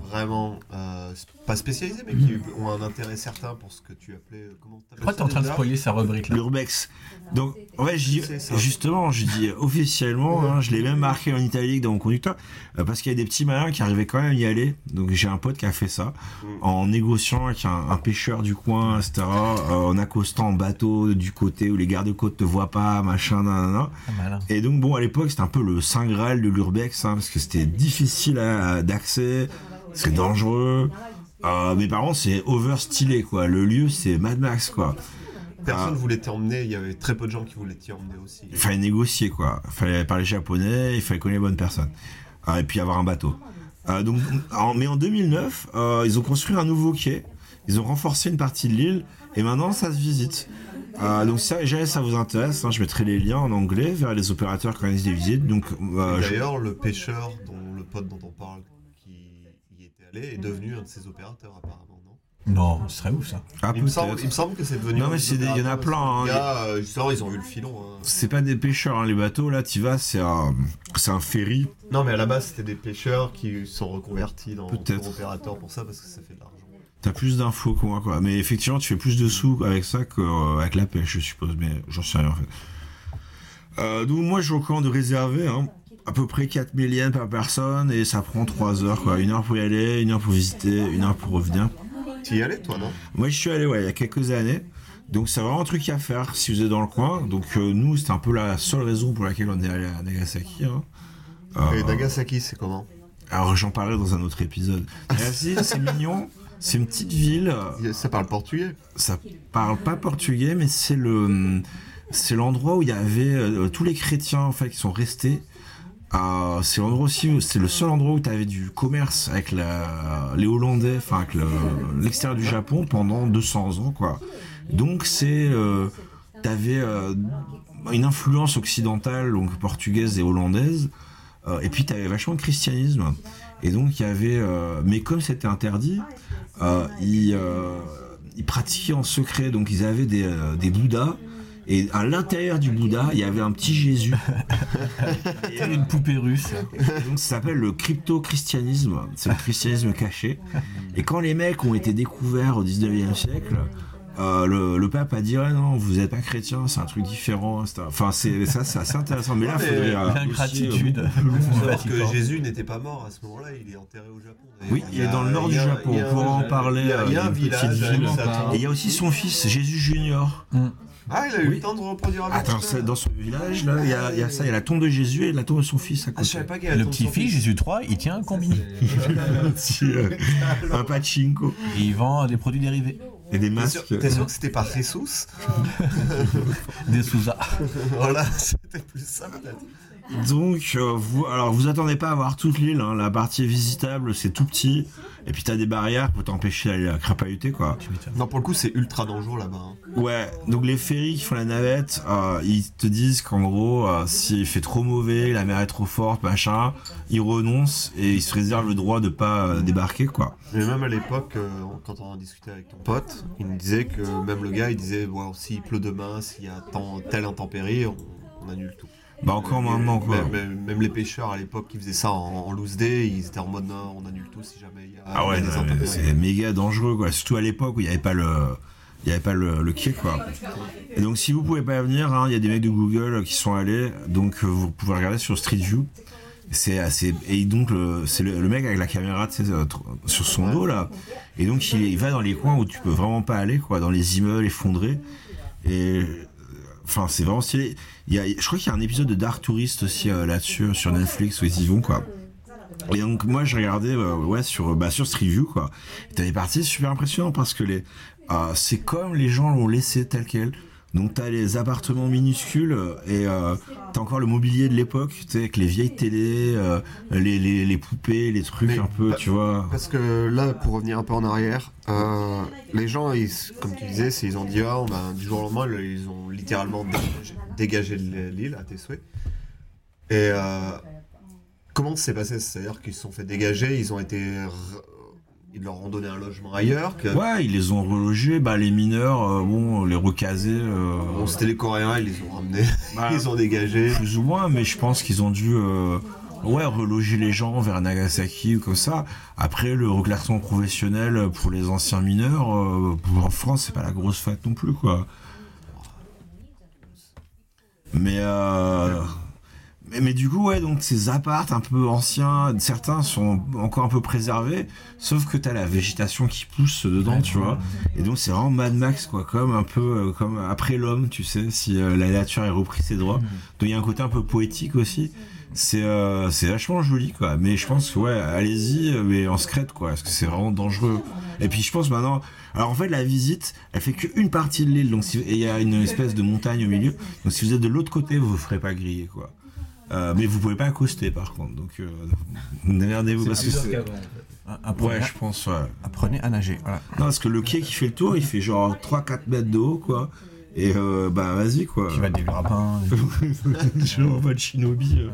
S2: vraiment euh, pas spécialisés, mais qui ont un intérêt certain pour ce que tu appelais. euh, Comment
S3: Je crois que t'es en train de spoiler sa rubrique là.
S1: L'urbex. Donc, ouais, j'y-
S2: C'est ça.
S1: justement, je dis officiellement, hein, je l'ai même marqué en italique dans mon conducteur, euh, parce qu'il y a des petits malins qui arrivaient quand même à y aller. Donc, j'ai un pote qui a fait ça,
S2: Mm.
S1: en négociant avec un, un pêcheur du coin, etc., euh, en accostant en bateau du côté où les gardes-côtes te voient pas, machin, nanana.
S3: Ah, malin.
S1: Et donc, bon, à l'époque, c'était un peu le saint graal de l'urbex, hein, parce que c'était difficile à- d'accès, c'est dangereux. Euh, mes parents, c'est overstylé, quoi. Le lieu, c'est Mad Max, quoi. Ah.
S2: Personne voulait t'y emmener, il y avait très peu de gens qui voulaient t'y emmener aussi.
S1: Il fallait négocier, quoi. Il fallait parler japonais, il fallait connaître les bonnes personnes. Ah, et puis avoir un bateau. Ah, donc, en- mais en 2009, euh, ils ont construit un nouveau quai. Ils ont renforcé une partie de l'île. Et maintenant, ça se visite. Ah, donc, ça, déjà, ça vous intéresse. hein, je mettrai les liens en anglais vers les opérateurs qui organisent des visites. Donc, euh, je-
S2: D'ailleurs, le pêcheur, dont le pote dont on parle, qui y était allé, est devenu un de ses opérateurs apparemment, non
S3: Non, ce serait ouf ça.
S1: Ah,
S2: il, me semble,
S1: peut-être.
S2: il me semble que c'est devenu.
S1: Non,
S2: un
S1: mais
S2: des
S1: c'est des- il y en a
S2: opérateurs,
S1: plein, hein.
S2: parce que les gars, euh, justement, ils ont vu le filon. hein.
S1: C'est pas des pêcheurs, hein, les bateaux. Là, tu vas, c'est un, c'est un ferry.
S2: Non, mais à la base, c'était des pêcheurs qui sont reconvertis dans
S1: Peut-être.
S2: tour opérateur pour ça parce que ça fait de l'argent.
S1: T'as plus d'infos que moi, quoi. Mais effectivement, tu fais plus de sous avec ça qu'avec la pêche, je suppose. Mais j'en sais rien, en fait. Euh, donc, moi, je recommande de réserver hein, à peu près 4000 yens par personne et ça prend 3 heures, quoi. Une heure pour y aller, une heure pour visiter, une heure pour revenir.
S2: T'y allais, toi, non
S1: Moi, je suis allé, ouais, il y a quelques années. Donc, c'est vraiment un truc à faire si vous êtes dans le coin. Donc, euh, nous, c'était un peu la seule raison pour laquelle on est allé à Nagasaki. hein. Euh,
S2: Et Nagasaki, c'est comment
S1: alors, j'en parlerai dans un autre épisode. Nagasaki, c'est mignon. C'est une petite ville. euh,
S2: Ça parle portugais.
S1: ça parle pas portugais, mais c'est le c'est l'endroit où il y avait euh, tous les chrétiens en fait qui sont restés. Euh, c'est l'endroit aussi, où- c'est le seul endroit où tu avais du commerce avec la- les Hollandais, enfin avec le- l'extérieur du Japon pendant 200 ans quoi. Donc c'est euh, t'avais euh, une influence occidentale donc portugaise et hollandaise, euh, et puis t'avais vachement de christianisme. Et donc il y avait, euh, mais comme c'était interdit, euh, ils, euh, ils pratiquaient en secret, donc ils avaient des, euh, des Bouddhas. Et à l'intérieur du Bouddha, il y avait un petit Jésus.
S3: Telle une poupée russe.
S1: Donc ça s'appelle le crypto-christianisme. C'est le christianisme caché. Et quand les mecs ont été découverts au 19e siècle, euh, le, le pape a dit ah non, vous n'êtes pas chrétien, c'est un truc différent. c'est un- Enfin, c'est ça, c'est assez intéressant. Mais là,
S2: Ouais,
S1: faudrait,
S2: mais
S1: euh,
S3: L'ingratitude.
S2: Il faut savoir
S3: Vatican.
S2: que Jésus n'était pas mort à ce moment-là, il est enterré au Japon. d'ailleurs.
S1: euh, Oui, il est
S2: y a-
S1: dans le nord
S2: il y a-
S1: du Japon.
S2: il y a
S1: On pourra
S2: un-
S1: en parler,
S2: Il y a, il y a
S1: euh,
S2: un
S1: d'une petite
S2: village avec
S1: ville.
S2: sa tombe.
S1: Et il y a aussi son fils, Jésus Junior.
S2: Ah, il a eu
S1: Oui.
S2: le temps de reproduire un
S1: Attends,
S2: petit peu.
S1: c'est- dans ce village, là, il y, a- il y a ça, il y a la tombe de Jésus et la tombe de son fils à
S2: Ah, je
S1: côté.
S2: savais pas qu'il y avait
S3: Le
S2: tant de
S3: petit
S2: zombies.
S3: fils, Jésus 3, il tient un combi.
S1: Un petit, euh, un pachinko.
S3: Et il vend des produits dérivés.
S1: Et des
S2: T'es sûr,
S1: masques.
S2: t'es sûr que c'était pas Jesus
S3: Des Sousa.
S2: Voilà, c'était plus simple.
S1: Donc, euh, vous, alors vous attendez pas à voir toute l'île. hein. La partie visitable, c'est tout petit. Et puis t'as des barrières pour t'empêcher d'aller euh, crapahuter, quoi.
S2: Non, pour le coup, c'est ultra dangereux là-bas. hein.
S1: Ouais. Donc les ferries qui font la navette, euh, ils te disent qu'en gros, euh, s'il fait trop mauvais, la mer est trop forte, machin, ils renoncent et ils se réservent le droit de pas euh, débarquer, quoi.
S2: Mais même à l'époque, euh, quand on en discutait avec ton pote, il me disait que même le gars, il disait bon, s'il pleut demain, s'il y a tant, telle intempérie, on, on annule tout.
S1: Bah encore
S2: Euh,
S1: maintenant, quoi.
S2: Même, même- même les pêcheurs à l'époque qui faisaient ça en, en loose day, ils étaient en mode non, on annule tout si jamais il y a
S1: Ah ouais,
S2: des
S1: non, mais
S2: intempéries.
S1: c'est méga dangereux, quoi. Surtout à l'époque où il n'y avait pas le, il y avait pas le, le quai, quoi. Et donc, si vous pouvez pas venir, hein, il y a des mecs de Google qui sont allés, donc euh, vous pouvez regarder sur Street View. C'est assez, et donc le- c'est le, le mec avec la caméra tu sais, euh, tr- sur son dos là, et donc il, il va dans les coins où tu peux vraiment pas aller, quoi, dans les immeubles effondrés. Et euh, enfin, c'est vraiment stylé. Il y a, je crois qu'il y a un épisode de Dark Tourist aussi euh, là-dessus sur Netflix où ils y vont, quoi. Et donc moi je regardais euh, ouais sur bah sur Street View quoi. Et T'as des parties super impressionnantes parce que les euh, c'est comme les gens l'ont laissé tel quel. Donc t'as les appartements minuscules euh, et euh, t'as encore le mobilier de l'époque, tu sais avec les vieilles télés, euh, les, les les poupées, les trucs
S2: Mais bah
S1: un peu,
S2: pas-
S1: tu vois.
S2: Parce que là, pour revenir un peu en arrière, euh, les gens, ils, comme tu disais, c'est- ils ont dit ah, ben, du jour au lendemain, le- ils ont littéralement dégagé, dégagé de l'île à tes souhaits. Et euh, comment c'est passé C'est-à-dire qu'ils se sont fait dégager, ils ont été. re- Ils leur ont donné un logement ailleurs. Que,
S1: Ouais, ils les ont relogés, bah les mineurs euh, bon, les recasés euh,
S2: Bon, c'était les Coréens, ils les ont ramenés,
S1: bah,
S2: ils les ont dégagés.
S1: plus ou moins mais je pense qu'ils ont dû euh, ouais, reloger les gens vers Nagasaki ou comme ça. Après, le reclassement professionnel pour les anciens mineurs, euh, en France, c'est pas la grosse fête non plus, quoi. Mais, euh, mais, mais du coup, ouais, donc ces appartes un peu anciens, certains sont encore un peu préservés, sauf que t'as la végétation qui pousse dedans, tu vois. Et donc c'est vraiment Mad Max, quoi, comme un peu euh, comme après l'homme, tu sais, si euh, la nature a repris ses droits. Donc il y a un côté un peu poétique aussi. C'est euh, c'est vachement joli, quoi. Mais je pense que, ouais, allez-y, euh, mais en secrète, quoi, parce que c'est vraiment dangereux. Et puis je pense maintenant. Alors en fait, la visite, elle fait qu'une partie de l'île, donc si- et il y a une espèce de montagne au milieu. Donc si vous êtes de l'autre côté, vous vous ferez pas griller, quoi. Euh, mais vous pouvez pas accoster par contre, donc euh, démerdez-vous parce que c'est.
S3: Apprenez,
S1: Ouais, je pense. ouais.
S3: apprenez à nager. Voilà.
S1: Non, parce que le quai qui fait le tour, il fait genre 3-4 mètres de haut, quoi. Et euh, bah vas-y, quoi.
S3: Qui va des grappins. des-
S1: Je vois pas de shinobi. euh.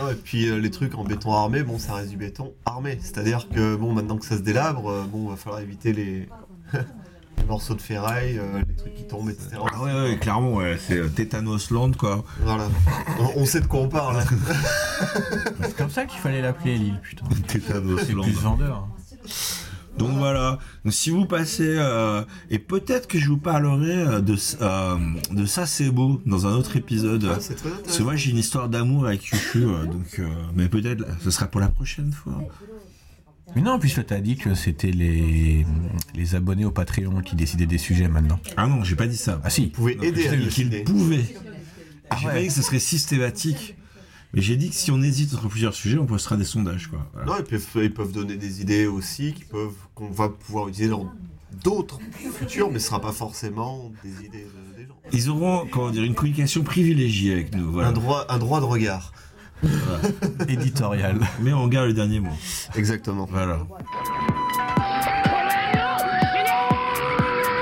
S2: Non, et puis euh, les trucs en béton armé, bon, ça reste du béton armé. C'est-à-dire que, bon, maintenant que ça se délabre, euh, bon, va falloir éviter les, les morceaux de ferraille, euh, les trucs qui tombent, etc.
S1: Ah ouais, ouais, clairement, ouais, c'est euh, Tétanos Land, quoi.
S2: Voilà. On, on sait de quoi on parle. hein.
S3: C'est comme ça qu'il fallait l'appeler l'île, putain.
S1: Tétanos
S3: C'est plus vendeur. hein.
S1: Donc voilà. Donc, si vous passez, euh, et peut-être que je vous parlerai euh, de, euh, de ça, c'est beau, dans un autre épisode.
S2: Ouais, Ah, c'est très
S1: Parce que
S2: intéressant.
S1: moi, j'ai une histoire d'amour avec Kyushu, euh, donc, euh, mais peut-être, euh, ce sera pour la prochaine fois.
S3: Mais non, puisque t'as dit que c'était les, les abonnés au Patreon qui décidaient des sujets maintenant.
S1: Ah non, j'ai pas dit ça.
S3: Ah si,
S2: Vous pouvez aider Ah
S1: J'ai
S2: à
S1: dit qu'il
S2: décider.
S1: pouvait. j'ai pas dit que ce serait systématique. Mais j'ai dit que si on hésite entre plusieurs sujets, on postera des sondages, quoi. Voilà.
S2: Non, ils peuvent, ils peuvent donner des idées aussi qui peuvent qu'on va pouvoir utiliser dans d'autres futurs, mais ce sera pas forcément des idées de- des gens.
S1: Ils auront, comment dire, une communication privilégiée avec nous, voilà.
S2: Un droit, un droit de regard.
S3: éditorial.
S1: Mais on garde le dernier mot.
S2: Exactement.
S1: Voilà.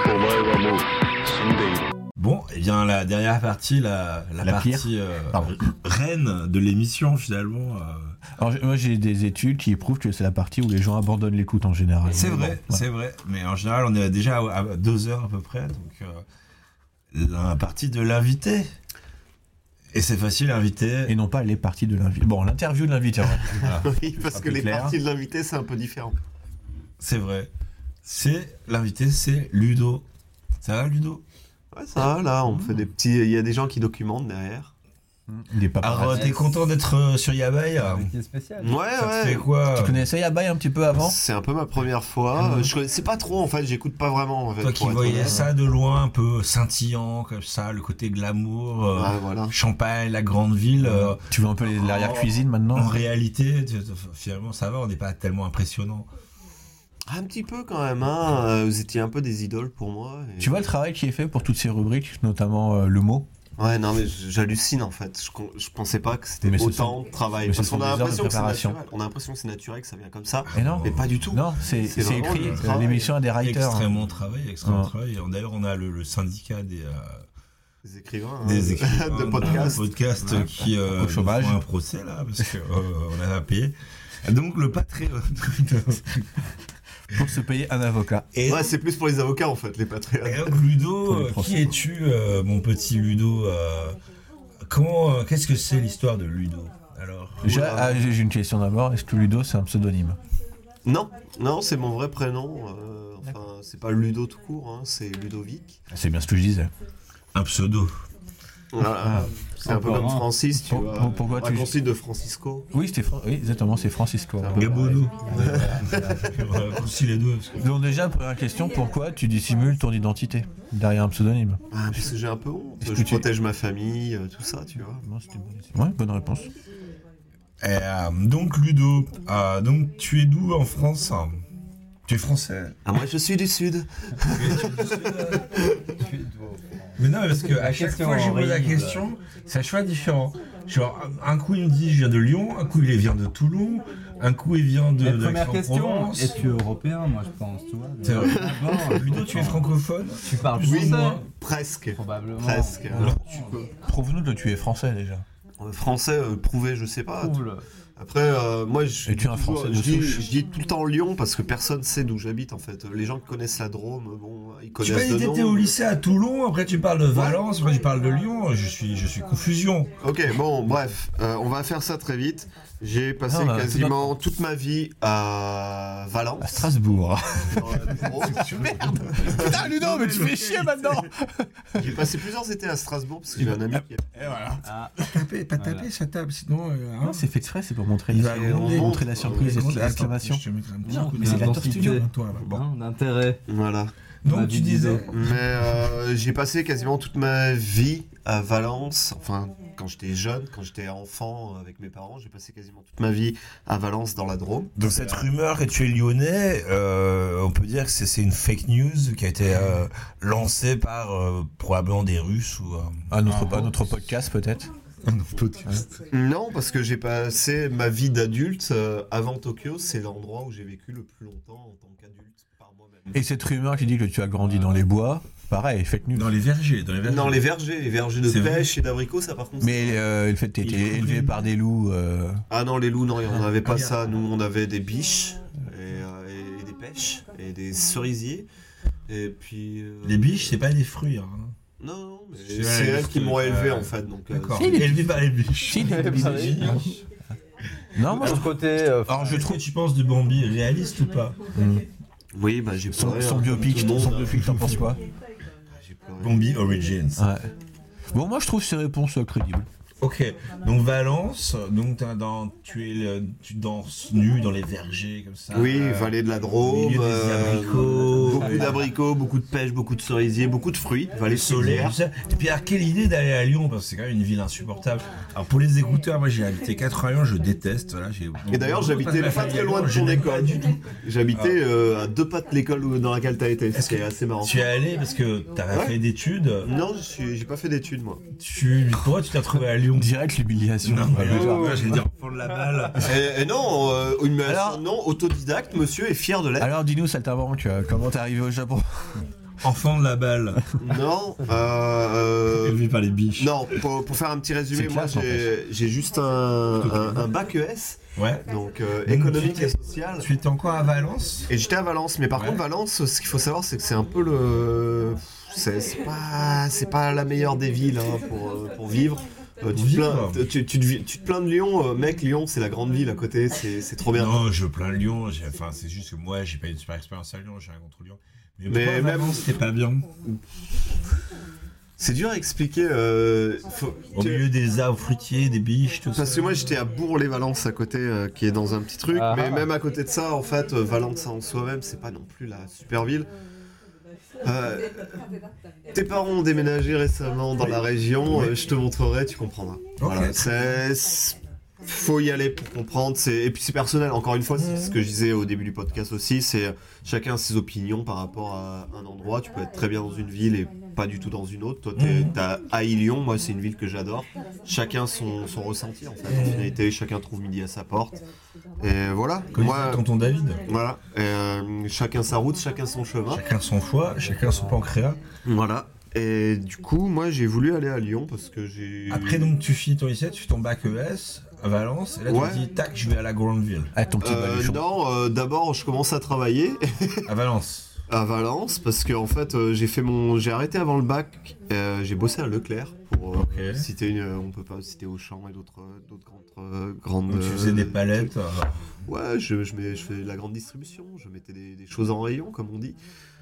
S11: お前はもう死んでいる。
S1: Bon, et bien la dernière partie, la, la
S3: La
S1: partie
S3: pire.
S1: euh,
S3: Pardon.
S1: reine de l'émission finalement. euh.
S3: Alors j'ai- moi j'ai des études qui éprouvent que c'est la partie où les gens abandonnent l'écoute en général.
S1: C'est
S3: Mais
S1: vrai,
S3: bon, ouais.
S1: c'est vrai. Mais en général, on est déjà à, à deux heures à peu près, donc euh, la partie de l'invité. Et c'est facile, invité.
S3: Et non pas les parties de l'invité. Bon, l'interview de l'invité. en vrai. Voilà.
S2: Oui, parce
S3: Un
S2: que
S3: peu
S2: les
S3: clair.
S2: parties de l'invité, c'est un peu différent.
S1: C'est vrai. C'est l'invité, c'est Ludo. Ça va, Ludo
S2: Ouais, ça, va, là, on fait des petits. Il y a des gens qui documentent derrière.
S3: Il est pas
S1: Alors, euh,
S3: parti.
S1: t'es content d'être euh, sur Yabai euh
S8: Qui est spécial.
S2: Ouais,
S1: Ça te fait
S2: ouais.
S1: quoi
S3: Tu connaissais Yabai un petit peu avant
S2: C'est un peu ma première
S1: Ah
S2: fois. Euh, Je connaissais pas trop en fait, j'écoute pas vraiment. En fait,
S1: Toi qui
S2: pour être
S1: voyais
S2: honnête.
S1: ça de loin, un peu scintillant comme ça, le côté glamour, euh,
S2: Ouais, voilà.
S1: Champagne, la grande ville. euh,
S3: Tu veux un peu les- l'arrière-cuisine
S1: En
S3: maintenant
S1: réalité, tu- tu- finalement, ça va, on n'est pas tellement impressionnant.
S2: Un petit peu quand même, hein. Euh, Vous étiez un peu des idoles pour moi. et-
S3: Tu vois le travail qui est fait pour toutes ces rubriques, notamment euh, le mot
S2: Ouais, non, mais j- j'hallucine en fait. Je, con- je pensais pas que c'était
S3: Mais ce
S2: autant de travail.
S3: mais ce
S2: Parce
S3: sont
S2: qu'on
S3: des
S2: a
S3: heures de
S2: l'impression que c'est
S3: préparation.
S2: naturel. On a l'impression que c'est naturel, que ça vient comme ça.
S3: Et Eh non
S2: Mais pas du tout.
S3: Non, c'est
S2: C'est
S3: c'est
S2: vraiment
S3: écrit.
S2: le
S3: euh,
S2: travail.
S3: L'émission a des writers.
S1: Extrêmement travail, extrêmement
S3: Ouais.
S1: travail. D'ailleurs, on a le, le syndicat des, euh,
S2: Des écrivains. hein.
S1: des écrivains
S2: de podcasts.
S1: podcasts qui euh,
S3: Au chômage.
S1: nous font un procès là, parce que euh, on a à payer. Donc le Patreon.
S3: Pour se payer un avocat.
S1: Et
S2: Ouais, c'est plus pour les avocats en fait, les patriotes.
S1: Et donc, Ludo,
S3: Pour les
S1: euh,
S3: profs.
S1: qui es-tu, euh, mon petit Ludo euh, Comment, euh, qu'est-ce que c'est l'histoire de Ludo Alors,
S3: J'ai
S2: Oula.
S3: ah, j'ai- j'ai une question d'abord. Est-ce que Ludo, c'est un pseudonyme
S2: Non, non, c'est mon vrai prénom. euh, enfin, c'est pas Ludo tout court, hein, c'est Ludovic.
S3: C'est bien ce que je disais.
S1: un pseudo.
S2: Voilà. Ah, c'est un peu
S8: encore
S2: comme
S8: un.
S2: Francis, tu
S3: Pour-
S2: vois.
S3: pour- pourquoi tu-
S2: Raccourci de Francisco.
S3: Oui, c'était Fran- oui, exactement, c'est Francisco.
S1: Gabono. On a raccourci les deux. parce que-
S3: Donc déjà, première question, pourquoi tu dissimules ton identité derrière un pseudonyme
S2: Ah, parce que j'ai un peu honte.
S3: Est-ce
S2: Je
S3: que tu-
S2: protège ma famille, euh, tout ça, tu vois.
S3: Ouais, bonne réponse.
S1: Et, euh, donc Ludo, euh, donc tu es d'où en France hein Tu es français
S2: Ah, moi, je suis du Sud.
S1: Mais non, parce que à chaque
S8: Question
S1: fois que je pose la
S8: horrible.
S1: question, c'est à chaque fois différent. Genre, un un coup il me dit je viens de Lyon, un coup il vient de Toulon, un coup il vient de.
S8: La
S1: de
S8: première question,
S1: Aix-en-Provence.
S8: es-tu européen, moi je pense, tu vois
S1: C'est vrai.
S8: D'abord,
S1: Ludo, tu es francophone
S8: Tu parles
S1: Oui,
S8: français
S1: moi.
S2: Presque.
S8: Probablement.
S2: Presque.
S8: Probablement.
S3: Prouve-nous que tu es français déjà.
S2: Euh, Français, euh, prouvé, je sais pas.
S8: Prouve-le.
S2: Après, euh, moi, je,
S3: Et tu es un
S2: toujours-
S3: Français de
S2: je, dis,
S3: souche.
S2: je dis tout le temps Lyon parce que personne sait d'où j'habite en fait. Les gens qui connaissent la Drôme, bon, ils
S1: Tu
S2: connaissent.
S1: m'as dit
S2: de
S1: t'étais
S2: nom,
S1: au
S2: mais-
S1: lycée à Toulon, après tu parles de Valence, après tu parles de Lyon, je suis, je suis confusion.
S2: Ok, bon, bref, euh, on va faire ça très vite. J'ai passé
S3: Ah, bah,
S2: quasiment toute ma vie à
S3: À
S2: Valence.
S3: Strasbourg.
S2: dans la Drôme.
S3: Putain, Ah, Ludo, mais tu fais chier maintenant
S2: J'ai passé plusieurs étés à Strasbourg parce que j'ai un ami qui
S1: Et voilà.
S8: Ah,
S1: Tapez, pas taper sa table, sinon. euh, hein,
S3: Non, c'est fait exprès, c'est pour montrer,
S1: Il
S3: la,
S1: va gronder.
S3: montrer la surprise et
S1: Attends,
S3: l'exclamation.
S1: je te mettrai un petit
S3: Non,
S1: coup de
S3: mais c'est la
S1: densité,
S3: tortue, hein.
S1: toi, là. Bon.
S8: Hein, d'intérêt.
S2: Voilà.
S1: Donc tu disais.
S2: Mais euh, j'ai passé quasiment toute ma vie à Valence. Enfin, quand j'étais jeune, quand j'étais enfant avec mes parents, j'ai passé quasiment toute ma vie à Valence dans la Drôme.
S9: Dans cette rumeur que tu es lyonnais, euh, on peut dire que c'est c'est une fake news qui a été euh, lancée par euh, probablement des Russes ou. euh,
S3: À notre, à notre podcast, peut-être.
S2: Non, parce que j'ai passé ma vie d'adulte euh, avant Tokyo. C'est l'endroit où j'ai vécu le plus longtemps en tant qu'adulte par moi-même.
S3: Et cette rumeur qui dit que tu as grandi dans les bois, pareil, fake news.
S1: Ah. Dans les vergers, dans les vergers.
S2: Non, les vergers, les vergers de
S1: C'est vrai.
S2: pêche et d'abricots, ça par contre.
S3: Mais euh, le fait que tu
S1: Il est
S3: étais élevé par des loups. euh,
S2: Ah non, les loups, non, on n'avait pas
S1: Ah,
S2: ça. Nous, on avait des biches et, euh, et des pêches et des cerisiers. Et puis. euh,
S1: Les biches, c'est pas des fruits. Hein.
S2: Non, non, mais
S1: C'est
S2: c'est
S1: vrai,
S2: elles qui
S1: parce que,
S2: m'ont
S1: euh,
S2: élevé en fait. Donc, euh,
S1: D'accord.
S2: c'est-
S1: Élevés par les biches.
S2: Eh,
S3: Non, moi je
S8: L'autre
S3: trouve.
S8: côté, euh,
S3: Alors je
S1: Qu'est-ce
S3: trouve.
S1: que tu penses de Bambi Réaliste ou pas
S2: Oui, bah j'ai
S3: Son,
S2: pleuré.
S3: son
S2: hein,
S3: biopic,
S2: comme tout le
S3: son
S2: monde, hein.
S3: biopic, t'en penses quoi
S2: J'ai pleuré.
S1: Bambi Origins.
S3: Ouais. Bon, moi je trouve ces réponses euh, crédibles.
S1: Ok, donc Valence, donc t'as dans, tu, es le- tu danses nu dans les vergers comme ça.
S2: Oui,
S1: Euh,
S2: vallée de la
S1: au
S2: Drôme.
S1: milieu
S2: euh,
S1: des abricots.
S2: beaucoup d'abricots, beaucoup de pêche, beaucoup de cerisiers, beaucoup de fruits. Vallée
S1: solaire.
S2: solaire.
S1: tout ça. Et puis, alors, quelle idée d'aller à Lyon Parce que c'est quand même une ville insupportable. Alors, pour les écouteurs, moi j'ai habité 80 ans, je déteste. Voilà, j'ai-
S2: Et d'ailleurs, j'habitais
S1: Ma
S2: pas
S1: famille
S2: très
S1: à
S2: loin
S1: Lyon,
S2: de
S1: je
S2: ton
S1: n'aime pas
S2: école.
S1: du tout.
S2: J'habitais euh, à deux pas de l'école où- dans laquelle t'as été. C'était assez marrant.
S1: Tu es allé parce que t'avais
S2: Ouais.
S1: fait d'études.
S2: Non, je suis- j'ai pas fait d'études moi.
S1: Tu, pourquoi tu t'es retrouvé à Lyon
S3: Direct l'humiliation.
S1: Non, mais
S3: Ouais,
S1: là,
S3: genre,
S1: là, je vais dire, prendre la balle.
S2: Et, et non, euh, une
S3: Alors-
S2: non autodidacte, monsieur est fier de l'être.
S3: Alors dis-nous, Saltimbanque, euh, comment t'es arrivé au Japon
S1: Enfant de la balle.
S2: Non, euh, euh,
S1: Élevé par les biches.
S2: non. Pour, pour faire un petit résumé,
S3: C'est
S2: moi
S3: classe, en
S2: j'ai j'ai juste un, un, un bac ES,
S1: Ouais.
S2: donc euh,
S1: Donc,
S2: économique
S1: tu
S2: et social.
S1: Tu étais encore à Valence
S2: Et j'étais à Valence, mais par
S1: Ouais.
S2: contre Valence, ce qu'il faut savoir, c'est que c'est un peu le, c'est c'est pas, c'est pas la meilleure des villes hein, pour, euh, pour vivre. Euh, tu, te plains,
S1: Vivre.
S2: tu, tu te vi- tu te plains de Lyon, euh, mec, Lyon c'est la grande ville à côté, c'est c'est trop bien.
S1: Non, je plains Lyon. j'ai- Enfin, c'est juste que moi, j'ai pas eu une super expérience à Lyon. J'ai rien contre Lyon. Mais,
S2: Mais
S1: pourquoi
S2: même-
S1: Valence, c'était pas bien.
S2: C'est dur à expliquer. euh, faut-
S1: Au
S2: tu-
S1: milieu des arbres fruitiers, des biches, tout ça.
S2: Parce que moi j'étais à Bourg-les-Valence à côté, euh, qui est dans un petit truc,
S8: Ah.
S2: mais même à côté de ça, en fait, euh, Valence en soi-même, c'est pas non plus la super ville. Euh, tes parents ont déménagé récemment dans la région, euh, je te montrerai, tu comprendras. Voilà, c'est- c'est- Faut y aller pour comprendre, c'est- et puis c'est personnel, encore une fois, c'est ce que je disais au début du podcast aussi, c'est euh, chacun a ses opinions par rapport à un endroit, tu peux être très bien dans une ville et pas du tout dans une autre, toi
S1: Mhm.
S2: t'es- t'as Haï Lyon, moi c'est une ville que j'adore, chacun son, son ressenti en fait,
S1: Mhm.
S2: en finalité, chacun trouve midi à sa porte, et voilà,
S1: Comme
S2: moi,
S1: disait tonton David.
S2: voilà, Et, euh, chacun sa route, chacun son chemin,
S1: Chacun son foie, chacun son pancréas.
S2: voilà, et du coup, moi j'ai voulu aller à Lyon parce que j'ai...
S1: Après, donc, tu finis ton lycée, tu fais ton bac ES à Valence, et là,
S2: Ouais.
S1: tu te dis, tac, je vais à la grande ville,
S3: Ah, ton petit
S2: Euh,
S3: baluchon.
S2: non, euh, d'abord je commence à travailler
S1: à Valence.
S2: à Valence parce que en fait euh, j'ai fait mon j'ai arrêté avant le bac, euh, j'ai bossé à Leclerc pour euh,
S1: Ok.
S2: citer une euh, on peut pas citer Auchan et d'autres euh, d'autres grandes euh, grandes
S1: Donc, tu faisais
S2: euh,
S1: des palettes. euh,
S2: Ouais, je je, mets- je fais de la grande distribution, je mettais des, des choses en rayon comme on dit.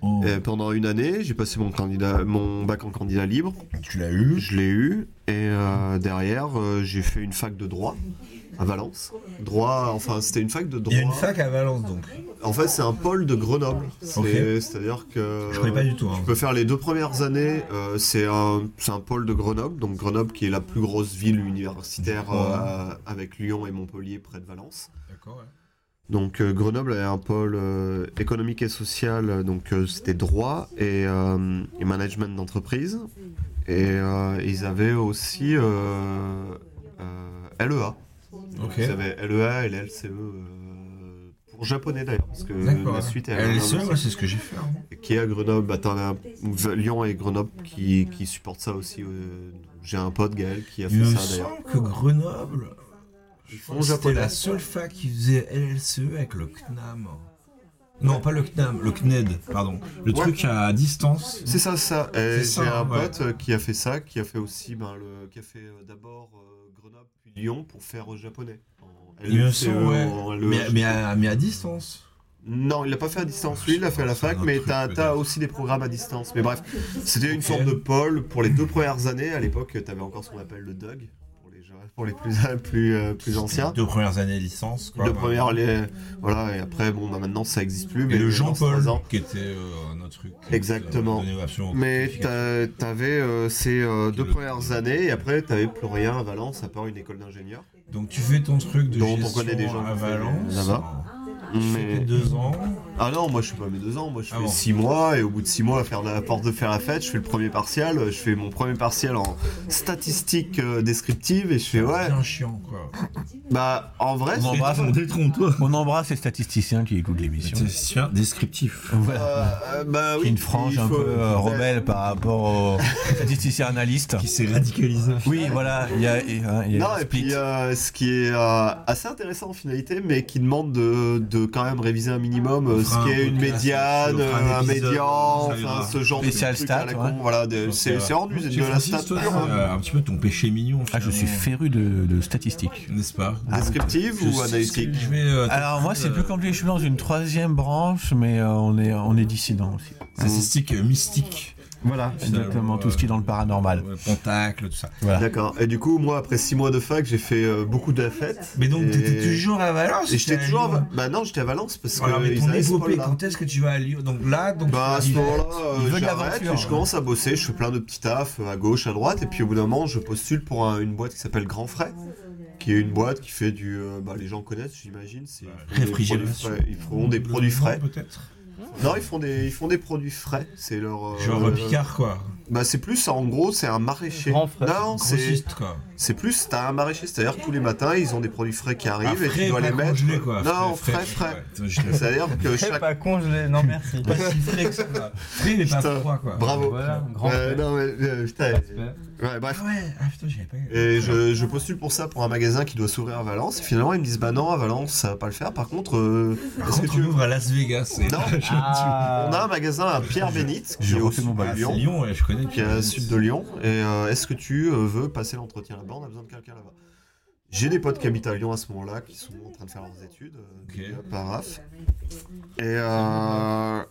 S1: oh,
S2: Et pendant une année, j'ai passé mon candidat mon bac en candidat libre,
S1: tu l'as eu.
S2: je l'ai eu et euh, derrière euh, j'ai fait une fac de droit à Valence. Droit enfin c'était une fac de
S1: Il y
S2: droit.
S1: a une fac à Valence, donc.
S2: En fait, c'est un pôle de Grenoble. C'est-
S1: Ok.
S2: C'est-à-dire que.
S1: Je connais pas du tout. hein.
S2: Tu peux faire les deux premières années, euh, c'est un, c'est un pôle de Grenoble, donc Grenoble qui est la plus grosse ville universitaire euh, avec Lyon et Montpellier près de Valence.
S1: D'accord, ouais.
S2: Donc euh, Grenoble a un pôle euh, économique et social, euh, donc euh, c'était droit et, euh, et management d'entreprise. Et euh, ils avaient aussi euh, euh, LEA.
S1: Ok.
S2: Ils avaient LEA et les LCE euh, pour japonais d'ailleurs, parce que
S1: D'accord.
S2: la suite est à
S1: Elle est
S2: Grenoble
S1: seule,
S2: aussi
S1: ouais, c'est ce que j'ai fait. hein.
S2: qui est à Grenoble. Bah, t'en as V- Lyon et Grenoble qui, qui supportent ça aussi. euh, J'ai un pote, Gaël, qui a
S1: Il
S2: fait
S1: me
S2: ça d'ailleurs.
S1: semble que Grenoble.
S2: font
S1: C'était la
S2: japonais.
S1: seule fac qui faisait LLCE E avec le CNAM. Non, pas le CNAM, le CNED, pardon. Le
S2: Ouais.
S1: truc à distance.
S2: C'est ça, ça. Et
S1: C'est ça,
S2: J'ai un
S1: ouais.
S2: pote euh, qui a fait ça, qui a fait aussi, ben, le, qui a fait euh, d'abord euh, Grenoble puis Lyon pour faire euh, japonais. En
S1: Il me
S2: LECE,
S1: semble, ouais.
S2: E, en LE.
S1: Mais, mais à, mais à distance.
S2: Non, il l'a pas fait à distance, lui, il l'a fait à la fac,
S1: C'est un
S2: mais
S1: truc,
S2: t'as
S1: peut-être.
S2: as aussi des programmes à distance. Mais bref, c'était une
S1: Ok.
S2: forme de pôle pour les deux premières années. À l'époque, t'avais encore ce qu'on appelle le DUG, pour les, gens- pour les plus, plus, euh, plus anciens.
S1: Deux premières années licence, quoi.
S2: Deux premières, les- voilà, et après, bon, bah, maintenant, ça existe plus. Mais
S1: Et le
S2: dans
S1: Jean-Paul,
S2: trois ans-
S1: qui était euh, notre truc.
S2: Exactement.
S1: euh, donnait absolument
S2: Mais
S1: aucune
S2: t'as- t'avais euh, ces euh, deux
S1: Le-
S2: premières années, et après, t'avais plus rien à Valence, à part une école d'ingénieurs.
S1: Donc tu fais ton truc de
S2: Donc, on
S1: gestion
S2: connaît des gens
S1: à
S2: qui font
S1: Valence.
S2: là-bas.
S1: Tu fais
S2: Mais-
S1: tes deux ans.
S2: Ah non, moi je suis pas à mes deux ans, moi je fais
S1: Ah bon.
S2: six mois et au bout de six mois, à faire la à force de faire la fête, je fais le premier partiel, je fais mon premier partiel en statistique euh, descriptive et je fais ouais.
S1: Bien chiant, quoi.
S2: Bah en vrai,
S3: On embrasse, on,
S12: Détrompe-toi.
S3: on embrasse les statisticiens qui écoutent l'émission.
S1: sûr, descriptif.
S3: Voilà.
S2: euh, euh, bah oui.
S3: une frange
S2: il
S3: un
S2: faut-
S3: peu euh, rebelle par rapport aux statisticiens analystes.
S12: Qui s'est radicalisé.
S3: Oui, voilà, il y a, et, hein, il y a
S2: Non,
S3: un
S2: et
S3: split.
S2: puis euh, ce qui est euh, assez intéressant en finalité, mais qui demande de, de quand même réviser un minimum euh,
S1: On
S2: ce
S1: fera
S2: qui
S1: un
S2: est une
S1: podcast
S2: médiane,
S1: sur- on fera un
S2: un,
S1: épisode,
S2: médian,
S1: ça ira.
S2: enfin ce genre
S3: Spécial
S2: de truc à la
S3: stat,
S2: con,
S3: ouais.
S2: voilà, de- c'est c'est rendu c'est de la
S1: Francis,
S2: stat
S1: toi,
S2: pure, hein.
S1: euh, un petit peu ton péché mignon.
S3: Ah, je suis
S1: finalement.
S3: féru de, de statistiques.
S1: N'est-ce pas
S2: Ah, descriptive
S1: euh, Je sais
S2: ou
S1: ce que
S2: analytique.
S1: je vais, euh,
S3: Alors moi, c'est
S1: euh,
S3: plus compliqué. Je suis dans une troisième branche, mais euh, on est on est dissident aussi.
S1: Statistique euh, mystique.
S2: Voilà.
S3: Exactement, tout ce qui est dans le paranormal.
S1: Ouais, Pentacle, tout ça.
S2: D'accord. Et du coup, moi, après 6 mois de fac, j'ai fait euh, beaucoup de la fête.
S1: Mais donc,
S2: Et-
S1: t'étais toujours à Valence
S2: Et j'étais
S1: t'es à
S2: toujours. à Va-
S1: Lyon.
S2: Bah non, j'étais à Valence parce que.
S1: Alors, mais
S2: ils
S1: ton
S2: avaient ce
S1: épopée,
S2: pôle-là.
S1: quand est-ce que tu vas à Lyon Donc là, donc.
S2: Bah à
S1: tu
S2: ce
S1: dis-
S2: moment-là,
S3: Il veut
S2: euh,
S3: de
S2: j'arrête
S3: l'aventure,
S2: et je
S3: hein.
S2: commence à bosser. Je fais plein de petits tafs euh, à gauche, à droite, et puis au bout d'un moment, je postule pour un- une boîte qui s'appelle Grand Frais, qui est une boîte qui fait du. euh, bah les gens connaissent, j'imagine. C'est ils font des produits
S1: réfrigération.
S2: frais- Ils font des produits frais.
S1: Peut-être.
S2: Non, ils font des, ils font des produits frais. C'est leur. euh,
S1: Genre euh, Picard, quoi.
S2: Bah c'est plus ça. En gros, c'est un maraîcher.
S8: Grand Frais.
S2: Non, c'est.
S1: Grossiste, quoi.
S2: C'est plus, t'as un maraîcher, c'est-à-dire que tous les matins, ils ont des produits frais qui arrivent et tu
S1: Après,
S2: dois les
S1: pas
S2: mettre.
S1: congelé, quoi.
S2: Non, frais, frais.
S1: ouais. Je le sais.
S2: C'est-à-dire que
S8: C'est
S2: chaque.
S8: pas congelé, non merci.
S1: Pas si flex, quoi. Frais, mais pas
S2: Putain.
S1: froid, quoi.
S2: Bravo.
S8: Voilà, grand
S2: Euh, non, mais, euh, putain,
S8: respect.
S2: ouais, bref.
S1: Ah ouais, ah putain, j'avais pas.
S2: Et je, je postule pour ça pour un magasin qui doit s'ouvrir à Valence. Et finalement, ils me disent Bah non, à Valence, ça va pas le faire. Par contre, euh,
S1: Par
S2: est-ce que
S1: contre,
S2: tu
S1: on ouvre à Las Vegas. et-
S2: Non,
S8: Ah.
S2: on a un magasin à Pierre Bénite, qui
S3: J'ai
S2: est au
S3: refait
S2: sud
S3: mon
S2: de
S1: Ah, c'est
S2: Lyon,
S1: Lyon, ouais, je connais.
S2: qui est au sud de Lyon. Et euh, est-ce que tu euh, veux passer l'entretien là-bas On a besoin de quelqu'un là-bas. J'ai des potes qui habitent à Lyon à ce moment-là, qui sont en train de faire leurs études, euh,
S1: Ok.
S2: big up à Raph. Et euh,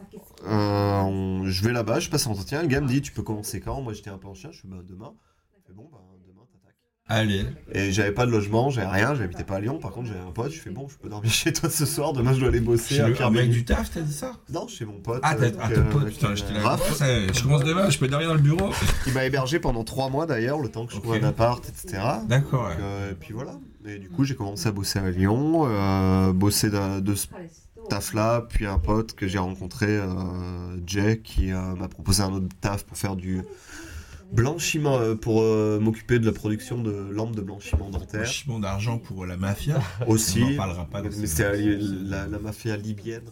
S2: euh, on- je vais là-bas, je passe l'entretien. Le gars me dit Tu peux commencer quand Moi j'étais un peu en chien, je suis bah, demain. Il fait, bon, bah, demain t'attaques.
S1: Allez.
S2: Et j'avais pas de logement, j'avais rien, j'habitais pas à Lyon. Par contre, j'avais un pote, je fais bon, je peux dormir chez toi ce soir, demain je dois aller bosser.
S1: Chez le un
S2: à
S1: mec
S2: Pierre-Bénite.
S1: du taf, t'as dit ça
S2: Non, chez mon pote.
S1: Ah, t'as
S2: euh,
S1: ah,
S2: qui,
S1: ton
S2: euh,
S1: pote,
S2: qui,
S1: putain, j'étais
S2: euh,
S1: là.
S2: Raph,
S1: ça, je commence demain, je peux derrière dans le bureau.
S2: qui m'a hébergé pendant trois mois d'ailleurs, le temps que je trouve
S1: Ok.
S2: un appart, etc.
S1: D'accord, ouais.
S2: Donc, euh, et puis voilà. Et du coup, j'ai commencé à bosser à Lyon, euh, bosser de, de ce taf-là, puis un pote que j'ai rencontré, euh, Jay, qui euh, m'a proposé un autre taf pour faire du blanchiment, euh, pour euh, m'occuper de la production de lampes de blanchiment
S1: Un
S2: dentaire.
S1: Chiffon d'argent pour la mafia.
S2: Aussi.
S1: On en parlera pas. de ce-
S2: Mais c'était la, la- la mafia libyenne.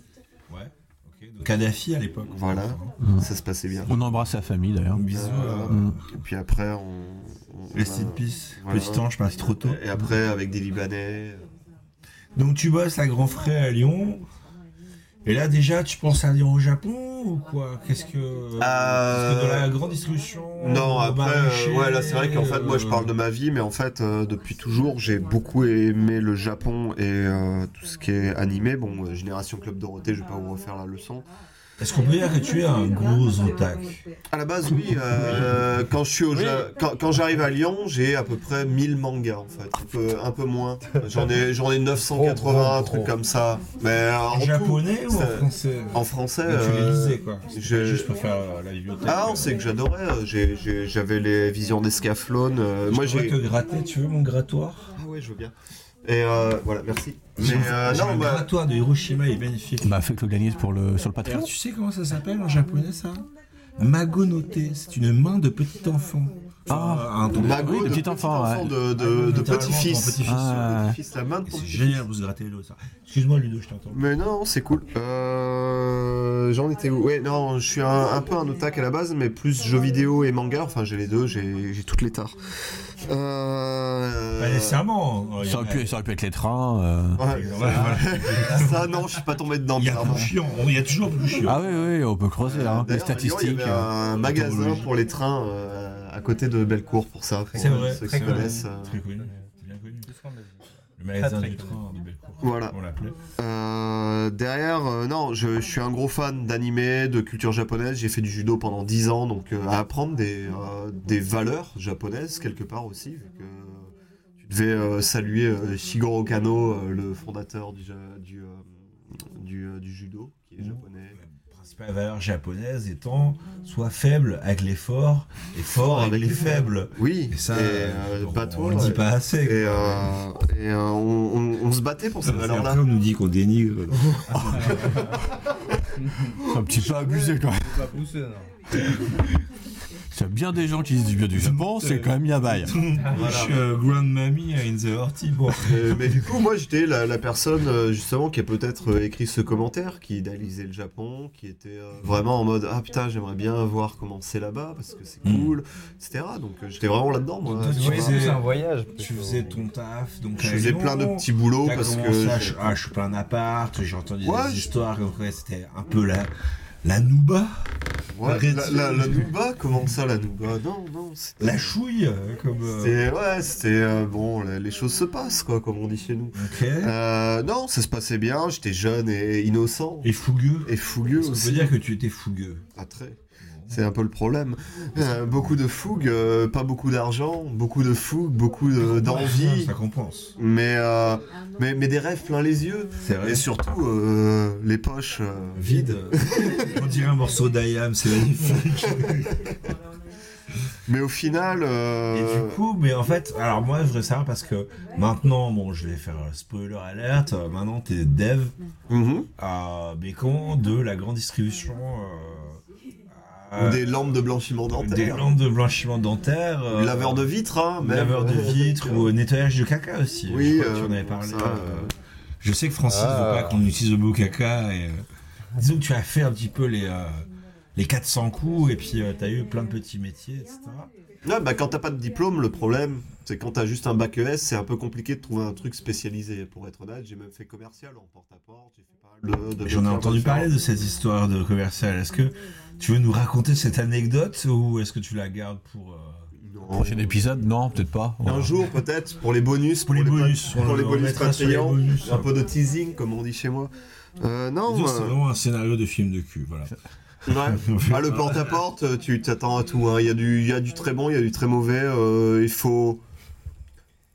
S1: Ouais. ok, donc Kadhafi à l'époque.
S2: Voilà.
S3: Mm.
S2: Ça se passait bien.
S3: On embrasse sa famille d'ailleurs.
S1: Un bisou.
S2: Euh,
S1: euh,
S3: Mm.
S2: Et puis après, on. on-
S1: Rest
S2: on
S1: in
S2: a-
S1: peace.
S2: Voilà.
S1: Petit ange, parti trop tôt.
S2: Et après, avec des Libanais.
S1: Donc tu bosses à Grand Frais à Lyon. Et là déjà, tu penses à Lyon au Japon ou quoi Qu'est-ce que... Parce que de la grande distribution
S2: Euh, Non,
S1: au euh,
S2: après,
S1: maraîcher,
S2: euh, ouais, là, c'est vrai qu'en fait, moi, je parle de ma vie, mais en fait, euh, depuis toujours, j'ai beaucoup aimé le Japon et euh, tout ce qui est animé. Bon, euh, Génération Club Dorothée, je vais pas vous refaire la leçon.
S1: euh, Est-ce qu'on peut dire que tu es un gros otak
S2: À la base, oui, euh, quand je suis au Ja- quand, quand j'arrive à Lyon, j'ai à peu près 1000 mangas, en fait. Un peu, un peu moins. J'en ai, j'en ai 980, un truc comme ça. Mais euh, en
S1: En
S2: tout,
S1: japonais ou en
S2: ça-
S1: français
S2: En français.
S1: Mais Tu les
S2: euh,
S1: lisais quoi.
S2: je-
S1: Juste pour faire euh, la bibliothèque.
S2: Ah, on sait que j'adorais. euh, j'ai- j'ai- J'avais les visions d'Escaflowne. euh, moi,
S1: Je
S2: j'ai.
S1: pourrais te gratter, tu veux mon grattoir
S2: Ah ouais, je veux bien. Et euh, voilà, merci. Mais euh,
S1: J'ai
S2: non,
S1: un
S2: bah,
S1: grattoir de Hiroshima est magnifique.
S3: Bah faites le gagner pour le sur
S1: D'ailleurs,
S3: le Patreon.
S1: tu sais comment ça s'appelle en japonais ça Magonote, c'est une main de petit enfant. Euh,
S3: Ah.
S1: un truc-
S2: Mago,
S3: Oui, de
S2: de
S3: petit
S2: petit
S3: enfant,
S2: enfant,
S3: ouais.
S2: de,
S1: Ah,
S2: de, de
S1: littéralement,
S2: petit-fils.
S1: ton petit-fils.
S3: Ah, ouais.
S2: Petit-fils, la main de ton
S1: C'est
S2: petit-fils.
S1: génial pour se gratter l'eau ça. Excuse-moi Ludo, je t'entends.
S2: Mais non, c'est cool. Euh, euh, j'en étais où Ouais, non, je suis un, un peu un otak à la base, mais plus jeux vidéo et manga. Enfin, j'ai les deux, j'ai j'ai toutes les tares. Euh...
S1: Pas nécessairement.
S3: Ça aurait, pu, ça aurait pu être les trains. euh.
S2: Ouais,
S1: Ouais,
S2: ça,
S1: voilà.
S2: ça, non, je suis pas tombé dedans.
S1: Il y a
S2: bizarrement.
S1: plus chiant, il y a toujours plus chiant.
S3: Ah oui, oui, on peut creuser hein, les
S2: D'ailleurs, à Lyon, Il
S3: statistiques.
S2: y
S1: euh,
S2: avait un magasin
S3: l'entomologie.
S2: pour les trains euh, à côté de Bellecour pour ça. pour,
S1: C'est
S2: euh,
S1: vrai,
S2: Ceux
S1: très
S2: qui
S1: connu.
S2: connaissent. euh,
S1: Très connu, c'est bien connu. Le magasin du train de Bellecour.
S2: Voilà.
S1: On l'appelait.
S2: Euh, derrière, euh, non, je, je suis un gros fan d'animé, de culture japonaise. J'ai fait du judo pendant 10 ans, donc euh, à apprendre des, euh, des valeurs japonaises quelque part aussi. vu que tu devais euh, saluer euh, Shigoro Kano, euh, le fondateur du, ja- du, euh, du, euh, du judo, qui est japonais.
S1: La principale valeur japonaise étant soit faible avec les forts et fort avec les faibles.
S2: Oui,
S1: Et ça,
S2: et,
S1: euh,
S2: euh,
S1: on-
S2: pas toi,
S1: on le dit
S2: ouais.
S1: pas assez.
S2: Et, euh, et, euh, on, on- on se battait pour ces valeurs-là.
S1: on nous dit qu'on dénigre.
S3: euh, C'est un petit peu abusé quand même.
S8: Faut pas pousser, non.
S3: C'est bien des gens qui disent du bien du Japon, c'est quand même Yabai.
S1: Je suis euh, Grand Mammy in the Horty. Bon.
S2: Euh, mais du coup, moi, j'étais la, la personne euh, justement qui a peut-être euh, écrit ce commentaire, qui idéalisait le Japon, qui était euh, vraiment en mode ah putain, j'aimerais bien voir comment c'est là-bas parce que c'est
S1: Mm.
S2: cool, etc. Donc euh, j'étais vraiment là-dedans. Moi,
S1: Toi,
S2: tu
S1: tu
S2: vois.
S8: Ouais,
S1: faisais-
S8: c'est un voyage.
S1: Tu
S8: plutôt.
S1: faisais ton taf, donc
S2: je
S1: à
S2: faisais
S1: Lyon,
S2: plein de petits boulots
S1: t'as
S2: parce que
S1: commencé à ch- ah, je suis plein d'appart, j'ai entendu
S2: Ouais,
S1: des
S2: je-
S1: histoires comme quoi c'était un peu la la nouba,
S2: Ouais,
S1: Arrête.
S2: la, la- la Nouba, comment ça la Nouba Non, non, c'était-
S1: la chouille, euh, comme. euh,
S2: c'était- ouais, c'était euh, bon, les les choses se passent quoi, comme on dit chez nous.
S1: Ok.
S2: Euh, non, ça se passait bien, j'étais jeune et innocent
S1: Et fougueux.
S2: et fougueux
S1: Ça
S2: aussi.
S1: veut dire que tu étais fougueux.
S2: Pas très. C'est un peu le problème. Euh, beaucoup de fougue, euh, pas beaucoup d'argent, beaucoup de fougue, beaucoup de- d'envie,
S1: Ça compense.
S2: mais, euh, mais, mais des rêves plein les yeux.
S1: C'est vrai.
S2: Et surtout, euh, les poches euh, vides.
S1: Vide. On dirait un morceau d'IAM, c'est magnifique.
S2: Mais au final, euh,
S1: Et du coup, mais en fait, alors moi je voudrais savoir parce que maintenant, bon, je vais faire euh, spoiler alerte, euh, maintenant t'es dev
S2: mhm,
S1: à Bécon de la grande distribution. euh, à-
S2: des lampes de blanchiment dentaire,
S1: des lampes de blanchiment dentaire. euh,
S2: laveur de vitres, hein, même.
S1: laveur de vitres ou euh, nettoyage de caca aussi.
S2: Oui,
S1: je crois que tu
S2: euh,
S1: en avais
S2: bon,
S1: parlé.
S2: ça,
S1: euh, Je sais que Francis
S8: Ah.
S1: veut pas qu'on utilise le mot caca. Et, euh, disons que tu as fait un petit peu les, euh, les 400 coups et puis tu as eu plein de petits métiers, etc.
S2: Ouais, bah, quand t'as pas de diplôme, le problème, c'est quand t'as juste un bac ES, c'est un peu compliqué de trouver un truc spécialisé. Pour être honnête, j'ai même fait commercial en porte-à-porte, j'ai fait pas mal de- de.
S1: J'en ai
S2: métiers
S1: entendu
S2: différents.
S1: parler de cette histoire de commercial. Est-ce que tu veux nous raconter cette anecdote ou est-ce que tu la gardes pour. euh,
S2: Non.
S3: Prochain épisode, non, peut-être pas.
S2: Un jour peut-être pour les bonus,
S1: Pour les bonus,
S2: pour
S1: on
S2: les
S1: le
S2: bonus
S1: mettra sur les
S2: payants,
S1: bonus. hein.
S2: un peu de teasing comme on dit chez moi. Euh, non,
S1: disons, C'est
S2: euh,
S1: vraiment un scénario de film de cul. Voilà.
S2: ouais. Ah, le porte à porte, tu t'attends à tout. hein. Il y a du, il y a du très bon, il y a du très mauvais. euh, il faut,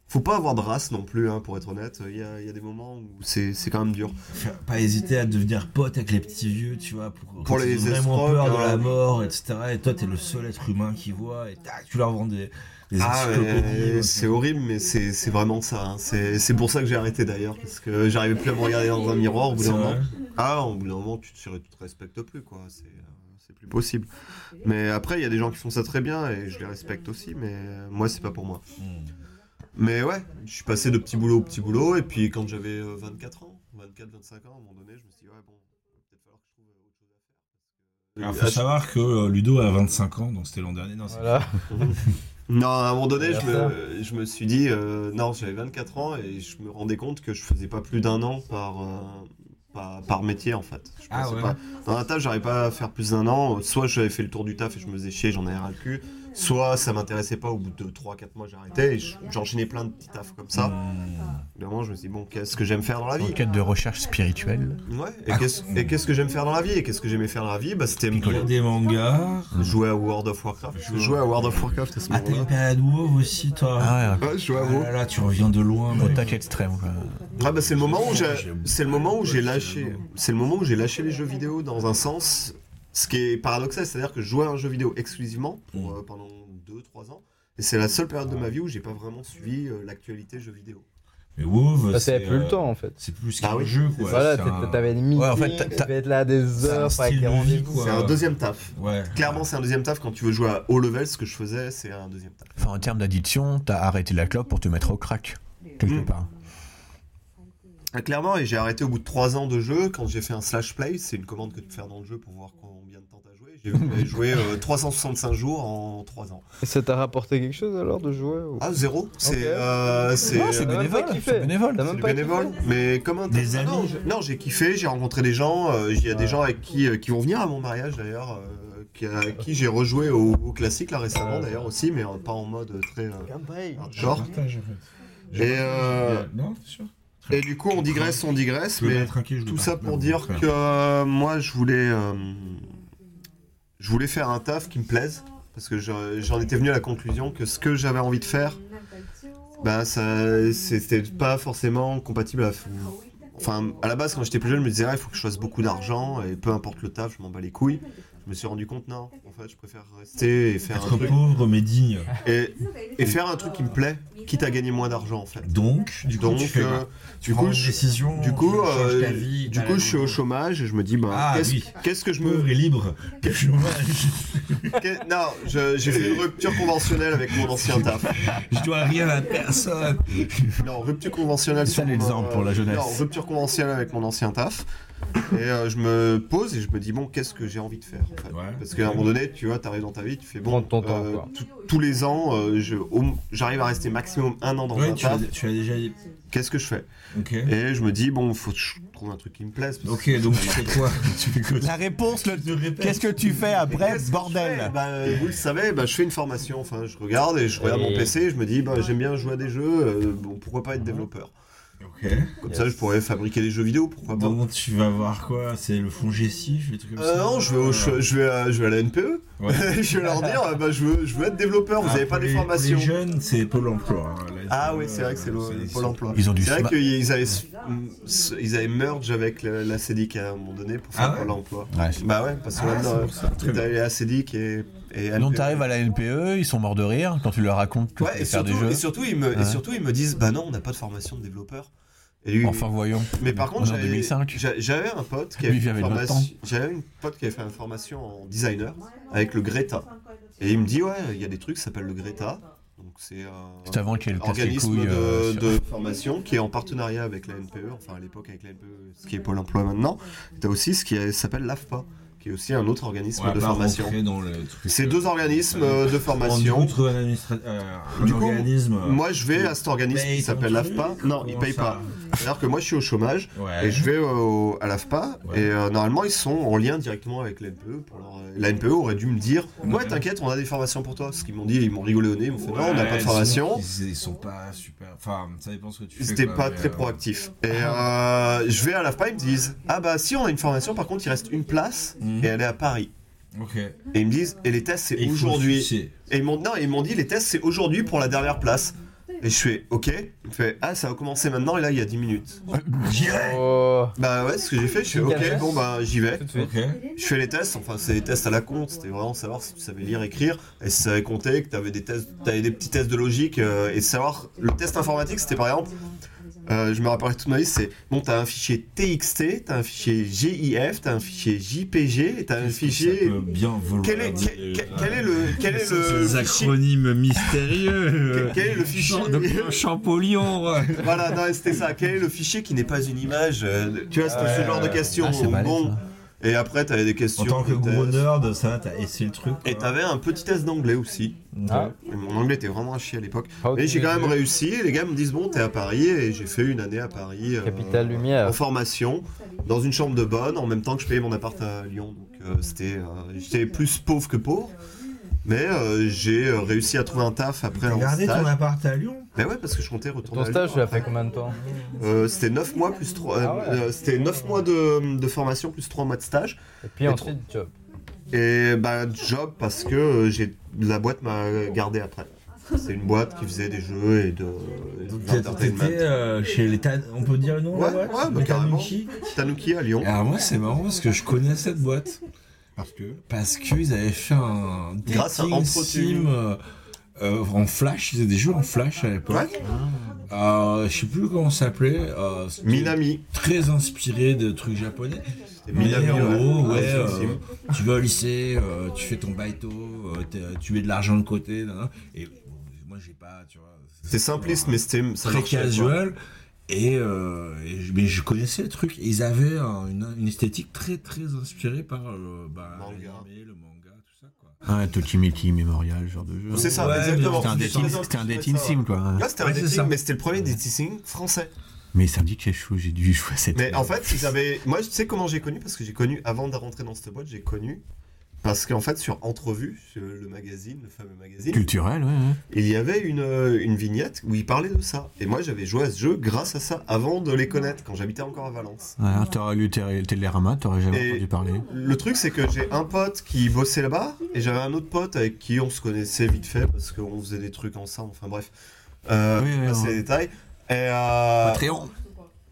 S2: faut pas avoir de race non plus, hein, pour être honnête. Il y a, il y a des moments où c'est, c'est quand même dur.
S1: Faire- pas hésiter à devenir pote avec les petits vieux, tu vois, pour, quand
S2: les
S1: ils ont vraiment
S2: escrocs,
S1: peur de
S2: hein.
S1: la mort, etc. Et toi, t'es le seul être humain qui voit, et tac, tu leur vends des, des
S2: Ah,
S1: encyclopédies.
S2: ouais, c'est horrible, mais c'est, c'est vraiment ça. hein. C'est, c'est pour ça que j'ai arrêté d'ailleurs, parce que j'arrivais plus à me regarder dans un miroir au bout
S1: C'est
S2: d'un moment.
S1: vrai.
S2: Ah, au bout d'un moment, tu te, tu te respectes plus, quoi. C'est, euh, c'est plus possible. Mais après, il y a des gens qui font ça très bien et je les respecte aussi, mais euh, moi, c'est pas pour moi.
S1: Hmm.
S2: Mais ouais, je suis passé de petit boulot au petit boulot, et puis quand j'avais euh, 24 ans, 24, 25 ans, à un moment donné, je me suis dit, ouais, bon, il va peut-être falloir que je trouve autre chose à faire.
S1: Alors,
S2: parce que-
S1: faut savoir que euh, Ludo a 25 ans, donc c'était l'an dernier. Non, c'est-
S8: Voilà.
S2: Non, à un moment donné, je me, je me suis dit, euh, non, j'avais 24 ans et je me rendais compte que je faisais pas plus d'un an par, euh, par, par métier en fait. Je
S1: Ah
S2: pensais
S1: ouais.
S2: pas. Dans un taf, j'arrivais pas à faire plus d'un an. Soit j'avais fait le tour du taf et je me faisais chier, j'en avais ras le cul. Soit ça m'intéressait pas, au bout de 3-4 mois j'arrêtais et je- j'enchaînais plein de petits tafs comme ça. Au bout d'un moment, je me suis dit, bon, qu'est-ce que j'aime faire dans la vie
S3: En quête de recherche spirituelle.
S2: Ouais, et qu'est-ce et qu'est-ce que j'aime faire dans la vie Et qu'est-ce que j'aimais faire dans la vie Bah, c'était me
S1: Lire des mangas.
S2: jouer à World of Warcraft. Je
S1: Jouer-
S2: jouais à World of Warcraft à ce
S1: Ah, t'as une
S2: moment-là.
S1: période WoW aussi, toi
S3: Ah ouais,
S2: Ouais, je jouais à
S1: Ah
S2: WoW.
S1: là là, tu reviens de loin.
S3: au
S1: mec.
S3: tac extrême. quoi.
S2: Ah bah c'est le moment où j'ai c'est le moment où j'ai lâché c'est le moment où j'ai lâché les jeux vidéo dans un sens ce qui est paradoxal c'est-à-dire que je jouais à un jeu vidéo exclusivement pour, euh, pendant 2 3 ans et c'est la seule période de ma vie où j'ai pas vraiment suivi euh, l'actualité jeux vidéo.
S1: Mais WoW,
S8: Bah, t'avais plus
S1: euh,
S8: le temps en fait.
S1: C'est plus
S2: Bah
S1: qu'un
S2: oui,
S1: jeu, quoi.
S8: Voilà,
S1: c'est
S8: t'es-
S1: un-
S8: t'avais une meeting,
S3: Ouais, en fait, t'as-
S8: tu devais être là à des
S1: c'est un
S8: heures enfin, avec
S1: style
S8: des
S1: de vie,
S8: rendez-vous.
S1: quoi.
S2: C'est un deuxième taf.
S1: Ouais.
S2: Clairement, c'est un deuxième taf quand tu veux jouer à haut level ce que je faisais, c'est un deuxième taf.
S3: Enfin, en termes d'addiction, t'as arrêté la clope pour te mettre au crack, quelque
S2: Mm.
S3: part.
S2: Ah, clairement, et j'ai arrêté au bout de 3 ans de jeu quand j'ai fait un slash play. C'est une commande que de faire dans le jeu pour voir combien de temps t'as joué. J'ai j'avais joué euh, 365 jours en 3 ans.
S13: Et ça t'a rapporté quelque chose alors de jouer ou-
S2: Ah, zéro C'est.
S13: Ok.
S2: euh, c'est
S3: Non, Ah, c'est
S13: T'as même pas
S3: bénévole,
S13: kiffé.
S3: Ah, c'est bénévole.
S13: T'as
S2: C'est
S13: même
S2: du
S13: pas
S2: bénévole,
S13: kiffé.
S2: mais comme un
S1: Des
S2: Ah
S1: amis.
S2: non, j'ai- Non, j'ai kiffé, j'ai rencontré des gens. euh, Il y a des gens avec qui, euh, qui vont venir à mon mariage d'ailleurs, euh, qui, à qui j'ai rejoué au, au classique là récemment d'ailleurs aussi, mais euh, pas en mode euh, très euh, hardcore. Et, euh,
S1: Non, c'est sûr.
S2: et du coup, on digresse, on digresse, mais
S1: Bah,
S2: tout ça pour dire que euh, moi je voulais, euh, je voulais faire un taf qui me plaise parce que je- j'en étais venu à la conclusion que ce que j'avais envie de faire, bah ça c'était pas forcément compatible à Enfin, à la base, quand j'étais plus jeune, je me disais, Ah, il faut que je fasse beaucoup d'argent, et peu importe le taf, je m'en bats les couilles. Je me suis rendu compte, non, en fait, je préfère rester et faire
S1: Être
S2: un truc,
S1: pauvre mais digne.
S2: et, et faire un truc qui me plaît, quitte à gagner moins d'argent, en fait.
S1: Donc, du coup,
S2: Donc,
S1: tu fais
S2: euh,
S1: quoi
S2: du
S1: prends
S2: coup,
S1: une
S2: je,
S1: décision,
S2: du coup,
S1: tu changes ta
S2: euh,
S1: vie,
S2: du
S1: t'as
S2: coup,
S1: la
S2: je suis au
S1: vie.
S2: chômage, et je me dis, bah,
S1: bah, Ah,
S2: qu'est-ce
S1: oui.
S2: qu'est-ce que je me...
S1: Pauvre et libre. Quel chômage.
S2: qu'est- non, je- j'ai fait une rupture conventionnelle avec mon ancien taf.
S1: Je dois rien à personne.
S2: Non, rupture conventionnelle.
S1: C'est ça
S2: sur mon- euh,
S1: l'exemple pour la jeunesse.
S2: Non, rupture conventionnelle avec mon ancien taf. Et euh, je me pose et je me dis, bon, qu'est-ce que j'ai envie de faire en fait
S1: Ouais.
S2: Parce qu'à un moment donné, tu vois, t'arrives dans ta vie, tu fais, bon, euh,
S8: Prendre ton temps, quoi.
S2: tout- tous les ans, euh, je- au- j'arrive à rester maximum un an dans
S1: Ouais,
S2: un
S1: tu as,
S2: taf.
S1: tu as déjà.
S2: Qu'est-ce que je fais
S1: Ok.
S2: Et je me dis, bon, faut que je trouve un truc qui me plaise. parce que-
S1: Ok, donc tu fais quoi Tu fais quoi
S3: La réponse, le...
S1: Je répète.
S3: qu'est-ce que tu fais
S2: Et
S3: après,
S2: qu'est-ce que je fais
S3: bordel
S2: Bah, euh, Vous le savez, bah, je fais une formation. Enfin, je regarde et je regarde mon PC et je me dis, bah, j'aime bien jouer à des jeux. euh, bon, pourquoi pas
S1: Mhm.
S2: être développeur
S1: Ok.
S2: Comme ça, je pourrais fabriquer des jeux vidéo. Pourquoi pas
S1: Donc tu vas voir quoi C'est le fond gestif, les trucs comme
S2: Euh,
S1: ça
S2: non, je vais, au- je, je vais à, je vais à la NPE.
S1: Ouais.
S2: je vais leur dire, euh, bah, je, veux, je veux être développeur, vous
S1: Ah,
S2: n'avez pas
S1: pour les-
S2: des
S1: pour
S2: formations.
S1: Les jeunes, c'est Pôle emploi. hein. Là,
S2: Ah
S1: c'est-
S2: oui, c'est vrai que c'est le, le Pôle emploi.
S3: Ils ont du
S2: C'est
S3: sma-
S2: vrai qu'ils avaient, s- m- s- mm, ils avaient merge avec le- la CEDIC à un moment donné pour faire
S1: Ah ouais Ah,
S2: Pôle emploi.
S3: Ouais.
S2: Bah ouais, parce que maintenant,
S1: Très bien.
S2: t'as la CEDIC et, et E. NPE.
S3: Donc t'arrives à la NPE, ils sont morts de rire quand tu leur racontes que tu
S2: Ouais,
S3: vas
S2: et
S3: faire
S2: surtout,
S3: des jeux.
S2: et, surtout, ils me,
S3: Ouais.
S2: et surtout, ils me disent, bah non, on n'a pas de formation de développeur. Et-
S3: Enfin voyons.
S2: Mais par
S3: On
S2: contre,
S3: est en
S2: j'avais-
S3: 2005.
S2: j'a- j'avais un pote qui
S3: Lui,
S2: avait,
S3: il
S2: fait
S3: avait
S2: une
S3: 20
S2: formation-
S3: ans.
S2: j'avais une pote qui avait fait une formation en designer avec le Greta. Et il me dit ouais, il y a des trucs qui s'appellent le Greta. Donc c'est
S3: C'est
S2: un
S3: avant qu'elle casse les
S2: organisme
S3: couilles.
S2: de,
S3: euh, sur-
S2: de formation qui est en partenariat avec la NPE, enfin à l'époque avec la NPE, ce qui est Pôle Emploi maintenant. T'as aussi ce qui est- s'appelle l'AFPA, qui est aussi un autre organisme
S1: On va
S2: de
S3: bah,
S1: pas
S2: formation.
S1: rentrer dans le truc,
S2: Ces
S1: euh,
S2: deux organismes euh, de
S1: on dit
S2: formation.
S1: outre un administra- euh, un
S2: Du coup,
S1: organisme. euh,
S2: Moi je vais à cet organisme
S1: paye
S2: qui
S1: ton
S2: s'appelle
S1: truc,
S2: l'AFPA. Non, il
S1: comment
S2: paye
S1: ça
S2: pas. C'est-à-dire que moi je suis au chômage.
S1: Ouais.
S2: Et je vais euh, au- à l'AFPA
S1: Ouais.
S2: et euh, normalement ils sont en lien directement avec la NPE. Pour leur- euh, La NPE aurait dû me dire Ouais, t'inquiète, on a des formations pour toi. Ce qu'ils m'ont dit, ils m'ont rigolé au nez, ils m'ont fait Non, on n'a pas
S1: Ouais,
S2: de formation.
S1: Ils, ils sont pas super. Enfin, ça dépend ce que tu fais.
S2: C'était
S1: quoi,
S2: pas
S1: mais,
S2: très
S1: euh, Ah.
S2: proactif. Et euh, je vais à l'AFPA, ils me disent Ah bah si, on a une formation, par contre il reste une place
S1: Mhm.
S2: et elle est à Paris.
S1: Ok. Et
S2: Et ils me disent Et les tests c'est
S1: il faut
S2: aujourd'hui.
S1: sucer.
S2: Et ils m'ont non, ils m'ont dit les tests c'est aujourd'hui pour la dernière place. Et je fais ok, il me fait ah ça a commencé maintenant et là il y a 10 minutes.
S13: Oh.
S2: Bah ouais, ce que j'ai fait, je fais ok, bon bah j'y vais.
S8: Tout de suite.
S1: Ok.
S2: Je fais les tests, enfin c'est des tests à la con, c'était vraiment savoir si tu savais lire, écrire, et si tu savais compter, que t'avais des tests, t'avais des petits tests de logique, euh, et savoir, le test informatique c'était par exemple, euh, je me rappellerai toute ma vie, c'est, bon t'as un fichier TXT, t'as un fichier GIF, t'as un fichier JPG, et t'as
S1: Ça
S2: un fichier...
S1: peut bien vouloir
S2: Quel est,
S1: dire,
S2: quel, quel-
S1: euh,
S2: quel est le... Quel est le
S1: Ces
S2: fichier
S1: acronymes mystérieux.
S2: Quel est le fichier
S1: Docteur Champollion. ouais.
S2: Voilà, non, c'était ça, quel est le fichier qui n'est pas une image euh, Tu vois, c'était ce genre de questions,
S3: Ah, c'est balèze,
S2: bon,
S3: ça.
S2: et après t'avais des questions...
S1: En tant que
S2: de
S1: gros
S2: tests.
S1: nerd, ça, t'as essayé le truc.
S2: Et t'avais un petit test d'anglais aussi.
S8: Ah.
S2: Et mon anglais était vraiment un chier à l'époque.
S8: How
S2: Mais
S8: do
S2: j'ai
S8: you
S2: quand même
S8: do?
S2: réussi. Et les gars me disent Bon, t'es à Paris. Et j'ai fait une année à Paris. euh,
S8: Capitale Lumière.
S2: En formation, dans une chambre de bonne, en même temps que je payais mon appart à Lyon. Donc euh, c'était. euh, J'étais plus pauvre que pauvre. Mais euh, j'ai euh, réussi à trouver un taf après un
S1: Regardez ton
S2: stage.
S1: appart à Lyon.
S2: Mais ouais, parce que je comptais
S8: Ton
S2: retourner à
S8: stage,
S2: Lyon.
S8: tu l'as fait combien de temps
S2: Euh, c'était 9 mois plus 3.
S8: Ah ouais.
S2: c'était 9 mois de, de formation plus 3 mois de stage.
S8: Et puis
S2: Et
S8: ensuite, job.
S2: Et bah, job parce que euh, j'ai la boîte m'a gardé après. C'est une boîte qui faisait des jeux et de. et de l'entertainment.
S1: T'étais euh, chez les Tan- On peut dire le nom
S2: Ouais,
S1: de la boîte
S2: ouais, bah,
S1: Les
S2: carrément.
S1: Tanuki
S2: Tanuki à Lyon.
S1: Et euh, Ah, Alors moi c'est marrant parce que je connais cette boîte. Parce que Parce qu'ils avaient fait un
S2: Grâce à
S1: dating
S2: Entretu.
S1: sim euh, euh, en flash, ils faisaient des jeux en flash à l'époque.
S2: Ouais.
S1: Euh, je sais plus comment ça s'appelait. euh, c'était
S2: Minami.
S1: Très inspiré de trucs japonais.
S2: C'était
S1: Mais
S2: Minami, Ah,
S1: en gros, ouais,
S2: c'est
S1: euh,
S2: possible.
S1: tu vas au lycée, euh, tu fais ton baito, euh, t'es- tu mets de l'argent de côté, nan, nan. et bon, moi j'ai pas, tu vois.
S2: C'était simpliste, mais c'était. ça
S1: très
S2: marchait, quoi.
S1: casual. Et, euh, et je- mais je connaissais le truc. Ils avaient un- une, une esthétique très très inspirée par euh, bah,
S2: Manga.
S1: l'anime, le manga, tout ça. Quoi.
S3: Ah, Tokimeki Memorial, ce genre de jeu.
S2: C'est ça,
S1: Ouais,
S2: exactement.
S3: C'était un
S2: C'est
S3: dating-
S2: ça,
S3: C'était un
S2: c'est
S3: dating
S2: ça.
S3: sim, quoi.
S2: Là, c'était un
S1: Ouais, c'est
S2: dating,
S1: ça.
S2: mais c'était le premier dating français.
S3: Mais ça me dit quelque chose, j'ai dû jouer à cette.
S2: Mais en fait, ils avaient. Moi, je sais comment j'ai connu, parce que j'ai connu, avant de rentrer dans cette boîte, j'ai connu. Parce qu'en fait, sur Entrevue, sur le magazine, le fameux magazine,
S3: Culturel, euh, ouais. ouais.
S2: il y avait une, euh, une vignette où il parlait de ça. Et moi, j'avais joué à ce jeu grâce à ça, avant de les connaître, quand j'habitais encore à Valence.
S3: Voilà, t'aurais lu Télé- Télérama, t'aurais jamais
S2: Et-
S3: entendu parler.
S2: Le truc, c'est que j'ai un pote qui bossait là-bas, et j'avais un autre pote avec qui on se connaissait vite fait, parce qu'on faisait des trucs ensemble, enfin bref. Euh,
S3: Oui, oui,
S2: passer
S3: oui.
S2: les détails. Et, euh,
S3: Patreon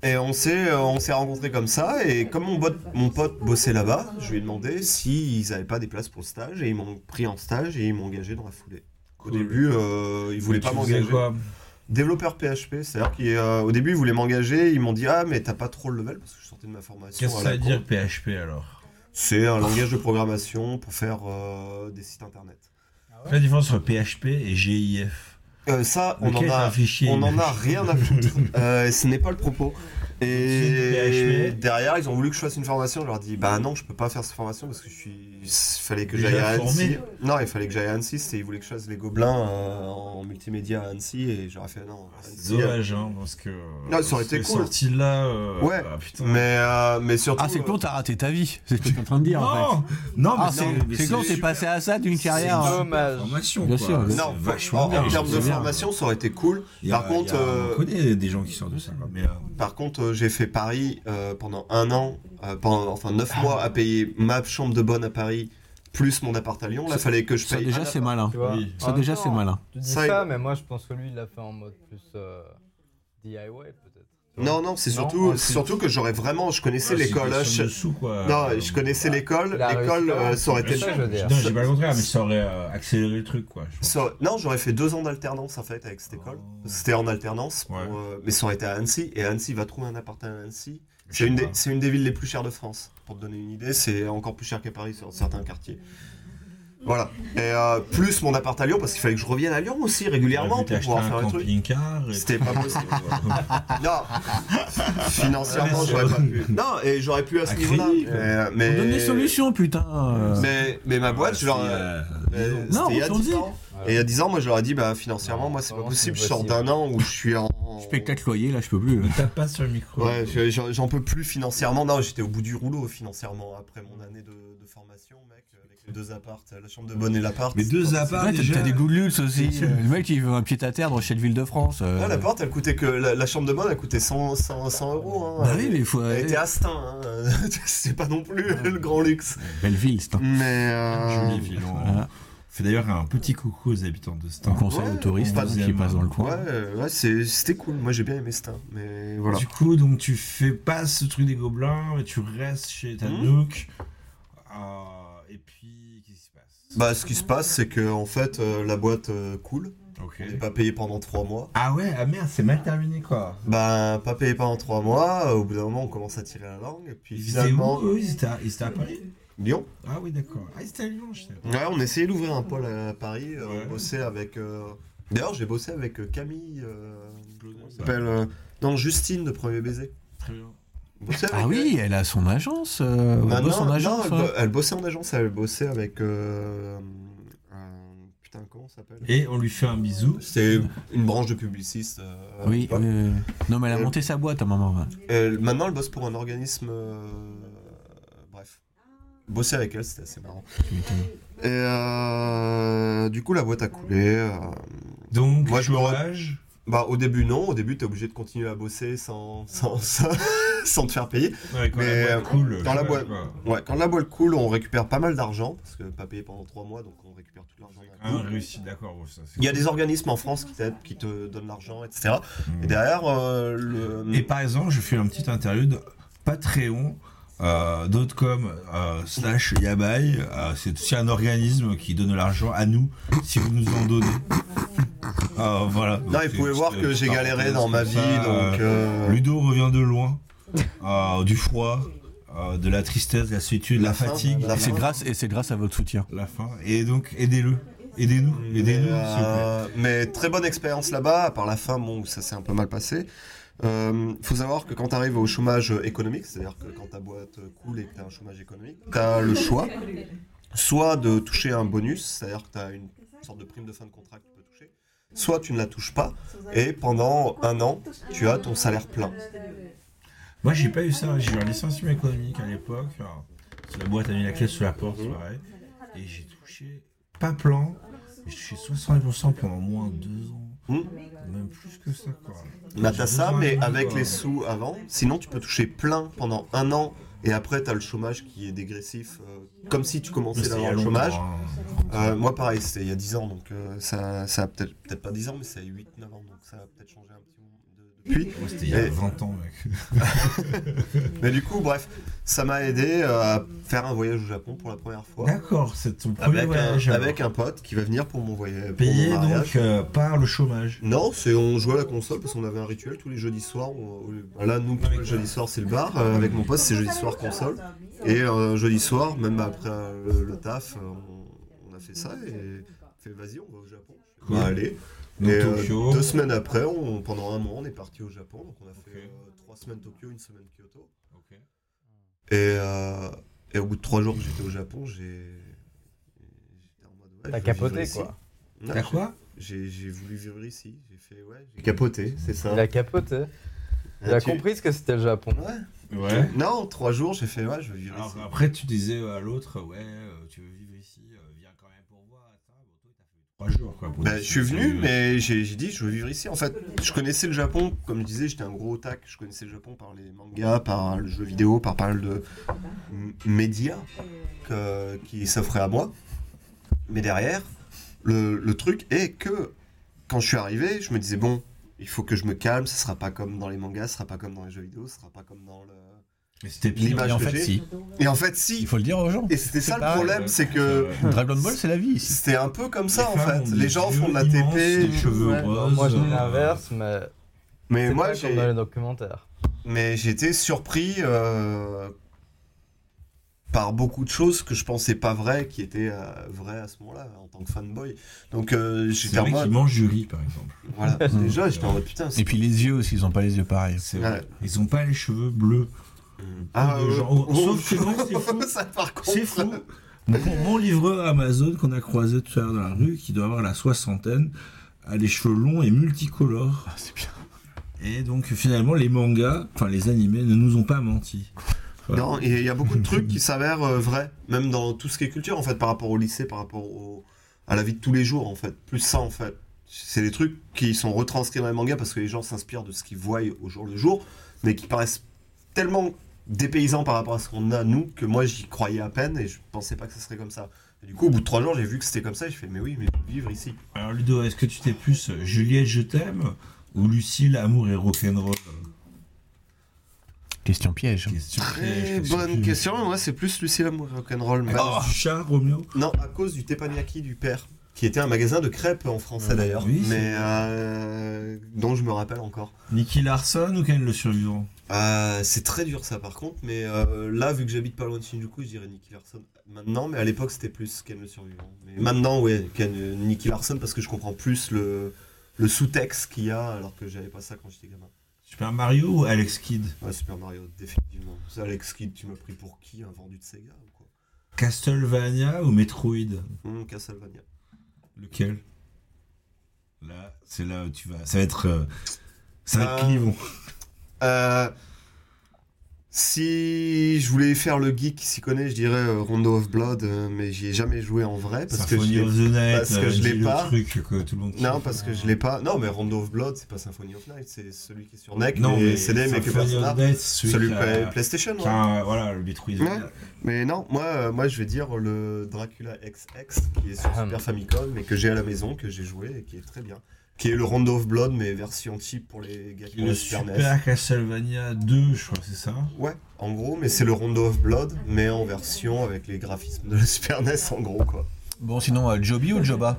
S2: Et on s'est euh, on s'est rencontrés comme ça et comme mon, bot- mon pote bossait là-bas, je lui ai demandé s'ils n'avaient pas des places pour le stage et ils m'ont pris en stage et ils m'ont engagé dans la foulée. Au
S1: Cool.
S2: début, euh, ils voulaient
S1: Tu
S2: pas
S1: faisais
S2: m'engager.
S1: quoi
S2: Développeur PHP, c'est-à-dire qu'au début ils voulaient m'engager, ils m'ont dit ah mais t'as pas trop le level parce que je sortais de ma formation.
S1: Qu'est-ce que
S2: à
S1: ça
S2: la
S1: veut
S2: con.
S1: dire PHP alors
S2: C'est un langage de programmation pour faire euh, des sites internet. Ah
S1: La différence entre PHP et GIF.
S2: Euh, ça, on
S1: Lequel
S2: en
S1: est un
S2: a
S1: fichier
S2: On en a rien à foutre. Euh, ce n'est pas le propos.
S1: C'est
S2: Et
S1: du PHP.
S2: derrière, ils ont voulu que je fasse une formation. Je leur dis, bah non, je peux pas faire cette formation parce que je suis. Il fallait que
S1: Déjà
S2: j'aille à
S1: formé.
S2: Annecy. Non, il fallait que j'aille à Annecy. c'était- Ils voulaient que je fasse les gobelins euh, en multimédia à Annecy et j'aurais fait non.
S1: C'est
S2: Annecy, euh,
S1: dommage, hein, parce que.
S2: Non, ça aurait été
S1: c'est
S2: cool.
S1: sorti là. euh,
S2: Ouais.
S1: ah, putain.
S2: mais, euh, mais surtout.
S3: Ah, c'est
S2: euh,
S3: con, t'as raté ta vie. C'est ce que je suis en train de dire, en fait.
S1: Non, non, mais
S3: Ah, c'est-
S1: non, mais
S3: c'est con, t'es passé à ça d'une
S1: C'est
S3: carrière. hein
S1: une
S13: Dommage.
S1: formation,
S3: Bien
S1: quoi.
S3: sûr.
S1: C'est
S2: Non,
S1: vachement
S2: en,
S1: bien.
S2: en termes de
S3: c'est bien.
S2: formation, ça aurait été cool.
S1: Il y a-
S2: Par contre.
S1: il y a-
S2: euh,
S1: on connaît des gens qui sortent de ça, quoi, mais. euh,
S2: Par contre, euh, j'ai fait Paris euh, pendant un an, euh, pendant, enfin neuf mois à payer ma chambre de bonne à Paris plus mon appart à Lyon. Là, fallait que je
S3: Ça,
S2: paye. un
S3: déjà,
S2: appart-
S3: c'est malin.
S8: Tu vois
S1: Oui.
S8: En
S3: Ça,
S8: même
S3: déjà,
S8: temps,
S3: c'est malin.
S8: Tu dis
S2: Ça,
S8: ça,
S2: il-
S8: mais moi je pense que lui il l'a fait en mode plus euh, DIY peut-être.
S2: Non, non, c'est
S8: Non,
S2: surtout,
S8: ouais,
S2: c'est surtout que j'aurais vraiment, je connaissais
S1: c'est
S2: l'école.
S1: une
S2: hein,
S1: question
S2: je-
S1: de sous, quoi.
S2: Non, je connaissais
S8: Ouais.
S2: l'école.
S8: Il a
S2: L'école,
S8: réussi,
S2: euh, ça aurait été.
S8: C'est ça, je veux dire.
S1: Non, j'ai pas le contraire, mais ça aurait euh, accéléré le truc, quoi. je pense.
S2: ça- non, j'aurais fait deux ans d'alternance en fait avec cette école.
S1: Oh.
S2: C'était en alternance, pour,
S1: Ouais.
S2: euh, mais ça aurait été à Annecy. Et Annecy va trouver un appart à Annecy. C'est une,
S1: Je sais
S2: des,
S1: pas.
S2: c'est une des villes les plus chères de France. Pour te donner une idée, c'est encore plus cher qu'à Paris sur certains quartiers. Voilà. Et euh, plus mon appart à Lyon, parce qu'il fallait que je revienne à Lyon aussi
S1: T'as
S2: régulièrement pour
S1: acheté
S2: pouvoir faire
S1: un
S2: un truc.
S1: camping-car. et-
S2: C'était pas possible. Non Financièrement,
S1: Ouais,
S2: j'aurais
S1: Ah, c'est
S2: pas pu. Non, et j'aurais pu à ce
S1: À
S2: niveau-là.
S1: crédit, quoi.
S2: Euh,
S3: On
S2: Mais...
S3: donne des solutions, putain. euh.
S2: Mais, mais ma boîte, je leur.
S1: C'est,
S2: euh,
S1: euh,
S2: euh,
S3: Non,
S2: c'était il y a
S3: on
S2: 10
S3: dit.
S2: ans. Et il y a 10 ans, moi, je leur ai dit, bah financièrement, moi, c'est pas
S8: Vraiment,
S2: possible.
S8: c'est
S2: Je sors d'un
S8: impossible.
S2: an où je suis en.
S3: Je paye quatre loyers, là, je peux plus.
S1: Ne tape pas sur le micro.
S2: Ouais, je- j'en j'en peux plus financièrement. Non, j'étais au bout du rouleau financièrement après mon année de, de formation, mec, avec les deux appartes, la chambre de bonne et l'appart.
S1: Mais deux
S2: c'est pas
S1: apparts
S3: Ouais, t'as
S1: déjà.
S3: t'as des goulutes aussi.
S1: Bien sûr.
S3: Le mec, il veut un pied à terre dans chez ville de France. euh.
S2: possible. Ouais, l'appart, elle coûtait que la, la chambre de bonne, elle coûtait 100, 100, 100 euros. Hein.
S3: Bah oui, mais il faut.
S2: Elle était
S3: aller-
S2: à Stein, hein. c'est pas non plus le grand luxe.
S3: Belle ville, c'est un.
S2: Mais euh,
S1: Jolie ville. On on
S3: Voilà.
S1: fait d'ailleurs un petit coucou aux habitants de Stein.
S3: Un conseil
S2: Ouais,
S3: aux touristes
S1: on
S3: hein,
S1: vous
S3: qui
S1: aime.
S3: passent dans le
S2: ouais,
S3: coin.
S2: euh, ouais, c'est- c'était cool. Moi, j'ai bien aimé Stein, mais voilà.
S1: Du coup, donc tu fais pas ce truc des gobelins, mais tu restes chez ta
S2: Mhm.
S1: nook. Euh, et puis, qu'est-ce qui se passe
S2: Bah, ce qui se passe, c'est que en fait, euh, la boîte euh, cool.
S1: Ok.
S2: On n'est pas payé pendant trois mois.
S1: Ah ouais, ah merde, c'est mal terminé quoi.
S2: Bah, pas payé pendant trois mois, euh, au bout d'un moment on commence à tirer la langue, et puis
S1: Ils étaient
S2: finalement.
S1: où eux Ils étaient à, ils étaient à Paris
S2: Lyon
S1: Ah oui, d'accord. Ah, ils étaient à Lyon, je sais.
S2: Ouais, on essayait d'ouvrir un pôle à Paris, euh,
S1: Ouais.
S2: on bossait avec. euh, D'ailleurs, j'ai bossé avec euh, Camille, euh, comment elle s'appelle euh, Non, Justine de Premier Baiser.
S1: Très bien.
S2: On bossait
S3: Ah
S2: avec
S3: oui, elle a son agence. euh,
S2: elle.
S3: elle
S2: Bah
S3: bosse
S2: non,
S3: en
S2: non,
S3: agence. hein.
S2: elle,
S3: ouais.
S2: bo- elle bossait en agence, elle bossait avec. euh, euh, putain, comment ça s'appelle
S1: Et on lui fait un bisou.
S2: C'est une branche de publiciste. euh,
S3: Oui,
S2: voilà.
S3: oui, oui. Non, mais elle a
S2: Elle-
S3: monté sa boîte à un moment. ouais.
S2: Elle- Euh, maintenant, elle bosse pour un organisme. euh, bref. Bosser avec elle, c'était assez marrant.
S3: Tu m'étonnes.
S2: Et euh, du coup, la boîte a coulé. euh,
S1: Donc,
S2: Moi, je me re-
S1: chômage.
S2: Bah, au début, non. Au début, t'es obligé de continuer à bosser sans, sans, sans, sans te faire payer.
S1: Ouais, quand
S2: Mais, euh,
S1: la boîte cool.
S2: dans la
S1: ouais,
S2: boîte-
S1: quoi.
S2: Ouais, quand la boîte coule, on récupère pas mal d'argent. Parce que pas payé pendant 3 mois, donc on récupère tout l'argent. d'un
S1: Ah,
S2: coup.
S1: réussi, d'accord. bon, ça, c'est
S2: Il y a
S1: cool.
S2: des organismes en France qui t'aident, qui te donnent l'argent, etc.
S1: Mhm.
S2: Et derrière, euh, le.
S1: Et par exemple, je fais un petit interlude Patreon. euh, dotcom euh, slash yabai euh, c'est aussi un organisme qui donne l'argent à nous si vous nous en donnez Euh, voilà
S2: Non, et vous pouvez voir
S1: euh,
S2: que j'ai galéré dans ma vie, donc. euh,
S1: Ludo revient de loin euh, du froid euh, de la tristesse de la solitude de la
S2: fin,
S1: fatigue
S2: la
S3: Et c'est
S2: fin.
S3: grâce, et c'est grâce à votre soutien.
S1: la fin et donc aidez-le aidez-nous aidez-nous s'il vous plaît
S2: Euh, mais très bonne expérience là-bas, à part la fin, bon, où ça s'est un peu mal passé. Euh, faut savoir que quand tu arrives au chômage économique, c'est-à-dire que quand ta boîte coule et que tu as un chômage économique, tu as le choix soit de toucher un bonus, c'est-à-dire que tu as une sorte de prime de fin de contrat que tu peux toucher, soit tu ne la touches pas et pendant un an, tu as ton salaire plein.
S1: Moi, j'ai pas eu ça. J'ai eu un licenciement économique à l'époque. Enfin, la boîte a mis la clé sous la porte, c'est pareil. Et j'ai touché, pas plan, mais j'ai touché 60% pendant au moins deux ans.
S2: Hmm.
S1: Même plus que ça, quoi.
S2: Bah, t'as ça,
S1: Deux ans et
S2: mais
S1: demi,
S2: avec
S1: quoi.
S2: les sous avant. Sinon, tu peux toucher plein pendant un an. Et après, t'as le chômage qui est dégressif. euh, comme si tu
S1: Mais
S2: commençais
S1: c'est il y a
S2: d'avoir le
S1: longtemps,
S2: chômage.
S1: hein.
S2: Euh, moi, pareil, c'était il y a 10 ans. Donc, euh, ça, ça a peut-être peut pas 10 ans, mais c'est 8-9 ans. Donc, ça a peut-être changé un petit moment de- depuis.
S1: Ouais, C'était il y a
S2: Et-
S1: 20 ans, mec.
S2: Mais du coup, bref, ça m'a aidé euh, à faire un voyage au Japon pour la première fois.
S1: D'accord, c'est ton premier
S2: Avec un,
S1: voyage. alors.
S2: avec un pote qui va venir pour mon voyage. pour
S1: Payé
S2: mon mariage.
S1: donc euh, par le chômage.
S2: Non, c'est on jouait à la console parce qu'on avait un rituel tous les jeudis soirs. on- on- là, nous, le jeudi soir, c'est le bar. euh, avec mon pote, c'est jeudi soir console. Et euh, jeudi soir, même après euh, le, le taf, euh, on, on a fait ça et on fait vas-y, on va au Japon. Bah, On va
S1: Cool.
S2: aller.
S1: Donc
S2: Et, euh,
S1: Tokyo.
S2: deux semaines après, on- pendant un mois, on est parti au Japon. Donc on a fait
S1: Ok.
S2: euh, trois semaines Tokyo, une semaine Kyoto.
S1: Ok.
S2: Ah, Et, euh, et au bout de trois jours que j'étais au Japon, j'ai. j'étais en mode, ouais,
S8: T'as
S2: je veux vivre
S8: capoté,
S2: ici.
S8: quoi.
S2: Non,
S1: T'as
S2: j'ai-
S1: quoi
S2: j'ai j'ai voulu vivre ici. J'ai fait, ouais, j'ai capoté, c'est ça.
S13: Il a capoté. Il a
S2: Ah, Tu- Ah,
S13: compris ce que c'était le Japon.
S2: Ouais.
S1: Ouais.
S2: Non, en trois jours, j'ai fait, ouais, je veux vivre
S1: Alors
S2: ici.
S1: après, tu disais euh, à l'autre, ouais, euh, tu veux vivre ici, euh, viens quand même pour voir. ça. Bon, toi, t'as fait trois jours, quoi. pour
S2: Bah, je
S1: dire
S2: suis
S1: que
S2: venu,
S1: tu-
S2: mais j'ai j'ai dit, je veux vivre ici. En fait, je connaissais le Japon, comme je disais, j'étais un gros tac. Je connaissais le Japon par les mangas, par le jeu vidéo, par pas mal de m- médias que- qui s'offraient à moi. Mais derrière, le, le truc est que quand je suis arrivé, je me disais, bon, il faut que je me calme, ce sera pas comme dans les mangas, ce sera pas comme dans les jeux vidéo, ce sera pas comme dans le.
S1: Mais c'était pire.
S2: L'image
S3: Et en
S2: que
S3: fait,
S2: j'ai.
S3: si.
S2: Et en fait, si.
S3: Il faut le dire aux gens.
S2: Et c'était ça le
S3: pareil,
S2: problème, c'est que
S1: Euh,
S3: Dragon Ball, c'est la vie ici.
S2: c'était un peu comme ça en
S1: les femmes
S2: fait.
S1: ont
S2: Les
S1: des
S2: gens
S1: yeux
S2: font de la
S1: immenses,
S2: TP.
S1: des cheveux roses.
S13: Moi j'ai
S1: euh,
S13: l'inverse, mais.
S2: Mais
S13: c'est
S2: moi,
S13: pas comme dans
S2: j'ai,
S13: les documentaires.
S2: mais j'étais surpris euh, par beaucoup de choses que je pensais pas vraies, qui étaient euh, vraies à ce moment-là en tant que fanboy. Donc euh,
S1: C'est
S2: j'étais en
S1: vrai qu'ils
S2: mode,
S1: mangent du riz, par exemple.
S2: voilà. Déjà, j'étais en mode putain. c'est-
S3: Et puis les yeux aussi, ils ont pas les yeux pareils.
S1: C'est
S2: Ouais.
S1: vrai. Ils ont pas les cheveux bleus.
S2: Ah,
S1: de
S2: euh,
S1: gens-
S2: oh,
S1: Sauf que non, c'est fou.
S2: ça, par contre.
S1: C'est fou. Mon- mon livreur Amazon qu'on a croisé tout à l'heure dans la rue, qui doit avoir la soixantaine, a les cheveux longs et multicolores.
S3: Ah, c'est bien.
S1: Et donc finalement, les mangas, enfin les animés, ne nous ont pas menti.
S2: Non, et il y a beaucoup de trucs qui s'avèrent euh, vrais, même dans tout ce qui est culture, en fait, par rapport au lycée, par rapport au- à la vie de tous les jours, en fait. Plus ça, en fait. C'est des trucs qui sont retranscrits dans les mangas parce que les gens s'inspirent de ce qu'ils voient au jour le jour, mais qui paraissent tellement dépaysants par rapport à ce qu'on a, nous, que moi, j'y croyais à peine et je pensais pas que ça serait comme ça. Et du coup, au bout de trois jours, j'ai vu que c'était comme ça et je fais, mais oui, mais vivre ici.
S1: Alors Ludo, est-ce que tu t'es plus euh, Juliette, je t'aime ou Lucille, amour et rock'n'roll
S3: Question piège.
S1: Question
S2: Très Eh, bonne question, moi, c'est plus Lucille Amour et Rock'n'Roll. mais-
S1: Oh, chat, Romeo
S2: Non, à cause du teppanyaki du père, qui était un magasin de crêpes en français
S1: Euh,
S2: d'ailleurs,
S1: oui, c'est
S2: mais euh, dont je me rappelle encore.
S1: Nicky Larson ou Ken le survivant
S2: Euh, c'est très dur ça par contre, mais euh, là vu que j'habite pas loin de Shinjuku, je dirais Nicky Larson maintenant, mais à l'époque c'était plus Ken le survivant. Mais maintenant ouais, Ken, euh, Nicky Larson parce que je comprends plus le, le sous-texte qu'il y a alors que j'avais pas ça quand j'étais gamin.
S1: Super Mario ou Alex Kidd
S2: Ouais, Super Mario, définitivement. Ça, Alex Kidd, tu m'as pris pour qui Un vendu de Sega ou quoi
S1: Castlevania ou Metroid
S2: Hum, Castlevania.
S1: Lequel Là, c'est là où tu vas. Ça va être. euh, Ça va être
S2: Euh,
S1: clivant.
S2: Euh, si je voulais faire le geek qui s'y connaît, je dirais euh, Rondo of Blood, euh, mais j'y ai jamais joué en vrai parce que
S1: Symphony
S2: je l'ai-
S1: of the Night,
S2: parce que
S1: euh,
S2: je l'ai
S1: dis le
S2: pas.
S1: truc que tout le monde
S2: non
S1: kiffe.
S2: parce que je l'ai pas. Non mais Rondo of Blood, c'est pas Symphony of Night, c'est celui qui est sur NEC,
S1: Non, mais
S2: CD, mais que
S1: Symphony
S2: personne
S1: of
S2: n'a.
S1: the Night, c'est celui,
S2: Celui
S1: qui a-
S2: Play- PlayStation.
S1: qui
S2: ouais.
S1: a un- voilà, le Metroid.
S2: Ouais. Mais non, moi, euh, moi je vais dire le Dracula XX qui est sur
S13: Ah.
S2: Super Famicom, mais que j'ai à la maison, que j'ai joué et qui est très bien, qui est le Rondo of Blood mais version cheap pour les gars qui ont
S1: Le
S2: la
S1: Super
S2: Super E NES.
S1: Castlevania 2, je crois, c'est ça
S2: Ouais, en gros, mais c'est le Rondo of Blood, mais en version avec les graphismes de la Super NES, en gros, quoi.
S3: Bon, sinon, euh, Joby ou Joba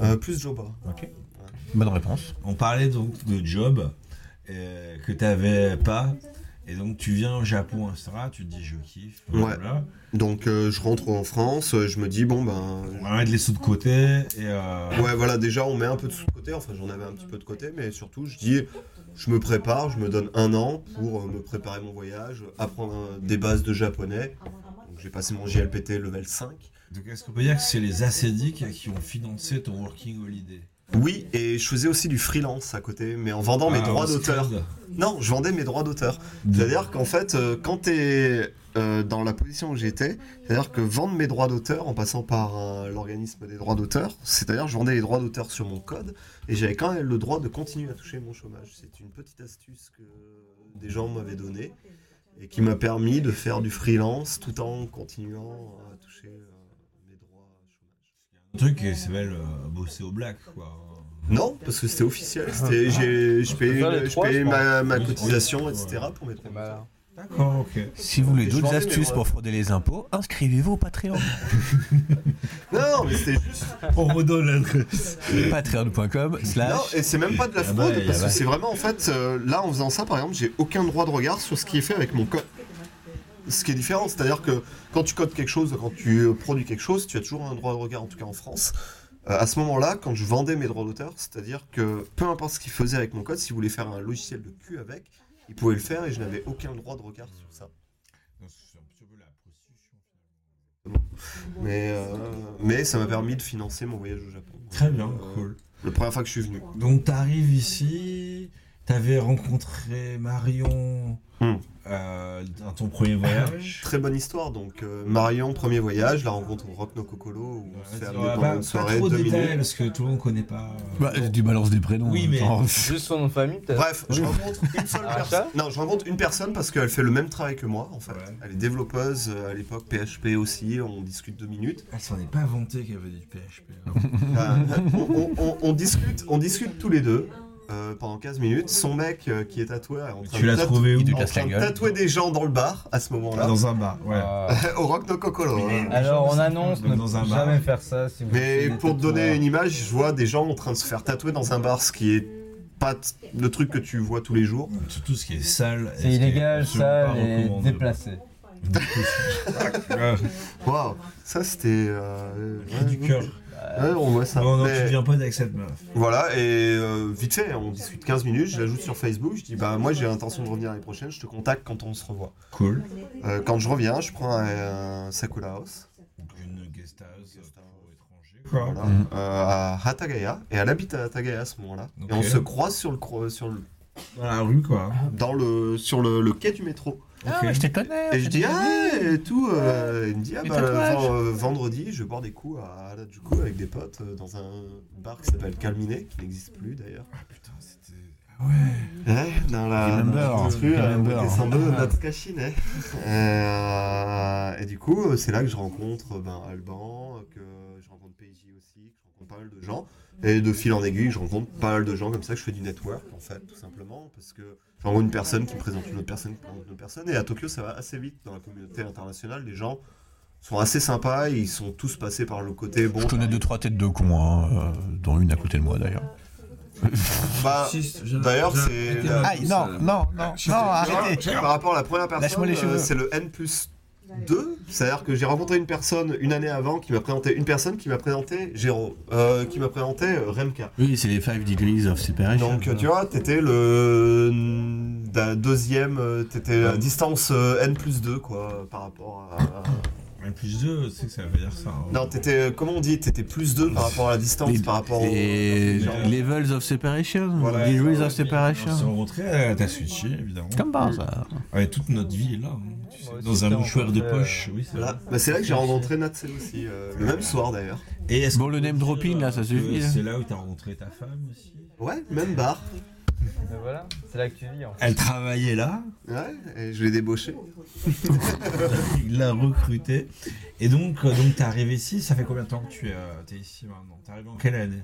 S2: Euh, plus Joba.
S3: Ok. Bonne réponse.
S1: On parlait donc de job euh, que t'avais pas. Et donc tu viens au Japon, etc. Tu te dis je kiffe. blablabla.
S2: Donc, euh, je rentre en France, euh, je me dis, bon, ben...
S1: On va mettre les sous de côté. Et, euh,
S2: Ouais, voilà, déjà, on met un peu de sous de côté, enfin, j'en avais un petit peu de côté, mais surtout, je dis, je me prépare, je me donne un an pour euh, me préparer mon voyage, apprendre euh, des bases de japonais. Donc, J'ai passé mon JLPT level 5.
S1: Donc est-ce qu'on peut dire que c'est les acédiques qui ont financé ton working holiday
S2: Oui, et je faisais aussi du freelance à côté, mais en vendant mes
S1: Ah,
S2: droits
S1: en
S2: d'auteur.
S1: scred.
S2: Non, je vendais mes droits d'auteur. C'est-à-dire qu'en fait, euh, quand t'es euh, dans la position où j'étais, c'est-à-dire que vendre mes droits d'auteur en passant par euh, l'organisme des droits d'auteur, c'est-à-dire je vendais les droits d'auteur sur mon code et j'avais quand même le droit de continuer à toucher mon chômage. C'est une petite astuce que des gens m'avaient donnée et qui m'a permis de faire du freelance tout en continuant à toucher euh, mes droits chômage.
S1: Un truc qui s'appelle euh, bosser au black, quoi.
S2: Non, parce que c'était officiel, c'était, j'ai, je payais,
S14: faire les
S2: je
S14: trois,
S2: payais
S14: je
S2: ma, ma
S1: Oui,
S2: cotisation,
S1: oui.
S2: etc. pour mes
S14: C'est
S2: droits d'auteur.
S14: malin.
S1: D'accord, Ah, ok.
S3: Si vous voulez
S2: Je
S3: d'autres
S2: vendais mes
S3: astuces
S2: droits.
S3: pour frauder les impôts, inscrivez-vous au Patreon.
S2: Non, mais c'était juste
S1: On redonne l'adresse.
S3: Patreon.com
S2: Non,
S3: slash...
S2: et c'est même pas de la
S1: Ah
S2: fraude,
S1: bah,
S2: parce
S1: ah
S2: que
S1: bah.
S2: c'est vraiment en fait, euh, là en faisant ça par exemple, j'ai aucun droit de regard sur ce qui est fait avec mon code. Ce qui est différent, c'est-à-dire que quand tu codes quelque chose, quand tu euh, produis quelque chose, tu as toujours un droit de regard, en tout cas en France. Euh, à ce moment-là, quand je vendais mes droits d'auteur, c'est-à-dire que peu importe ce qu'ils faisaient avec mon code, s'ils voulaient faire un logiciel de cul avec, ils pouvaient le faire et je n'avais aucun droit de regard sur ça. Mais, euh, mais ça m'a permis de financer mon voyage au Japon.
S1: Très bien,
S2: Euh,
S1: cool.
S2: La première fois que je suis venu.
S1: Donc t'arrives ici, t'avais rencontré Marion
S2: Hmm.
S1: euh, dans ton premier voyage.
S2: Très bonne histoire, donc euh, Marion, premier voyage, la rencontre au Rock No Cocolo, où on se fait
S1: Ouais,
S2: amener
S1: Euh, pas,
S2: pendant une
S1: bah, pas
S2: soirée,
S1: trop de
S2: deux
S1: détails
S2: minutes.
S1: parce que tout le monde connaît pas. euh,
S3: Bah, du balance des prénoms. hein. Oh,
S1: Oui,
S3: en même
S1: mais-
S3: temps.
S14: Juste son nom de famille, peut-être
S2: Bref, je rencontre une seule
S14: Ah,
S2: personne.
S14: ça
S2: Non, je rencontre une personne parce qu'elle fait le même travail que moi, en fait.
S1: Ouais.
S2: Elle est développeuse euh, à l'époque, PHP aussi, on discute deux minutes.
S1: Elle s'en est pas vantée qu'elle avait du PHP. hein.
S2: Euh, on, on- on- on discute, on discute tous les deux. euh, pendant 15 minutes, son mec euh, qui est tatoueur est en train
S1: tu
S2: de,
S1: l'as
S2: tatou-
S1: trouvé où Ah,
S3: Il te
S2: en
S3: casse la
S2: train de
S3: gueule.
S2: tatouer des gens dans le bar à ce moment-là,
S1: Dans un bar, ouais.
S8: Euh,
S2: au Rock No Cocolo. hein.
S8: Alors, on annonce
S1: Dans
S8: ne
S1: un bar.
S8: jamais faire ça. Si vous
S2: Mais
S8: faites des
S2: pour te donner
S8: tatouages.
S2: une image, je vois des gens en train de se faire tatouer dans un bar, ce qui est pas t- le truc que tu vois tous les jours.
S1: Surtout ce qui est sale. et ce qui
S8: C'est
S1: est
S8: illégal,
S1: absolument
S8: ça,
S1: pas
S8: et
S1: recommandé.
S8: déplacé.
S1: Ouais,
S2: Waouh, ça c'était. euh,
S1: cri Ah, du
S2: ouais,
S1: cœur.
S2: ouais, on voit ça.
S1: Non, non,
S2: Mais
S1: tu viens pas avec cette meuf.
S2: Voilà, et euh, vite fait, on discute 15 minutes, je l'ajoute sur Facebook, je dis bah moi j'ai l'intention de revenir l'année prochaine, je te contacte quand on se revoit.
S1: Cool.
S2: Euh, quand je reviens, je prends un, un Sakura House
S1: Une guest house pour étrangers.
S2: voilà,
S3: Mhm.
S2: euh, à Hatagaya, et elle habite à Hatagaya à ce moment-là.
S1: Ok.
S2: Et on se croise sur le, cro- sur le,
S1: Dans la rue, quoi.
S2: dans le, sur le- le quai du métro.
S3: Ah, ouais, je te connais.
S2: Et je dis ah et tout, euh, il me dit ah
S3: Les
S2: bah
S3: tatouages.
S2: ven- euh, vendredi je vais boire des coups à Harajuku avec des potes euh, dans un bar qui s'appelle Calminé qui n'existe plus d'ailleurs.
S1: Ah putain, c'était. Ah ouais.
S2: Ouais, dans la
S3: Remember,
S2: dans la rue, euh,
S3: remember.
S2: descendant de Natsukashi, né. Euh, et du coup euh, c'est là que je rencontre euh, ben, Alban, que je rencontre PJ aussi, que je rencontre pas mal de gens et de fil en aiguille je rencontre pas mal de gens comme ça que je fais du network en fait tout simplement parce que je rencontre une personne qui me présente une autre personne qui me présente une autre personne et à Tokyo ça va assez vite dans la communauté internationale les gens sont assez sympas, ils sont tous passés par le côté bon.
S3: Je connais deux, trois têtes de con, hein, euh, dont une à côté de moi d'ailleurs.
S2: Bah, D'ailleurs, c'est-
S3: Aïe, non,
S1: euh,
S3: non, non, non, arrêtez.
S2: par rapport à la première
S3: Lâche-moi
S2: personne,
S3: les cheveux.
S2: euh, c'est le N plus 2. C'est-à-dire que j'ai rencontré une personne une année avant qui m'a présenté une personne qui m'a présenté Géro, euh, qui m'a présenté euh, Remka.
S3: Oui, c'est les 5 degrees of separation.
S2: Donc euh, tu vois, t'étais le la deuxième, euh, t'étais à distance euh, N plus 2 quoi, par rapport à... euh,
S1: N plus 2, c'est que ça veut dire ça. hein.
S2: Non, t'étais, euh, comment on dit, t'étais plus 2 par rapport à la distance, par rapport... au-
S3: Les
S1: Genre-
S3: levels of separation,
S2: Voilà.
S3: degrees
S1: Ouais,
S3: of
S1: On s'est
S3: separation.
S1: rencontrés à Tatsuichi, évidemment.
S3: Comme par hasard.
S1: Ouais, toute notre vie est là. hein, tu sais,
S14: Moi aussi,
S1: dans un
S14: j'étais
S1: mouchoir de
S14: rencontré,
S1: poche, oui, c'est
S2: Voilà.
S1: vrai.
S2: Bah, c'est là que j'ai rencontré Natsel aussi, euh, le même soir d'ailleurs.
S1: Et est-ce
S3: Bon,
S1: qu'on
S3: le
S1: peut
S3: name
S1: dire,
S3: dropping, là, ça
S1: euh,
S3: suffit, hein.
S1: que
S3: là.
S1: C'est là où t'as rencontré ta femme aussi.
S2: Ouais, même bar.
S14: Mais voilà, c'est là que tu vis, en fait.
S1: Elle travaillait là,
S2: Ouais, et je l'ai débauché.
S1: il l'a recrutée. Et donc, euh, donc t'es arrivé ici, ça fait combien de temps que tu es, euh, t'es ici maintenant T'es arrivé en quelle année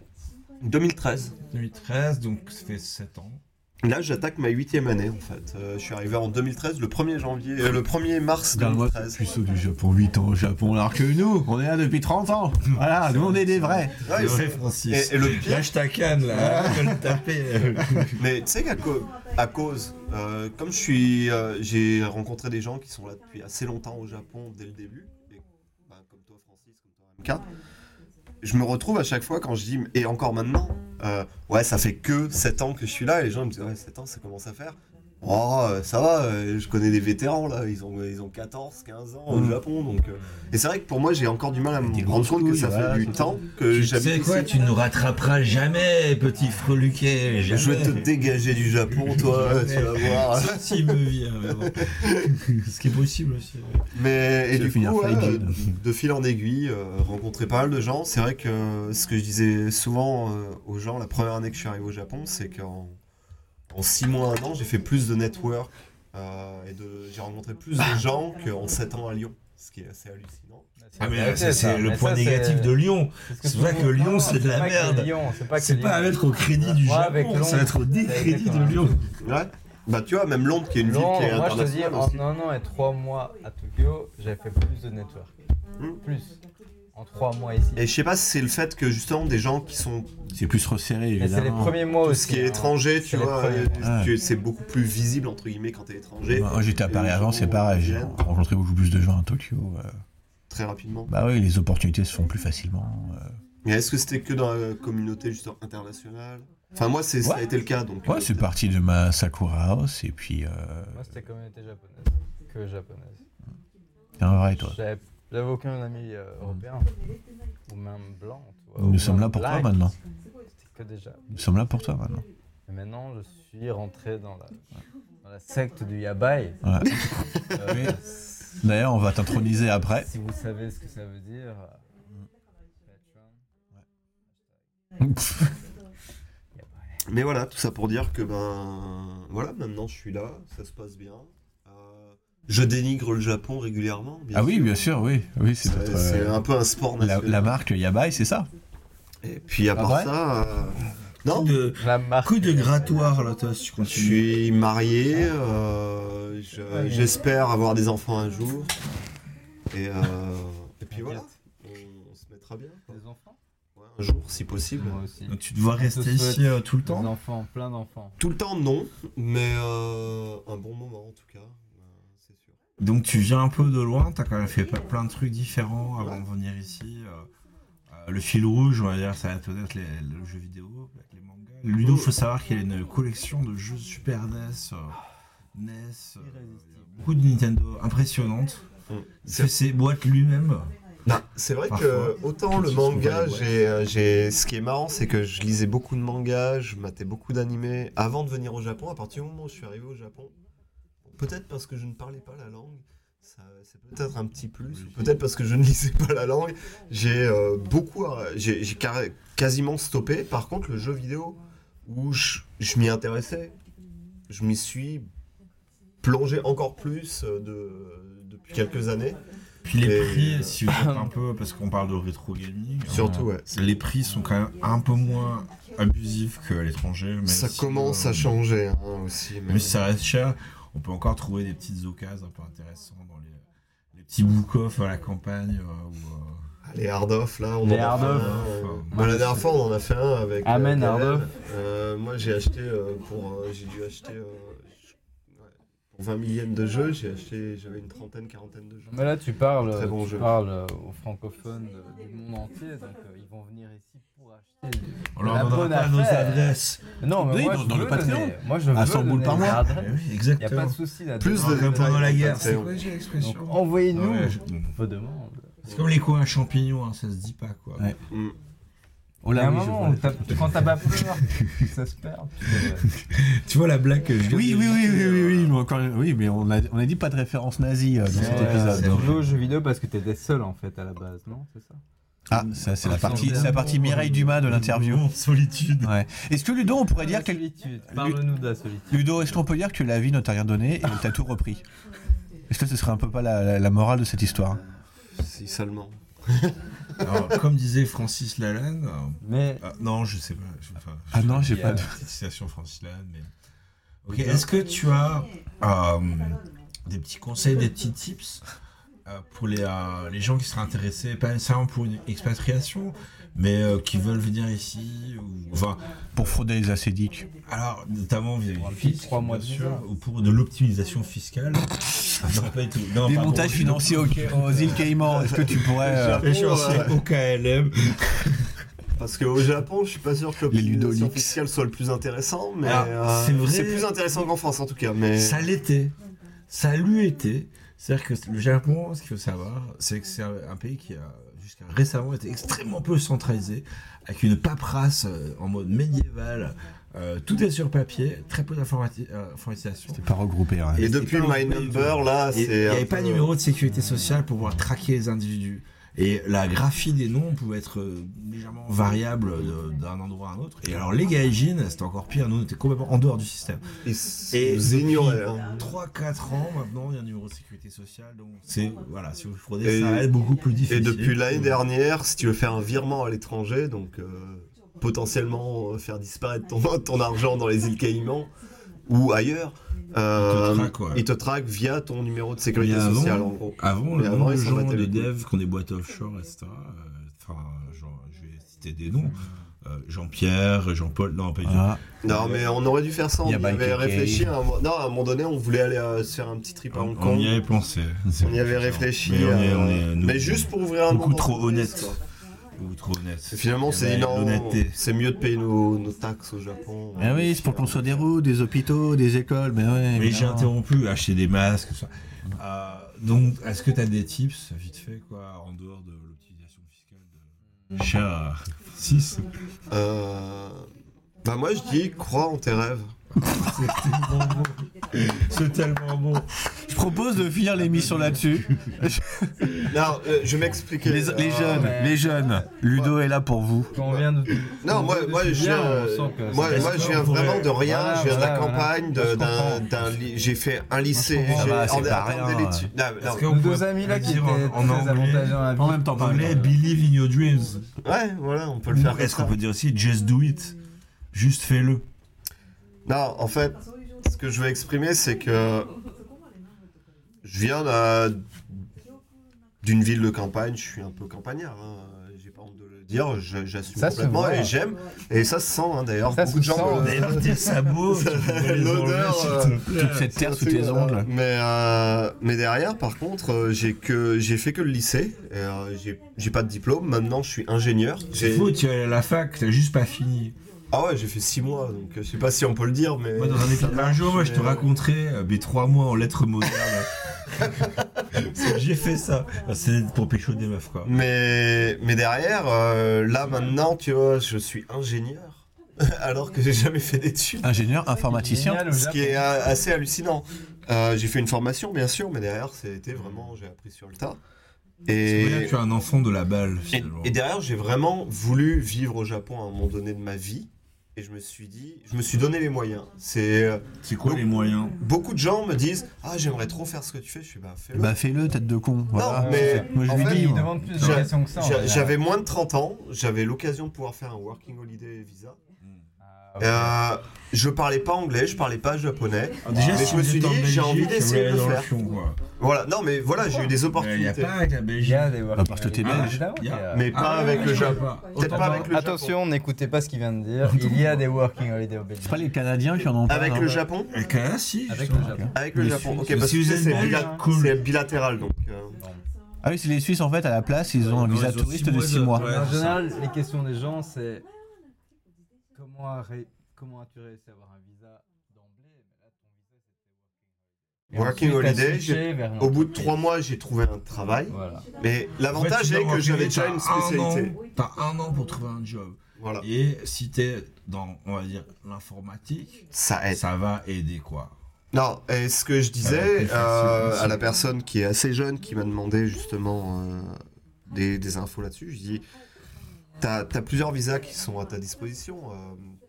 S2: 2013.
S1: 2013, donc ça fait 7 ans.
S2: Là, j'attaque ma huitième année en fait. Euh, je suis arrivé en 2013, le 1er janvier, euh, le 1er mars
S3: Regarde-moi,
S2: 2013.
S3: puceau du Japon, 8 ans au Japon, alors que nous, on est là depuis 30 ans. Voilà, nous on est des vrais.
S2: Ouais,
S1: C'est
S2: c'est-
S1: vrai, Francis.
S2: Et, et le pire,
S1: Lâche ta canne, là, je vais le taper.
S2: mais tu sais qu'à co- à cause, euh, comme je suis, euh, j'ai rencontré des gens qui sont là depuis assez longtemps au Japon dès le début, et, bah, comme toi Francis, comme toi MK, je me retrouve à chaque fois quand je dis, et encore maintenant, euh, euh, ouais, ça fait que 7 ans que je suis là, et les gens ils me disent, ouais, 7 ans, ça commence à faire. Oh, euh, ça va, euh, je connais des vétérans là, ils ont, ils ont 14, 15 ans au
S3: Mhm.
S2: Japon, donc. euh, Et c'est vrai que pour moi, j'ai encore du mal à
S1: Mm. Des
S2: me
S1: grosses
S2: rendre compte que
S1: couilles,
S2: ça
S1: voilà,
S2: fait du
S1: c'est
S2: temps que
S1: tu sais
S2: Euh, j'habite
S1: quoi,
S2: ici.
S1: tu ne nous rattraperas jamais, petit freluquet. Jamais.
S2: Je vais te dégager du Japon, toi, tu vas voir.
S1: Sauf s'il me vient, mais bon. Ce qui est possible aussi.
S2: Mais et
S3: Tu vas
S2: du
S3: finir
S2: coup, ouais,
S3: Friday.
S2: de, de fil en aiguille, euh, rencontrer pas mal de gens. C'est vrai que euh, ce que je disais souvent euh, aux gens la première année que je suis arrivé au Japon, c'est qu'en en six mois, un an, j'ai fait plus de network euh, et de- j'ai rencontré plus de gens qu'en 7 ans à Lyon, ce qui est assez hallucinant.
S1: Ah, mais là,
S8: Ok,
S1: ça, c'est le
S8: mais
S1: point
S8: ça,
S1: négatif
S8: c'est-
S1: de Lyon.
S8: ce que
S1: C'est
S8: tout
S1: vrai
S8: le
S1: que
S8: monde-
S1: Lyon,
S8: Non,
S1: c'est de la
S8: pas que
S1: merde.
S8: Lyon, C'est pas que
S1: C'est
S8: Lyon.
S1: pas à mettre au crédit du
S8: Ouais, avec
S1: Japon, ça va
S8: Londres.
S1: être au décrédit de
S8: Exactement.
S1: Lyon.
S2: Ouais. Bah tu vois, même Londres qui est une
S8: Londres,
S2: ville qui est
S8: moi je te dis,
S2: internationale aussi.
S8: en un an et trois mois à Tokyo, j'avais fait plus de network.
S2: Hmm.
S8: Plus. En trois mois ici.
S2: Et je sais pas si c'est le fait que justement des gens qui sont
S3: C'est plus resserré,
S8: Et c'est les
S3: évidemment.
S8: premiers mois
S2: tout
S8: aussi.
S2: ce qui est
S8: hein.
S2: étranger, tu
S8: C'est les
S2: vois,
S8: premiers.
S2: euh, tu- c'est beaucoup plus visible entre guillemets quand t'es étranger.
S3: Moi, j'étais à Paris
S2: Les gens
S3: avant, c'est pareil. J'ai
S2: viennent.
S3: rencontré beaucoup plus de gens à Tokyo. euh.
S2: Très rapidement.
S3: Bah oui, les opportunités se font plus facilement. euh.
S2: Mais est-ce que c'était que dans la communauté juste internationale Enfin, moi, c'est, ça a
S3: Ouais.
S2: été le cas. Donc,
S3: Ouais,
S2: euh,
S3: c'est parti de ma Sakura House et puis. Euh...
S8: Moi c'était communauté japonaise. Que japonaise.
S3: T'es un vrai, toi. Mm.
S8: J'avais j'avais aucun ami euh, européen. Ou même blanc. tu vois, ou
S3: Nous sommes
S8: même
S3: là pour toi
S8: black.
S3: maintenant.
S8: C'était que déjà.
S3: Nous sommes là pour toi maintenant.
S8: Et maintenant je suis rentré dans la, dans la secte du yabai.
S3: Ouais.
S8: Euh,
S3: D'ailleurs, on va t'introniser après.
S8: Si vous savez ce que ça veut dire. euh, Patreon.
S2: euh, Mais voilà, tout ça pour dire que ben voilà, maintenant je suis là, ça se passe bien. Euh, je dénigre le Japon régulièrement. bien
S3: ah oui, bien sûr, oui. oui c'est
S2: C'est,
S3: notre,
S2: c'est
S3: euh,
S2: un peu un sport
S3: la, Ah
S2: national.
S3: la marque Yabai, c'est ça
S2: Et puis à part
S3: vrai
S2: ça, euh, non,
S1: Coup de-
S8: La marque.
S1: Coup de grattoir, là, toi, si tu
S2: je
S1: continues.
S2: suis marié. euh, je- j'espère avoir des enfants un jour. Et, euh, et puis voilà, on, on se mettra bien. quoi.
S8: Des enfants
S2: Ouais, un jour, si possible.
S8: Moi aussi.
S1: Donc, tu te vois rester ici euh, tout le
S8: Des
S1: temps
S8: enfants, plein d'enfants.
S2: Tout le temps, non, mais euh, un bon moment en tout cas, euh, c'est sûr.
S1: Donc tu viens un peu de loin, t'as quand même fait pas- plein de trucs différents avant de venir ici. euh, euh, le fil rouge, on va dire, ça va être honnête, les, le jeu vidéo, avec les mangas. Ludo, faut savoir qu'il a une collection de jeux Super NES, euh, NES, euh, beaucoup de Nintendo, impressionnante. Il fait ses boîtes lui-même.
S2: Non, c'est vrai que
S1: Parfois.
S2: autant le
S1: Petits sont
S2: manga,
S1: volés, ouais.
S2: j'ai, euh, j'ai, ce qui est marrant, c'est que je lisais beaucoup de mangas, je matais beaucoup d'animés avant de venir au Japon. À partir du moment où je suis arrivé au Japon, peut-être parce que je ne parlais pas la langue, ça, c'est peut-être un petit plus, ou peut-être parce que je ne lisais pas la langue, j'ai euh, beaucoup, euh, j'ai, j'ai carré- quasiment stoppé. Par contre, le jeu vidéo où je, je m'y intéressais, je m'y suis plongé encore plus euh, de, depuis quelques années.
S1: Puis les
S2: Et-
S1: prix, si vous êtes un peu, parce qu'on parle de rétro gaming,
S2: Surtout, ouais.
S1: euh, les prix sont quand même un peu moins abusifs que à l'étranger. même
S2: Ça
S1: si,
S2: commence
S1: euh,
S2: à changer hein, aussi. Mais...
S1: Même si ça reste cher, on peut encore trouver des petites occasions un peu intéressantes dans les, les petits book-off à la campagne. euh, ou,
S2: Ah, Les hard off là, on
S8: Les
S2: en a
S8: hard
S2: fait
S8: off.
S2: un,
S1: euh,
S2: euh,
S1: enfin,
S2: bah, la dernière fois, on en a fait un avec. euh,
S8: Amen,
S2: Gaël.
S8: hard off.
S2: Euh, moi, j'ai acheté euh, pour. euh, j'ai dû acheter. euh, je- ouais, pour 20 millièmes de jeux, j'ai acheté. J'avais une trentaine, quarantaine de jeux.
S8: Mais là, tu parles,
S2: Très bon
S8: tu
S2: jeu.
S8: parles euh, aux francophones euh, du monde entier, donc euh, ils vont venir ici pour acheter. du-
S1: on leur
S8: La
S1: donnera
S8: bonne
S1: pas nos
S8: affaire.
S1: adresses.
S8: Non, mais
S3: Oui,
S8: moi,
S3: dans-
S8: je
S3: dans le
S8: veux
S3: Patreon.
S8: donner- Moi, je
S3: À
S8: veux
S3: 100 boules par
S8: donner
S3: mois.
S8: des adresses.
S1: Eh oui,
S8: Il n'y a pas
S1: exactement.
S8: de souci là
S2: Plus
S1: Comme
S2: de
S1: pendant la
S2: détails,
S1: guerre,
S2: en fait,
S1: c'est
S2: on-
S1: quoi j'ai
S8: Donc,
S1: l'expression Ah
S8: envoyez-nous
S1: ouais, je-
S8: vos demandes.
S1: C'est comme les coups à champignons, hein, ça se dit pas quoi.
S3: Ouais.
S2: Mm.
S3: Oh
S8: Il y a un
S3: oui, je
S8: moment,
S3: vois.
S8: où t'as- quand t'as pas peur, ça se perd. tu sais.
S1: Tu vois la blague que je viens
S3: Oui,
S1: de
S3: oui, oui,
S1: dire,
S3: oui, oui,
S1: euh,
S3: oui, mais encore une- oui, mais on a, on a dit pas de référence nazie euh, dans cet
S8: Ouais,
S3: épisode.
S8: Tu
S3: donc.
S8: joues aux jeux vidéo parce que t'étais seul en fait à la base, non C'est ça
S3: Ah, ça c'est la partie, c'est la partie Mireille Dumas de l'interview.
S1: En solitude.
S3: Ouais. Est-ce que Ludo, on pourrait
S8: La
S3: dire que
S8: solitude. Ah, Parle-nous de la solitude.
S3: Ludo, est-ce qu'on peut dire que la vie ne t'a rien donné et t'as tout repris Est-ce que ce serait un peu pas la, la- la morale de cette histoire
S2: Si seulement.
S1: Alors, comme disait Francis Lalanne, euh,
S8: Mais euh,
S1: ah, non, je sais pas. je- enfin,
S3: Ah non, j'ai pas. de-
S1: petite citation Francis Lalanne, mais. Ok, est-ce que tu as euh, des petits conseils, des petits tips euh, pour les, euh, les gens qui seraient intéressés, pas nécessairement pour une expatriation, mais euh, qui veulent venir ici ou, Enfin,
S3: Pour frauder les acédiques.
S1: alors, notamment vis-à-vis du fisc,
S8: trois mois
S1: bien
S8: de
S1: sûr,
S8: visa.
S1: ou pour de l'optimisation fiscale. Ah non, pas du tout. Non,
S3: Des
S1: pardon.
S3: montages financiers aux, aux îles Caïmans, est-ce que tu pourrais. euh,
S1: Je suis en- au KLM.
S2: Parce qu'au Japon, je suis pas sûr que
S3: Les
S2: l'optimisation
S3: Ludolix.
S2: fiscale soit le plus intéressant, mais
S1: Ah,
S2: euh,
S1: c'est vrai.
S2: c'est plus intéressant qu'en France en tout cas. Mais
S1: Ça l'était. Ça lui était. C'est-à-dire que le Japon, ce qu'il faut savoir, c'est que c'est un un pays qui a jusqu'à récemment été extrêmement peu centralisé, avec une paperasse euh, en mode médiéval. Euh, tout est sur papier, très peu d'informati- euh, informatisation.
S3: Pas regroupé, hein. ouais.
S2: et
S1: c'est
S2: depuis
S1: pas
S2: My
S1: un pays
S2: Number,
S1: de-
S2: là,
S1: Et
S2: c'est.
S1: Il n'y
S2: un
S1: avait pas
S2: peu- euh,
S1: de numéro de sécurité sociale pour pouvoir traquer les individus. Et la graphie des noms pouvait être euh, légèrement variable de- d'un endroit à un autre. Et alors les gaijins, c'était encore pire, nous on était complètement en dehors du système.
S2: Ils s-
S1: Et
S2: ils ignoraient. hein.
S1: 3-4 ans maintenant, il y a un numéro de sécurité sociale. Donc c'est, voilà, si vous fraudez,
S2: Et-
S1: ça va être beaucoup plus difficile.
S2: Et depuis l'année dernière, si tu veux faire un virement à l'étranger, donc euh, potentiellement euh, faire disparaître ton, ton argent dans les îles Caïmans ou ailleurs,
S1: Ils
S2: euh,
S1: te traquent, ouais.
S2: ils te traquent via ton numéro de sécurité
S1: Mais avant-
S2: sociale en gros.
S1: Avant,
S2: Mais
S1: le
S2: avant,
S1: nombre de
S2: ils s'en
S1: gens
S2: battaient
S1: de
S2: les couilles.
S1: dev qui ont des boîtes offshore, etc. euh, Enfin, genre, je vais citer des noms. Euh, Jean-Pierre, Jean-Paul, non, pas du tout.
S3: Ah,
S2: Non, mais on aurait dû faire ça, on
S3: Y
S2: y
S3: a pas
S2: avait
S3: été
S2: réfléchi. à un moment- Non, à un moment donné, on voulait aller euh, se faire un petit trip à Hong
S1: On
S2: Kong.
S1: y avait pensé.
S2: On y avait réfléchi.
S1: Mais, on est-
S2: euh,
S1: on est- nous-
S2: mais juste pour ouvrir un
S1: beaucoup
S2: nombre
S1: trop
S2: d'entreprises,
S1: honnête.
S2: quoi.
S1: Ou trop honnête.
S2: Et Finalement,
S1: Eh
S2: c'est
S1: ben,
S2: non,
S1: l'honnêteté.
S2: c'est mieux de payer nos, nos taxes au Japon.
S3: Ah oui, c'est pour qu'on soit des routes, des hôpitaux, des écoles, mais ouais.
S1: Mais j'ai
S3: évidemment.
S1: interrompu, acheter des masques, tout ça. Euh, donc, est-ce que tu as des tips, vite fait, quoi, en dehors de l'optimisation fiscale de cher 6
S2: Euh, Bah moi, je dis, crois en tes rêves.
S1: C'est tellement bon. C'est tellement bon.
S3: Je propose de finir
S1: Ah,
S3: l'émission là-dessus.
S2: Non, euh, je vais m'expliquer.
S3: Les, les
S2: Euh,
S3: jeunes, les jeunes, Ludo est là pour vous.
S13: Quand on vient de.
S2: Non, moi, moi, je viens, euh,
S13: on sent que
S2: moi,
S13: ça-
S2: moi, je viens
S1: on pourrait-
S2: vraiment de rien.
S13: Voilà,
S2: je viens de la
S13: voilà, voilà.
S2: campagne, de-
S13: Moi, je
S2: d'un,
S13: comprends.
S2: d'un li- j'ai fait un lycée.
S3: comprends.
S2: j'ai-
S3: Ah bah,
S2: en-
S3: c'est
S2: en
S3: pas
S2: termes
S3: rien,
S2: d'études- Non, non,
S1: Est-ce qu'on
S8: Nos
S1: pourrait
S8: deux amis là qui étaient
S1: dire en-
S8: très
S1: en anglais-
S8: avantageux dans la vie.
S3: En même temps,
S1: On parlait Believe in your dreams.
S2: Ouais, voilà, on peut le faire. comme
S1: Est-ce qu'on
S2: ça.
S1: peut dire aussi just do it Juste fais-le.
S2: Non, en fait, ce que je veux exprimer, c'est que je viens d'un- d'une ville de campagne, je suis un peu campagnard, hein, j'ai pas honte de le dire, je- j'assume
S8: Ça se
S2: complètement
S8: voit.
S2: et j'aime, et ça se sent hein, d'ailleurs,
S8: Ça
S2: beaucoup
S8: se
S2: de gens...
S8: sent,
S2: me-
S1: D'ailleurs, tes sabots, tu peux les
S2: L'odeur,
S1: enlever, s'il te
S3: Toute cette terre sous tes ongles.
S2: Mais, euh, mais derrière, par contre, euh, j'ai que j'ai fait que le lycée. et, euh, j'ai- j'ai pas de diplôme. Maintenant, je suis ingénieur.
S1: C'est
S2: J'ai-
S1: fou, tu es allé à la fac, t'as juste pas fini.
S2: Ah ouais, j'ai fait 6 mois, donc euh, je sais pas si on peut le dire, mais.
S1: Moi, dans un, épisode- un jour, moi, je te raconterai euh, mes trois mois en lettres modernes. Parce que J'ai fait ça. Ah, C'est pour pécho des meufs, quoi.
S2: Mais, mais derrière, euh, là maintenant, tu vois, je suis ingénieur, alors que j'ai jamais fait d'études.
S3: Ingénieur, informaticien.
S13: Génial, au
S2: Ce
S13: Japon.
S2: qui est euh, assez hallucinant. Euh, j'ai fait une formation, bien sûr, mais derrière, c'était vraiment, j'ai appris sur le tas.
S1: C'est
S2: Et,
S1: pour ça que tu es un enfant de la balle,
S2: Et,
S1: finalement.
S2: et derrière, j'ai vraiment voulu vivre au Japon à un moment donné de ma vie. Et je me suis dit, je me suis donné les moyens. C'est euh,
S1: C'est quoi les moyens
S2: beaucoup de gens me disent, ah j'aimerais trop faire ce que tu fais. Je suis bah fais-le.
S3: Bah fais-le, tête de con. Voilà.
S8: Ah,
S2: mais
S3: Moi je
S2: en
S3: lui
S2: fait,
S3: dis.
S13: Il
S3: moi.
S13: demande plus
S2: J'a-
S13: d'éducation que ça. en
S2: J'a-
S13: général.
S2: J'avais moins de 30 ans, j'avais l'occasion de pouvoir faire un working holiday visa.
S13: Ah, ok.
S2: Euh, je parlais pas anglais, je parlais pas japonais.
S1: Ah, Déjà,
S2: mais
S1: si
S2: ah, je me
S1: vous
S2: suis
S1: êtes en
S2: dit, j'ai envie
S1: Belgique,
S2: d'essayer de
S1: vous allez
S2: le
S1: dans
S2: faire.
S1: fion, quoi.
S2: Voilà, non mais voilà, j'ai eu des
S1: Il n'y a
S2: opportunités.
S1: pas avec la
S8: Il y
S1: Belgique.
S8: a des working
S3: Ah, parce que t'es
S8: holidays.
S3: belge.
S8: Évidemment qu'il y a-
S2: Mais
S1: Ah,
S2: pas avec le
S1: je sais
S2: Japon.
S1: pas.
S2: Peut-être
S1: Autant
S2: pas avec le Japon.
S8: Attention, n'écoutez pas ce qu'il vient de dire. Il y a des working holidays au
S3: C'est
S8: Belgique.
S3: pas les Canadiens qui en ont
S2: Avec
S3: parlé,
S2: le
S3: hein.
S2: Japon
S1: Avec Canada, Eh, si.
S13: Avec
S1: justement.
S13: le Japon.
S2: Avec le
S3: Les
S2: Japon. Ok,
S1: Suisses.
S2: parce
S1: Si
S2: que
S1: vous
S2: ça,
S1: êtes
S2: c'est
S1: belge,
S2: bila-
S1: cool.
S2: c'est bilatéral donc. euh,
S3: Ah oui, c'est les Suisses en fait à la place, ils ont un
S1: Ouais, ils
S3: visa
S1: ont six
S3: touriste de
S1: mois
S3: 6
S1: de-
S3: mois.
S1: ouais.
S8: En général, les questions des gens, c'est comment, a ré- comment as-tu réussi à avoir un visa d'emblée Mais là, ton visa,
S2: Working
S8: c'était ensuite, t'as
S2: holiday,
S8: switché
S2: j'ai-
S8: vers un
S2: Au bout de
S8: entreprise.
S2: trois mois, j'ai trouvé un travail.
S8: Voilà.
S2: Mais
S1: En fait,
S2: l'avantage
S1: tu
S2: est
S1: dois
S2: que j'avais
S1: enchaîner,
S2: déjà une
S1: t'as un
S2: spécialité.
S1: an- T'as un an pour trouver un job.
S2: Voilà.
S1: Et si t'es dans, on va dire, l'informatique,
S2: Ça aide.
S1: ça va aider, quoi.
S2: Non, et ce que je
S1: va
S2: disais
S1: être plus
S2: euh,
S1: facile.
S2: à la personne qui est assez jeune, qui m'a demandé justement euh, des, des infos là-dessus, je dis T'as as plusieurs visas qui sont à ta disposition. euh,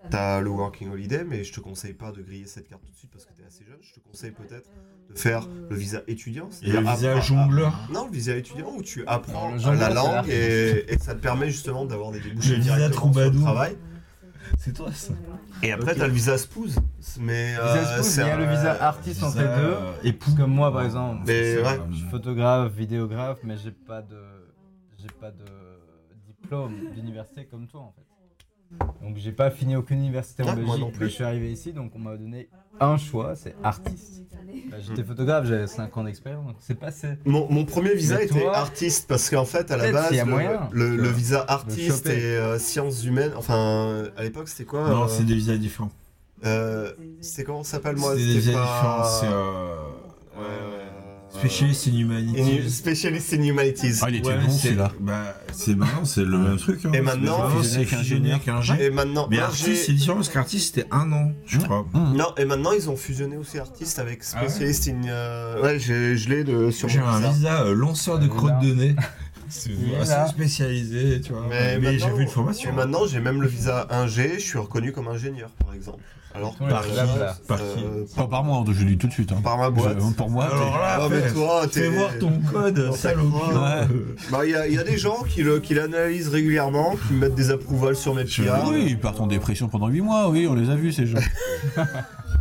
S2: T'as le Working Holiday, mais je te conseille pas de griller cette carte tout de suite parce que t'es assez jeune. Je te conseille peut-être de faire le visa étudiant.
S1: Et le
S2: c'est-à-dire
S1: visa
S2: appre-
S1: jongleur.
S2: Non, le visa étudiant où tu apprends
S13: Non, le jongleur,
S2: la
S13: ça
S2: langue
S13: marche.
S2: et, et ça te permet justement d'avoir des débouchés
S1: Le visa
S2: directement sur le
S1: troubadour.
S2: travail.
S1: C'est toi, ça.
S2: Et après,
S1: Ok.
S2: t'as le visa spouse. Mais
S8: Visa
S2: euh,
S8: spouse,
S2: c'est
S8: mais il y a
S2: un-
S8: le visa artiste entre les
S1: Visa,
S8: deux.
S1: euh,
S8: Parce que moi, par exemple,
S2: Mais
S1: C'est,
S2: ouais.
S1: euh,
S8: je suis photographe, vidéographe, mais j'ai pas de, j'ai pas de diplôme d'université comme toi en fait. Donc j'ai pas fini aucune université en
S2: Ah, moi
S8: Belgique,
S2: non
S8: mais
S2: plus.
S8: je suis arrivé ici, donc on m'a donné un choix, c'est artiste. Bah, J'étais photographe, j'avais 5 ans d'expérience, donc c'est passé.
S2: Mon, mon premier visa
S8: Mais toi,
S2: était artiste parce qu'en fait, à la
S8: peut-être
S2: base,
S8: s'il y a
S2: le,
S8: moyen,
S2: le-
S8: tu
S2: le
S8: vois,
S2: visa
S8: le
S2: artiste
S8: choper.
S2: et euh, sciences humaines, enfin, à l'époque, c'était quoi
S1: Non,
S2: euh,
S1: c'est des visas différents.
S2: euh, C'était comment ça s'appelle moi
S1: C'est des visas différents. C'est. Euh...
S2: Ouais, ouais.
S1: Specialist in
S2: In-
S1: Humanity.
S2: Specialist in Humanities.
S3: Ah, il était
S1: Ouais,
S3: bon
S1: c'est-
S3: celui-là.
S1: Bah, c'est maintenant, c'est le même truc. hein.
S2: Et maintenant,
S1: C'est- c'est
S3: fusionné avec
S1: fusionné avec un G.
S2: Et maintenant,
S1: Mais
S2: moi,
S1: artiste, c'est
S2: j'ai-
S1: différent parce qu'artiste, c'était un an, je crois.
S2: non, et maintenant ils ont fusionné aussi artiste avec
S1: Ah ouais
S2: Specialist in. euh, Ouais, j'ai- je l'ai de- sur
S1: J'ai
S2: mon
S1: un
S2: visa.
S1: visa euh, lanceur de crottes de nez. C'est
S8: Il est là.
S1: assez spécialisé, tu vois.
S2: Mais,
S1: Mais, j'ai
S2: maintenant-
S1: vu une formation.
S2: mais maintenant, j'ai même le visa 1G, je suis reconnu comme ingénieur, par exemple. Alors que euh,
S8: Par qui Par
S1: hein. Par
S2: euh,
S1: qui
S3: Pas par moi, je le dis tout de suite. hein.
S2: Par ma boîte.
S3: Je- pour moi,
S1: Alors là,
S2: Ah, mais
S1: fais-
S2: toi, t'es-
S1: fais voir ton code,
S2: Dans ta
S1: salaud.
S2: croix.
S1: Ouais.
S2: Bah, il y, a- il y a des gens qui le- qui l'analysent régulièrement, qui mettent des approvals sur mes
S3: t'es-
S2: PR.
S3: oui, ils partent en dépression pendant 8 mois, oui, on les a vus ces gens.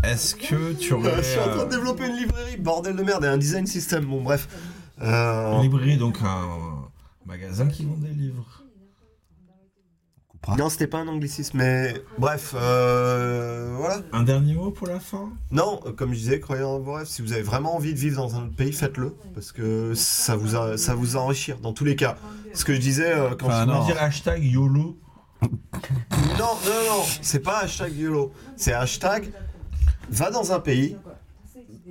S1: Est-ce que tu
S2: Euh,
S1: aurais.
S2: je suis en train de
S1: euh,
S2: développer une librairie, bordel de merde, et un design system, bon bref.
S1: Une
S2: Euh,
S1: librairie, donc un magasin qui vend des livres.
S2: non, c'était pas un anglicisme, mais bref, euh, voilà.
S1: Un dernier mot pour la fin
S2: Non, euh, comme je disais, croyez en vos rêves. Si vous avez vraiment envie de vivre dans un autre pays, faites-le, parce que ça vous a- ça vous enrichir. Dans tous les cas, ce que je disais euh, quand
S3: Enfin,
S2: je
S3: Ah non.
S1: On va dire hashtag YOLO.
S2: Non, non, non, c'est pas hashtag YOLO. C'est hashtag va dans un pays,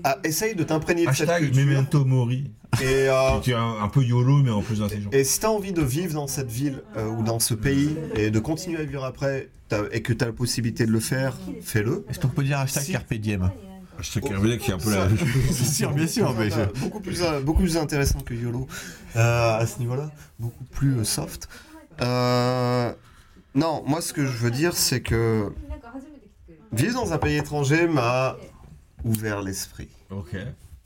S2: ah, essaye de t'imprégner de cette
S1: Hashtag
S2: culture.
S1: Memento Mori.
S2: Et, euh,
S1: Tu es un, un peu YOLO, mais en plus intelligent.
S2: et si t'as envie de vivre dans cette ville euh, ou dans ce pays et de continuer à vivre après t'as- et que t'as la possibilité de le faire, fais-le.
S3: Est-ce qu'on peut dire hashtag
S2: Si.
S3: Carpe Diem
S1: Hashtag Hervé qui est un peu la.
S3: C'est sûr, bien sûr, mais je-
S2: Beaucoup plus, euh, beaucoup plus intéressant que YOLO euh, à ce niveau-là, beaucoup plus euh, soft. Euh, non, moi ce que je veux dire c'est que vivre dans un pays étranger m'a ouvert l'esprit.
S1: Ok.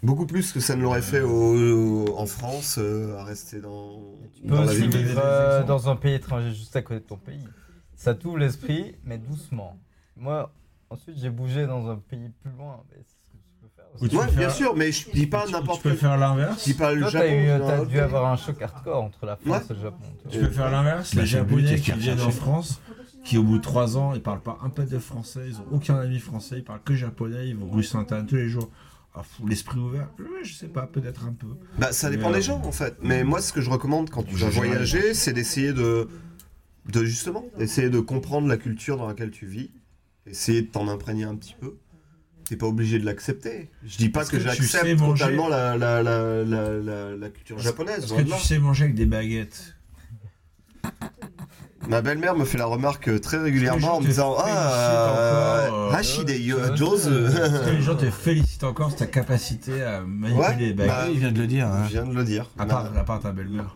S2: Beaucoup plus que ça ne l'aurait fait au- au- en France, euh, à rester dans,
S8: Tu
S2: dans
S8: peux
S2: la
S8: aussi
S2: ville.
S1: des-
S8: vivre
S1: des
S8: euh,
S1: exemples.
S8: dans un pays étranger juste à côté de ton pays. Ça t'ouvre l'esprit, mais doucement. Moi, ensuite, j'ai bougé dans un pays plus loin. Mais c'est ce que tu peux faire aussi.
S1: Ou tu
S2: Ouais,
S1: peux
S2: bien
S1: faire-
S2: sûr, mais je dis pas
S1: Tu
S2: n'importe
S1: peux
S2: quel.
S1: faire
S2: Je
S1: l'inverse
S2: dis pas le
S8: Toi,
S2: Japon.
S8: t'as eu-
S2: je dis
S8: t'as
S2: un
S8: dû
S2: autre.
S8: avoir un choc hardcore entre la France et le Japon. tu vois.
S1: Tu peux faire l'inverse
S3: Bah,
S1: Les
S3: c'est le but,
S1: Japonais
S3: c'est de
S1: qui
S3: faire
S1: viennent en
S3: chercher.
S1: France, qui au bout de 3 ans, ils parlent pas un peu de français, ils ont aucun ami français, ils parlent que japonais, ils vont rue Sainte-Anne tous les jours. Ah, fou, L'esprit ouvert, Ouais, je sais pas, peut-être un peu.
S2: Bah, ça dépend
S1: Mais, euh,
S2: des gens en fait. Mais moi, ce que je recommande quand tu
S1: Je-
S2: vas
S1: je-
S2: voyager, c'est d'essayer de, de justement, d'essayer de comprendre la culture dans laquelle tu vis, essayer de t'en imprégner un petit peu. T'es pas obligé de l'accepter. Je dis pas
S1: Est-ce
S2: que,
S1: que tu sais
S2: j'accepte
S1: manger
S2: totalement la, la, la, la, la, la culture japonaise.
S1: Est-ce
S2: loin
S1: que
S2: de là.
S1: tu sais manger avec des baguettes
S2: Ma belle-mère me fait la remarque euh, très régulièrement en me
S1: Est-ce que les gens te
S2: disant Ah,
S1: félicitent encore, euh,
S2: Rachid et
S1: euh,
S2: Jose.
S1: Est-ce que les gens te félicitent encore sur ta capacité à manipuler
S2: Ouais,
S1: les
S2: bah,
S1: baguettes
S3: Il vient de le dire. hein.
S2: Je viens de le dire.
S1: à, part, à part ta belle-mère.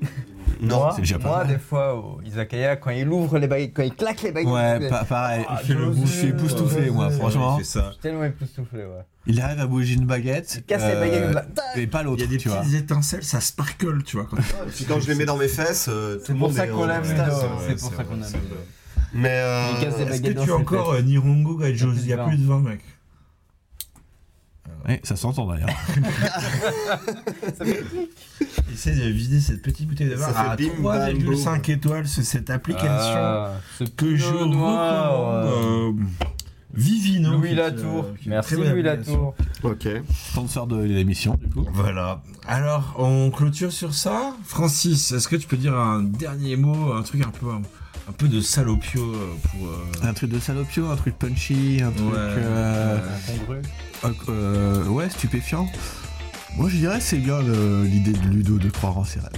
S2: Non.
S8: moi,
S3: c'est le Japon.
S8: moi, des fois, au Izakaya, quand il ouvre les baguettes, quand il claque les baguettes,
S3: Ouais,
S8: je
S3: pa- pareil.
S8: Ah,
S3: je fais le
S8: José,
S3: bouche, je suis époustouflé, moi, franchement.
S8: suis tellement époustouflé. Ouais.
S3: Il arrive à bouger une baguette.
S8: Il casse les baguettes comme ça. Tac
S3: Et pas
S1: Il y
S3: l'autre,
S1: a des
S3: tu vois.
S1: petites étincelles, ça sparkle, tu vois. Quand
S2: Puis quand je les mets dans mes fesses, euh, tout
S8: C'est
S2: le
S8: pour
S2: monde
S8: ça
S2: est
S8: qu'on
S2: en
S8: l'aime,
S2: extase.
S8: Ludo.
S1: ouais, euh,
S8: C'est pour
S1: c'est
S8: ça
S1: vrai,
S8: qu'on
S1: c'est
S8: aime. Ludo.
S2: Mais
S8: Il casse les
S2: euh,
S1: Est-ce
S8: baguettes
S1: que
S8: dans
S1: tu es
S8: ses
S1: encore
S8: fesses.
S1: euh, Nihongo Gaijos Il y a
S8: de
S1: plus de 20, mec.
S3: Ouais, ça s'entend d'ailleurs.
S8: Ça fait clic.
S1: Essaye de vider cette petite bouteille de
S2: Ça
S1: vin
S2: fait
S1: à
S2: bim, bam, boum.
S1: 3,5 étoiles sur cette application
S8: Ah, ce
S1: que je
S8: pinot noir, euh,
S1: recommande. euh, Vivino. qui
S8: Louis
S1: est, euh,
S8: Latour.
S1: qui est une
S8: Merci
S1: très bonne
S8: Louis
S1: application.
S8: Latour.
S2: ok.
S3: Sponsor de l'émission, du coup.
S1: Voilà. Alors, on clôture sur ça. Francis, est-ce que tu peux dire un dernier mot, un truc un peu, un, un peu de salopio euh, pour. euh,
S3: Un truc de salopio, un truc punchy, un truc.
S1: Ouais.
S3: euh,
S8: Incongru.
S3: Euh, euh, ouais, stupéfiant. Moi, je dirais c'est bien le- l'idée de Ludo de croire en ses rêves.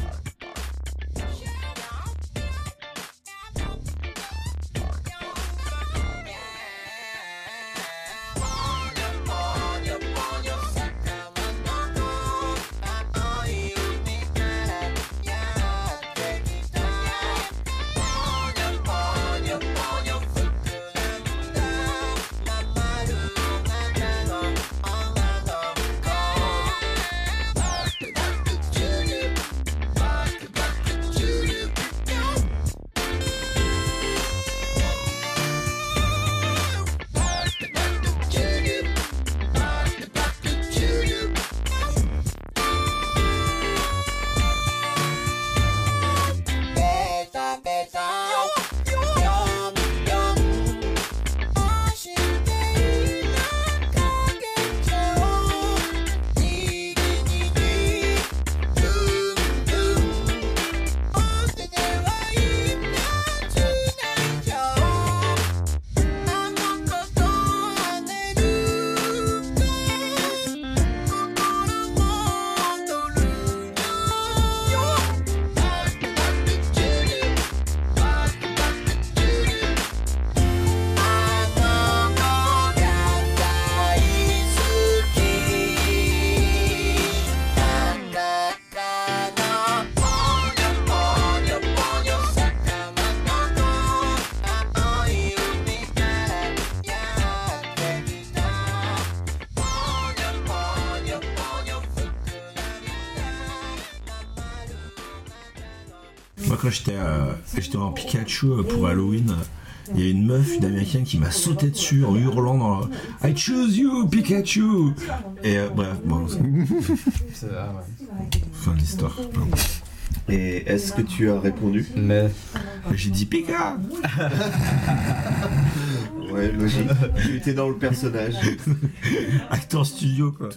S1: quand j'étais euh, j'étais en Pikachu euh, pour Halloween, il y a une meuf, une américaine, qui m'a sauté dessus en hurlant dans le- I choose you, Pikachu Et euh, bref, bon, c'est-
S13: C'est- ah ouais.
S1: fin de l'histoire. Pardon.
S2: Et est-ce que tu as répondu
S13: Mais
S1: J'ai dit Pika
S2: Ouais, logique. tu étais dans le personnage.
S1: Acteur studio, quoi.